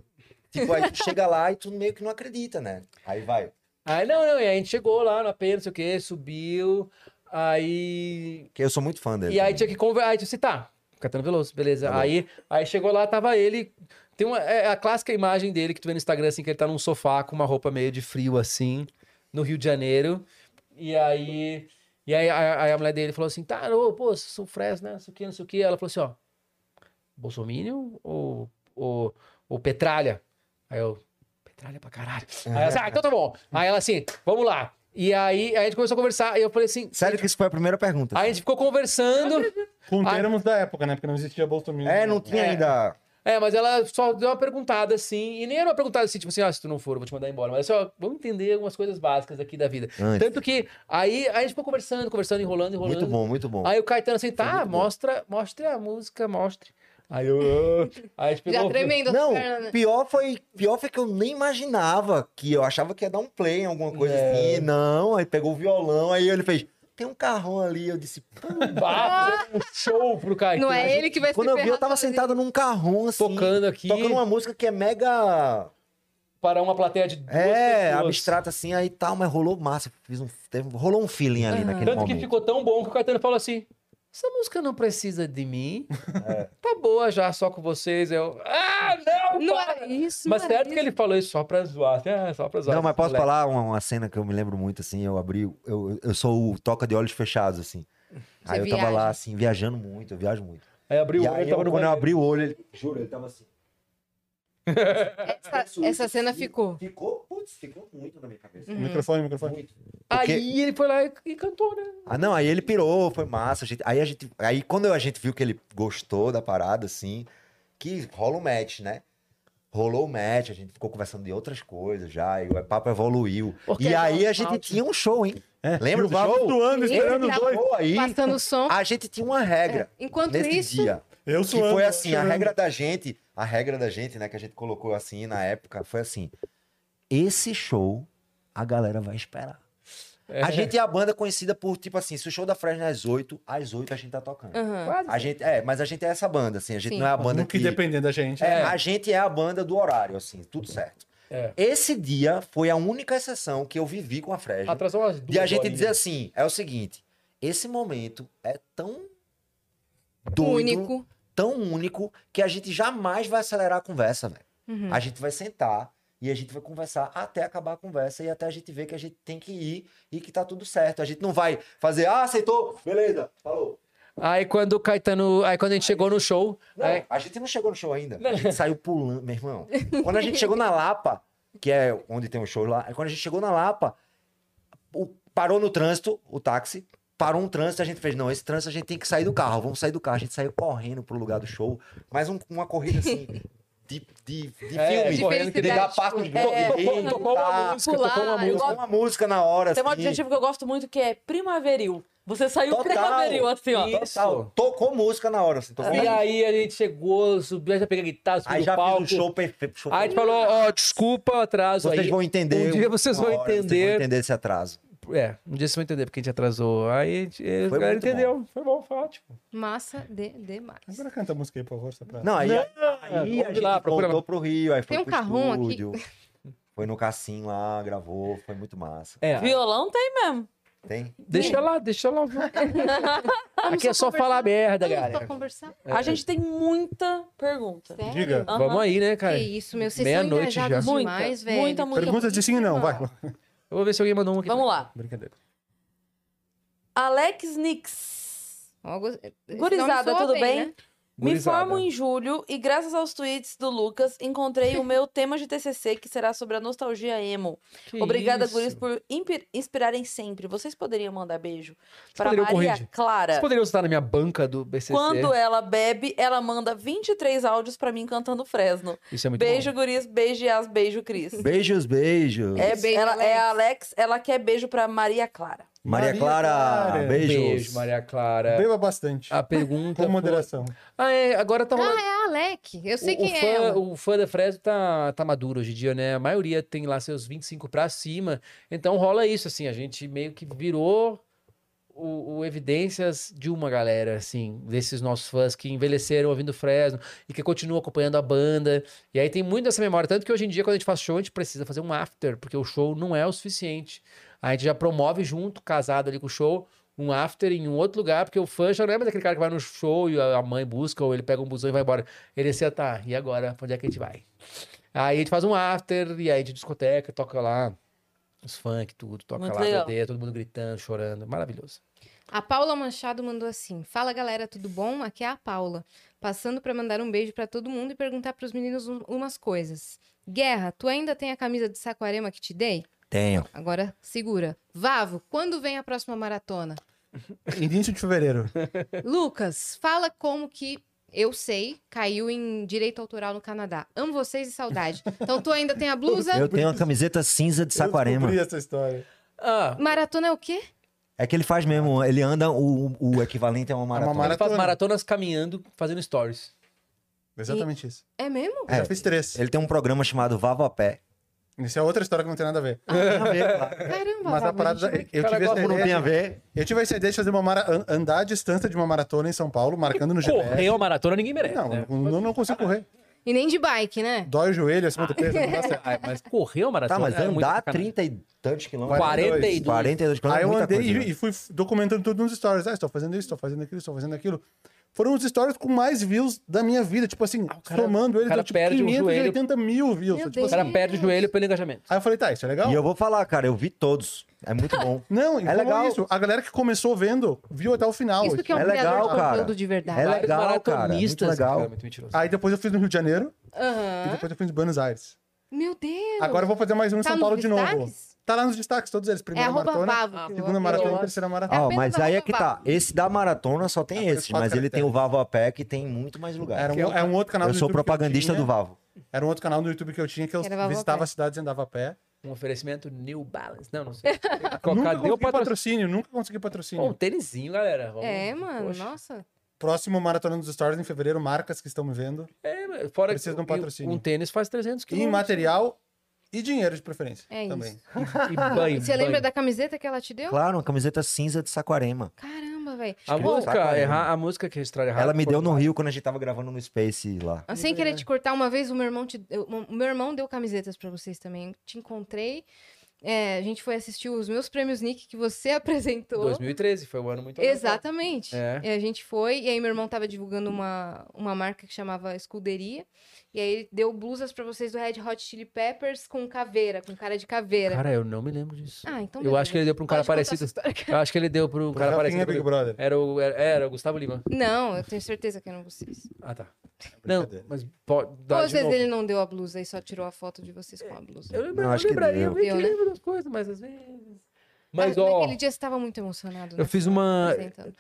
Speaker 4: Tipo, aí tu chega lá e tu meio que não acredita, né? Aí vai.
Speaker 3: Aí não, não, e aí a gente chegou lá na pena, não sei o quê, subiu. Aí.
Speaker 4: Porque eu sou muito fã dele.
Speaker 3: E aí
Speaker 4: também.
Speaker 3: tinha que conversar. Aí disse, tá, Catano Veloso, beleza. aí, aí chegou lá, tava ele. Tem uma, é a clássica imagem dele que tu vê no Instagram, assim, que ele tá num sofá com uma roupa meio de frio, assim, no Rio de Janeiro. E aí. E aí, a, aí a mulher dele falou assim: tá, ô, pô, sou fresco, né? Não sei o que, não sei o que. Ela falou assim: ó, Bolsominion ou, ou, ou Petralha? Aí eu, Petralha pra caralho. Aí ela assim, ah, então tá bom. Aí ela assim, vamos lá. E aí a gente começou a conversar, e eu falei assim.
Speaker 4: Sério que isso foi a primeira pergunta.
Speaker 3: Aí a gente ficou conversando.
Speaker 5: Com
Speaker 3: Ah.
Speaker 5: termos da época, né? Porque não existia Bolsonaro.
Speaker 4: É, não tinha
Speaker 3: É.
Speaker 4: ainda.
Speaker 3: É, mas ela só deu uma perguntada assim, e nem era uma perguntada assim, tipo assim, ah, se tu não for, eu vou te mandar embora. Mas é só, vamos entender algumas coisas básicas aqui da vida.
Speaker 4: Antes.
Speaker 3: Tanto que aí, aí a gente ficou conversando, conversando, enrolando, enrolando.
Speaker 4: Muito bom, muito bom.
Speaker 3: Aí o Caetano assim,
Speaker 4: Foi
Speaker 3: tá,
Speaker 4: muito bom.
Speaker 3: mostra, mostre a música, mostre. Aí eu. "Ah". Aí a gente pegou. um
Speaker 2: Já tremendo as
Speaker 4: Não,
Speaker 2: pernas, né?
Speaker 4: pior foi, pior foi que eu nem imaginava que eu achava que ia dar um play em alguma coisa
Speaker 3: É.
Speaker 4: assim. Não, aí pegou o violão, aí ele fez. Tem um carrão ali, eu disse. "Pô,
Speaker 3: Bah, um show pro Caetano.
Speaker 2: Ah!
Speaker 3: assim,
Speaker 2: Não é ele que vai
Speaker 4: Quando
Speaker 2: se
Speaker 4: eu vi, eu
Speaker 2: ferrar
Speaker 4: tava
Speaker 2: sozinho.
Speaker 4: sentado num carrão assim.
Speaker 3: Tocando aqui
Speaker 4: Tocando uma música que é mega.
Speaker 3: para uma plateia de duas
Speaker 4: É,
Speaker 3: pessoas.
Speaker 4: abstrata assim, aí tal, mas rolou massa. Fiz um, teve- rolou um feeling ali naquele
Speaker 3: Tanto que
Speaker 4: momento.
Speaker 3: ficou tão bom que o Caetano falou assim: essa música não precisa de mim.
Speaker 4: É.
Speaker 3: Tá boa já, só com vocês. Eu. Ah, não!
Speaker 2: Não é
Speaker 3: para!"
Speaker 2: era isso,
Speaker 3: Mas
Speaker 2: não era
Speaker 3: certo que
Speaker 2: isso.
Speaker 3: ele falou isso só pra zoar. assim, Ah, só pra zoar.
Speaker 4: Não, mas
Speaker 3: esses
Speaker 4: posso
Speaker 3: moleques."
Speaker 4: falar uma, uma cena que eu me lembro muito, assim, eu abri, eu, eu sou o toca de olhos fechados, assim. aí eu tava
Speaker 2: viaja.
Speaker 4: lá, assim, viajando muito, eu viajo muito.
Speaker 3: Aí abriu
Speaker 4: e
Speaker 3: o olho,
Speaker 4: aí,
Speaker 3: ele
Speaker 4: eu,
Speaker 3: tava no
Speaker 4: quando eu
Speaker 3: banheiro.
Speaker 4: abri o olho, ele, juro, ele tava assim.
Speaker 2: Essa, essa cena ficou. Uhum.
Speaker 4: Ficou, putz, ficou muito na minha cabeça.
Speaker 5: Microfone, microfone.
Speaker 4: Muito. Porque-
Speaker 3: Aí ele foi lá e, e cantou, né?
Speaker 4: Ah, não, aí ele pirou, foi massa. a gente- aí a gente. Aí quando a gente viu que ele gostou da parada, assim, que rola o match, né? Rolou o match, a gente ficou conversando de outras coisas já, e o papo evoluiu.
Speaker 6: Porque
Speaker 4: e
Speaker 6: é
Speaker 4: aí a
Speaker 6: normal,
Speaker 4: gente tinha um show, hein?
Speaker 5: É,
Speaker 4: Lembra
Speaker 5: e
Speaker 4: do
Speaker 5: o Vavo
Speaker 4: show?
Speaker 5: suando, esperando os
Speaker 2: Eita,
Speaker 5: dois.
Speaker 4: Show aí,
Speaker 2: Passando o som.
Speaker 4: a gente tinha uma regra.
Speaker 2: Enquanto
Speaker 4: nesse
Speaker 2: É, isso,
Speaker 4: dia.
Speaker 5: Eu
Speaker 4: Que
Speaker 5: suando.
Speaker 4: foi assim, a
Speaker 5: chorando.
Speaker 4: regra da gente, a regra da gente, né, que a gente colocou assim na época, foi assim: esse show a galera vai esperar. A gente é a banda conhecida por, tipo assim, se o show da Fresno é às 8, às 8 a gente tá tocando.
Speaker 2: Aham.
Speaker 4: A gente, é, mas a gente é essa banda, assim, a gente
Speaker 2: Sim.
Speaker 4: não é a banda
Speaker 5: No que
Speaker 4: que...
Speaker 5: dependendo da gente.
Speaker 4: É, a gente é a banda do horário, assim, tudo certo.
Speaker 3: É.
Speaker 4: Esse dia foi a única exceção que eu vivi com a Fresno.
Speaker 3: Atrasou umas duas.
Speaker 4: E a gente
Speaker 3: horinhas.
Speaker 4: dizer assim, é o seguinte, esse momento é tão doido,
Speaker 2: único.
Speaker 4: tão único que a gente jamais vai acelerar a conversa, velho.
Speaker 2: Uhum.
Speaker 4: A gente vai sentar e a gente vai conversar até acabar a conversa e até a gente ver que a gente tem que ir e que tá tudo certo. A gente não vai fazer, ah, aceitou, beleza, falou.
Speaker 3: Aí quando o Caetano. Aí quando a gente chegou no show.
Speaker 4: Não,
Speaker 3: aí-
Speaker 4: É. a gente não chegou no show ainda. A gente saiu pulando, meu irmão. Quando a gente chegou na Lapa, que é onde tem um show lá, quando a gente chegou na Lapa, o- parou no trânsito, o táxi, parou um trânsito, a gente fez, não, esse trânsito a gente tem que sair do carro, vamos sair do carro. A gente saiu correndo pro lugar do show, mas um- uma corrida assim, de, de, de
Speaker 3: É,
Speaker 4: filme.
Speaker 3: de correndo,
Speaker 4: de
Speaker 3: que tá.
Speaker 4: dar
Speaker 2: felicidade,
Speaker 4: passo nos
Speaker 2: tipo,
Speaker 4: botões,
Speaker 1: é,
Speaker 4: rir,
Speaker 3: tocou- tocou uma
Speaker 4: gritar,
Speaker 3: música, tocou uma
Speaker 2: pular,
Speaker 3: música.
Speaker 4: tocou uma música na hora,
Speaker 1: Tem um
Speaker 4: assim.
Speaker 1: adjetivo que eu gosto muito que é primaveril. Você saiu
Speaker 4: Total.
Speaker 1: primaveril, assim, ó.
Speaker 3: Isso.
Speaker 4: Total, Tocou música na hora, assim. Tocou
Speaker 3: E aí a gente chegou, subiu, já peguei a guitarra, subiu
Speaker 4: Aí
Speaker 3: no
Speaker 4: já
Speaker 3: palco.
Speaker 4: fiz o show perfeito. show
Speaker 3: Aí a gente falou, ó, desculpa o atraso
Speaker 4: Vocês
Speaker 3: aí.
Speaker 4: vão entender.
Speaker 3: Um dia vocês
Speaker 4: uma
Speaker 3: vão
Speaker 4: hora vocês
Speaker 3: entender.
Speaker 4: vão entender esse atraso.
Speaker 3: É, um dia vocês vão entender porque a gente atrasou. Aí a gente, a
Speaker 4: Foi
Speaker 3: galera
Speaker 4: muito
Speaker 3: entendeu. Foi bom, foi ótimo.
Speaker 2: Massa de, demais.
Speaker 5: Agora canta a música aí, por favor. Só pra...
Speaker 4: Não, é aí, aí
Speaker 3: vamos
Speaker 4: a gente
Speaker 3: lá, procura-
Speaker 4: voltou pro Rio, aí foi
Speaker 2: Tem um
Speaker 4: pro
Speaker 2: carrão aqui.
Speaker 4: estúdio. Foi no cassim lá, gravou, foi muito massa.
Speaker 3: É,
Speaker 1: Violão tem mesmo.
Speaker 4: Tem?
Speaker 3: deixa lá, deixa lá. Aqui é só falar merda,
Speaker 2: Vamos só
Speaker 3: galera.
Speaker 2: conversar.
Speaker 1: A gente tem muita pergunta.
Speaker 2: Sério?
Speaker 5: Diga.
Speaker 1: Aham.
Speaker 3: É, Vamos aí, né, cara?
Speaker 2: Que isso, meu. Vocês são
Speaker 3: Meia-noite já.
Speaker 2: engajados
Speaker 1: Muita,
Speaker 2: demais, velho.
Speaker 1: muita, muita.
Speaker 5: Perguntas de sim e não, vai.
Speaker 3: Eu vou ver se alguém mandou um aqui.
Speaker 1: Vamos lá.
Speaker 5: Brincadeira.
Speaker 1: Alex Nix.
Speaker 2: Ó, go- esse nome
Speaker 1: Gurizada,
Speaker 2: soa
Speaker 1: tudo bem?
Speaker 2: né?
Speaker 1: Me
Speaker 3: Gurizada.
Speaker 1: formo em julho e, graças aos tweets do Lucas, encontrei o meu tema de TCC, que será sobre a nostalgia emo.
Speaker 3: Que
Speaker 1: Obrigada,
Speaker 3: isso?
Speaker 1: guris, por impi- inspirarem sempre. Vocês poderiam mandar beijo para
Speaker 3: poderiam
Speaker 1: Maria
Speaker 3: corrigir?
Speaker 1: Clara.
Speaker 3: Vocês poderiam estar na minha banca do BCC?
Speaker 1: Quando é? ela bebe, ela manda 23 áudios pra mim cantando Fresno.
Speaker 3: Isso é muito
Speaker 1: beijo,
Speaker 3: bom.
Speaker 1: guris, beijo, Yas, beijo, Cris.
Speaker 4: Beijos, beijos.
Speaker 1: É,
Speaker 2: Beijo,
Speaker 1: ela, é a Alex, ela quer beijo pra Maria Clara.
Speaker 4: Maria
Speaker 5: Maria
Speaker 4: Clara,
Speaker 5: Clara.
Speaker 4: beijos.
Speaker 3: Beijo, Maria
Speaker 4: É.
Speaker 3: Clara.
Speaker 5: Beba bastante.
Speaker 3: A pergunta...
Speaker 5: Com moderação.
Speaker 3: Ah, é, agora tá rolando...
Speaker 2: Ah, é a Alec. Eu sei
Speaker 3: o,
Speaker 2: quem
Speaker 3: o
Speaker 2: é.
Speaker 3: fã,
Speaker 2: ela.
Speaker 3: o fã da Fresno tá, tá maduro hoje em dia, né? A maioria tem lá seus 25 pra cima. Então rola isso, assim. A gente meio que virou o, o evidências de uma galera, assim, desses nossos fãs que envelheceram ouvindo Fresno e que continuam acompanhando a banda. E aí tem muito dessa memória. Tanto que hoje em dia, quando a gente faz show, a gente precisa fazer um after, porque o show não é o suficiente. A gente já promove junto, casado ali com o show, um after em um outro lugar, porque o fã já não é mais aquele cara que vai no show e a a mãe busca, ou ele pega um busão e vai embora. Ele é tá, e agora? Pra onde é que a gente vai? Aí a gente faz um after, e aí a gente discoteca, toca lá os funk, tudo, toca
Speaker 1: Muito
Speaker 3: lá,
Speaker 1: legal.
Speaker 3: rodeia, todo mundo gritando, chorando. Maravilhoso.
Speaker 2: A Paula Manchado mandou assim: Fala galera, tudo bom? Aqui é a Paula. Passando pra mandar um beijo pra todo mundo e perguntar pros meninos um- umas coisas. Guerra, tu ainda tem a camisa de Saquarema que te dei?
Speaker 4: Tenho.
Speaker 2: Agora segura. Vavo, quando vem a próxima maratona?
Speaker 5: Início de fevereiro.
Speaker 2: Lucas, fala como que eu sei caiu em direito autoral no Canadá. Amo vocês e saudade. Então tu ainda tem a blusa?
Speaker 4: Eu tenho uma camiseta cinza de Saquarema.
Speaker 5: Eu descobri essa história.
Speaker 3: Ah,
Speaker 2: Maratona é o quê?
Speaker 4: É que ele faz mesmo, ele anda o, o equivalente a uma maratona.
Speaker 5: É uma
Speaker 3: ele faz
Speaker 5: Maratona.
Speaker 3: maratonas caminhando, fazendo stories.
Speaker 5: Exatamente isso.
Speaker 2: É mesmo?
Speaker 5: Eu
Speaker 4: É.
Speaker 5: já fiz três.
Speaker 4: Ele tem um programa chamado Vava a Pé.
Speaker 5: Isso é outra história que não tem nada a ver.
Speaker 2: Caramba,
Speaker 5: Mas a
Speaker 2: Vavo,
Speaker 5: parada.
Speaker 2: gente vai-
Speaker 5: Eu
Speaker 3: Cara,
Speaker 5: tive, essa
Speaker 3: como não
Speaker 5: ideia,
Speaker 4: a ver?
Speaker 5: eu tive essa ideia de fazer uma mara... an- andar a distância de uma maratona em São Paulo, marcando no
Speaker 3: Correr
Speaker 5: GPS.
Speaker 3: uma maratona ninguém merece,
Speaker 5: Não,
Speaker 3: né?
Speaker 5: não, não consigo correr.
Speaker 2: E nem de bike, né?
Speaker 5: Dói o joelho, acima do peso, não dá certo.
Speaker 3: Ah, mas correr uma
Speaker 4: Tá,
Speaker 3: maratona
Speaker 4: mas
Speaker 3: é muito
Speaker 4: andar
Speaker 3: sacanagem.
Speaker 4: 30 e tantos quilômetros.
Speaker 3: 42.
Speaker 4: 42
Speaker 5: Aí
Speaker 4: quilômetros. é
Speaker 5: eu
Speaker 4: muita
Speaker 5: andei
Speaker 4: coisa, né?
Speaker 5: e, e fui documentando tudo nos stories. Ah, estou fazendo isso, estou fazendo aquilo, estou fazendo aquilo. Foram os stories com mais views da minha vida. Tipo assim,
Speaker 2: Ah,
Speaker 3: cara-
Speaker 5: somando ele,
Speaker 3: o cara
Speaker 5: deu, tipo,
Speaker 3: perde um
Speaker 5: 580 mil views.
Speaker 2: Meu
Speaker 5: tipo
Speaker 2: Deus.
Speaker 3: O cara perde o joelho pelo engajamento.
Speaker 5: Aí eu falei, tá, isso é legal?
Speaker 4: E eu vou falar, cara, eu vi todos. É muito bom.
Speaker 5: Não, e
Speaker 4: É
Speaker 5: como
Speaker 4: legal.
Speaker 5: isso. A galera que começou vendo, viu até o final.
Speaker 2: Isso que é um
Speaker 4: é
Speaker 2: criador
Speaker 4: legal,
Speaker 2: de
Speaker 4: cara.
Speaker 2: conteúdo de verdade.
Speaker 4: É
Speaker 3: Vários
Speaker 4: legal, cara, muito
Speaker 3: maratonistas.
Speaker 4: legal.
Speaker 3: cara, muito mentiroso.
Speaker 5: Aí depois eu fiz no Rio de Janeiro
Speaker 2: Aham.
Speaker 5: e depois eu fiz em Buenos Aires.
Speaker 2: Meu Deus!
Speaker 5: Agora eu vou fazer mais um em
Speaker 2: Tá
Speaker 5: São
Speaker 2: nos
Speaker 5: Paulo de novo.
Speaker 2: destaques?
Speaker 5: Tá lá nos destaques, todos eles.
Speaker 2: É
Speaker 5: Primeira
Speaker 2: arroba
Speaker 5: maratona,
Speaker 2: Vavo. que eu
Speaker 5: segunda
Speaker 2: amo.
Speaker 5: maratona e
Speaker 2: Eu
Speaker 5: terceira maratona.
Speaker 4: Ó,
Speaker 2: apenas
Speaker 4: mas
Speaker 2: a
Speaker 4: aí é
Speaker 2: Vava
Speaker 4: que tá. Esse da maratona só tem
Speaker 5: Ah,
Speaker 4: esse,
Speaker 5: quatro
Speaker 4: mas ele tem o Vavo a Pé que tem muito mais lugar.
Speaker 5: Era um, é um outro canal
Speaker 4: Ah, eu
Speaker 5: do
Speaker 4: sou
Speaker 5: YouTube que
Speaker 4: propagandista
Speaker 5: tinha.
Speaker 4: do Vavo.
Speaker 5: Era um outro canal do YouTube que eu tinha que eu
Speaker 2: Era Vavo a
Speaker 5: visitava
Speaker 2: pé.
Speaker 5: as cidades e andava a pé.
Speaker 3: Um oferecimento New Balance. Não, não sei.
Speaker 5: Nunca
Speaker 3: Colocar deu
Speaker 5: consegui
Speaker 3: patrocínio.
Speaker 5: patrocínio, nunca consegui patrocínio.
Speaker 3: Pô, um tênisinho, galera. Vamos-
Speaker 2: É, mano,
Speaker 3: Poxa.
Speaker 2: nossa.
Speaker 5: Próximo Maratona dos Stories em fevereiro, marcas que estão me vendo.
Speaker 3: É, mas fora
Speaker 5: Precisa de um
Speaker 3: e
Speaker 5: patrocínio.
Speaker 3: Um tênis faz 300
Speaker 5: E em
Speaker 3: quilômetros.
Speaker 5: material e dinheiro de preferência.
Speaker 2: É
Speaker 5: também.
Speaker 2: isso.
Speaker 3: E banho.
Speaker 2: Você lembra
Speaker 3: banho.
Speaker 2: da camiseta que ela te deu?
Speaker 4: Claro, uma camiseta cinza de Saquarema.
Speaker 2: Caramba, velho.
Speaker 3: A
Speaker 4: Escrito
Speaker 3: música,
Speaker 4: Saquarema.
Speaker 3: errar, a música que registraram errado.
Speaker 4: Ela me
Speaker 3: foi-
Speaker 4: deu no Rio quando a gente tava gravando no Space lá.
Speaker 2: Sem querer te cortar, uma vez o meu irmão te, eu- o meu irmão deu camisetas pra vocês também. Te encontrei. É, a gente foi assistir os meus prêmios Nick que você apresentou.
Speaker 3: 2013, foi um ano muito legal.
Speaker 2: Exatamente.
Speaker 3: É.
Speaker 2: E a gente foi, e aí meu irmão tava divulgando uma, uma marca que chamava Escuderia. E aí ele deu blusas pra vocês do Red Hot Chili Peppers com caveira, com cara de caveira.
Speaker 3: Cara, eu não me lembro disso.
Speaker 2: Ah, então
Speaker 3: eu acho que ele deu pra um cara parecido. Eu acho que ele deu pra um cara é.
Speaker 5: Rafinha
Speaker 3: parecido.
Speaker 5: Big Brother.
Speaker 3: Era o, era, era o Gustavo Lima.
Speaker 2: Não, eu tenho certeza que eram vocês.
Speaker 3: Ah, tá.
Speaker 4: É
Speaker 3: Não, mas pode.
Speaker 2: Ou
Speaker 3: Dá
Speaker 2: às
Speaker 3: de
Speaker 2: vezes
Speaker 3: novo.
Speaker 2: ele não deu a blusa e só tirou a foto de vocês com a blusa. Ah,
Speaker 3: Eu, lembro,
Speaker 4: Não,
Speaker 3: eu
Speaker 4: acho que
Speaker 3: lembraria,
Speaker 4: deu.
Speaker 3: eu meio que
Speaker 2: Deu, né?
Speaker 3: lembro das coisas, mas às vezes. Mas,
Speaker 2: Ah,
Speaker 3: ó,
Speaker 2: Naquele dia você tava muito emocionado.
Speaker 3: eu
Speaker 2: né?
Speaker 3: fiz uma.
Speaker 2: Apresentando.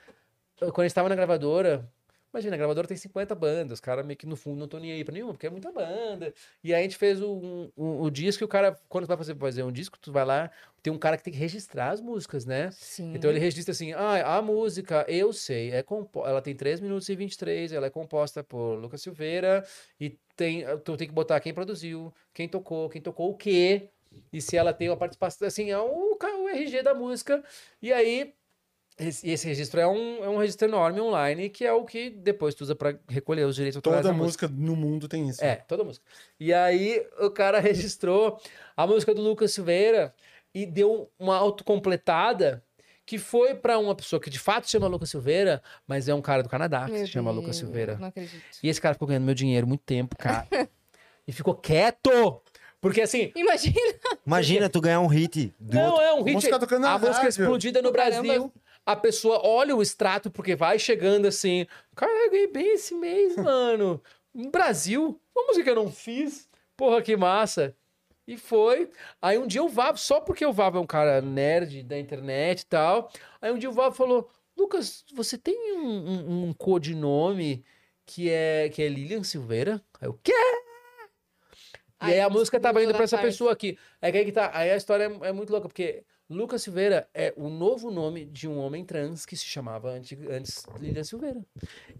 Speaker 3: quando a gente tava na gravadora, imagina, a gravadora tem 50 bandas, os caras meio que no fundo não estão nem aí pra nenhuma, porque é muita banda. E aí a gente fez o- um, um- o disco e o cara, quando tu vai fazer, fazer um disco, tu vai lá, tem um cara que tem que registrar as músicas, né?
Speaker 2: Sim.
Speaker 3: Então ele registra assim, ah, a música, eu sei, é compo... ela tem 3 minutos e 23, ela é composta por Lucas Silveira, e tem, tu tem que botar quem produziu, quem tocou, quem tocou o quê, e se ela tem uma participação, assim, é o, ca- o RG da música, e aí, esse, esse registro é um, é um registro enorme online, que é o que depois tu usa pra recolher os direitos autorais
Speaker 5: Toda
Speaker 3: da música.
Speaker 5: música no mundo tem isso.
Speaker 3: É, toda música. E aí o cara registrou a música do Lucas Silveira e deu uma autocompletada que foi pra uma pessoa que de fato chama Lucas Silveira, mas é um cara do Canadá que
Speaker 2: Meu
Speaker 3: se chama
Speaker 2: Deus,
Speaker 3: Lucas Silveira.
Speaker 2: Não acredito.
Speaker 3: E esse cara ficou ganhando meu dinheiro muito tempo, cara. e ficou quieto! Porque assim,
Speaker 2: Imagina.
Speaker 4: Imagina tu ganhar um hit do
Speaker 3: não
Speaker 4: outro.
Speaker 3: é um hit.
Speaker 5: Música tocando na
Speaker 3: a música
Speaker 5: rádio.
Speaker 3: explodida no
Speaker 2: Caramba.
Speaker 3: Brasil. a pessoa olha o extrato, porque vai chegando assim, cara, eu ganhei bem esse mês, mano. No Brasil, uma música que eu não fiz. Porra, que massa. E foi. Aí um dia o Vavo, só porque o Vavo é um cara nerd da internet e tal, aí um dia o Vavo falou, Lucas, você tem um, um- um codinome que é, que é Lilian Silveira? Aí eu, quê? E aí,
Speaker 2: Aí
Speaker 3: a música tava
Speaker 2: mudou
Speaker 3: indo
Speaker 2: da
Speaker 3: pra essa
Speaker 2: parte.
Speaker 3: pessoa aqui. Aí, que é que tá, aí a história é, é muito louca, porque Lucas Silveira é o novo nome de um homem trans que se chamava antes, antes Lilian Silveira.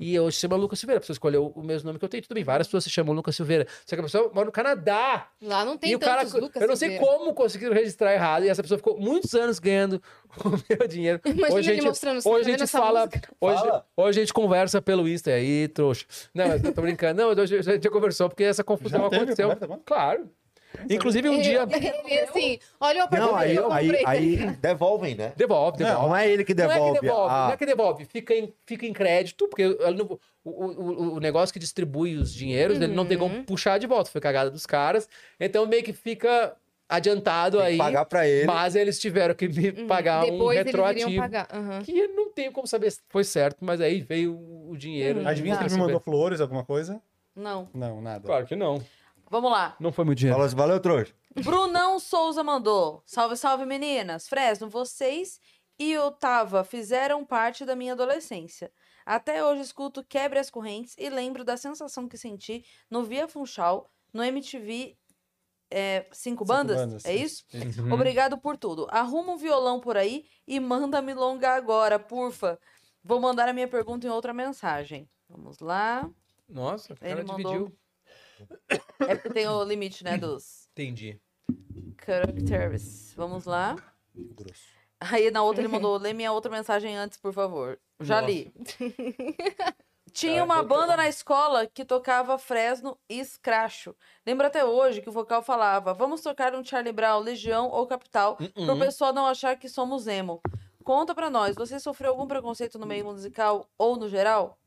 Speaker 3: E hoje se chama Lucas Silveira. A pessoa escolheu o mesmo nome que eu tenho. Tudo bem, várias pessoas se chamam Lucas Silveira. Só que a pessoa mora no Canadá
Speaker 2: Lá não tem
Speaker 3: e o cara,
Speaker 2: tantos Lucas
Speaker 3: eu não sei
Speaker 2: Silveira.
Speaker 3: como conseguiram registrar errado, e essa pessoa ficou muitos anos ganhando o meu dinheiro.
Speaker 2: Imagina
Speaker 3: hoje a
Speaker 2: ele
Speaker 3: gente,
Speaker 2: mostrando, você tá
Speaker 3: hoje a
Speaker 2: vendo
Speaker 3: gente
Speaker 2: essa
Speaker 3: fala,
Speaker 2: música?
Speaker 3: hoje,
Speaker 4: Fala.
Speaker 3: hoje a gente conversa pelo Insta e aí, trouxa. Não, eu tô brincando. Não, hoje a gente já conversou porque essa confusão
Speaker 5: Já teve
Speaker 3: aconteceu.
Speaker 5: conversa, mano?
Speaker 3: Claro. Inclusive
Speaker 2: é
Speaker 3: um dia
Speaker 2: Ele, assim, olha o apartamento
Speaker 4: Não, aí,
Speaker 2: que eu comprei.
Speaker 4: aí, aí devolvem, né?
Speaker 3: devolve, devolve.
Speaker 4: Não, é ele que
Speaker 3: Não é
Speaker 4: devolve. ah.
Speaker 3: que devolve,
Speaker 4: a-
Speaker 3: não é que devolve. Fica em, fica em crédito, porque eu não vou- o, o, o- o negócio que distribui os dinheiros, ele não tem
Speaker 2: Uhum.
Speaker 3: como puxar de volta. Foi cagada dos caras. Então meio que fica adiantado
Speaker 4: tem que
Speaker 3: aí.
Speaker 4: pagar pra ele.
Speaker 3: Mas eles tiveram que me pagar
Speaker 2: Uhum. Depois
Speaker 3: um
Speaker 2: eles
Speaker 3: retroativo.
Speaker 2: iriam pagar. aham.
Speaker 3: Que eu não tenho como saber se foi certo, mas aí veio o dinheiro.
Speaker 2: Uhum.
Speaker 5: A Vinci me mandou flores, alguma coisa?
Speaker 1: Não.
Speaker 5: Não, nada.
Speaker 3: Ah, Claro que não.
Speaker 1: Vamos lá.
Speaker 3: Não foi muito dinheiro.
Speaker 4: Fala assim, valeu, trouxa.
Speaker 1: Brunão Souza mandou. Salve, salve, meninas. Fresno, vocês e eu tava fizeram parte da minha adolescência. Até hoje escuto Quebre as Correntes e lembro da sensação que senti no Via Funchal, no MTV é, Cinco Bandas.
Speaker 5: bandas,
Speaker 1: é
Speaker 5: sim.
Speaker 1: isso? Obrigado por tudo. Arruma um violão por aí e manda me longa agora, porfa. Vou mandar a minha pergunta em outra mensagem. Vamos lá.
Speaker 3: Nossa, o cara
Speaker 1: Ele mandou.
Speaker 3: dividiu.
Speaker 1: É porque tem o limite, né, dos
Speaker 3: Entendi.
Speaker 1: characters. Vamos lá. Aí na outra ele mandou, lê minha outra mensagem antes, por favor. Já li. Tinha uma banda na escola que tocava Fresno e Escracho. Lembro até hoje que o vocal falava: vamos tocar um Charlie Brown, Legião ou Capital,
Speaker 3: Hum, Uhum.
Speaker 1: pro pessoal não achar que somos emo. Conta pra nós, você sofreu algum preconceito no meio musical ou no geral?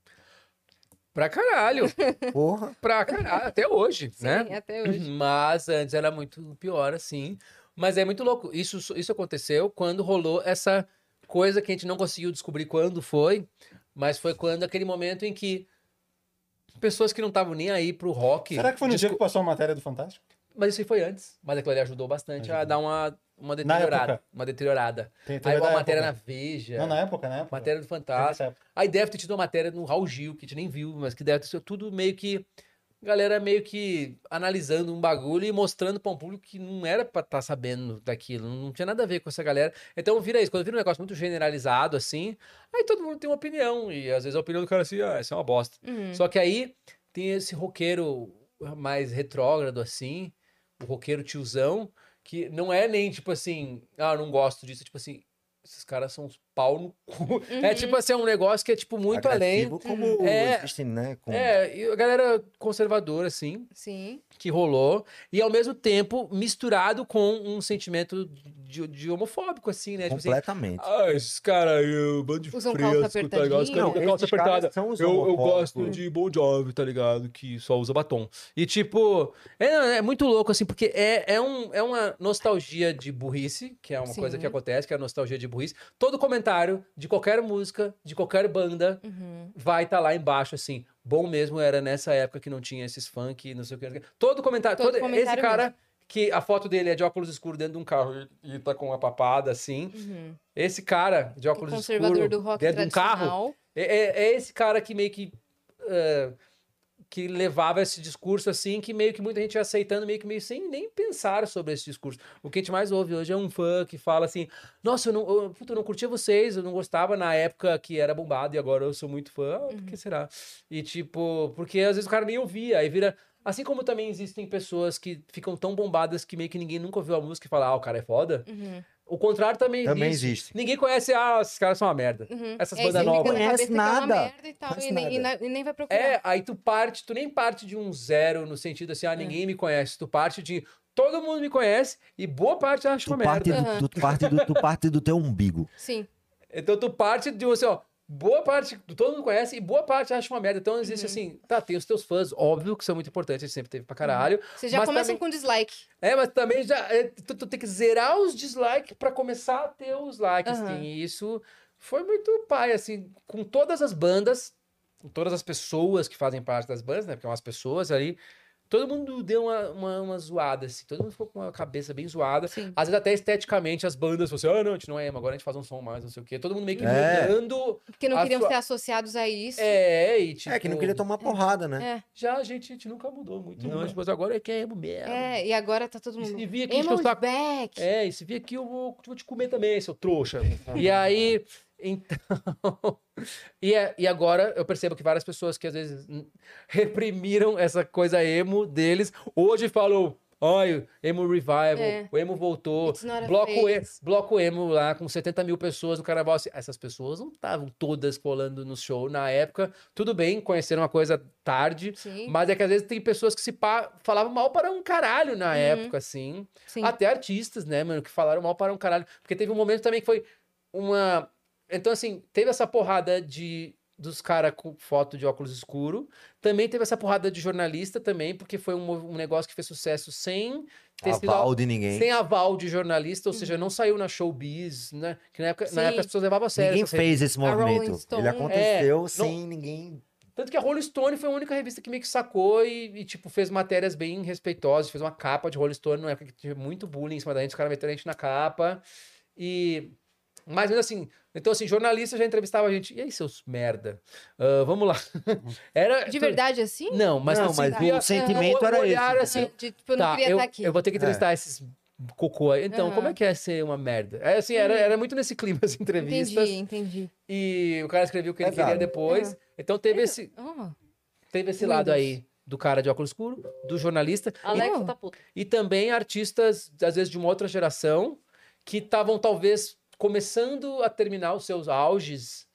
Speaker 3: Pra caralho.
Speaker 4: Porra.
Speaker 3: Pra caralho. Até hoje, né?
Speaker 2: Sim, até hoje.
Speaker 3: Mas antes era muito pior, assim. Mas é muito louco. Isso, isso aconteceu quando rolou essa coisa que a gente não conseguiu descobrir quando foi, mas foi quando aquele momento em que pessoas que não estavam nem aí pro rock.
Speaker 5: Será que foi no dia
Speaker 3: desco-
Speaker 5: que passou a matéria do Fantástico?
Speaker 3: Mas isso aí foi antes. Mas aquilo ali ajudou bastante a dar uma, uma
Speaker 5: época.
Speaker 3: deteriorada. Uma deteriorada.
Speaker 5: Tem,
Speaker 3: Aí uma
Speaker 5: da
Speaker 3: Ah, matéria na
Speaker 5: época.
Speaker 3: Veja.
Speaker 5: Não, na época, na época.
Speaker 3: Matéria do
Speaker 5: Teve
Speaker 3: Fantástico.
Speaker 5: essa época.
Speaker 3: Aí deve ter tido uma matéria no Raul Gil, que a gente nem viu, mas que deve ter sido tudo meio que. Galera meio que analisando um bagulho e mostrando pra um público que não era pra estar sabendo daquilo, não tinha nada a ver com essa galera. Então vira isso, quando vira um negócio muito generalizado assim, aí todo mundo tem uma opinião, e às vezes a opinião do cara é assim, ah, isso é uma bosta.
Speaker 2: Uhum.
Speaker 3: Só que aí tem esse roqueiro mais retrógrado, assim, o roqueiro tiozão, que não é nem tipo assim, ah, eu não gosto disso, é tipo assim, esses caras são uns pau no cu. É
Speaker 2: Uhum.
Speaker 3: tipo assim, é um negócio que é tipo muito
Speaker 4: Agressivo, Como
Speaker 3: É.
Speaker 4: existe, né? Com...
Speaker 3: além. É, e a galera conservadora, assim,
Speaker 2: Sim.
Speaker 3: que rolou, e ao mesmo tempo misturado com um sentimento de, de homofóbico, assim, né? Tipo assim,
Speaker 4: Completamente.
Speaker 3: ah, esses caras aí, um bando de
Speaker 2: Usam
Speaker 3: fresco,
Speaker 2: calça
Speaker 3: tá ligado?
Speaker 2: apertadinha.
Speaker 3: Os caras
Speaker 2: Não,
Speaker 3: usam calça
Speaker 4: esses caras
Speaker 3: apertada.
Speaker 4: são os
Speaker 3: Eu, eu
Speaker 4: homofóbicos.
Speaker 3: gosto de Bon Jovi, tá ligado? Que só usa batom. E tipo, é, é muito louco, assim, porque é, é, um, é uma nostalgia de burrice, que é uma
Speaker 2: Sim.
Speaker 3: coisa que acontece, que é a nostalgia de burrice. Todo comentário de qualquer música, de qualquer banda,
Speaker 2: Uhum.
Speaker 3: vai estar lá embaixo, assim. Bom mesmo era nessa época que não tinha esses funk, não sei o que. não sei o que. Todo comentário.
Speaker 2: Todo
Speaker 3: Todo esse
Speaker 2: comentário
Speaker 3: cara que a foto dele é de óculos escuros dentro de um carro e, e tá com uma papada assim.
Speaker 2: Uhum.
Speaker 3: Esse cara de
Speaker 2: O
Speaker 3: óculos
Speaker 2: conservador
Speaker 3: escuros
Speaker 2: do rock
Speaker 3: dentro de um carro
Speaker 2: tradicional.
Speaker 3: é, é- é esse cara que meio que. eh, que levava esse discurso assim, que meio que muita gente ia aceitando, meio que meio sem nem pensar sobre esse discurso. O que a gente mais ouve hoje é um fã que fala assim: Nossa, eu não, eu, puta, eu não curtia vocês, eu não gostava na época que era bombado e agora eu sou muito fã. Ah, por que será? E tipo, porque às vezes o cara nem ouvia, aí vira. Assim como também existem pessoas que ficam tão bombadas que meio que ninguém nunca ouviu a música e fala, ah, o cara é foda.
Speaker 2: Uhum.
Speaker 3: O contrário também,
Speaker 4: Também
Speaker 3: existe.
Speaker 4: existe.
Speaker 3: Ninguém conhece, ah, esses caras são uma merda.
Speaker 2: Uhum.
Speaker 3: Essas
Speaker 2: É,
Speaker 3: bandas
Speaker 2: isso
Speaker 3: novas.
Speaker 2: fica na
Speaker 4: Conhece
Speaker 2: cabeça que é uma
Speaker 4: nada.
Speaker 2: merda e tal,
Speaker 4: Conhece
Speaker 2: e nem- e
Speaker 4: nada.
Speaker 2: na- e nem vai procurar.
Speaker 3: É, aí tu parte, tu nem parte de um zero no sentido assim, ah, ninguém me conhece. Tu parte de todo mundo me conhece e boa parte acha
Speaker 4: Tu
Speaker 3: uma
Speaker 4: parte,
Speaker 3: merda.
Speaker 4: do, tu, parte do, tu parte do teu umbigo.
Speaker 2: Sim.
Speaker 3: Então tu parte de um assim, ó. Boa parte, todo mundo conhece e boa parte acha uma merda. Então existe assim, tá, tem os teus fãs, óbvio que são muito importantes, a gente sempre teve pra caralho.
Speaker 2: Vocês já
Speaker 3: Mas
Speaker 2: começam
Speaker 3: também-
Speaker 2: com dislike.
Speaker 3: É, mas também já. é, tu, tu tem que zerar os dislikes pra começar a ter os likes. Tem isso. foi muito pai, assim, com todas as bandas, com todas as pessoas que fazem parte das bandas, né? Porque umas pessoas ali. Todo mundo deu uma, uma, uma zoada, assim. Todo mundo ficou com a cabeça bem zoada.
Speaker 1: Sim.
Speaker 3: Às vezes até esteticamente as bandas falam assim, ah, não, a gente não é emo, agora a gente faz um som mais, não sei o quê. Todo mundo meio que
Speaker 4: É.
Speaker 3: mudando.
Speaker 2: Porque não
Speaker 3: A
Speaker 2: queriam
Speaker 3: sua-
Speaker 2: ser associados a isso.
Speaker 3: É, e tipo...
Speaker 4: É, que não queria tomar porrada,
Speaker 3: É,
Speaker 4: né?
Speaker 3: Já a gente, a gente nunca mudou muito.
Speaker 4: Não.
Speaker 3: Não, mas agora é que é emo mesmo.
Speaker 2: É, e agora tá todo
Speaker 3: E
Speaker 2: mundo.
Speaker 3: se vir aqui, encher o
Speaker 2: Emo
Speaker 3: saco.
Speaker 2: back.
Speaker 3: É, e se vir aqui, eu vou, vou te comer também, seu trouxa. e aí, então... e, é- e agora eu percebo que várias pessoas que às vezes hum, reprimiram essa coisa emo deles, hoje falam... Olha, emo revival,
Speaker 2: É.
Speaker 3: o emo voltou.
Speaker 2: It's not a
Speaker 3: Bloco, e,
Speaker 2: phase.
Speaker 3: bloco emo lá com 70 mil pessoas no carnaval. assim, Essas pessoas não estavam todas colando no show na época. Tudo bem, conheceram uma coisa tarde,
Speaker 2: Sim,
Speaker 3: mas é que às vezes tem pessoas que se pá, falavam mal para um caralho
Speaker 2: Uhum.
Speaker 3: na época, assim.
Speaker 2: sim.
Speaker 3: Até artistas, né, mano, que falaram mal para um caralho. Porque teve um momento também que foi uma. Então, assim, teve essa porrada de dos caras com foto de óculos escuro. Também teve essa porrada de jornalista também, porque foi um, mov- um negócio que fez sucesso sem ter sido
Speaker 4: Aval de ninguém.
Speaker 3: sem aval de jornalista, ou seja, não saiu na showbiz, né? Que na época, na
Speaker 2: Sim.
Speaker 3: época as pessoas levavam a sério.
Speaker 4: Ninguém
Speaker 3: essas revistas.
Speaker 4: fez esse
Speaker 2: A Rolling
Speaker 4: movimento.
Speaker 2: Stone,
Speaker 4: Ele aconteceu
Speaker 3: é,
Speaker 4: sem ninguém.
Speaker 3: Tanto que a Rolling Stone foi a única revista que meio que sacou e, e, tipo, fez matérias bem respeitosas. Fez uma capa de Rolling Stone na época que tinha muito bullying em cima da gente, os caras meteram a gente na capa. E. Mas mesmo assim, então assim, jornalista já entrevistava a gente. E aí, seus merda? Ah, vamos lá. Era.
Speaker 2: De verdade, assim?
Speaker 3: Não, mas
Speaker 4: não,
Speaker 3: assim,
Speaker 4: mas
Speaker 3: via-
Speaker 4: o sentimento
Speaker 3: o
Speaker 4: era
Speaker 3: olhar,
Speaker 4: esse.
Speaker 3: assim,
Speaker 2: É, de, tipo, eu não queria
Speaker 3: eu,
Speaker 2: estar aqui.
Speaker 3: eu vou ter que entrevistar
Speaker 4: É.
Speaker 3: esses cocô aí. Então, como
Speaker 2: Aham. Uhum.
Speaker 3: é que é ser uma merda? É, assim, era, era muito nesse clima as entrevistas.
Speaker 2: Entendi, entendi.
Speaker 3: E o cara escreveu o que ele
Speaker 4: Pesado.
Speaker 3: queria depois. Então teve esse,
Speaker 2: Oh,
Speaker 3: teve esse
Speaker 2: Windows.
Speaker 3: lado aí do cara de óculos escuro, do jornalista.
Speaker 1: Alex,
Speaker 2: Não.
Speaker 1: tá puto.
Speaker 3: E, e também artistas, às vezes, de uma outra geração, que estavam talvez começando a terminar os seus auges.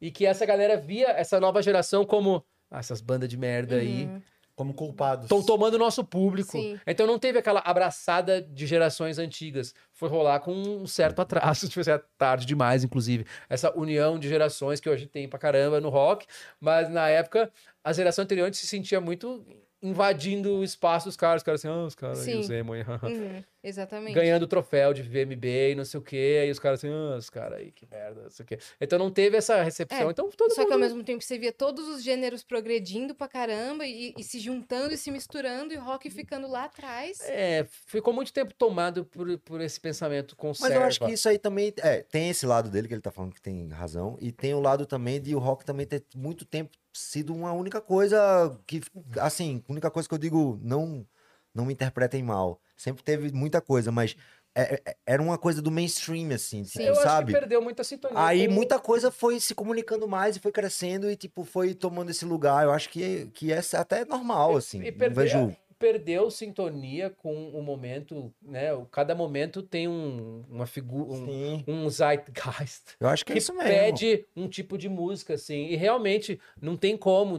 Speaker 3: E que essa galera via essa nova geração como. Ah, essas bandas de merda aí.
Speaker 5: Como culpados.
Speaker 3: Estão tomando o nosso público.
Speaker 2: Sim.
Speaker 3: Então não teve aquela abraçada de gerações antigas. Foi rolar com um certo atraso, tipo assim, é tarde demais, inclusive. Essa união de gerações que hoje tem pra caramba no rock. Mas na época, a geração anterior a gente se sentia muito invadindo o espaço dos caras. Os caras assim, ah, os caras aí,
Speaker 2: Sim.
Speaker 3: os emo, hein, haha."
Speaker 2: uhum, exatamente.
Speaker 3: Ganhando troféu de VMB e não sei o quê. Aí os caras assim, ah, os caras aí, que merda, não sei o quê. Então não teve essa recepção.
Speaker 2: É,
Speaker 3: então todo
Speaker 2: Só
Speaker 3: mundo...
Speaker 2: que ao mesmo tempo você via todos os gêneros progredindo pra caramba e, e se juntando e se misturando e o rock ficando lá atrás.
Speaker 3: É, ficou muito tempo tomado por, por esse pensamento conserva.
Speaker 4: Mas eu acho que isso aí também. É, tem esse lado dele que ele tá falando que tem razão. E tem o lado também de o rock também ter muito tempo sido uma única coisa que. Assim, única coisa que eu digo, não, não me interpretem mal. Sempre teve muita coisa, mas é- é- era uma coisa do mainstream, assim,
Speaker 2: Sim.
Speaker 4: tipo,
Speaker 3: Eu acho
Speaker 4: sabe?
Speaker 3: que perdeu muita sintonia.
Speaker 4: Aí
Speaker 3: com-
Speaker 4: muita coisa foi se comunicando mais e foi crescendo e, tipo, foi tomando esse lugar. Eu acho que, que é até normal, assim.
Speaker 3: e é,
Speaker 4: Não
Speaker 3: perdeu-
Speaker 4: vejo.
Speaker 3: perdeu sintonia com o momento, né? O- Cada momento tem um, uma figura, um,
Speaker 4: Sim.
Speaker 3: um zeitgeist
Speaker 4: Eu acho que,
Speaker 3: que
Speaker 4: é isso mesmo.
Speaker 3: pede um tipo de música, assim. E realmente não tem como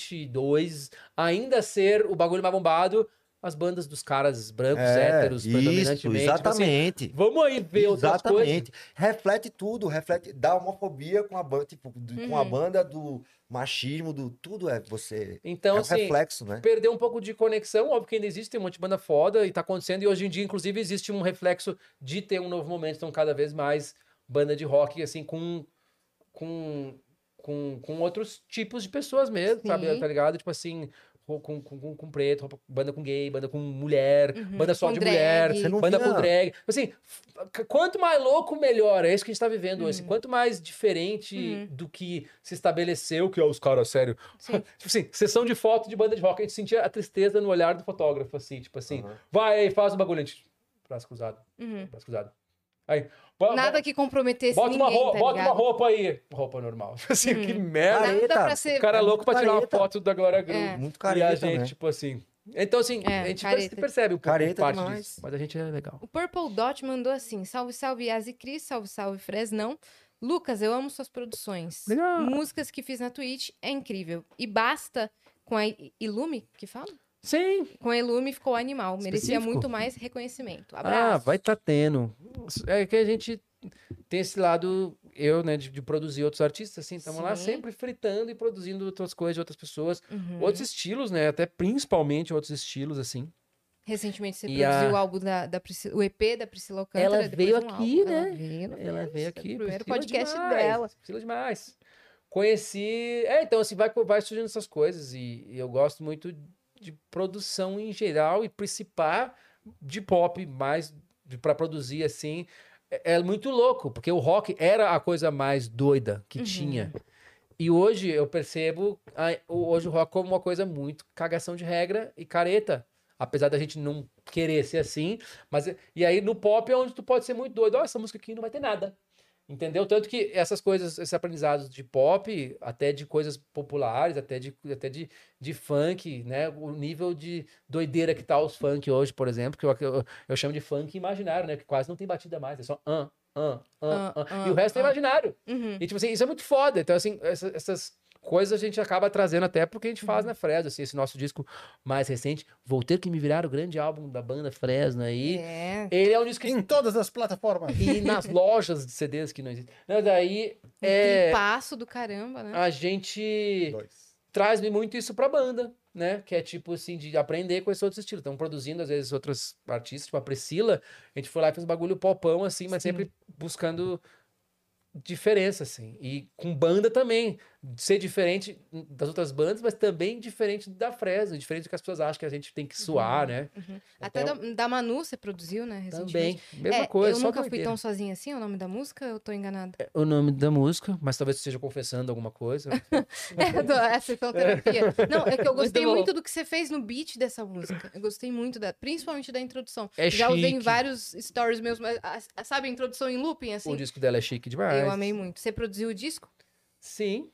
Speaker 3: 2022 ainda ser o bagulho mais bombado as bandas dos caras brancos, héteros,
Speaker 4: É, isso,
Speaker 3: predominantemente. Tipo assim,
Speaker 4: exatamente.
Speaker 3: vamos aí ver outras coisas.
Speaker 4: Exatamente. Reflete tudo, reflete da homofobia com a banda, tipo, do- com a
Speaker 2: Uhum.
Speaker 4: banda do machismo, do tudo é você.
Speaker 3: Então,
Speaker 4: é um
Speaker 3: assim,
Speaker 4: reflexo, né?
Speaker 3: perdeu um pouco de conexão, óbvio que ainda existe, tem um monte de banda foda e tá acontecendo, e hoje em dia, inclusive, existe um reflexo de ter um novo momento, então cada vez mais banda de rock, assim, com com, com, com outros tipos de pessoas mesmo, sabe?
Speaker 2: Sim.
Speaker 3: Tá ligado? Tipo assim, ro- com, com, com, com preto, roupa- banda com gay, banda com mulher,
Speaker 2: Uhum,
Speaker 3: banda só
Speaker 2: com
Speaker 3: de
Speaker 2: drag.
Speaker 3: mulher,
Speaker 4: Você não
Speaker 3: banda
Speaker 4: via-
Speaker 3: com drag. Assim, f- quanto mais louco, melhor. É isso que a gente tá vivendo hoje. Quanto mais diferente
Speaker 2: Uhum.
Speaker 3: do que se estabeleceu, que é os caras, sério,
Speaker 2: Sim.
Speaker 3: Tipo assim, sessão de foto de banda de rock, a gente sentia a tristeza no olhar do fotógrafo, assim, tipo assim,
Speaker 4: Aham.
Speaker 3: vai aí, faz o bagulho, a gente, braço cruzado,
Speaker 2: Uhum.
Speaker 3: braço cruzado. Aí, bo-
Speaker 2: Nada que comprometesse
Speaker 3: bota
Speaker 2: ninguém,
Speaker 3: uma roupa,
Speaker 2: tá
Speaker 3: bota
Speaker 2: ligado? Uhum.
Speaker 3: uma roupa aí, roupa normal. Tipo assim, que merda,
Speaker 2: Nada
Speaker 4: Careta.
Speaker 2: pra ser...
Speaker 3: o cara é louco pra tirar uma
Speaker 4: careta.
Speaker 3: foto da Glória Groove.
Speaker 2: É.
Speaker 4: Muito
Speaker 3: E
Speaker 4: careta,
Speaker 3: a gente,
Speaker 4: né?
Speaker 3: tipo assim, então assim,
Speaker 2: É,
Speaker 3: a gente
Speaker 2: careta.
Speaker 3: percebe um pouco
Speaker 4: Careta
Speaker 3: parte
Speaker 4: demais.
Speaker 3: disso, mas a gente é legal.
Speaker 2: O Purple Dot mandou assim: salve, salve, Yas e Cris, salve, salve, Fresnão. Lucas, eu amo suas produções.
Speaker 3: Legal.
Speaker 2: Músicas que fiz na Twitch é incrível. E basta com a I- Ilume, que fala?
Speaker 3: Sim,
Speaker 2: Com a Ilume ficou animal. Merecia
Speaker 3: Específico.
Speaker 2: muito mais reconhecimento.
Speaker 3: ah,
Speaker 2: Abraço.
Speaker 3: vai tá tendo. É que a gente tem esse lado, eu, né, de, de produzir outros artistas, assim, estamos lá
Speaker 2: Sim.
Speaker 3: sempre fritando e produzindo outras coisas de outras pessoas.
Speaker 2: Uhum.
Speaker 3: Outros estilos, né? Até principalmente outros estilos, assim.
Speaker 2: Recentemente você
Speaker 3: E
Speaker 2: produziu
Speaker 3: a-
Speaker 2: algo da, da Priscila, o EP da Priscila Alcântara.
Speaker 3: Ela
Speaker 2: depois
Speaker 3: veio
Speaker 2: um
Speaker 3: aqui,
Speaker 2: álbum. Ela
Speaker 3: né?
Speaker 2: veio,
Speaker 3: Ela veio aqui.
Speaker 2: é O primeiro
Speaker 3: Priscila
Speaker 2: podcast
Speaker 3: demais,
Speaker 2: dela.
Speaker 3: Priscila demais. Conheci. É, então, assim, vai, vai surgindo essas coisas. E, e eu gosto muito de produção em geral e principar de pop, mais de- pra produzir assim. É, é muito louco, porque o rock era a coisa mais doida que tinha. E hoje eu percebo a- o- hoje o rock como uma coisa muito cagação de regra e careta. Apesar da gente não querer ser assim. Mas, e aí no pop é onde tu pode ser muito doido. Ó, essa música aqui não vai ter nada. Entendeu? Tanto que essas coisas, esses aprendizados de pop, até de coisas populares, até de, até de, de funk, né? O nível de doideira que tá os funk hoje, por exemplo, que eu, que eu, eu chamo de funk imaginário, né? Que quase não tem batida mais, é só an, an, an,
Speaker 2: An,
Speaker 3: an.
Speaker 2: an,
Speaker 3: E o resto é
Speaker 2: an.
Speaker 3: imaginário.
Speaker 2: Uhum.
Speaker 3: E, tipo assim, isso é muito foda. Então, assim, essa- essas coisas a gente acaba trazendo até porque a gente
Speaker 2: Uhum.
Speaker 3: faz na Fresno. Assim, esse nosso disco mais recente, Vou Ter Que Me Virar, o grande álbum da banda Fresno aí.
Speaker 2: É.
Speaker 3: Ele é um disco que...
Speaker 5: Em todas as plataformas.
Speaker 3: E nas lojas de CDs que não existem. Não, daí
Speaker 2: Um
Speaker 3: é, ah,
Speaker 2: passo do caramba, né?
Speaker 3: a gente
Speaker 5: Dois.
Speaker 3: traz-me muito isso pra banda, né? Que é tipo assim, de aprender com esses outros estilos. Estão produzindo, às vezes, outras artistas, tipo a Priscila, a gente foi lá e fez um bagulho popão, assim, mas sempre buscando diferença, assim. E com banda também. Ser diferente das outras bandas, mas também diferente da Fresno, diferente do que as pessoas acham que a gente tem que suar, né?
Speaker 2: Uhum, Até da,
Speaker 3: Então,
Speaker 2: da Manu você produziu, né? Recentemente.
Speaker 3: também. Mesma
Speaker 2: É, Eu
Speaker 3: coisa, só
Speaker 2: nunca fui
Speaker 3: doideira. É.
Speaker 2: tão sozinha assim, é o nome da música? Eu tô enganada.
Speaker 3: o nome da música, mas talvez eu esteja confessando alguma coisa.
Speaker 2: É, do- essa foi uma terapia. Não, é que eu
Speaker 3: Muito
Speaker 2: gostei
Speaker 3: bom.
Speaker 2: muito, do que você fez no beat dessa música. Eu gostei muito, da, principalmente da introdução.
Speaker 3: É
Speaker 2: Já usei em
Speaker 3: chique.
Speaker 2: vários stories meus, mas, a- a- sabe a introdução em looping, assim?
Speaker 3: o disco dela é chique demais.
Speaker 2: Eu amei muito. Você produziu o disco?
Speaker 3: Sim,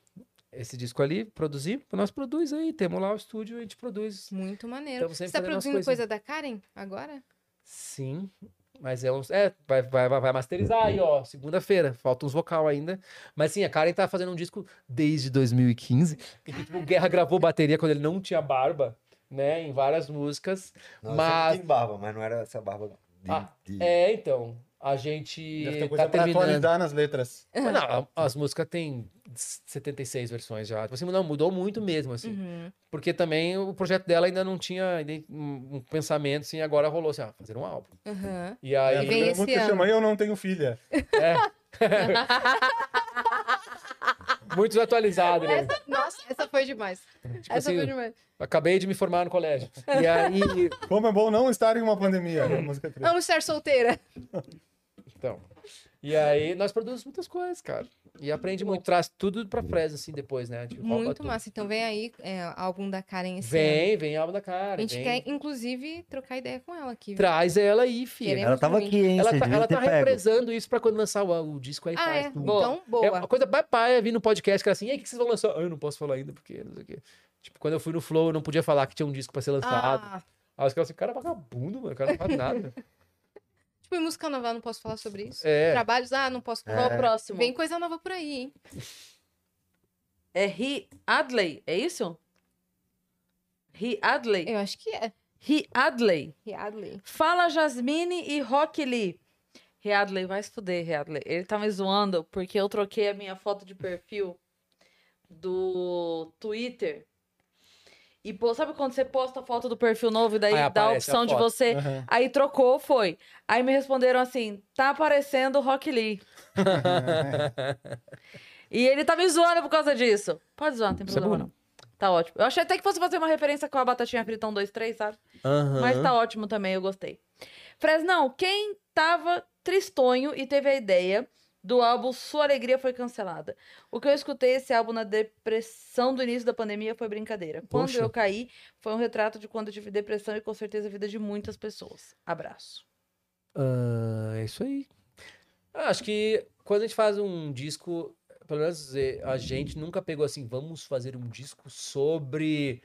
Speaker 3: esse disco ali, produzir, nós produz aí, temos lá o estúdio, a gente produz.
Speaker 2: Muito maneiro.
Speaker 3: Tamo
Speaker 2: Você
Speaker 3: sempre
Speaker 2: tá
Speaker 3: fazendo umas
Speaker 2: produzindo
Speaker 3: coisinhas.
Speaker 2: coisa da Karen agora?
Speaker 3: Sim, mas é um. É, vai, vai, vai, vai masterizar aí, ó, segunda-feira, falta uns vocal ainda. Mas sim, a Karen tá fazendo um disco desde 2015, e que tipo, o Guerra gravou bateria quando ele não tinha barba, né, em várias músicas.
Speaker 4: Não, eu
Speaker 3: mas.
Speaker 4: sempre tive barba, mas não era essa barba de...
Speaker 3: Ah,
Speaker 4: de-
Speaker 3: É, então, a gente
Speaker 5: Deve ter
Speaker 3: tá
Speaker 5: coisa pra
Speaker 3: terminando.
Speaker 5: atualizar nas letras.
Speaker 3: Mas Não, a- as músicas têm 76 versões já. Tipo assim, não, mudou muito mesmo, assim.
Speaker 2: Uhum.
Speaker 3: Porque também o projeto dela ainda não tinha nem um um pensamento assim, agora rolou assim, ah, fazer um álbum.
Speaker 2: Aham.
Speaker 3: E
Speaker 5: É, a
Speaker 3: aí.
Speaker 2: vem
Speaker 5: primeira
Speaker 2: esse
Speaker 5: música
Speaker 2: ano.
Speaker 5: chama Eu Não Tenho Filha.
Speaker 3: Muito desatualizado, né?
Speaker 2: Essa- nossa, essa foi demais.
Speaker 3: Tipo
Speaker 2: essa
Speaker 3: assim,
Speaker 2: foi demais.
Speaker 3: acabei de me formar no colégio. E aí.
Speaker 5: Como é bom não estar em uma pandemia. né? Música triste.
Speaker 2: Amo estar solteira.
Speaker 3: Então. E aí nós produzimos muitas coisas, cara. E aprende muito, traz tudo pra Fresno, assim, depois, né? A gente rouba
Speaker 2: Muito
Speaker 3: tudo.
Speaker 2: massa. Então vem aí é, algum da Karen esse ano.
Speaker 3: Vem, vem álbum da cara.
Speaker 2: A gente
Speaker 3: vem.
Speaker 2: quer, inclusive, trocar ideia com ela aqui. viu?
Speaker 3: Traz ela aí, filha.
Speaker 2: Queremos
Speaker 4: Ela tava
Speaker 2: muito.
Speaker 4: aqui, hein?
Speaker 3: Ela
Speaker 4: Vocês
Speaker 3: tá,
Speaker 4: deviam
Speaker 3: ela
Speaker 4: ter
Speaker 3: tá
Speaker 4: pego.
Speaker 3: represando isso pra quando lançar o, o disco aí
Speaker 2: Ah,
Speaker 3: faz
Speaker 2: é?
Speaker 3: tudo.
Speaker 2: Então, boa.
Speaker 3: É uma coisa papai vir no podcast, cara, assim, e aí, o que vocês vão lançar? Ah, eu não posso falar ainda, porque não sei o quê. Tipo, quando eu fui no Flow, eu não podia falar que tinha um disco pra ser lançado.
Speaker 2: Ah,
Speaker 3: Aí os caras assim, cara é vagabundo, mano, o cara não faz nada.
Speaker 2: tipo, em música nova, não posso falar sobre isso.
Speaker 3: É.
Speaker 2: Trabalhos, ah, não posso
Speaker 4: É.
Speaker 2: falar.
Speaker 1: Qual o próximo?
Speaker 2: Vem coisa nova por aí, hein?
Speaker 1: É He Adley, é isso? He Adley.
Speaker 2: Eu acho que é.
Speaker 1: He Adley.
Speaker 2: Riadley.
Speaker 1: Fala Jasmine e Rock Lee. Headley, vai se fuder, Headley. Ele tá me zoando porque eu troquei a minha foto de perfil do Twitter. E, pô, sabe quando você posta a foto do perfil novo e daí
Speaker 3: Aí
Speaker 1: dá a
Speaker 3: aparece a
Speaker 1: opção de
Speaker 3: foto.
Speaker 1: você.
Speaker 5: Aham.
Speaker 1: Aí trocou, foi. Aí me responderam assim: tá aparecendo o Rock Lee. E ele tá me zoando por causa disso. Pode zoar, não tem
Speaker 3: Isso é
Speaker 1: problema
Speaker 3: bom.
Speaker 1: não. Tá ótimo. Eu achei até que fosse fazer uma referência com a batatinha frita 1, 2, 3, sabe?
Speaker 3: Aham.
Speaker 1: Mas tá ótimo também, eu gostei. Fresnão, quem tava tristonho e teve a ideia do álbum Sua Alegria Foi Cancelada? O que eu escutei esse álbum na depressão do início da pandemia foi brincadeira. Quando
Speaker 3: Poxa.
Speaker 1: eu caí, foi um retrato de quando eu tive depressão e com certeza a vida de muitas pessoas. Abraço.
Speaker 3: Ah, é isso aí. Ah, acho que quando a gente faz um disco, pelo menos eh, a gente nunca pegou assim, vamos fazer um disco sobre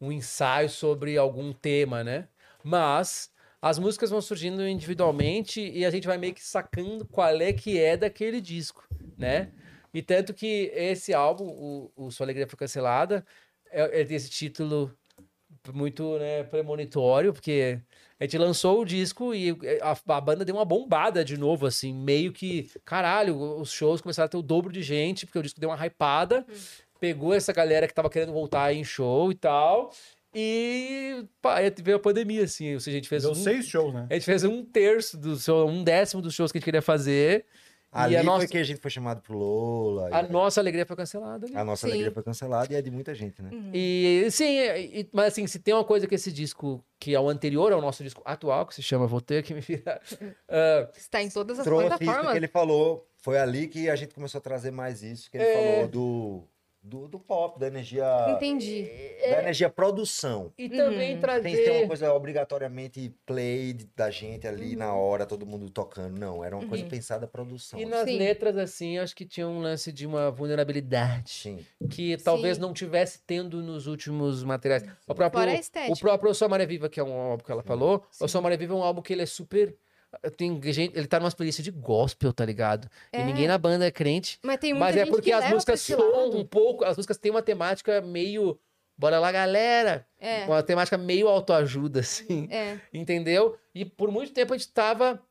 Speaker 3: um ensaio sobre algum tema, né? Mas as músicas vão surgindo individualmente e a gente vai meio que sacando qual é que é daquele disco, né? E tanto que esse álbum, o, o Sua Alegria Foi Cancelada, é, é desse título muito né, premonitório, porque a gente lançou o disco e é, a, a banda deu uma bombada de novo, assim, meio que, caralho, os shows começaram a ter o dobro de gente, porque o disco deu uma hypada, pegou essa galera que tava querendo voltar em show e tal, E pá, aí veio a pandemia, assim. Ou seja, a gente fez
Speaker 5: Deu
Speaker 3: um...
Speaker 5: seis shows, né?
Speaker 3: A gente fez um terço do show, um décimo dos shows que a gente queria fazer.
Speaker 4: Ali
Speaker 3: e a
Speaker 4: foi
Speaker 3: nossa,
Speaker 4: que a gente foi chamado pro Lola.
Speaker 3: a
Speaker 4: e-
Speaker 3: nossa alegria foi cancelada. ali.
Speaker 4: a nossa
Speaker 2: Sim.
Speaker 4: alegria foi cancelada e é de muita gente, né?
Speaker 3: Uhum. E sim, e- e- mas assim, se tem uma coisa que esse disco, que é o anterior ao nosso disco atual, que se chama Vou Ter Que Me Virar, ah,
Speaker 2: Está em todas as
Speaker 4: Trouxe isso
Speaker 2: plataformas.
Speaker 4: que ele falou. Foi ali que a gente começou a trazer mais isso que
Speaker 3: É.
Speaker 4: ele falou do, do, do pop, da energia.
Speaker 2: Entendi.
Speaker 3: É.
Speaker 4: Da energia produção.
Speaker 3: e
Speaker 2: Uhum.
Speaker 3: também
Speaker 4: Tem que ter uma
Speaker 3: trazer.
Speaker 4: coisa obrigatoriamente play de- da gente ali na hora, todo mundo tocando. Não, era uma coisa pensada produção.
Speaker 3: Uhum. E nas
Speaker 2: Sim.
Speaker 3: letras, assim, acho que tinha um lance de uma vulnerabilidade
Speaker 4: Sim.
Speaker 3: que talvez
Speaker 2: Sim.
Speaker 3: não tivesse tendo nos últimos materiais. O
Speaker 2: Fora a
Speaker 3: próprio,
Speaker 2: estética.
Speaker 3: o próprio Eu Sou a Maré Viva, que é um álbum que ela falou, Eu Sou a Maré Viva é um álbum que ele é super. Tem gente, ele tá numa playlist de gospel, tá ligado?
Speaker 2: É.
Speaker 3: E ninguém na banda é crente.
Speaker 2: Mas tem muita
Speaker 3: Mas é
Speaker 2: gente
Speaker 3: porque
Speaker 2: que
Speaker 3: as
Speaker 2: leva pra
Speaker 3: músicas
Speaker 2: esse
Speaker 3: são um
Speaker 2: lado.
Speaker 3: pouco. As músicas têm uma temática meio. Bora lá, galera!
Speaker 2: É,
Speaker 3: Uma temática meio autoajuda, assim.
Speaker 2: é.
Speaker 3: Entendeu? E por muito tempo a gente tava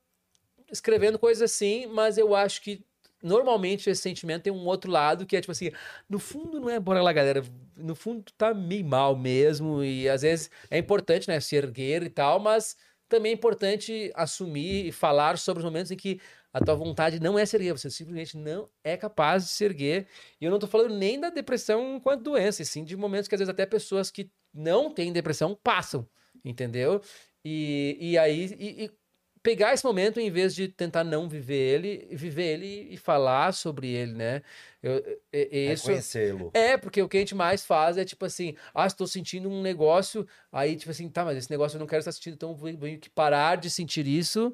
Speaker 3: escrevendo coisas assim, mas eu acho que normalmente esse sentimento tem um outro lado que é tipo assim, no fundo não é bora lá, galera. No fundo tu tá meio mal mesmo e às vezes é importante, né, se erguer e tal, mas também é importante assumir e falar sobre os momentos em que a tua vontade não é se erguer, você simplesmente não é capaz de se erguer. E eu não tô falando nem da depressão enquanto doença, e sim de momentos que às vezes até pessoas que não têm depressão passam, entendeu? E, e aí, e- e pegar esse momento em vez de tentar não viver ele, viver ele e falar sobre ele, né? Eu, e- e isso.
Speaker 4: Reconhecê-lo.
Speaker 3: É, porque o que a gente mais faz é tipo assim, ah, estou sentindo um negócio, aí tipo assim, tá, mas esse negócio eu não quero estar sentindo, então vou- tenho que parar de sentir isso,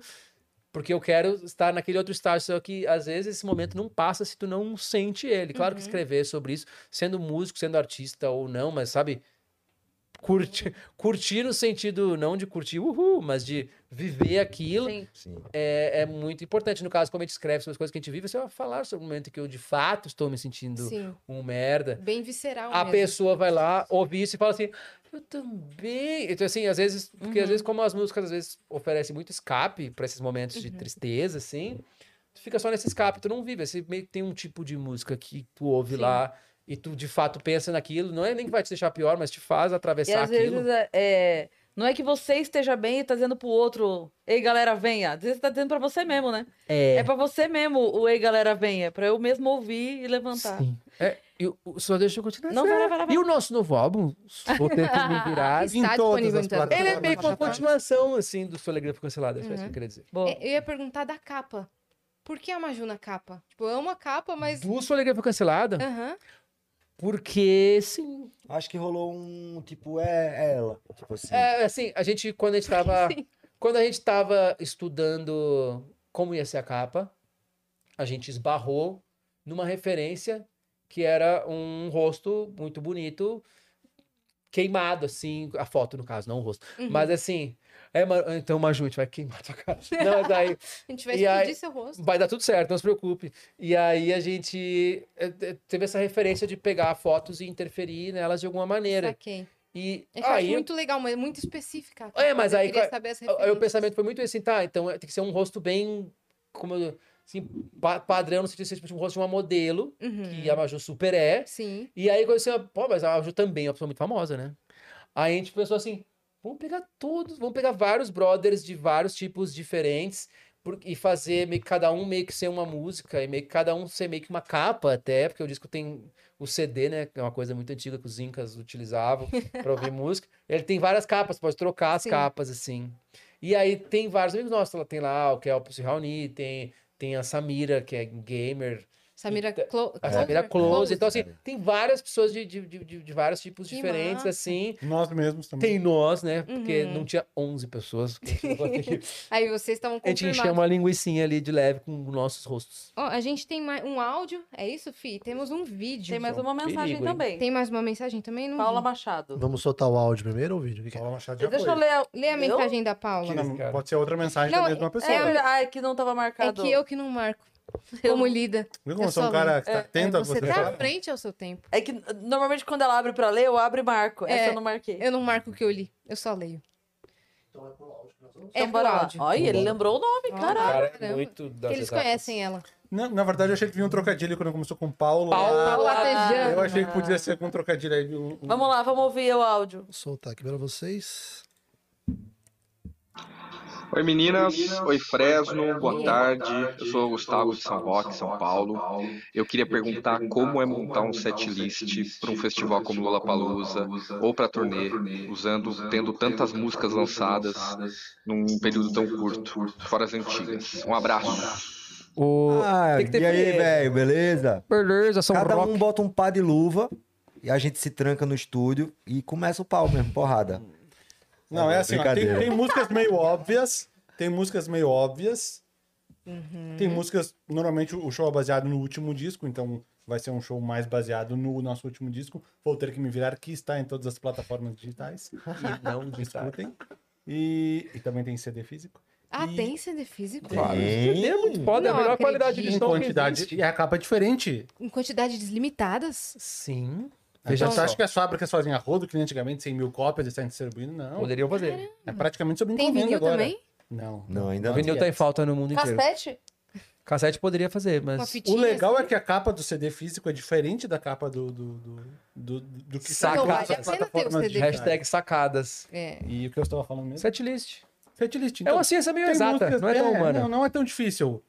Speaker 3: porque eu quero estar naquele outro estágio, só que às vezes esse momento não passa se tu não sente ele. Claro que escrever sobre isso, sendo músico, sendo artista ou não, mas sabe, curtir, curtir no sentido não de curtir, uhul, mas de viver aquilo
Speaker 1: Sim.
Speaker 4: Sim.
Speaker 3: é, é muito importante. No caso, como a gente escreve sobre as coisas que a gente vive, você vai falar sobre o momento que eu de fato estou me sentindo
Speaker 2: Sim.
Speaker 3: um merda
Speaker 2: Bem visceral
Speaker 3: a
Speaker 2: mesmo.
Speaker 3: pessoa vai lá, ouve isso e fala assim, eu também. Então, assim, às vezes, porque
Speaker 1: Uhum.
Speaker 3: às vezes, como as músicas às vezes oferecem muito escape para esses momentos
Speaker 1: Uhum.
Speaker 3: de tristeza, assim, tu fica só nesse escape, tu não vive. Você meio que tem um tipo de música que tu ouve lá e tu de fato pensa naquilo, não é nem que vai te deixar pior, mas te faz
Speaker 1: E
Speaker 3: atravessar
Speaker 1: às
Speaker 3: aquilo.
Speaker 1: vezes é, é, não é que você esteja bem e tá dizendo pro outro, ei galera, venha. Às vezes você tá dizendo pra você mesmo, né? É, pra você mesmo o ei galera, venha. Pra eu mesmo ouvir e levantar.
Speaker 3: Sim. É, e o- o- só deixa eu continuar.
Speaker 1: Não, vai lá, vai lá, vai
Speaker 3: E o nosso novo álbum, Vou Ter Que Me Virar,
Speaker 2: Está
Speaker 5: Em todas
Speaker 2: disponível
Speaker 5: as
Speaker 2: em todas as
Speaker 3: ele é meio que uma
Speaker 2: plataformas.
Speaker 3: continuação, assim, do Solegrafo Cancelado, é só isso que eu queria dizer.
Speaker 1: Uhum. Boa.
Speaker 2: É, Eu ia perguntar da capa. Por que a Maju na capa? Tipo, eu amo a capa, mas.
Speaker 3: Do Solegrafo Cancelada,
Speaker 2: Aham.
Speaker 3: Porque, sim.
Speaker 4: Acho que rolou um tipo, é, é ela. Tipo assim.
Speaker 3: É, assim, a gente, quando a gente tava. quando a gente tava estudando como ia ser a capa, a gente esbarrou numa referência que era um rosto muito bonito, queimado, assim. A foto, no caso, não o rosto.
Speaker 2: Uhum.
Speaker 3: Mas assim. É, Ma- então, Maju, a gente vai queimar tua cara. Não, mas aí.
Speaker 2: A gente vai
Speaker 3: E aí-
Speaker 2: explodir seu rosto.
Speaker 3: Vai dar tudo certo, não se preocupe. E aí a gente eh, te- teve essa referência de pegar fotos e interferir nelas de alguma maneira.
Speaker 2: Saquei.
Speaker 3: E
Speaker 2: É que eu acho
Speaker 3: aí
Speaker 2: muito legal, mas é muito específica. a
Speaker 3: É,
Speaker 2: capa,
Speaker 3: mas
Speaker 2: eu
Speaker 3: aí
Speaker 2: queria
Speaker 3: qual-
Speaker 2: saber as
Speaker 3: Aí o
Speaker 2: referências.
Speaker 3: pensamento foi muito esse, tá? Então é, tem que ser um rosto bem. Como eu- assim, pa- padrão, no sentido de ser tipo, um rosto de uma modelo,
Speaker 2: Uhum.
Speaker 3: que a Maju super é.
Speaker 2: Sim.
Speaker 3: E aí quando você, pô, mas a Maju também é uma pessoa muito famosa, né? Aí a gente pensou assim: vamos pegar todos, vamos pegar vários brothers de vários tipos diferentes por- e fazer meio que cada um meio que ser uma música e meio que cada um ser meio que uma capa até, porque o disco tem o CD, né? Que é uma coisa muito antiga que os incas utilizavam pra ouvir música. Ele tem várias capas, pode trocar as
Speaker 2: Sim.
Speaker 3: capas, assim. E aí tem vários amigos nossos, ela tem lá o Kelpis Raoni, tem, tem a Samira, que é gamer,
Speaker 2: Samira
Speaker 3: Então,
Speaker 2: Clo...
Speaker 3: a
Speaker 4: É.
Speaker 3: Samira
Speaker 2: Closer?
Speaker 3: Close. Então, assim,
Speaker 4: cara.
Speaker 3: tem várias pessoas de, de, de, de- de vários tipos
Speaker 2: Que
Speaker 3: diferentes,
Speaker 2: massa.
Speaker 3: assim.
Speaker 5: Nós mesmos também.
Speaker 3: Tem nós, né? Porque
Speaker 2: Uhum.
Speaker 3: não tinha 11 pessoas.
Speaker 2: Aí vocês estavam
Speaker 3: A gente
Speaker 2: confirmados.
Speaker 3: encheu uma linguicinha ali de leve com nossos rostos.
Speaker 2: Ó, a gente tem mais um áudio, é isso, Fi? Temos um vídeo.
Speaker 1: Tem mais uma mensagem
Speaker 3: Perigo, hein?
Speaker 1: também.
Speaker 2: Tem mais uma mensagem também? Não
Speaker 1: Paula
Speaker 2: vi.
Speaker 1: Machado.
Speaker 7: Vamos soltar o áudio primeiro ou o vídeo? O que que é?
Speaker 5: Paula Machado já
Speaker 1: Uhum. Deixa
Speaker 5: foi.
Speaker 1: eu ler. a-
Speaker 2: Lê a
Speaker 1: Eu?
Speaker 2: mensagem da Paula. É
Speaker 5: Que não-
Speaker 3: Cara.
Speaker 5: pode ser outra mensagem
Speaker 2: Não,
Speaker 5: da mesma pessoa.
Speaker 1: É,
Speaker 5: É,
Speaker 1: verdade. ah, é que não tava
Speaker 2: É
Speaker 1: marcado.
Speaker 2: que eu que não marco. Como líder.
Speaker 5: Viu como
Speaker 2: eu
Speaker 5: eu sou
Speaker 2: só
Speaker 5: um cara que
Speaker 2: lembro.
Speaker 5: tá atento a
Speaker 2: você
Speaker 5: você?
Speaker 2: tá à
Speaker 5: fala?
Speaker 2: frente ao seu tempo.
Speaker 1: É que n- normalmente quando ela abre pra ler, eu abro e marco.
Speaker 2: É,
Speaker 1: Essa eu não marquei.
Speaker 2: Eu não marco o que eu li, eu só leio.
Speaker 1: Então
Speaker 2: é
Speaker 1: bora
Speaker 2: pro
Speaker 1: lá.
Speaker 2: áudio.
Speaker 1: Então, Olha, ele lembrou o nome,
Speaker 2: Ó,
Speaker 1: caralho.
Speaker 3: Cara,
Speaker 2: Ah, Caramba.
Speaker 3: muito da
Speaker 2: Porque eles conhecem ela.
Speaker 5: Não, na verdade, eu achei que vinha um trocadilho quando começou com Paulo.
Speaker 1: Paulo,
Speaker 5: Ah,
Speaker 1: Paulo
Speaker 5: Eu
Speaker 2: Latejano.
Speaker 5: achei que podia ser com um trocadilho aí. Um, um...
Speaker 1: Vamos lá, vamos ouvir o áudio.
Speaker 7: Vou soltar aqui para vocês.
Speaker 8: Oi meninas, oi Fresno, boa tarde. Eu sou o Gustavo de São Roque, São Paulo. Eu queria perguntar como é montar um setlist para um festival como Lollapalooza ou para turnê, usando, tendo tantas músicas lançadas num período tão curto, fora as antigas. Um abraço.
Speaker 3: O...
Speaker 4: Ah,
Speaker 3: Tem que ter
Speaker 4: e aí,
Speaker 3: beleza.
Speaker 4: velho, beleza?
Speaker 3: Beleza, São
Speaker 4: Cada
Speaker 3: Roque.
Speaker 4: um bota um par de luva e a gente se tranca no estúdio e começa o pau mesmo, porrada.
Speaker 5: Não, é assim, ó, tem,
Speaker 4: Brincadeira.
Speaker 5: tem músicas meio óbvias, tem músicas meio óbvias,
Speaker 2: Uhum.
Speaker 5: tem músicas, normalmente o show é baseado no último disco, então vai ser um show mais baseado no nosso último disco, Vou Ter Que Me Virar, que está em todas as plataformas digitais, e não discutem, e, e também tem CD físico.
Speaker 2: Ah,
Speaker 5: E-
Speaker 2: tem CD físico?
Speaker 4: Tem.
Speaker 3: É muito foda, é a
Speaker 2: Não
Speaker 3: melhor
Speaker 2: acredito.
Speaker 3: qualidade de som.
Speaker 5: Em
Speaker 3: que
Speaker 5: quantidade,
Speaker 3: existe.
Speaker 5: e a capa é diferente.
Speaker 2: Em quantidades limitadas?
Speaker 3: Sim. Veja
Speaker 5: Veja você
Speaker 3: só.
Speaker 5: acha que as fábricas fazem a rodo, que nem antigamente 100 mil cópias e saem distribuindo? Não,
Speaker 3: Poderiam fazer.
Speaker 5: é praticamente sobre
Speaker 2: Tem
Speaker 5: encomenda
Speaker 2: vinil
Speaker 5: agora.
Speaker 2: também?
Speaker 5: Não.
Speaker 4: Não, ainda
Speaker 3: O
Speaker 4: não.
Speaker 3: vinil tá em falta no mundo inteiro.
Speaker 1: Cassete?
Speaker 3: Cassete poderia fazer,
Speaker 2: Uma
Speaker 3: mas...
Speaker 2: fitinha?
Speaker 5: O legal
Speaker 3: né?
Speaker 5: é que a capa do CD físico é diferente da capa do, do, do, do, do que
Speaker 3: Saca.
Speaker 5: sai
Speaker 3: Então
Speaker 5: nas
Speaker 3: vale
Speaker 2: pena
Speaker 3: a
Speaker 2: ter o
Speaker 5: plataformas
Speaker 2: CD
Speaker 5: digitais.
Speaker 3: Hashtag sacadas.
Speaker 2: É.
Speaker 5: E o que eu estava falando mesmo?
Speaker 3: Setlist.
Speaker 5: Setlist.
Speaker 3: É
Speaker 5: Então,
Speaker 3: uma ciência meio
Speaker 5: tem
Speaker 3: exata,
Speaker 5: músicas-
Speaker 3: não é tão humana.
Speaker 5: Não, não é tão difícil.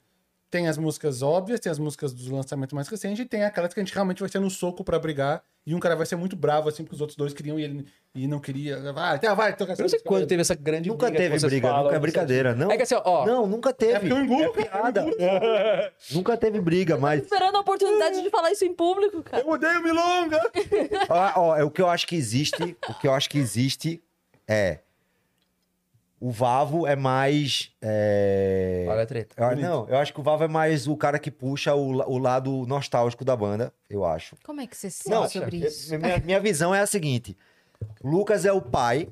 Speaker 5: Tem as músicas óbvias, tem as músicas dos lançamentos mais recentes e tem aquelas que a gente realmente vai ser no soco pra brigar e um cara vai ser muito bravo assim porque os outros dois queriam e ele e não queria. Vai, tá, vai, toca
Speaker 3: Eu não sei quando teve essa grande
Speaker 4: Nunca
Speaker 3: briga que
Speaker 4: teve
Speaker 3: vocês
Speaker 4: briga,
Speaker 3: falam,
Speaker 4: nunca é
Speaker 3: vocês-
Speaker 4: brincadeira, não?
Speaker 3: É que assim, ó,
Speaker 4: Não, nunca
Speaker 5: É
Speaker 4: teve.
Speaker 5: porque eu engulo, cara.
Speaker 4: Nada. nunca teve briga, mas
Speaker 1: Esperando a oportunidade de falar isso em público, cara.
Speaker 5: Eu odeio milonga!
Speaker 4: ó, ó, é o que eu acho que existe, o que eu acho que existe é o Vavo é mais é,
Speaker 3: olha a treta.
Speaker 4: Eu- não, eu acho que o Vavo é mais o cara que puxa o, la- o lado nostálgico da banda, eu acho.
Speaker 2: Como é que você sabe
Speaker 4: Não,
Speaker 2: sobre
Speaker 4: eu-
Speaker 2: isso?
Speaker 4: Minha, minha visão é a seguinte: Lucas é o pai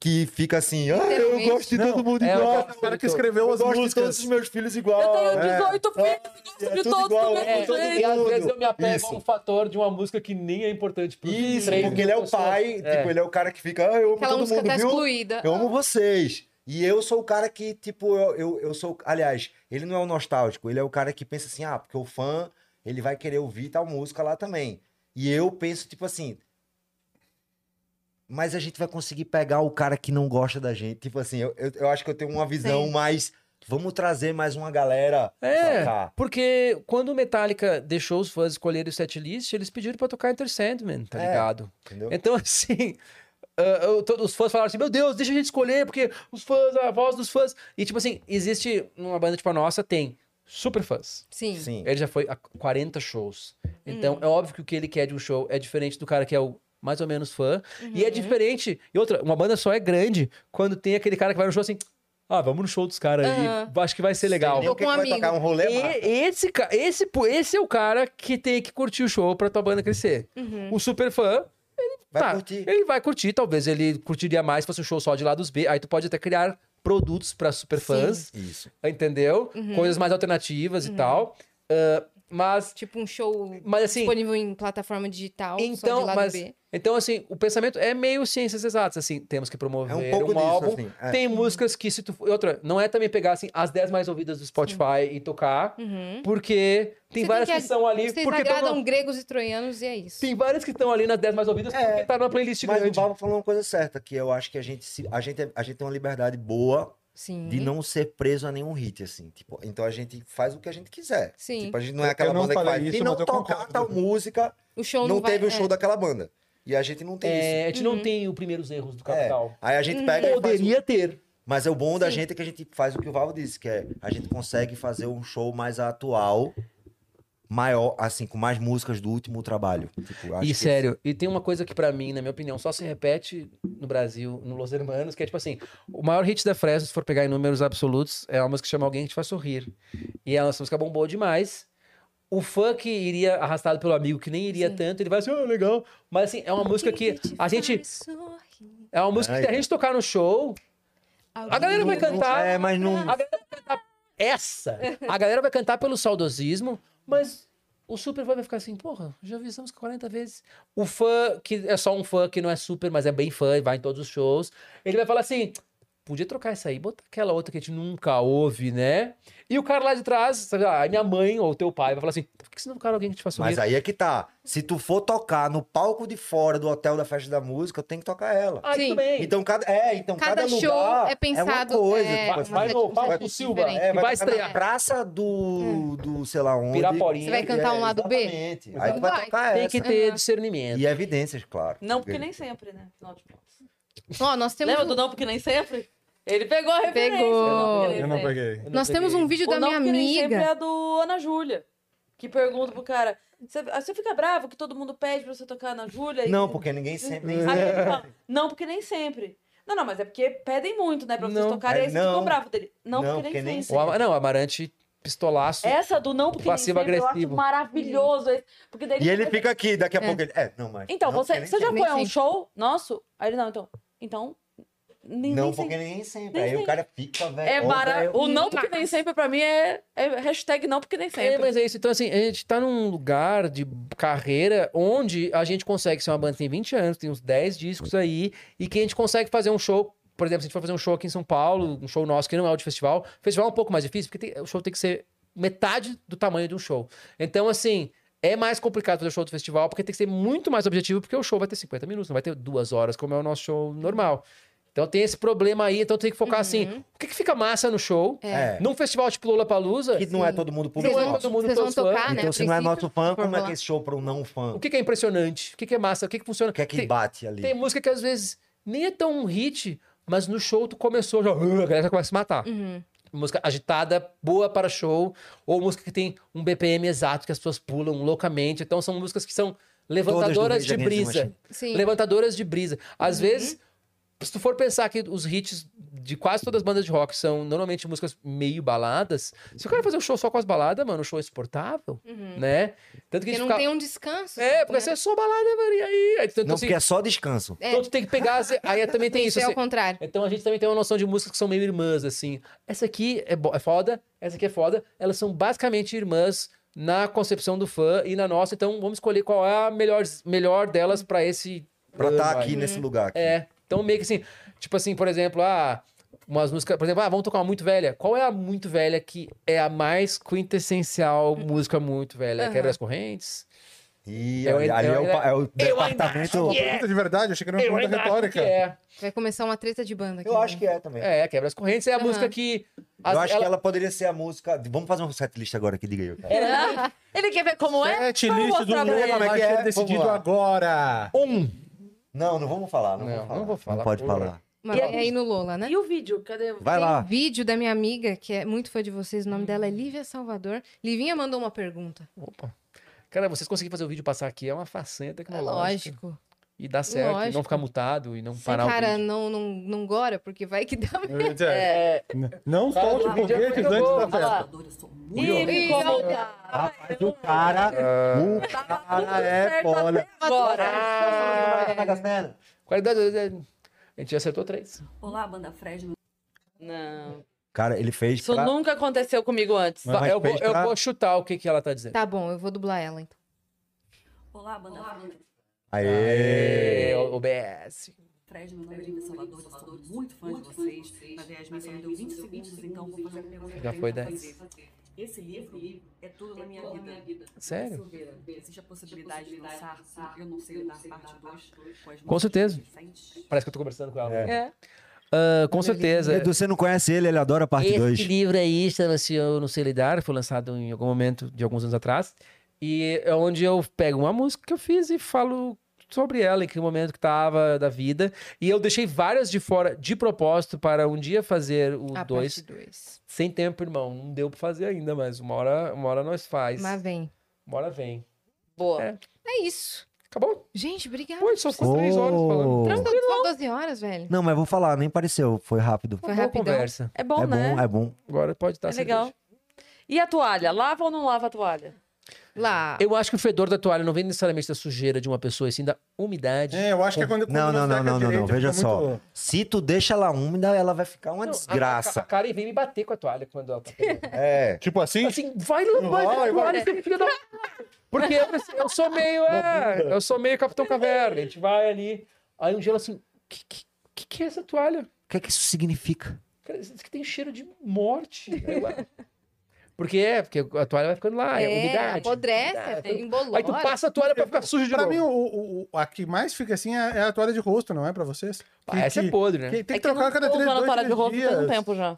Speaker 4: que fica assim, ah, eu
Speaker 2: Interveniente.
Speaker 4: gosto de todo mundo
Speaker 3: é, eu
Speaker 4: igual.
Speaker 3: gosto
Speaker 5: O cara que escreveu
Speaker 4: Eu
Speaker 5: as
Speaker 4: gosto de todos
Speaker 5: músicas.
Speaker 4: os meus filhos igual.
Speaker 1: Eu tenho
Speaker 4: é.
Speaker 1: 18 filhos, gosto
Speaker 4: é
Speaker 1: de
Speaker 4: tudo
Speaker 1: todos
Speaker 4: igual,
Speaker 1: do
Speaker 4: é
Speaker 1: mesmo
Speaker 4: tudo
Speaker 1: jeito.
Speaker 4: igual.
Speaker 3: às vezes eu me apego
Speaker 4: Isso.
Speaker 3: a um fator de uma música que nem é importante pro
Speaker 4: Isso,
Speaker 3: três
Speaker 4: porque
Speaker 3: mil
Speaker 4: ele é o
Speaker 3: pessoas.
Speaker 4: pai,
Speaker 3: É.
Speaker 4: tipo, ele é o cara que fica, ah, eu amo
Speaker 2: Aquela
Speaker 4: todo
Speaker 2: música
Speaker 4: mundo,
Speaker 2: tá
Speaker 4: viu? É um
Speaker 2: excluída.
Speaker 4: Eu amo vocês. E eu sou o cara que, tipo, eu, eu, eu sou. Aliás, ele não é o nostálgico, ele é o cara que pensa assim, ah, porque o fã, ele vai querer ouvir tal música lá também. E eu penso, tipo assim. Mas a gente vai conseguir pegar o cara que não gosta da gente. Tipo assim, eu, eu, eu acho que eu tenho uma visão
Speaker 2: Sim.
Speaker 4: mais. Vamos trazer mais uma galera
Speaker 3: É,
Speaker 4: pra cá.
Speaker 3: porque quando o Metallica deixou os fãs escolherem o setlist, eles pediram pra tocar Enter Sandman, tá
Speaker 4: É.
Speaker 3: ligado?
Speaker 4: Entendeu?
Speaker 3: Então, assim, ah, eu- todos os fãs falaram assim, meu Deus, deixa a gente escolher, porque os fãs, a voz dos fãs... E, tipo assim, existe uma banda tipo a nossa, tem super fãs.
Speaker 2: Sim.
Speaker 4: Sim.
Speaker 3: Ele já foi a 40 shows. Então, é óbvio que o que ele quer de um show é diferente do cara que é o mais ou menos fã. E é diferente. E outra, uma banda só é grande quando tem aquele cara que vai no show assim. Ah, vamos no show dos caras aí. Acho que vai ser legal.
Speaker 4: Entendeu?
Speaker 2: Ou
Speaker 4: O que
Speaker 2: com
Speaker 4: que
Speaker 2: um
Speaker 4: vai tocar um rolê massa.
Speaker 3: E esse, ca- esse, pu- esse é o cara que tem que curtir o show pra tua banda crescer. O super fã,
Speaker 4: Uhum. Vai
Speaker 3: tá,
Speaker 4: curtir.
Speaker 3: ele vai curtir. Talvez ele curtiria mais se fosse um show só de lados B. Aí tu pode até criar produtos pra super fãs,
Speaker 4: Isso.
Speaker 3: entendeu?
Speaker 4: Uhum.
Speaker 3: Coisas mais alternativas e tal. Ah, mas
Speaker 2: Tipo um show
Speaker 3: mas assim,
Speaker 2: disponível em plataforma digital, Tipo, só
Speaker 3: então,
Speaker 2: de lado
Speaker 3: mas,
Speaker 2: B.
Speaker 3: então assim, o pensamento é meio ciências exatas, assim, temos que promover
Speaker 4: É um pouco disso,
Speaker 3: álbum.
Speaker 4: assim, é.
Speaker 2: Uhum.
Speaker 3: Tem músicas que se tu e outra, não é também pegar assim as 10 mais ouvidas do Spotify e tocar,
Speaker 2: Uhum.
Speaker 3: porque tem
Speaker 2: Você um
Speaker 3: várias
Speaker 2: tem
Speaker 3: que, estão ali
Speaker 2: Vocês
Speaker 3: porque tão
Speaker 2: agradam
Speaker 3: na-
Speaker 2: gregos e troianos e é isso.
Speaker 3: tem várias que estão ali nas 10 mais ouvidas
Speaker 4: É,
Speaker 3: porque tá na playlist
Speaker 4: Mas o
Speaker 3: grande.
Speaker 4: Valvo falou uma coisa certa, que eu acho que a gente, se, a gente, é, a gente tem uma liberdade boa
Speaker 2: Sim.
Speaker 4: de não ser preso a nenhum hit, assim. Tipo, então a gente faz o que a gente quiser.
Speaker 2: Sim.
Speaker 4: Tipo, a gente não é aquela
Speaker 5: Eu não
Speaker 4: banda que
Speaker 5: falei
Speaker 4: faz.
Speaker 5: isso,
Speaker 4: e não
Speaker 5: mas eu
Speaker 4: tocar
Speaker 5: concordo.
Speaker 4: tal música,
Speaker 2: O show
Speaker 4: não,
Speaker 2: não, vai-
Speaker 4: teve o
Speaker 2: é.
Speaker 4: show daquela banda. E a gente não tem
Speaker 3: É,
Speaker 4: isso.
Speaker 3: a gente
Speaker 2: Uhum.
Speaker 3: não tem os primeiros erros do Capital.
Speaker 4: Aí a gente pega. e faz um o-
Speaker 3: Poderia ter.
Speaker 4: Mas é o bom da
Speaker 2: Sim.
Speaker 4: gente é que a gente faz o que o Valvo disse, que é a gente consegue fazer um show mais atual, maior, assim, com mais músicas do último trabalho. Tipo, acho
Speaker 3: E
Speaker 4: que-
Speaker 3: sério, e tem uma coisa que pra mim, na minha opinião, só se repete no Brasil, no Los Hermanos, que é tipo assim, o maior hit da Fresno, se for pegar em números absolutos, é uma música que chama Alguém que te faz sorrir. E essa música bombou demais. O fã que iria arrastado pelo amigo, que nem iria tanto, ele vai assim, ah, legal. Mas assim, é uma música que a gente, é uma música que se a
Speaker 4: Ai,
Speaker 3: gente tocar no show, a galera vai
Speaker 4: Não- não-
Speaker 3: cantar.
Speaker 4: É, mas não.
Speaker 3: A galera vai cantar essa. A galera vai cantar pelo saudosismo, mas o super fã vai ficar assim, porra, já vi essa música 40 vezes. O fã que é só um fã que não é super, mas é bem fã e vai em todos os shows, ele vai falar assim, podia trocar essa aí, botar aquela outra que a gente nunca ouve, né? E o cara lá de trás, sabe, ah, minha mãe ou teu pai vai falar assim, por que você não colocaram alguém que te faça um
Speaker 4: Mas aí é que tá. Se tu for tocar no palco de fora do hotel da festa da música, tem que tocar ela.
Speaker 3: Ah,
Speaker 2: Sim.
Speaker 3: tudo bem.
Speaker 4: Então cada, é, então
Speaker 2: Cada
Speaker 4: cada,
Speaker 2: show
Speaker 4: lugar
Speaker 2: é pensado,
Speaker 4: uma coisa.
Speaker 2: é,
Speaker 4: tipo,
Speaker 3: Vai-
Speaker 4: assim,
Speaker 3: vai no
Speaker 2: atitudes
Speaker 3: palco do
Speaker 2: diferentes.
Speaker 3: Silva.
Speaker 2: É,
Speaker 4: é,
Speaker 3: e vai
Speaker 4: vai tocar na
Speaker 3: estrear.
Speaker 4: praça do, do sei lá onde.
Speaker 3: Piraporinha.
Speaker 2: Hum. Você vai cantar um lado B?
Speaker 4: Exatamente. Aí tu
Speaker 2: Vai.
Speaker 4: vai tocar
Speaker 3: Tem
Speaker 4: essa.
Speaker 3: que ter
Speaker 2: Aham.
Speaker 3: discernimento.
Speaker 4: E evidências, claro.
Speaker 1: Não, porque nem sempre, né? Afinal de contas.
Speaker 2: Ó, nós temos
Speaker 1: Lembra
Speaker 2: um-
Speaker 1: do não, porque nem sempre? Ele pegou a referência.
Speaker 2: Pegou.
Speaker 1: não, porque nem
Speaker 5: Eu não
Speaker 1: sempre.
Speaker 5: peguei.
Speaker 3: Eu não
Speaker 2: Nós temos
Speaker 3: peguei.
Speaker 2: um vídeo
Speaker 1: O
Speaker 2: da
Speaker 1: não,
Speaker 2: minha
Speaker 1: porque nem sempre
Speaker 2: amiga.
Speaker 1: é a do Ana Júlia. Que pergunta pro cara: "Você- Você fica bravo que todo mundo pede pra você tocar Ana Júlia? E-
Speaker 4: Não, porque ninguém sempre.
Speaker 1: Uhum.
Speaker 2: Uhum.
Speaker 1: Aí ele fala, não, porque nem sempre. Não, não, mas é porque pedem muito, né? Pra vocês
Speaker 3: Não.
Speaker 1: tocarem.
Speaker 4: É,
Speaker 1: Aí você ficou
Speaker 4: não.
Speaker 1: bravo dele. Não, porque, nem sempre.
Speaker 3: O Ama- Não, o Amarante pistolaço.
Speaker 4: É,
Speaker 1: Essa do não, porque nem sempre eu acho
Speaker 3: Passivo-agressivo.
Speaker 1: maravilhoso. esse- Porque daí
Speaker 4: E ele fica aqui, daqui a pouco ele. É, não, mas.
Speaker 1: Então,
Speaker 4: não,
Speaker 1: você,
Speaker 4: porque nem
Speaker 1: você já
Speaker 4: sempre.
Speaker 1: foi a um
Speaker 2: Nem sempre.
Speaker 1: show nosso? Aí ele, não, então. Então. Nem,
Speaker 4: Não,
Speaker 1: nem
Speaker 4: porque
Speaker 1: sempre.
Speaker 4: nem sempre.
Speaker 1: Nem
Speaker 4: Aí
Speaker 1: sempre.
Speaker 4: o cara fica, velho.
Speaker 1: É
Speaker 4: ó,
Speaker 1: mara...
Speaker 4: velho.
Speaker 1: O não, porque nem sempre, pra mim, é, é hashtag não, porque nem
Speaker 3: É,
Speaker 1: sempre.
Speaker 3: mas é isso. Então, assim, a gente tá num lugar de carreira onde a gente consegue ser uma banda que tem 20 anos, tem uns 10 discos aí, e que a gente consegue fazer um show. Por exemplo, se a gente for fazer um show aqui em São Paulo, um show nosso que não é o de festival, festival é um pouco mais difícil, porque tem- o show tem que ser metade do tamanho de um show. Então, assim, é mais complicado fazer o show do festival, porque tem que ser muito mais objetivo, porque o show vai ter 50 minutos, não vai ter duas horas, como é o nosso show normal. Então tem esse problema aí, então tem que focar assim, o que, que fica massa no show?
Speaker 4: Uhum. É.
Speaker 3: Num festival tipo Lula Palusa,
Speaker 4: Que não é todo mundo
Speaker 2: Vocês
Speaker 4: público.
Speaker 3: Não é
Speaker 2: vão,
Speaker 4: nosso.
Speaker 3: todo mundo
Speaker 2: vocês
Speaker 3: teu
Speaker 2: vão
Speaker 3: fã.
Speaker 2: tocar, né?
Speaker 4: Então,
Speaker 2: a
Speaker 4: se não é
Speaker 2: princípio,
Speaker 4: nosso fã,
Speaker 2: for
Speaker 4: como é
Speaker 2: lá.
Speaker 4: que é esse show para um não fã?
Speaker 3: O
Speaker 4: O
Speaker 3: que, que é impressionante? O que, que é massa? O que, que funciona?
Speaker 4: que é que
Speaker 3: tem,
Speaker 4: bate ali?
Speaker 3: tem música que às vezes nem é tão um hit, mas no show tu começou, já, "Ah", a galera já começa a se matar.
Speaker 2: Uhum.
Speaker 3: Música agitada, boa para show, ou música que tem um BPM exato que as pessoas pulam loucamente. Então são músicas que são levantadoras
Speaker 4: Rage
Speaker 3: de
Speaker 4: Against the
Speaker 3: brisa.
Speaker 4: Machine.
Speaker 2: Sim. Uhum.
Speaker 3: Levantadoras de brisa. Às vezes, se tu for pensar que os hits de quase todas as bandas de rock são normalmente músicas meio baladas, se o cara fazer um show só com as baladas, mano, o show é insuportável, né? Tanto que
Speaker 2: Uhum. Porque
Speaker 3: a gente
Speaker 2: não
Speaker 3: fica-
Speaker 2: tem um descanso.
Speaker 3: é, porque você é só balada, mano, e aí? Aí, Então,
Speaker 4: Não,
Speaker 3: assim,
Speaker 4: porque é só descanso.
Speaker 3: então tu tem que pegar. as- Aí também tem isso.
Speaker 2: é ao
Speaker 3: assim.
Speaker 2: contrário.
Speaker 3: Então a gente também tem uma noção de músicas que são meio irmãs, assim. Essa aqui é, bo- é foda, essa aqui é foda. Elas são basicamente irmãs na concepção do fã e na nossa. Então vamos escolher qual é a melhor, melhor delas pra esse.
Speaker 4: Pra estar
Speaker 3: ano aí.
Speaker 4: aqui nesse lugar. aqui.
Speaker 3: É. Então meio que assim, tipo assim, por exemplo, ah, umas músicas, por exemplo, ah, vamos tocar uma muito velha. Qual é a muito velha que é a mais quintessencial música muito velha?
Speaker 2: Aham.
Speaker 3: Quebra as correntes?
Speaker 4: E
Speaker 3: Eu
Speaker 4: ali,
Speaker 3: ainda-
Speaker 4: ali é, o,
Speaker 3: eu
Speaker 4: pa- é o
Speaker 3: ainda acho
Speaker 4: departamento.
Speaker 3: que é.
Speaker 5: Pergunta de verdade, eu achei que era uma pergunta
Speaker 3: ainda acho
Speaker 5: retórica.
Speaker 3: que é.
Speaker 2: Vai começar uma treta de banda aqui. né?
Speaker 4: Eu acho que é também.
Speaker 3: É, quebra as correntes é a
Speaker 2: Aham.
Speaker 3: música que. as-
Speaker 4: Eu acho que ela poderia ser a música. Vamos fazer um setlist agora aqui, diga aí. Cara.
Speaker 1: Ele- Ele quer ver como é?
Speaker 5: Sete
Speaker 1: Vamos
Speaker 5: listas do
Speaker 1: mostrar
Speaker 5: mundo
Speaker 1: pra ele.
Speaker 4: como é
Speaker 5: vai
Speaker 4: que é?
Speaker 5: ser
Speaker 4: Vamos
Speaker 5: decidido
Speaker 4: lá.
Speaker 5: agora.
Speaker 3: Um.
Speaker 4: Não, não vamos falar. Não,
Speaker 3: Não,
Speaker 4: vamos falar.
Speaker 3: não vou falar,
Speaker 4: Não pode
Speaker 3: porra.
Speaker 4: falar.
Speaker 2: Uma
Speaker 1: E
Speaker 2: vez
Speaker 1: aí-
Speaker 2: aí no Lola, né?
Speaker 1: E o vídeo? Cadê?
Speaker 4: Vai
Speaker 2: Tem um
Speaker 4: lá.
Speaker 2: vídeo da minha amiga, que é muito fã de vocês, o nome dela é Lívia Salvador. Livinha mandou uma pergunta.
Speaker 3: Opa. Cara, vocês conseguirem fazer o vídeo passar aqui é uma façanha
Speaker 2: É
Speaker 3: tecnológica.
Speaker 2: lógico.
Speaker 3: E dar certo, e
Speaker 2: Lógico.
Speaker 3: não ficar mutado e não
Speaker 2: Sim,
Speaker 3: parar o
Speaker 2: cara,
Speaker 3: vídeo.
Speaker 2: não, não, não gora, porque vai que dá
Speaker 5: Eu
Speaker 2: merda.
Speaker 5: ia dizer,
Speaker 3: É,
Speaker 5: Não
Speaker 3: Fala
Speaker 5: solte
Speaker 3: do
Speaker 1: é
Speaker 3: vídeo,
Speaker 5: foguetes
Speaker 3: eu vou-
Speaker 5: antes tá da festa.
Speaker 1: Ih, ficou mudado.
Speaker 4: Rapaz, o cara. O cara é foda.
Speaker 1: Agora.
Speaker 3: Qualidade. é, A gente já acertou três.
Speaker 1: Não.
Speaker 4: Cara, ele fez.
Speaker 1: Isso
Speaker 4: Pra...
Speaker 1: nunca aconteceu comigo antes.
Speaker 4: Mas-
Speaker 3: Tá,
Speaker 4: mas
Speaker 3: eu, vou,
Speaker 4: fez
Speaker 3: eu
Speaker 4: pra-
Speaker 3: vou chutar o que, que ela tá dizendo.
Speaker 2: Tá bom, eu vou dublar ela então.
Speaker 4: Aê!
Speaker 3: É, o- OBS.
Speaker 9: Fred, meu nome é Lívia Salvador, eu sou muito fã de vocês, mas a Yasmin só me deu 20 segundos, então vou fazer a pergunta que
Speaker 3: Já
Speaker 9: eu tenho
Speaker 3: foi
Speaker 9: pra
Speaker 3: 10.
Speaker 9: fazer. Esse livro é tudo na minha vida.
Speaker 3: Sério?
Speaker 9: Existe a possibilidade de lançar Eu Não Sei Lidar Parte 2 com as
Speaker 3: Com certeza.
Speaker 9: recentes?
Speaker 3: Parece que eu tô conversando com ela.
Speaker 1: É.
Speaker 3: Ah, com certeza.
Speaker 4: Edu, você não conhece ele, ele adora a parte
Speaker 3: Esse
Speaker 4: 2.
Speaker 3: livro aí chama-se Eu Não Sei Lidar, foi lançado em algum momento de alguns anos atrás. E é onde eu pego uma música que eu fiz e falo sobre ela, em que momento que tava da vida. E eu deixei várias de fora de propósito para um dia fazer o
Speaker 2: A
Speaker 3: 2.
Speaker 2: parte 2.
Speaker 3: Sem tempo, irmão. Não deu pra fazer ainda, mas uma hora, uma hora nós faz.
Speaker 2: Mas vem.
Speaker 3: Uma hora vem.
Speaker 1: Boa.
Speaker 3: É.
Speaker 2: É isso.
Speaker 3: Acabou?
Speaker 2: Gente, obrigada.
Speaker 3: Pô, só ficou três horas falando.
Speaker 4: Oh.
Speaker 2: São só 12 horas, velho.
Speaker 4: Não, mas vou falar, nem pareceu, foi rápido.
Speaker 2: Foi
Speaker 3: Boa
Speaker 2: rapidão.
Speaker 3: conversa.
Speaker 1: É bom,
Speaker 4: é
Speaker 1: né?
Speaker 4: bom, é bom.
Speaker 3: Agora pode dar
Speaker 1: É
Speaker 3: cerveja.
Speaker 1: legal. E a toalha? Lava ou não lava a toalha?
Speaker 2: Lá.
Speaker 3: Eu acho que o fedor da toalha não vem necessariamente da sujeira de uma pessoa, e sim da umidade.
Speaker 5: É, eu acho que é quando.
Speaker 4: Não,
Speaker 5: quando
Speaker 4: não, não,
Speaker 5: seca
Speaker 4: não, não,
Speaker 5: direito,
Speaker 4: não. Veja
Speaker 5: fica
Speaker 4: só.
Speaker 5: muito-
Speaker 4: Se tu deixa ela úmida, ela vai ficar uma
Speaker 3: Não, a- A, a,
Speaker 4: desgraça.
Speaker 3: Karen vem me bater com a toalha quando ela tá pegando.
Speaker 4: É.
Speaker 5: Tipo assim,
Speaker 3: Assim, vai lavar
Speaker 5: Vai,
Speaker 3: a
Speaker 5: vai.
Speaker 3: toalha, seu filho da... Porque eu, eu sou meio, é, eu sou meio Capitão Caverna. A gente vai ali. Aí um dia ela assim, que, que, que que é essa toalha?
Speaker 4: que é que isso significa?
Speaker 3: Cara, isso que tem cheiro de morte. Aí eu- "Ah." porque é, porque a toalha vai ficando lá, é, umidade.
Speaker 2: apodrece, embolou.
Speaker 3: Aí tu passa a toalha pra ficar sujo de
Speaker 5: Pra
Speaker 3: novo.
Speaker 5: mim, o, o- o- a que mais fica assim é, é a toalha de rosto, não é pra vocês?
Speaker 3: Ah,
Speaker 5: Que-
Speaker 3: essa é
Speaker 5: que-
Speaker 3: podre, né?
Speaker 5: que tem que,
Speaker 1: É que eu
Speaker 5: trocar
Speaker 1: não
Speaker 5: a cada
Speaker 1: tô
Speaker 5: três,
Speaker 1: usando
Speaker 5: dois,
Speaker 1: toalha de
Speaker 5: três
Speaker 1: roupa
Speaker 5: dias.
Speaker 1: tem um tempo já.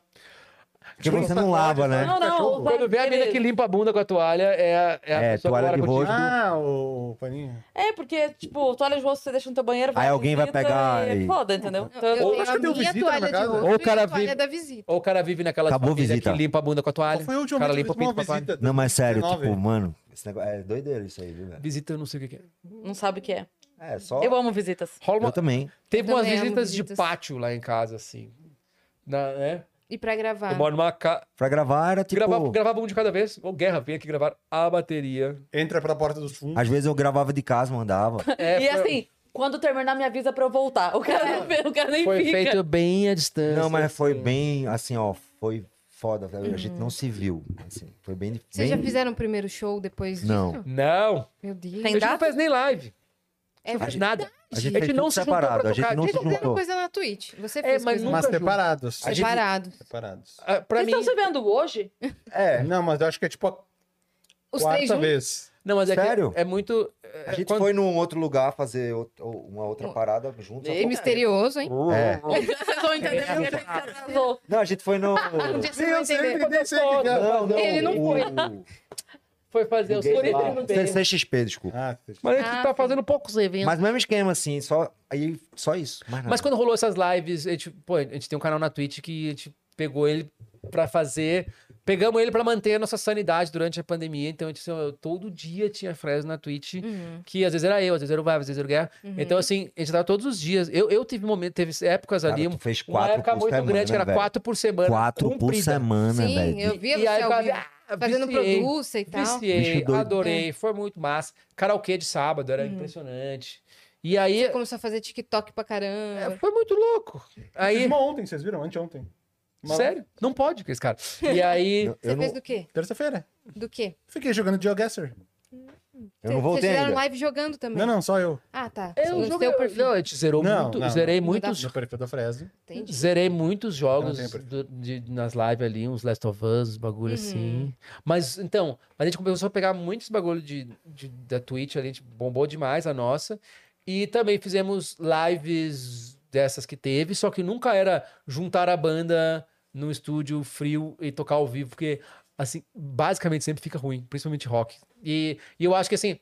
Speaker 4: Porque você não lava, né?
Speaker 1: Não, não.
Speaker 5: cachorro.
Speaker 1: vai
Speaker 3: Quando vê a
Speaker 1: querer-
Speaker 3: menina que limpa a bunda com a toalha, é a, é a
Speaker 4: É,
Speaker 3: pessoa que
Speaker 4: toalha
Speaker 3: mora
Speaker 4: de
Speaker 3: contigo.
Speaker 4: rosto.
Speaker 5: Ah, o paninho.
Speaker 1: É, porque, tipo, toalha de rosto você deixa no teu banheiro,
Speaker 4: Aí alguém vai
Speaker 1: visita
Speaker 4: pegar
Speaker 1: e...
Speaker 4: e-
Speaker 1: Foda, entendeu? Então,
Speaker 2: Eu
Speaker 5: Ou-
Speaker 2: tenho
Speaker 5: acho
Speaker 2: a
Speaker 5: que deu
Speaker 2: minha
Speaker 5: visita na
Speaker 2: toalha de
Speaker 5: casa.
Speaker 2: rosto
Speaker 3: Ou o
Speaker 2: e
Speaker 3: cara
Speaker 2: a toalha
Speaker 3: vive-
Speaker 2: da visita.
Speaker 3: Ou o cara vive naquela
Speaker 4: Acabou a
Speaker 3: família
Speaker 4: visita.
Speaker 3: que limpa a bunda com a toalha.
Speaker 5: Qual foi a última
Speaker 3: o cara
Speaker 5: vez que
Speaker 3: limpa o
Speaker 5: eu
Speaker 3: pinto
Speaker 5: fiz
Speaker 3: com
Speaker 5: uma
Speaker 3: a toalha.
Speaker 5: visita?
Speaker 4: Não, mas sério,
Speaker 5: 19.
Speaker 4: tipo, mano, esse negócio é doideira isso aí, viu, velho?
Speaker 3: Visita, eu não sei o que que é.
Speaker 1: não sabe o que é.
Speaker 4: É, só.
Speaker 1: Eu amo visitas.
Speaker 3: Rola
Speaker 4: Eu
Speaker 3: uma...
Speaker 4: também.
Speaker 3: Teve
Speaker 2: Eu
Speaker 3: umas
Speaker 2: também amo
Speaker 3: visitas de
Speaker 2: visitas.
Speaker 3: pátio lá em casa, assim. Na, né?
Speaker 2: E pra gravar.
Speaker 3: Eu moro numa casa.
Speaker 4: Pra gravar era Ah. tipo.
Speaker 3: Gravava, gravava um de cada vez. Ou guerra, vinha aqui gravar a bateria.
Speaker 5: Entra pra porta dos fundos.
Speaker 4: Às vezes eu gravava de casa, mandava.
Speaker 3: É,
Speaker 1: e
Speaker 3: foi-
Speaker 1: assim, quando terminar, me avisa pra eu voltar. O cara, não vê, o cara nem
Speaker 3: Foi
Speaker 1: fica.
Speaker 3: feito bem à distância.
Speaker 4: Não, mas é foi
Speaker 3: assim.
Speaker 4: bem assim, ó. Foi foda, velho. A gente não se viu. assim, foi bem difícil.
Speaker 2: Vocês já fizeram o primeiro show depois disso?
Speaker 4: Não.
Speaker 3: Não,
Speaker 2: Meu Deus.
Speaker 3: a gente não faz nem live.
Speaker 2: É
Speaker 3: Não faz
Speaker 2: verdade.
Speaker 3: nada.
Speaker 4: A gente,
Speaker 3: A
Speaker 4: fez
Speaker 3: gente
Speaker 4: não
Speaker 3: não se juntou
Speaker 4: separado,
Speaker 3: pra
Speaker 4: a gente
Speaker 3: tocar.
Speaker 4: não se
Speaker 2: Vocês fizeram
Speaker 4: juntou.
Speaker 2: coisa na Twitch. Você
Speaker 3: um É,
Speaker 2: fez
Speaker 3: mas
Speaker 2: coisa
Speaker 3: nunca
Speaker 5: Mas
Speaker 3: junto.
Speaker 5: separados.
Speaker 4: A gente-
Speaker 2: separado.
Speaker 5: Separados.
Speaker 3: Ah, Pra
Speaker 6: Vocês
Speaker 3: mim.
Speaker 6: estão se vendo hoje?
Speaker 4: É.
Speaker 5: Não, mas eu acho que é tipo a
Speaker 2: Os três
Speaker 5: quarta
Speaker 2: juntos?
Speaker 5: vez.
Speaker 3: Não, mas é que
Speaker 4: Sério?
Speaker 3: é muito. é,
Speaker 4: A gente
Speaker 3: quando-
Speaker 4: foi num outro lugar fazer out- uma outra parada junto.
Speaker 2: É misterioso, hein?
Speaker 4: É.
Speaker 1: Vocês vão entender porque a gente atrasou.
Speaker 4: Não, a gente foi no.
Speaker 2: Um dia você vai
Speaker 5: Eu sempre
Speaker 2: entender.
Speaker 5: nem sei o que é.
Speaker 2: Ele não
Speaker 4: foi.
Speaker 3: Foi fazer o
Speaker 4: Ninguém lá.
Speaker 3: sorriso.
Speaker 4: CCXP, desculpa.
Speaker 5: Ah,
Speaker 3: Mas a gente
Speaker 2: Ah,
Speaker 3: tá
Speaker 2: sim.
Speaker 3: fazendo poucos eventos.
Speaker 4: Mas mesmo esquema, assim, só, aí, só isso. Mais nada.
Speaker 3: Mas quando rolou essas lives, a gente, pô, a gente tem um canal na Twitch que a gente pegou ele pra fazer. Pegamos ele pra manter a nossa sanidade durante a pandemia. Então, a gente, assim, ó, todo dia tinha Fresno na Twitch,
Speaker 2: Uhum.
Speaker 3: que às vezes era eu, às vezes era o Vava, às vezes era o Guerra. Então, assim, a gente tava todos os dias. Eu, eu tive momentos, teve épocas
Speaker 4: Cara,
Speaker 3: ali,
Speaker 4: tu fez
Speaker 3: uma
Speaker 4: quatro
Speaker 3: época
Speaker 4: por
Speaker 3: muito
Speaker 4: semana, né,
Speaker 3: grande, que era
Speaker 4: velho.
Speaker 3: quatro por semana.
Speaker 4: Quatro por
Speaker 3: comprida.
Speaker 4: semana,
Speaker 2: Sim,
Speaker 4: velho.
Speaker 2: eu via
Speaker 3: E aí
Speaker 2: você
Speaker 3: eu
Speaker 2: ao
Speaker 3: ficava,
Speaker 2: vivo,
Speaker 3: ah,
Speaker 2: fazendo
Speaker 3: viciei,
Speaker 2: produça e tal. É.
Speaker 3: Viciei,
Speaker 4: Bicho doido.
Speaker 3: adorei, foi muito massa. Karaokê de sábado
Speaker 2: Uhum.
Speaker 3: era impressionante. E aí,
Speaker 2: Começou a fazer TikTok pra
Speaker 3: é,
Speaker 2: caramba.
Speaker 3: foi muito louco.
Speaker 5: Fiz
Speaker 3: Aí,
Speaker 5: uma ontem, vocês viram? Anteontem. Uma-
Speaker 3: sério, não pode com esse cara. E aí,
Speaker 4: Eu,
Speaker 2: Você
Speaker 4: eu
Speaker 2: fez
Speaker 4: não,
Speaker 2: do quê?
Speaker 5: Terça-feira.
Speaker 2: Do quê?
Speaker 5: Fiquei jogando GeoGuessr.
Speaker 4: eu não
Speaker 2: Vocês
Speaker 4: voltei
Speaker 2: fizeram
Speaker 4: ainda.
Speaker 2: live jogando também.
Speaker 5: Não, não, só eu.
Speaker 2: Ah, tá.
Speaker 3: eu
Speaker 2: no
Speaker 3: joguei,
Speaker 2: seu perfil.
Speaker 3: não, a gente zerou
Speaker 5: Não,
Speaker 3: muito,
Speaker 5: não,
Speaker 3: zerei
Speaker 2: não.
Speaker 3: muitos,
Speaker 5: No perfil da Fresno.
Speaker 2: Entendi.
Speaker 3: zerei muitos jogos
Speaker 5: Eu não tenho
Speaker 3: do- de- nas lives ali, uns Last of Us, uns
Speaker 2: Uhum.
Speaker 3: bagulho assim. Mas então, a gente começou a pegar muitos bagulho de, de- da Twitch, ali, a gente bombou demais a nossa. E também fizemos lives dessas que teve, só que nunca era juntar a banda num estúdio frio e tocar ao vivo, porque assim, basicamente sempre fica ruim, principalmente rock. E, e eu acho que assim,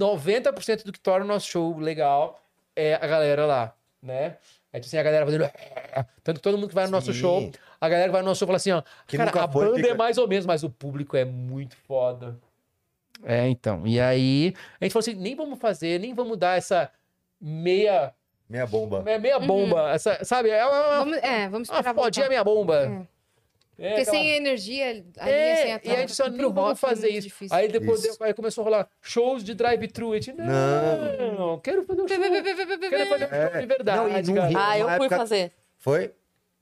Speaker 3: 90% do que torna o nosso show legal é a galera lá, né? É tipo assim, a galera fazendo. Tanto que todo mundo que vai no nosso
Speaker 4: Sim.
Speaker 3: show, a galera que vai no nosso show fala assim, ó.
Speaker 4: Que
Speaker 3: cara,
Speaker 4: nunca
Speaker 3: a
Speaker 4: foi,
Speaker 3: banda é
Speaker 4: fica-
Speaker 3: mais ou menos, mas o público é muito foda. É, então. E aí, a gente falou assim: nem vamos fazer, nem vamos dar essa meia.
Speaker 4: Minha bomba.
Speaker 3: é Meia bomba. Essa, sabe? É uma,
Speaker 2: Vamos, é, vamos
Speaker 3: uma
Speaker 2: esperar
Speaker 3: fodinha
Speaker 2: voltar.
Speaker 3: minha bomba. É,
Speaker 2: Porque assim,
Speaker 3: aquela-
Speaker 2: sem energia ali,
Speaker 3: é,
Speaker 2: sem tá
Speaker 3: e a gente só não vamos fazer isso. Aí depois
Speaker 4: Isso.
Speaker 3: deu- aí começou a rolar shows de drive-thru. A gente, não,
Speaker 4: Não.
Speaker 3: quero fazer um show. Quero fazer um show
Speaker 4: É.
Speaker 3: de verdade.
Speaker 4: Não, e não
Speaker 3: cara.
Speaker 4: ri.
Speaker 1: Ah, eu
Speaker 4: Uma
Speaker 1: fui
Speaker 4: época-
Speaker 1: fazer.
Speaker 4: Foi?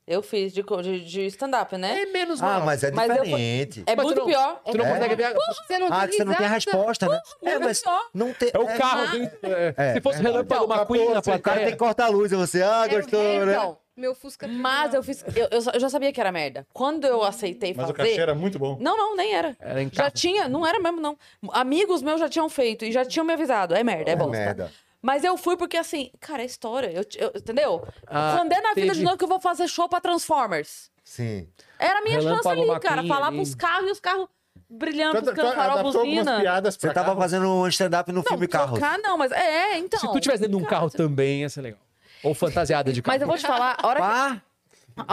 Speaker 1: Eu fiz de, co- de, de stand-up, né?
Speaker 3: É menos
Speaker 4: Ah,
Speaker 3: mal.
Speaker 4: mas é
Speaker 1: Mas eu fui-
Speaker 4: diferente.
Speaker 1: É
Speaker 3: Mas
Speaker 1: muito
Speaker 3: tu não-
Speaker 1: pior.
Speaker 3: Tu não
Speaker 4: É?
Speaker 3: consegue ver. a-
Speaker 2: Você não
Speaker 4: Ah,
Speaker 2: tem
Speaker 4: que você não tem a
Speaker 2: risada.
Speaker 4: resposta, né? É, mas
Speaker 1: pior.
Speaker 4: não tem.
Speaker 3: É o
Speaker 4: é,
Speaker 3: carro. assim, é.
Speaker 4: É,
Speaker 3: Se fosse
Speaker 4: verdade.
Speaker 3: relâmpago assim, McQueen na
Speaker 4: O cara tem
Speaker 3: plateia.
Speaker 4: que cortar a luz, é você. Ah,
Speaker 2: Quero
Speaker 4: gostou,
Speaker 2: ver,
Speaker 4: né?
Speaker 1: Então,
Speaker 2: Meu Fusca. tá
Speaker 1: mas eu fiz. Eu, eu só- eu já sabia que era merda. Quando eu aceitei
Speaker 5: Mas o
Speaker 1: fazer.
Speaker 5: cachê era muito bom.
Speaker 1: Não, não, nem era.
Speaker 3: Era em
Speaker 1: Já
Speaker 3: casa.
Speaker 1: tinha, não era mesmo, não. Amigos meus já tinham feito e já tinham me avisado. É merda, é, bosta.
Speaker 4: merda.
Speaker 1: Mas eu fui porque, assim, cara, é história. Eu, eu- entendeu?
Speaker 3: Ah,
Speaker 1: Quando é na vida
Speaker 3: teve-
Speaker 1: de novo que eu vou fazer show pra Transformers.
Speaker 4: Sim.
Speaker 1: Era a minha chance
Speaker 3: Relâmpago
Speaker 1: ali, cara.
Speaker 3: McQueen
Speaker 1: Falar
Speaker 3: ali.
Speaker 1: pros carros e os carros brilhando,
Speaker 5: Tanto-
Speaker 1: piscando
Speaker 5: tanto-
Speaker 1: farol,
Speaker 5: Adaptou algumas
Speaker 1: buzina.
Speaker 5: piadas pra
Speaker 4: Você tava
Speaker 5: cá.
Speaker 4: fazendo um stand-up no filme Carros.
Speaker 1: trocar não, mas é, é, então.
Speaker 3: Se tu tivesse dentro de um carro também, ia ser legal. Ou fantasiada de carro.
Speaker 6: Mas eu vou te falar, a hora,
Speaker 3: Ah!
Speaker 4: Pá!
Speaker 6: que,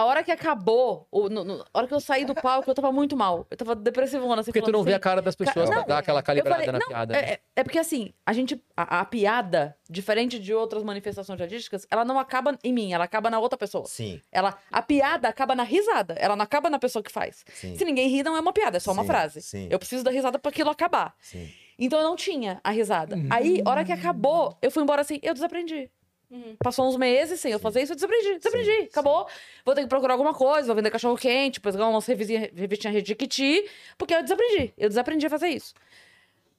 Speaker 6: a hora que acabou,
Speaker 1: o- no- no- a hora que eu saí do palco, eu tava muito mal. Eu tava depressivona. Assim,
Speaker 3: Porque tu
Speaker 1: falando
Speaker 3: não vê a
Speaker 1: assim,
Speaker 3: cara das pessoas
Speaker 1: Ca-
Speaker 3: pra
Speaker 1: não,
Speaker 3: dar aquela calibrada
Speaker 1: falei,
Speaker 3: na
Speaker 1: não,
Speaker 3: piada. né?
Speaker 1: É, é- é porque assim, a gente. A, a piada, diferente de outras manifestações artísticas, ela não acaba em mim, ela acaba na outra pessoa.
Speaker 4: Sim.
Speaker 1: Ela, a piada acaba na risada, ela não acaba na pessoa que faz.
Speaker 4: Sim.
Speaker 1: Se ninguém ri, não é uma piada, é só uma
Speaker 4: Sim,
Speaker 1: frase.
Speaker 4: sim.
Speaker 1: Eu preciso da risada pra aquilo acabar.
Speaker 4: Sim.
Speaker 1: Então eu não tinha a risada. Aí, hora que acabou, eu fui embora assim, eu desaprendi. Passou uns meses sem eu fazer isso, eu desaprendi, desaprendi, acabou. Vou ter que procurar alguma coisa, vou vender cachorro quente, pegar umas revistinhas revistinha de Kiti, porque eu desaprendi, eu desaprendi a fazer isso.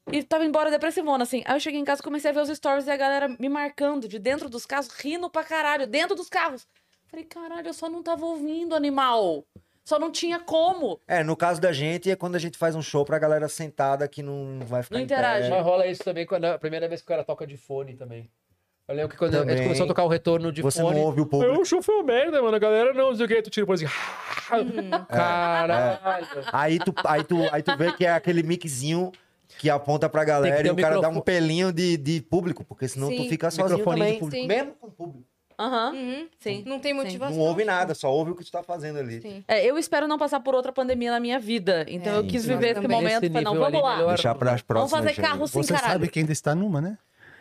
Speaker 1: E tava embora depressivona, assim. Aí eu cheguei em casa, comecei a ver os stories e a galera me marcando de dentro dos carros, rindo pra caralho, dentro dos carros. Falei, caralho, eu só não tava ouvindo, animal. Só não tinha como.
Speaker 4: É, no caso da gente, é quando a gente faz um show pra galera sentada que não vai ficar
Speaker 1: Não
Speaker 4: em pé. né?
Speaker 1: interage.
Speaker 3: é, Mas rola isso também quando a primeira vez que o cara toca de fone também. Eu lembro que quando a gente
Speaker 4: Também.
Speaker 3: começou a tocar o retorno de
Speaker 4: Você
Speaker 3: fone.
Speaker 4: não ouve o
Speaker 3: Eu
Speaker 4: público.
Speaker 3: o show foi uma merda, mano. A galera não, não sei o que, tu tira depois assim.
Speaker 2: Uhum.
Speaker 3: Caralho.
Speaker 2: É.
Speaker 4: Aí tu, aí, tu, aí tu vê que é aquele miczinho que aponta pra galera
Speaker 3: ter
Speaker 4: e
Speaker 3: um
Speaker 4: o cara dá um
Speaker 3: microfone.
Speaker 4: pelinho de, de público, porque senão
Speaker 2: Sim.
Speaker 4: tu fica sozinho
Speaker 3: Microfone de
Speaker 4: também.
Speaker 3: público.
Speaker 2: Sim.
Speaker 4: Mesmo com o público.
Speaker 1: Aham.
Speaker 2: Uhum.
Speaker 1: Sim.
Speaker 2: Não tem motivação.
Speaker 4: Não ouve nada, só ouve o que tu tá fazendo ali.
Speaker 2: Sim.
Speaker 1: É, eu espero não passar por outra pandemia na minha vida. Então
Speaker 2: É,
Speaker 1: eu quis
Speaker 2: isso, nós
Speaker 1: viver esse
Speaker 2: também.
Speaker 1: momento.
Speaker 3: Nesse
Speaker 1: Falei, não,
Speaker 3: nível
Speaker 1: vamos
Speaker 3: ali,
Speaker 1: lá.
Speaker 3: melhor.
Speaker 4: Deixar pras
Speaker 1: Vamos
Speaker 4: próximas.
Speaker 1: fazer
Speaker 4: gente.
Speaker 1: carro sem
Speaker 5: Você
Speaker 1: caralho.
Speaker 5: sabe que ainda está numa, né?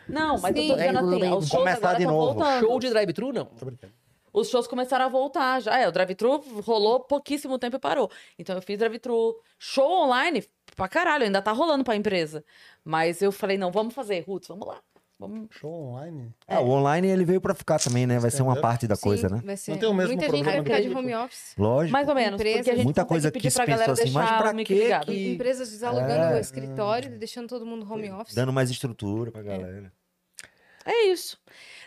Speaker 1: Não, mas eu
Speaker 2: Sim.
Speaker 1: tô dizendo assim, os shows
Speaker 4: Começar
Speaker 1: agora
Speaker 4: de
Speaker 1: estão
Speaker 4: novo.
Speaker 1: voltando.
Speaker 3: Show de drive-thru, não.
Speaker 1: Os shows começaram a voltar já. É, o drive-thru rolou pouquíssimo tempo e parou. Então eu fiz drive-thru. Show online, pra caralho, ainda tá rolando pra empresa. Mas eu falei, não, vamos fazer, Ruth, vamos lá. Vamos...
Speaker 5: Show online.
Speaker 4: Ah, o online ele veio pra ficar também, né? Vai ser uma
Speaker 5: Stand-up.
Speaker 4: parte da coisa,
Speaker 2: Sim,
Speaker 4: né?
Speaker 2: Vai ser.
Speaker 5: Não tem o mesmo
Speaker 2: Muita gente vai
Speaker 5: problema
Speaker 2: ficar
Speaker 5: do
Speaker 2: de
Speaker 5: público.
Speaker 2: home office.
Speaker 4: Lógico.
Speaker 1: Mais ou menos, porque a gente
Speaker 4: Muita
Speaker 1: consegue
Speaker 4: coisa que
Speaker 1: pedir
Speaker 4: se
Speaker 1: pra galera
Speaker 4: pensou assim,
Speaker 1: deixar
Speaker 4: mas pra
Speaker 1: o mic
Speaker 4: quê
Speaker 1: ligado.
Speaker 4: que...
Speaker 2: Empresas desalugando
Speaker 4: É.
Speaker 2: o escritório, deixando todo mundo home office.
Speaker 4: Dando mais estrutura pra galera.
Speaker 1: É isso.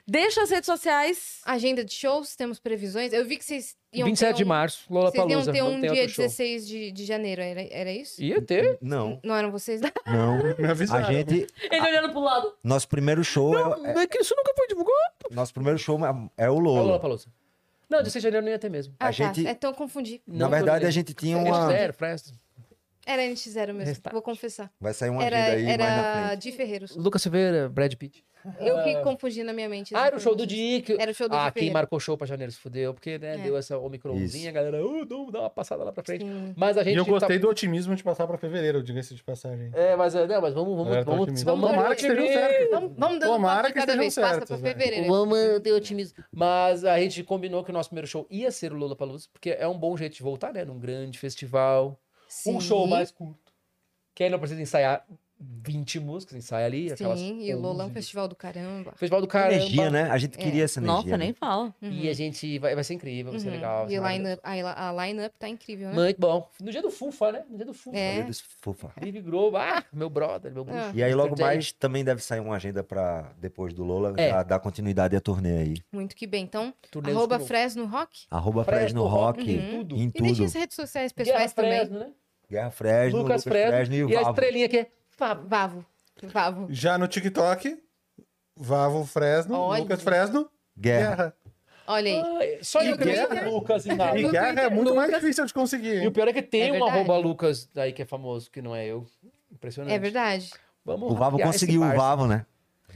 Speaker 1: Deixa as redes sociais.
Speaker 2: Agenda de shows, temos previsões. Eu vi que vocês iam
Speaker 3: 27
Speaker 2: ter
Speaker 3: de
Speaker 2: um...
Speaker 3: março, Lola
Speaker 2: Vocês iam
Speaker 3: Palusa.
Speaker 2: ter um
Speaker 3: Não tem
Speaker 2: dia
Speaker 3: outro show.
Speaker 2: 16 de, de janeiro, era, era isso?
Speaker 3: Ia
Speaker 4: Hum.
Speaker 3: ter.
Speaker 4: Não,
Speaker 2: Não eram vocês? Ah, Não.
Speaker 4: não.
Speaker 5: Me avisaram.
Speaker 4: A gente...
Speaker 1: Ele olhando pro lado.
Speaker 4: Nosso primeiro show é,
Speaker 3: É que isso nunca foi divulgado.
Speaker 4: Nosso primeiro show é- é o
Speaker 3: Lola,
Speaker 4: Lolo.
Speaker 3: Palusa. Não, 16 de janeiro não ia ter mesmo.
Speaker 2: Ah,
Speaker 4: A gente-
Speaker 2: tá. Então eu confundi.
Speaker 4: Na verdade, a gente tinha uma.
Speaker 3: Zero, festa.
Speaker 2: Era NX0 mesmo,
Speaker 3: Restart.
Speaker 2: vou confessar.
Speaker 4: Vai sair uma
Speaker 2: Era,
Speaker 4: agenda aí mais na
Speaker 2: era
Speaker 4: frente.
Speaker 2: de Ferreiros.
Speaker 3: Lucas Silveira, Brad Pitt.
Speaker 2: Eu que confundi na minha mente.
Speaker 3: Ah, era o show do
Speaker 2: exatamente.
Speaker 3: Dick.
Speaker 2: Era o show do É.
Speaker 3: Ah,
Speaker 2: Di
Speaker 3: quem
Speaker 2: Ferreiro.
Speaker 3: marcou show pra janeiro se fudeu, porque né, deu essa omicronzinha,
Speaker 4: Isso.
Speaker 3: a galera, uh, não, dá uma passada lá pra frente. Mas a gente.
Speaker 5: E eu gostei
Speaker 3: tá-
Speaker 5: do otimismo de passar pra fevereiro, diga-se de passagem.
Speaker 3: É, mas, é, não, mas vamos, vamos,
Speaker 5: Galera, tá
Speaker 3: vamos,
Speaker 5: otimista.
Speaker 3: vamos.
Speaker 5: Tomara que estejam certos.
Speaker 2: Vamos, vamos dando um
Speaker 5: Tomara
Speaker 2: passo de
Speaker 5: que
Speaker 2: cada
Speaker 5: estejam
Speaker 2: vez. Passa
Speaker 5: certos,
Speaker 2: pra
Speaker 5: velho.
Speaker 2: fevereiro.
Speaker 3: né? Vamos ter otimismo. Mas a gente combinou que o nosso primeiro show ia ser o Lula Palusa, porque é um bom jeito de voltar, né? Num grande festival.
Speaker 2: Sim.
Speaker 3: Um show mais curto. Que aí não precisa ensaiar 20 músicas, ensaia ali. aquelas
Speaker 2: Sim, e o Lolão
Speaker 3: 11.
Speaker 2: Festival do Caramba.
Speaker 3: Festival do Caramba.
Speaker 4: Energia, né? A gente
Speaker 2: É.
Speaker 4: queria essa energia. né?
Speaker 1: Nossa, nem fala.
Speaker 3: E a gente vai, vai ser incrível, vai ser né?
Speaker 2: Uhum.
Speaker 3: legal. vai
Speaker 2: E
Speaker 3: ser
Speaker 2: o
Speaker 3: maravilhoso.
Speaker 2: line-up- a ila- a line-up tá incrível, né?
Speaker 3: Muito bom. No dia do Fufa, né? No dia do Fufa.
Speaker 2: É.
Speaker 4: Olha desse fofa.
Speaker 3: Dave Grohl, ah, meu brother, meu bruxo.
Speaker 2: Ah.
Speaker 4: E aí, logo
Speaker 3: Mr. J.
Speaker 4: mais, também deve sair uma agenda pra depois do Lola,
Speaker 3: É.
Speaker 4: já dar continuidade à turnê aí.
Speaker 2: Muito que bem. Então,
Speaker 3: Turnê
Speaker 2: arroba
Speaker 3: do Grohl.
Speaker 2: Fresno Rock.
Speaker 4: Arroba
Speaker 3: Fresno
Speaker 4: Fresno Rock
Speaker 3: Rock, tudo.
Speaker 4: em
Speaker 2: Uhum. E deixa
Speaker 4: tudo.
Speaker 2: as redes sociais
Speaker 3: Guerra
Speaker 2: pessoais também.
Speaker 3: Fresno, né?
Speaker 4: Guerra Fresno,
Speaker 3: Lucas Fresno, e, a
Speaker 4: Vavo.
Speaker 3: estrelinha que é Fábio.
Speaker 2: Vavo. Vavo.
Speaker 5: Já no TikTok, Vavo Fresno,
Speaker 2: Olha.
Speaker 5: Lucas Fresno,
Speaker 4: Guerra.
Speaker 5: Guerra.
Speaker 2: Olha aí.
Speaker 3: Ah, Só eu que
Speaker 5: Guerra?
Speaker 3: conheço Lucas e
Speaker 5: E
Speaker 3: nada.
Speaker 2: Guerra.
Speaker 5: Guerra é muito mais
Speaker 3: Lucas-
Speaker 5: difícil de conseguir.
Speaker 3: E o
Speaker 5: hein?
Speaker 3: pior é que tem
Speaker 2: É
Speaker 3: um
Speaker 2: verdade.
Speaker 3: arroba Lucas aí que é famoso, que não é eu. Impressionante.
Speaker 2: É verdade.
Speaker 3: Vamos
Speaker 4: O Vavo
Speaker 3: hackear
Speaker 4: conseguiu
Speaker 3: esse
Speaker 4: o
Speaker 3: parça.
Speaker 4: Vavo, né?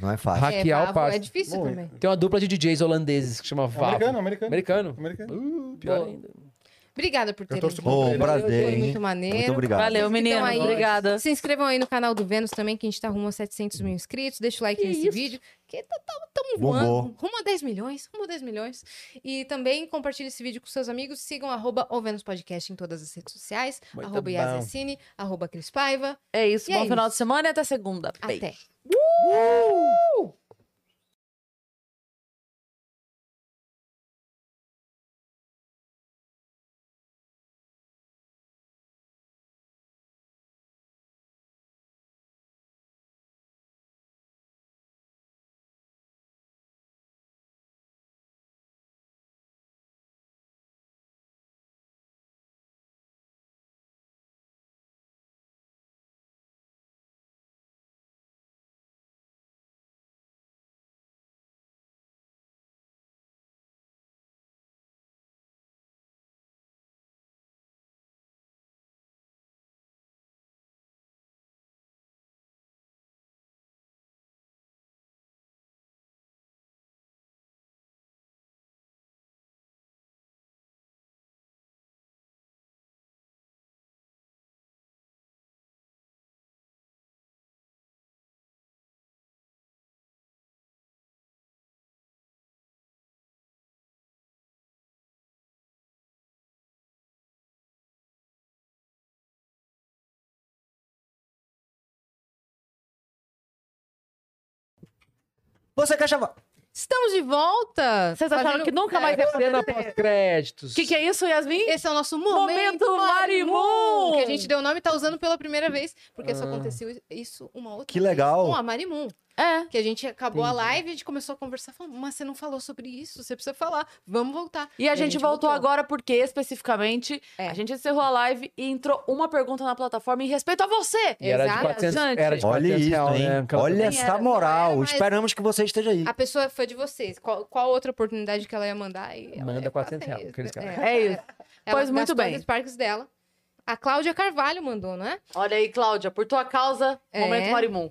Speaker 4: Não é fácil.
Speaker 2: É,
Speaker 3: Hackear o
Speaker 2: Vavo
Speaker 3: parça.
Speaker 2: é difícil
Speaker 5: Bom,
Speaker 2: também.
Speaker 3: Tem uma dupla de DJs holandeses que
Speaker 2: É
Speaker 3: chama Vavo.
Speaker 5: Americano, americano.
Speaker 3: Americano.
Speaker 5: Americano.
Speaker 3: Uh, pior
Speaker 2: né? Hum, Boa.
Speaker 3: ainda.
Speaker 2: Obrigada por terem
Speaker 5: torço
Speaker 2: vindo.
Speaker 4: Ô,
Speaker 5: Foi
Speaker 4: prazer,
Speaker 2: Foi
Speaker 4: hein?
Speaker 2: muito maneiro.
Speaker 4: Muito
Speaker 3: Tá.
Speaker 4: obrigado.
Speaker 1: Valeu, menino.
Speaker 2: Então aí-
Speaker 1: Obrigada.
Speaker 2: Se inscrevam aí no canal do Vênus também, que a gente tá rumo a 700 mil inscritos. Deixa o like nesse vídeo, que tá, tá, tamo
Speaker 4: Bombou.
Speaker 2: voando. Rumo a 10 milhões, rumo a 10 milhões. E também compartilhe esse vídeo com seus amigos. Sigam arroba o Vênus Podcast em todas as redes sociais.
Speaker 3: Muito
Speaker 2: arroba
Speaker 3: bom.
Speaker 2: Yasacine, arroba Cris Paiva.
Speaker 1: É isso.
Speaker 2: E é
Speaker 1: Bom final
Speaker 2: isso.
Speaker 1: de semana e até segunda. Beijo.
Speaker 2: Até.
Speaker 4: Você quer chamar?
Speaker 2: Estamos de volta.
Speaker 1: Vocês acharam
Speaker 2: Fazendo- um
Speaker 1: que nunca
Speaker 6: É.
Speaker 1: mais ia
Speaker 3: Cena pós-créditos.
Speaker 1: O que, que é isso, Yasmin?
Speaker 2: Esse é o nosso momento,
Speaker 1: Momento Marimun!
Speaker 2: Que a gente deu o nome e tá usando pela primeira vez, porque só aconteceu isso uma outra
Speaker 4: Que
Speaker 2: vez
Speaker 4: legal.
Speaker 2: com a Marimun.
Speaker 6: É.
Speaker 2: Que a gente acabou a live, a gente começou a conversar, falando, mas você não falou sobre isso, você precisa falar, vamos voltar.
Speaker 6: E a gente, voltou, agora porque, especificamente,
Speaker 2: É.
Speaker 6: a gente encerrou a live e entrou uma pergunta na plataforma em respeito a você.
Speaker 3: E era de
Speaker 2: Exato.
Speaker 3: 400,
Speaker 6: Gente.
Speaker 3: era de
Speaker 4: Olha
Speaker 3: 400
Speaker 4: isso,
Speaker 3: real,
Speaker 4: hein?
Speaker 3: né? Aquela-
Speaker 4: Olha
Speaker 2: Era,
Speaker 4: essa
Speaker 2: não
Speaker 4: moral.
Speaker 2: era, mas-
Speaker 4: Esperamos que você esteja aí.
Speaker 2: A pessoa foi de vocês. Qual, qual outra oportunidade que ela ia mandar? E ela
Speaker 3: Manda
Speaker 2: ia
Speaker 3: 400
Speaker 2: fazer
Speaker 3: reais, aqueles
Speaker 2: né?
Speaker 3: caras.
Speaker 6: É isso.
Speaker 2: Ela
Speaker 6: Pois muito
Speaker 2: gastou
Speaker 6: bem.
Speaker 2: os parques dela. A Cláudia Carvalho mandou, não é?
Speaker 6: Olha aí, Cláudia, por tua causa,
Speaker 2: É.
Speaker 6: momento Marimum.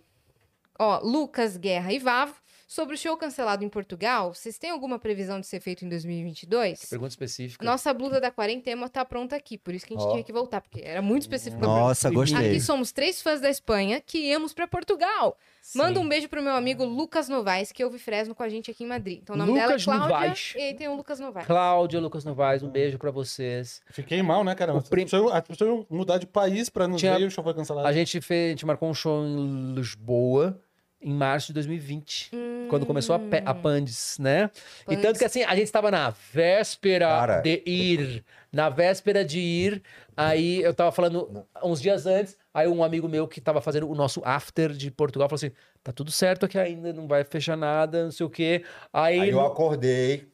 Speaker 2: Ó, Lucas Guerra e Vavo. Sobre o show cancelado em Portugal, vocês têm alguma previsão de ser feito em 2022?
Speaker 3: Pergunta específica.
Speaker 2: Nossa blusa da quarentena tá pronta aqui, por isso que a gente
Speaker 3: Ó.
Speaker 2: tinha que voltar, porque era muito específico. pra
Speaker 4: Nossa,
Speaker 2: Aqui
Speaker 4: gostei.
Speaker 2: somos três fãs da Espanha que íamos pra Portugal. Manda um beijo pro meu amigo Lucas Novaes, que ouve Fresno com a gente aqui em Madrid. Então o nome dela é
Speaker 3: Lucas
Speaker 2: Cláudia
Speaker 3: Novaes.
Speaker 2: e aí tem o Lucas Novaes.
Speaker 3: Cláudia, Lucas Novaes, um beijo pra vocês.
Speaker 5: Fiquei mal, né, cara?
Speaker 3: O
Speaker 5: As
Speaker 3: prim-
Speaker 5: pessoas as pessoas iam mudar de país pra não
Speaker 3: Tinha-
Speaker 5: ver e o show foi cancelado.
Speaker 3: A gente, fez, a gente marcou um show em Lisboa em março de 2020. Quando começou a, pe- a Pandes, né? E tanto que assim, a gente estava na véspera
Speaker 4: Cara.
Speaker 3: de ir. Na véspera de ir. Aí eu tava falando uns dias antes. Aí um amigo meu que tava fazendo o nosso after de Portugal falou assim: tá tudo certo aqui ainda, não vai fechar nada, não sei o quê. Aí.
Speaker 4: Aí eu acordei.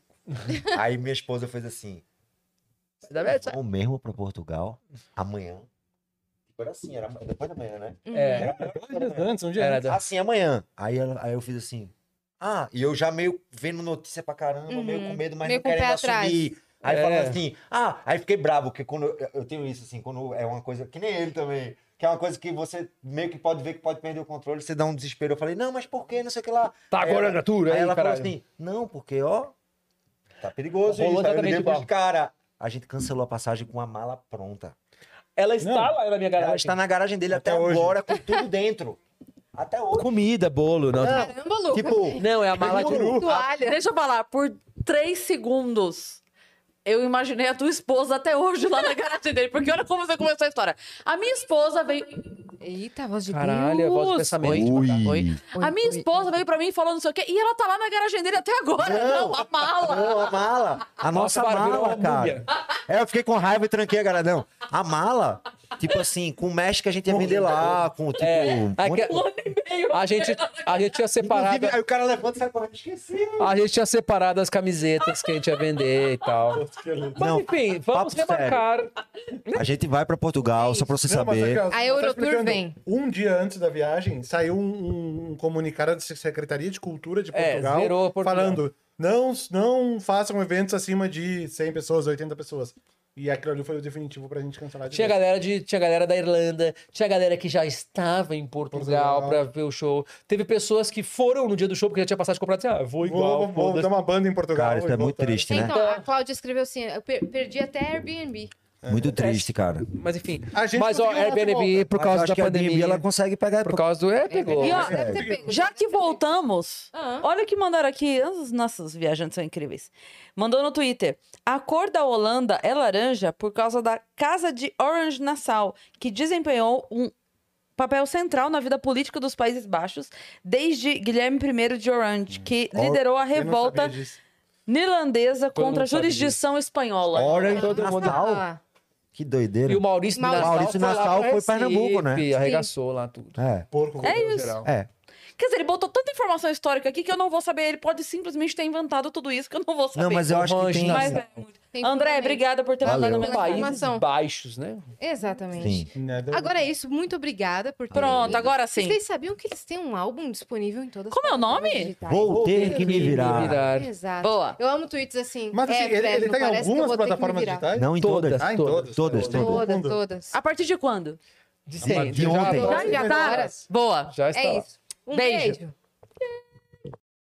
Speaker 4: aí minha esposa fez assim. Vamos mesmo pra Portugal amanhã. Era assim, era depois da manhã, né?
Speaker 3: É,
Speaker 5: Dois dias antes, um dia
Speaker 3: era
Speaker 5: antes.
Speaker 3: da-
Speaker 4: Assim, amanhã. Aí, ela- aí eu fiz assim. Ah, e eu já meio vendo notícia pra caramba,
Speaker 2: Uhum.
Speaker 4: meio com medo, mas
Speaker 2: Meio
Speaker 4: não
Speaker 2: com o pé
Speaker 4: querendo
Speaker 2: atrás.
Speaker 4: assumir. Aí
Speaker 3: É.
Speaker 4: falando assim, ah, aí fiquei bravo, porque quando eu, eu tenho isso, assim, quando é uma coisa, que nem ele também, que é uma coisa que você meio que pode ver que pode perder o controle, você dá um desespero. Eu falei, não, mas por quê? Não sei o que lá.
Speaker 3: Tá
Speaker 4: Aí
Speaker 3: agora
Speaker 4: ela-
Speaker 3: a gratuita,
Speaker 4: Aí
Speaker 3: aí,
Speaker 4: ela
Speaker 3: caralho.
Speaker 4: falou assim, não, porque, ó, tá
Speaker 3: Rolou
Speaker 4: perigoso isso. Aí eu
Speaker 3: exatamente
Speaker 4: liguei pros
Speaker 3: igual.
Speaker 4: cara. A gente cancelou a passagem com a mala pronta.
Speaker 3: Ela está
Speaker 5: Não.
Speaker 3: lá na minha garagem.
Speaker 4: Ela está na garagem dele até,
Speaker 5: Até hoje.
Speaker 4: agora, com tudo dentro. Até hoje.
Speaker 3: Comida, bolo. Não,
Speaker 2: Caramba, Lucas!
Speaker 4: Tipo,
Speaker 3: não é a mala de.
Speaker 2: Toalha.
Speaker 1: Deixa eu falar, por três segundos. Eu imaginei a tua esposa até hoje lá na garagem dele, porque olha como você começou a história. A minha esposa veio.
Speaker 2: Eita, voz de
Speaker 3: Caralho, é a
Speaker 2: Deus.
Speaker 3: voz do pensamento.
Speaker 1: Oi. A minha
Speaker 2: oi,
Speaker 1: esposa veio pra mim e falou não sei o quê, e ela tá lá na garagem dele até agora. Não, a mala.
Speaker 4: Não, a mala. A nossa,
Speaker 3: Nossa, virou
Speaker 4: mala,
Speaker 3: uma
Speaker 4: cara.
Speaker 3: múmia.
Speaker 4: É, eu fiquei com raiva e tranquei a garagem. A mala, tipo assim, com o mesh que a gente ia vender lá, com tipo.
Speaker 3: É,
Speaker 4: um monte-
Speaker 3: aque- a, gente, a gente tinha separado.
Speaker 4: Inclusive, aí o cara levanta e sai correndo, esqueci.
Speaker 3: A gente tinha separado as camisetas que a gente ia vender e tal. Mas
Speaker 4: Não,
Speaker 3: enfim,
Speaker 4: papo
Speaker 3: vamos remarcar.
Speaker 4: A gente vai pra Portugal, só pra você
Speaker 5: Não, mas é
Speaker 4: saber.
Speaker 5: que, ó,
Speaker 2: A
Speaker 5: só
Speaker 2: Eurotour
Speaker 5: explicando,
Speaker 2: vem.
Speaker 5: Um dia antes da viagem, saiu um, um comunicado da Secretaria de Cultura de
Speaker 3: É,
Speaker 5: Portugal,
Speaker 3: zerou Portugal.
Speaker 5: falando: não, não façam eventos acima de 100 pessoas, 80 pessoas. E aquilo ali foi o definitivo pra gente cancelar de
Speaker 3: Tinha
Speaker 5: vez.
Speaker 3: galera, de, tinha galera da Irlanda, tinha galera que já estava em Portugal,
Speaker 5: Portugal.
Speaker 3: pra ver o show. Teve pessoas que foram no dia do show porque já tinha passagem comprada. Assim, ah, vou igual.
Speaker 5: Vou, vou,
Speaker 3: foda-se.
Speaker 5: dar uma banda em Portugal.
Speaker 4: Cara, isso é
Speaker 5: e
Speaker 4: muito
Speaker 5: voltar.
Speaker 4: triste, né?
Speaker 2: Então, a Cláudia escreveu assim: eu per- perdi até Airbnb.
Speaker 4: Muito triste, cara.
Speaker 3: Mas enfim.
Speaker 5: A gente
Speaker 3: Mas ó,
Speaker 5: conseguiu lá de
Speaker 3: Airbnb, é, por
Speaker 4: Mas eu
Speaker 3: causa
Speaker 4: acho
Speaker 3: da
Speaker 4: que a Airbnb,
Speaker 3: pandemia.
Speaker 4: ela consegue pegar.
Speaker 3: Por causa do. É, pegou.
Speaker 1: E, ó,
Speaker 2: Você deve ter pego.
Speaker 1: Já que voltamos,
Speaker 2: Ah.
Speaker 1: olha o que mandaram aqui. As nossas viajantes são incríveis. Mandou no Twitter. A cor da Holanda é laranja por causa da Casa de Orange Nassau, que desempenhou um papel central na vida política dos Países Baixos desde Guilherme I de Orange, que
Speaker 4: Or-
Speaker 1: liderou a
Speaker 5: Eu não sabia
Speaker 1: revolta
Speaker 5: disso.
Speaker 1: neerlandesa
Speaker 3: Todo
Speaker 1: contra a
Speaker 3: mundo sabe
Speaker 1: jurisdição espanhola.
Speaker 4: Orange
Speaker 3: Todo mundo-
Speaker 4: Natal.
Speaker 2: Ah,
Speaker 4: Que doideira.
Speaker 3: E o Maurício,
Speaker 2: Maurício
Speaker 3: Nassau,
Speaker 4: Maurício
Speaker 3: foi lá
Speaker 4: Nassau
Speaker 3: pra
Speaker 4: foi Pernambuco, né?
Speaker 3: Recife, Arregaçou lá tudo.
Speaker 4: É,
Speaker 5: Porco.
Speaker 1: É isso.
Speaker 3: Geral.
Speaker 4: é.
Speaker 1: Quer dizer, ele botou tanta informação histórica aqui que eu não vou saber. Ele pode simplesmente ter inventado tudo isso que eu não vou saber.
Speaker 4: Não, mas eu acho que
Speaker 3: Orange
Speaker 4: tem. assim,
Speaker 1: Mas é muito.
Speaker 2: tem
Speaker 1: André,
Speaker 2: fundamento.
Speaker 1: obrigada por ter mandado
Speaker 4: Valeu.
Speaker 1: mensagem.
Speaker 2: Pela
Speaker 3: Países
Speaker 2: informação.
Speaker 3: baixos, né?
Speaker 2: Exatamente.
Speaker 4: Sim.
Speaker 5: Nada-
Speaker 2: Agora é isso, muito obrigada por terem
Speaker 1: Pronto,
Speaker 2: vindo.
Speaker 1: agora sim.
Speaker 2: Vocês sabiam que eles têm um álbum disponível em todas as
Speaker 1: Como é o
Speaker 2: plataformas
Speaker 1: nome?
Speaker 2: digitais?
Speaker 4: Vou ter que me virar.
Speaker 2: Exato.
Speaker 1: Boa.
Speaker 2: Eu amo tweets assim.
Speaker 5: Mas assim,
Speaker 2: é,
Speaker 5: ele, ele
Speaker 2: Fresno,
Speaker 5: tem
Speaker 2: parece que eu vou ter
Speaker 5: algumas
Speaker 2: que me
Speaker 5: plataformas
Speaker 2: virar.
Speaker 5: digitais?
Speaker 4: Não em
Speaker 3: Todas.
Speaker 4: todas.
Speaker 5: Ah, em todas.
Speaker 4: Todas, todas.
Speaker 2: Todas,
Speaker 5: Mundo. Tá
Speaker 2: todas.
Speaker 1: A partir de quando?
Speaker 3: De sempre.
Speaker 4: de
Speaker 3: Já-
Speaker 4: ontem.
Speaker 3: já-
Speaker 1: Já, já tá?
Speaker 5: agora.
Speaker 1: Boa.
Speaker 3: Já está.
Speaker 2: É
Speaker 3: lá.
Speaker 2: isso. Um
Speaker 1: Beijo.
Speaker 2: beijo.